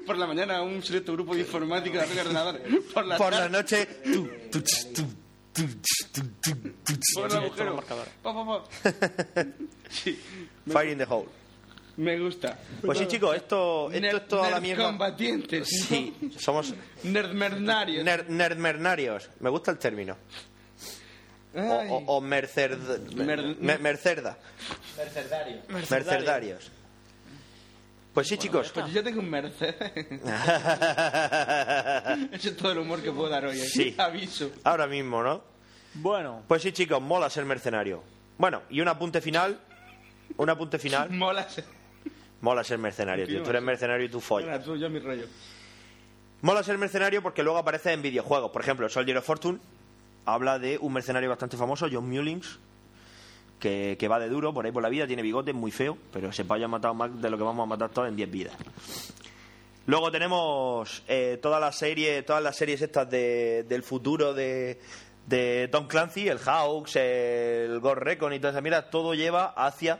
[SPEAKER 5] Por la mañana un cierto grupo de informática de ordenadores. Por la
[SPEAKER 8] Por la
[SPEAKER 5] tarde,
[SPEAKER 8] noche. tú, tú, tú, tú, tú, tú, tú,
[SPEAKER 5] Por
[SPEAKER 8] tú.
[SPEAKER 5] el agujero. Pa, pa, pa.
[SPEAKER 8] Fire in the hole.
[SPEAKER 5] Me gusta.
[SPEAKER 8] Pues sí, chicos, esto, esto es toda la mierda.
[SPEAKER 5] combatientes.
[SPEAKER 8] Sí, somos
[SPEAKER 5] nerdmernarios.
[SPEAKER 8] ner- nerdmernarios. Me gusta el término. O, o, o mercer-
[SPEAKER 5] Mer-
[SPEAKER 8] mer- mercerda.
[SPEAKER 10] Mercedario.
[SPEAKER 8] Mercedarios. Pues sí, chicos.
[SPEAKER 5] Pues yo tengo un Mercedes. Ese es todo el humor que puedo dar hoy. ¿eh?
[SPEAKER 8] Sí.
[SPEAKER 5] Aviso.
[SPEAKER 8] Ahora mismo, ¿no?
[SPEAKER 7] Bueno.
[SPEAKER 8] Pues sí, chicos, mola ser mercenario. Bueno, y un apunte final. Un apunte final.
[SPEAKER 5] Mola ser.
[SPEAKER 8] Mola ser mercenario, tío. Tú eres mercenario y tú follas.
[SPEAKER 5] Era tú, yo mi rollo.
[SPEAKER 8] Eh. Mola ser mercenario porque luego aparece en videojuegos. Por ejemplo, Soldier of Fortune habla de un mercenario bastante famoso, John Mullins, que, que va de duro por ahí por la vida, tiene bigote, muy feo, pero ese payo ha matado más de lo que vamos a matar todos en 10 vidas. Luego tenemos eh, toda la serie, todas las series estas de- del futuro de, de Tom Clancy, el Hawks, el Ghost Recon y toda esa mira, todo lleva hacia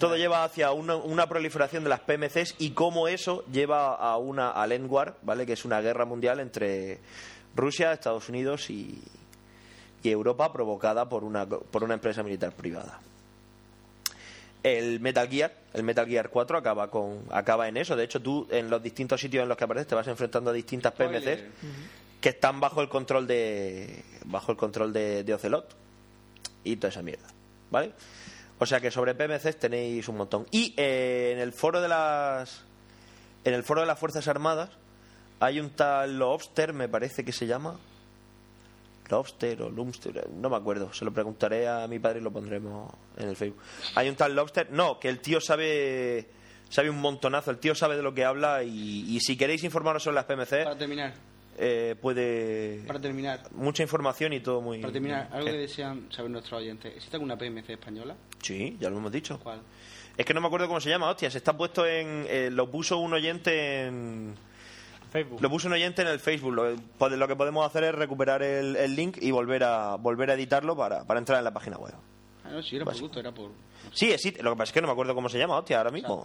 [SPEAKER 8] todo lleva hacia una, una proliferación de las PMCs y cómo eso lleva a una al Endwar, ¿vale? Que es una guerra mundial entre Rusia, Estados Unidos y, y Europa provocada por una, por una empresa militar privada. El Metal Gear, el Metal Gear 4 acaba con acaba en eso. De hecho, tú en los distintos sitios en los que apareces te vas enfrentando a distintas PMCs que están bajo el control de bajo el control de, de Ocelot y toda esa mierda, ¿vale? O sea que sobre PMCs tenéis un montón. Y eh, en el foro de las en el foro de las Fuerzas Armadas hay un tal Lobster, me parece que se llama Lobster o Lumster, no me acuerdo. Se lo preguntaré a mi padre y lo pondremos en el Facebook. Hay un tal Lobster, no, que el tío sabe sabe un montonazo, el tío sabe de lo que habla y, y si queréis informaros sobre las PMCs
[SPEAKER 5] Para terminar.
[SPEAKER 8] eh, puede
[SPEAKER 5] Para terminar.
[SPEAKER 8] mucha información y todo muy
[SPEAKER 5] Para terminar, algo
[SPEAKER 8] ¿Qué?
[SPEAKER 5] que desean saber nuestros oyentes. ¿Existe alguna PMC española?
[SPEAKER 8] sí ya lo hemos dicho
[SPEAKER 5] ¿Cuál?
[SPEAKER 8] es que no me acuerdo cómo se llama hostia se está puesto en eh, lo puso un oyente en
[SPEAKER 7] Facebook.
[SPEAKER 8] lo puso un oyente en el Facebook lo, pod- lo que podemos hacer es recuperar el, el link y volver a volver a editarlo para, para entrar en la página web
[SPEAKER 5] Ah, no, si
[SPEAKER 8] Pues
[SPEAKER 5] era por gusto, era por...
[SPEAKER 8] sí existe lo que pasa es que no me acuerdo cómo se llama hostia ahora mismo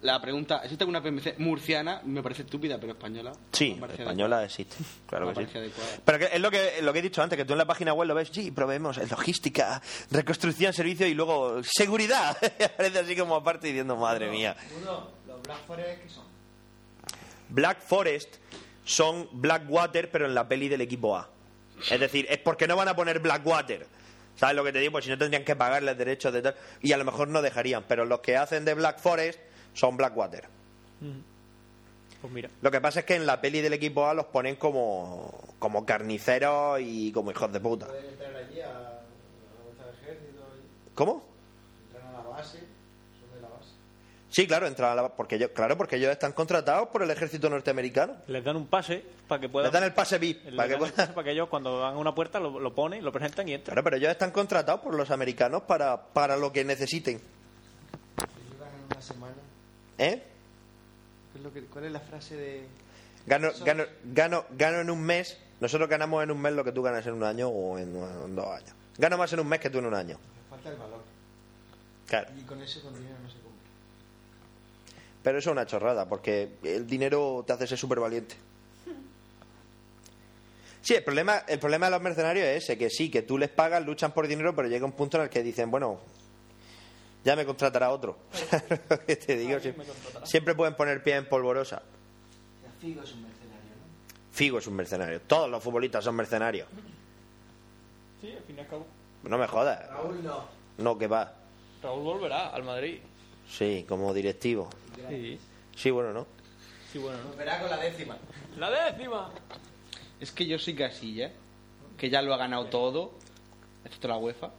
[SPEAKER 5] La pregunta, ¿existe alguna PMC murciana? Me parece estúpida, pero española.
[SPEAKER 8] sí
[SPEAKER 5] me parece
[SPEAKER 8] española existe claro
[SPEAKER 5] adecuada.
[SPEAKER 8] que
[SPEAKER 5] Me
[SPEAKER 8] sí
[SPEAKER 5] parece adecuada.
[SPEAKER 8] Pero que es lo que, lo que he dicho antes, que tú en la página web lo ves, sí, proveemos eh, logística, reconstrucción, servicio y luego seguridad. Parece así como aparte diciendo, madre mía.
[SPEAKER 10] Uno, los Black Forest que son.
[SPEAKER 8] Black Forest son Blackwater, pero en la peli del equipo A. Es decir, es porque no van a poner Blackwater. ¿Sabes lo que te digo? Pues si no tendrían que pagarles derechos de tal. Y a lo mejor no dejarían, pero los que hacen de Black Forest son Blackwater.
[SPEAKER 7] Pues mira.
[SPEAKER 8] Lo que pasa es que en la peli del equipo A los ponen como, como carniceros y como hijos de puta.
[SPEAKER 10] Pueden entrar allí a a la vuelta del ejército,
[SPEAKER 8] ¿Cómo?
[SPEAKER 10] entran a la base, son de la base.
[SPEAKER 8] Sí, claro, entrar a la- porque ellos, claro, porque ellos están contratados por el ejército norteamericano.
[SPEAKER 7] Les dan un pase para que puedan.
[SPEAKER 8] Les dan el pase VIP
[SPEAKER 7] les
[SPEAKER 8] para que
[SPEAKER 7] dan el
[SPEAKER 8] puedan-
[SPEAKER 7] pase para que ellos cuando van a una puerta lo, lo ponen, lo presentan y entran.
[SPEAKER 8] Claro, pero ellos están contratados por los americanos para, para lo que necesiten,
[SPEAKER 10] Ellos ganan una semana.
[SPEAKER 8] ¿eh?
[SPEAKER 10] ¿Qué es lo que- ¿Cuál es la frase de.?
[SPEAKER 8] Gano, gano, gano, gano en un mes. Nosotros ganamos en un mes lo que tú ganas en un año o en, en dos años. Gano más en un mes que tú en un año.
[SPEAKER 10] Falta el valor.
[SPEAKER 8] Claro.
[SPEAKER 10] Y con eso con dinero no se compra.
[SPEAKER 8] Pero eso es una chorrada, porque el dinero te hace ser súper valiente. Sí, el problema, el problema de los mercenarios es ese, que sí, que tú les pagas, luchan por dinero, pero llega un punto en el que dicen, bueno, ya me contratará otro. Lo que te digo, siempre, siempre pueden poner pie en polvorosa.
[SPEAKER 10] La Figo es un mercenario, ¿no?
[SPEAKER 8] Figo es un mercenario, todos los futbolistas son mercenarios.
[SPEAKER 7] Sí, al fin y al cabo.
[SPEAKER 8] No me jodas,
[SPEAKER 10] Raúl no.
[SPEAKER 8] no que va.
[SPEAKER 7] Raúl volverá al Madrid.
[SPEAKER 8] Sí, como directivo.
[SPEAKER 7] Sí.
[SPEAKER 8] Sí, bueno, ¿no?
[SPEAKER 7] Sí, bueno. ¿no?
[SPEAKER 10] Verá con la décima.
[SPEAKER 7] ¡La décima!
[SPEAKER 5] Es que yo soy Casilla, que ya lo ha ganado todo, excepto la UEFA.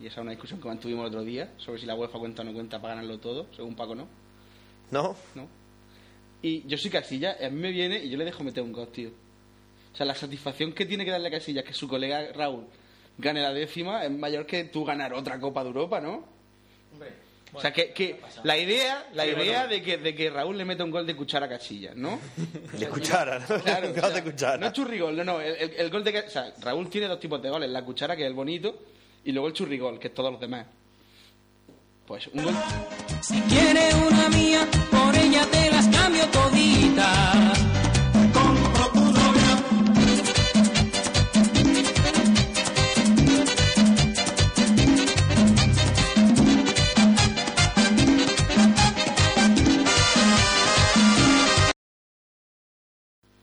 [SPEAKER 5] Y esa es una discusión que mantuvimos el otro día sobre si la UEFA cuenta o no cuenta para ganarlo todo, según Paco no.
[SPEAKER 8] ¿No?
[SPEAKER 5] No. Y yo soy Casilla, a mí me viene y yo le dejo meter un gol, tío. O sea, la satisfacción que tiene que darle a Casilla que su colega Raúl gane la décima es mayor que tú ganar otra Copa de Europa, ¿no? o sea, que, que la idea, la
[SPEAKER 8] Sí,
[SPEAKER 5] idea
[SPEAKER 8] bueno.
[SPEAKER 5] de, que, de que Raúl le meta un gol de cuchara a Casilla, ¿no?
[SPEAKER 8] De cuchara, ¿no?
[SPEAKER 5] Claro,
[SPEAKER 8] Un
[SPEAKER 5] o
[SPEAKER 8] gol
[SPEAKER 5] sea,
[SPEAKER 8] de cuchara.
[SPEAKER 5] No es churrigol, no, no. El, el- el gol de. ca- O sea, Raúl tiene dos tipos de goles: la cuchara, que es el bonito, y luego el churrigol, que es todos los demás. Pues un gol.
[SPEAKER 12] Si quiere una mía, por ella te las cambio toditas. Compro tu novia.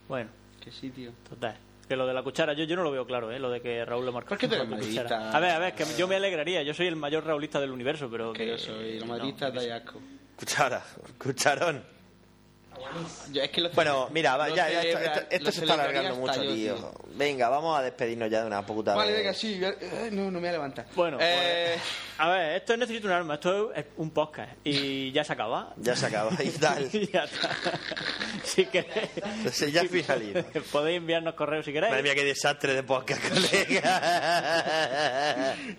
[SPEAKER 7] Bueno.
[SPEAKER 5] Que sí, tío.
[SPEAKER 7] Total. Que lo de la cuchara, yo, yo no lo veo claro, ¿eh? Lo de que Raúl le marca
[SPEAKER 5] qué tú
[SPEAKER 7] un gol
[SPEAKER 5] eres
[SPEAKER 7] de cuchara.
[SPEAKER 5] madridista?
[SPEAKER 7] A ver, a ver, que yo me alegraría. Yo soy el mayor raulista del universo, pero... Que,
[SPEAKER 5] yo soy el madridista de asco.
[SPEAKER 8] Cuchara, cucharón.
[SPEAKER 5] Yo- es que lo
[SPEAKER 8] Bueno, mira, va,
[SPEAKER 5] lo
[SPEAKER 8] ya, ya, esto,
[SPEAKER 5] celebra-
[SPEAKER 8] esto- esto
[SPEAKER 5] lo
[SPEAKER 8] se está
[SPEAKER 5] celebraría
[SPEAKER 8] alargando mucho,
[SPEAKER 5] hasta yo,
[SPEAKER 8] tío. Venga, vamos a despedirnos ya de una puta
[SPEAKER 5] Vale,
[SPEAKER 8] vez.
[SPEAKER 5] venga, sí. ya- ay, No, no me voy a levantar.
[SPEAKER 7] Bueno,
[SPEAKER 5] Eh,
[SPEAKER 7] pues, a ver, esto es Necesito un arma, esto es un podcast. Y ya se acaba.
[SPEAKER 8] Ya se acaba, y tal.
[SPEAKER 7] ya está. Si queréis...
[SPEAKER 8] Entonces ya finaliza.
[SPEAKER 7] Podéis enviarnos correos si queréis.
[SPEAKER 8] Madre mía, qué desastre de podcast, colega.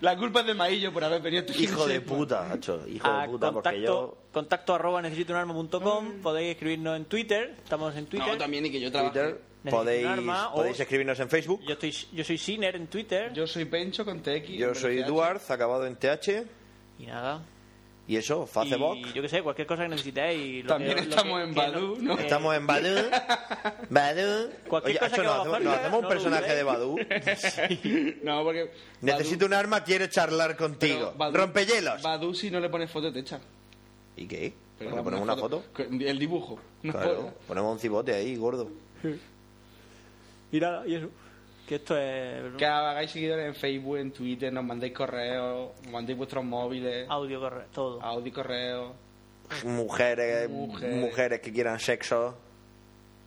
[SPEAKER 5] La culpa es de Maillo por haber venido. este
[SPEAKER 8] Hijo
[SPEAKER 5] fin
[SPEAKER 8] de
[SPEAKER 5] semana.
[SPEAKER 8] puta, macho. Hijo
[SPEAKER 7] a
[SPEAKER 8] de puta, porque yo...
[SPEAKER 7] Ah, contacto, contacto arroba necesitounarma.com. Podéis escribirnos en Twitter. Estamos en Twitter.
[SPEAKER 5] Mm. No, también y que yo trabajo.
[SPEAKER 8] Twitter,
[SPEAKER 7] un
[SPEAKER 8] podéis,
[SPEAKER 7] arma, o-
[SPEAKER 8] podéis escribirnos en Facebook.
[SPEAKER 7] Yo, estoy, yo soy Siner en Twitter.
[SPEAKER 5] Yo soy Pencho con TX.
[SPEAKER 8] Yo soy Eduard, acabado en TH.
[SPEAKER 7] Y nada.
[SPEAKER 8] Y eso, Facebook.
[SPEAKER 7] Y yo que sé, cualquier cosa que necesitéis. lo
[SPEAKER 5] También
[SPEAKER 7] que- lo
[SPEAKER 5] estamos
[SPEAKER 7] que-
[SPEAKER 5] en
[SPEAKER 7] que
[SPEAKER 5] Badoo,
[SPEAKER 7] no-
[SPEAKER 5] ¿no?
[SPEAKER 7] eh,
[SPEAKER 8] Estamos en Badu. Badu.
[SPEAKER 7] Cualquier cosa que
[SPEAKER 8] nos,
[SPEAKER 7] vamos
[SPEAKER 8] hacemos,
[SPEAKER 7] a hacer,
[SPEAKER 8] nos hacemos
[SPEAKER 7] no
[SPEAKER 8] un
[SPEAKER 7] lo
[SPEAKER 8] personaje de Badu.
[SPEAKER 5] No, porque.
[SPEAKER 8] Necesito un arma, quiere charlar contigo. Rompehielos.
[SPEAKER 5] Badu, si no le pones foto, te echa.
[SPEAKER 8] ¿Y qué?
[SPEAKER 5] Pero
[SPEAKER 8] Bueno,
[SPEAKER 5] no
[SPEAKER 8] ponemos una foto.
[SPEAKER 5] que- El dibujo. No
[SPEAKER 8] Claro,
[SPEAKER 5] pone-
[SPEAKER 8] ponemos un cibote ahí, gordo.
[SPEAKER 7] Y nada, y eso. Que esto es
[SPEAKER 5] Que hagáis seguidores en Facebook, en Twitter, nos mandéis correos, nos mandéis vuestros móviles,
[SPEAKER 7] audio corre todo.
[SPEAKER 5] audio correos.
[SPEAKER 8] Mujeres,
[SPEAKER 5] Ah. Mujeres.
[SPEAKER 8] mujeres que quieran sexo.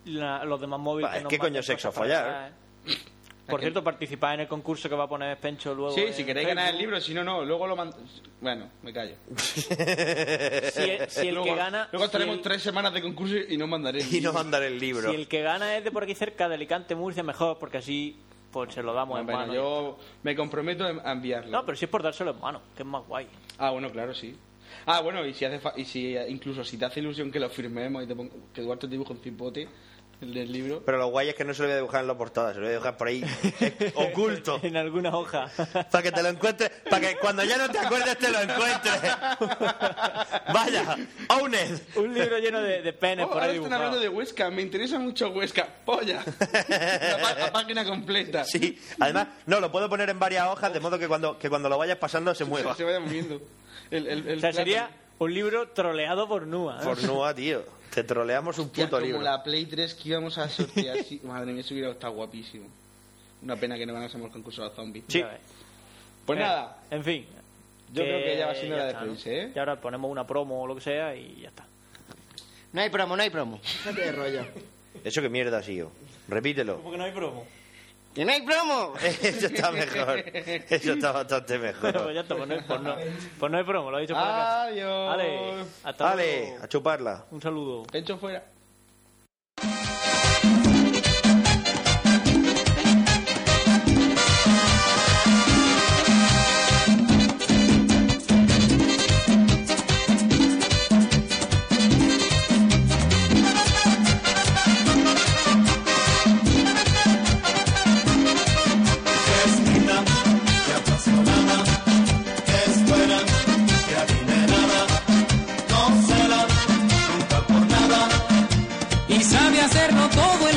[SPEAKER 7] La- los demás móviles.
[SPEAKER 8] Bah,
[SPEAKER 7] que
[SPEAKER 8] es
[SPEAKER 7] nos
[SPEAKER 8] que coño
[SPEAKER 7] manden
[SPEAKER 8] sexo,
[SPEAKER 7] cosas para
[SPEAKER 8] follar.
[SPEAKER 7] atrás, ¿eh? Por cierto, participad en el concurso que va a poner Pencho luego.
[SPEAKER 5] Sí,
[SPEAKER 7] en
[SPEAKER 5] si queréis ganar el
[SPEAKER 7] Facebook.
[SPEAKER 5] libro, si no, no. Luego lo mand... Bueno, me callo.
[SPEAKER 7] Si el, si el que
[SPEAKER 5] Luego-
[SPEAKER 7] gana.
[SPEAKER 5] Luego
[SPEAKER 7] si
[SPEAKER 5] tenemos
[SPEAKER 7] el-
[SPEAKER 5] tres semanas de concurso y no mandaré.
[SPEAKER 8] Y no mandar el libro.
[SPEAKER 7] Si el que gana es de por aquí cerca, de Alicante, Murcia, mejor, porque así pues se lo damos en
[SPEAKER 5] Bueno,
[SPEAKER 7] mano.
[SPEAKER 5] yo me comprometo a enviarlo.
[SPEAKER 7] No, pero si es por dárselo en mano, que es más guay.
[SPEAKER 5] Ah, bueno, claro, sí. Ah, bueno, y si hace fa- y si eh, incluso si te hace ilusión que lo firmemos y te pongo- que Duarte te dibuje un cipote el del libro.
[SPEAKER 8] Pero lo guay es que no se lo voy a dibujar en la portada, se lo voy a dibujar por ahí, eh, oculto,
[SPEAKER 7] En alguna hoja.
[SPEAKER 8] para que te lo encuentres, para que cuando ya no te acuerdes te lo encuentres. Vaya, owned.
[SPEAKER 7] Un libro lleno de, de penes
[SPEAKER 5] Oh,
[SPEAKER 7] por
[SPEAKER 5] ahora
[SPEAKER 7] ahí
[SPEAKER 5] están
[SPEAKER 7] dibujado.
[SPEAKER 5] hablando de Huesca, me interesa mucho Huesca, polla. la, pá- la página completa.
[SPEAKER 8] Sí, además, no, lo puedo poner en varias hojas de modo que cuando, que cuando lo vayas pasando se
[SPEAKER 5] Se,
[SPEAKER 8] mueva.
[SPEAKER 5] se vaya moviendo. El, el- el
[SPEAKER 7] O sea,
[SPEAKER 5] plátano.
[SPEAKER 7] sería un libro troleado por Nua. ¿eh?
[SPEAKER 8] Fornúa, tío, te troleamos un
[SPEAKER 5] Ya,
[SPEAKER 8] puto
[SPEAKER 5] como
[SPEAKER 8] libro.
[SPEAKER 5] la Play 3 que íbamos a sortear. sí. Madre mía, eso hubiera estado guapísimo. Una pena que no ganásemos el concurso de los zombies.
[SPEAKER 7] Ya Eh. ves.
[SPEAKER 5] Pues
[SPEAKER 7] Venga,
[SPEAKER 5] nada,
[SPEAKER 7] En fin.
[SPEAKER 5] Yo creo que ya va siendo hora de
[SPEAKER 7] está, ¿no?
[SPEAKER 5] despedirse, ¿eh?
[SPEAKER 7] Y ahora ponemos una promo o lo que sea y ya está.
[SPEAKER 10] No hay promo, no hay promo. Déjate de rollo.
[SPEAKER 8] Eso que mierda ha sido. Repítelo.
[SPEAKER 7] Porque no hay promo.
[SPEAKER 10] ¡Que no hay promo!
[SPEAKER 8] Eso está mejor. Eso está bastante
[SPEAKER 7] pues
[SPEAKER 8] mejor.
[SPEAKER 7] ya está, pues no hay, pues no, pues no hay promo, lo ha dicho por acá.
[SPEAKER 5] Adiós.
[SPEAKER 7] Ale, hasta
[SPEAKER 8] Vale,
[SPEAKER 7] luego.
[SPEAKER 8] a chuparla.
[SPEAKER 7] Un saludo.
[SPEAKER 5] Pencho fuera.
[SPEAKER 2] es linda, que apasionada, que es buena, que adinerada, no se la nunca por nada.
[SPEAKER 12] Y sabe hacerlo todo el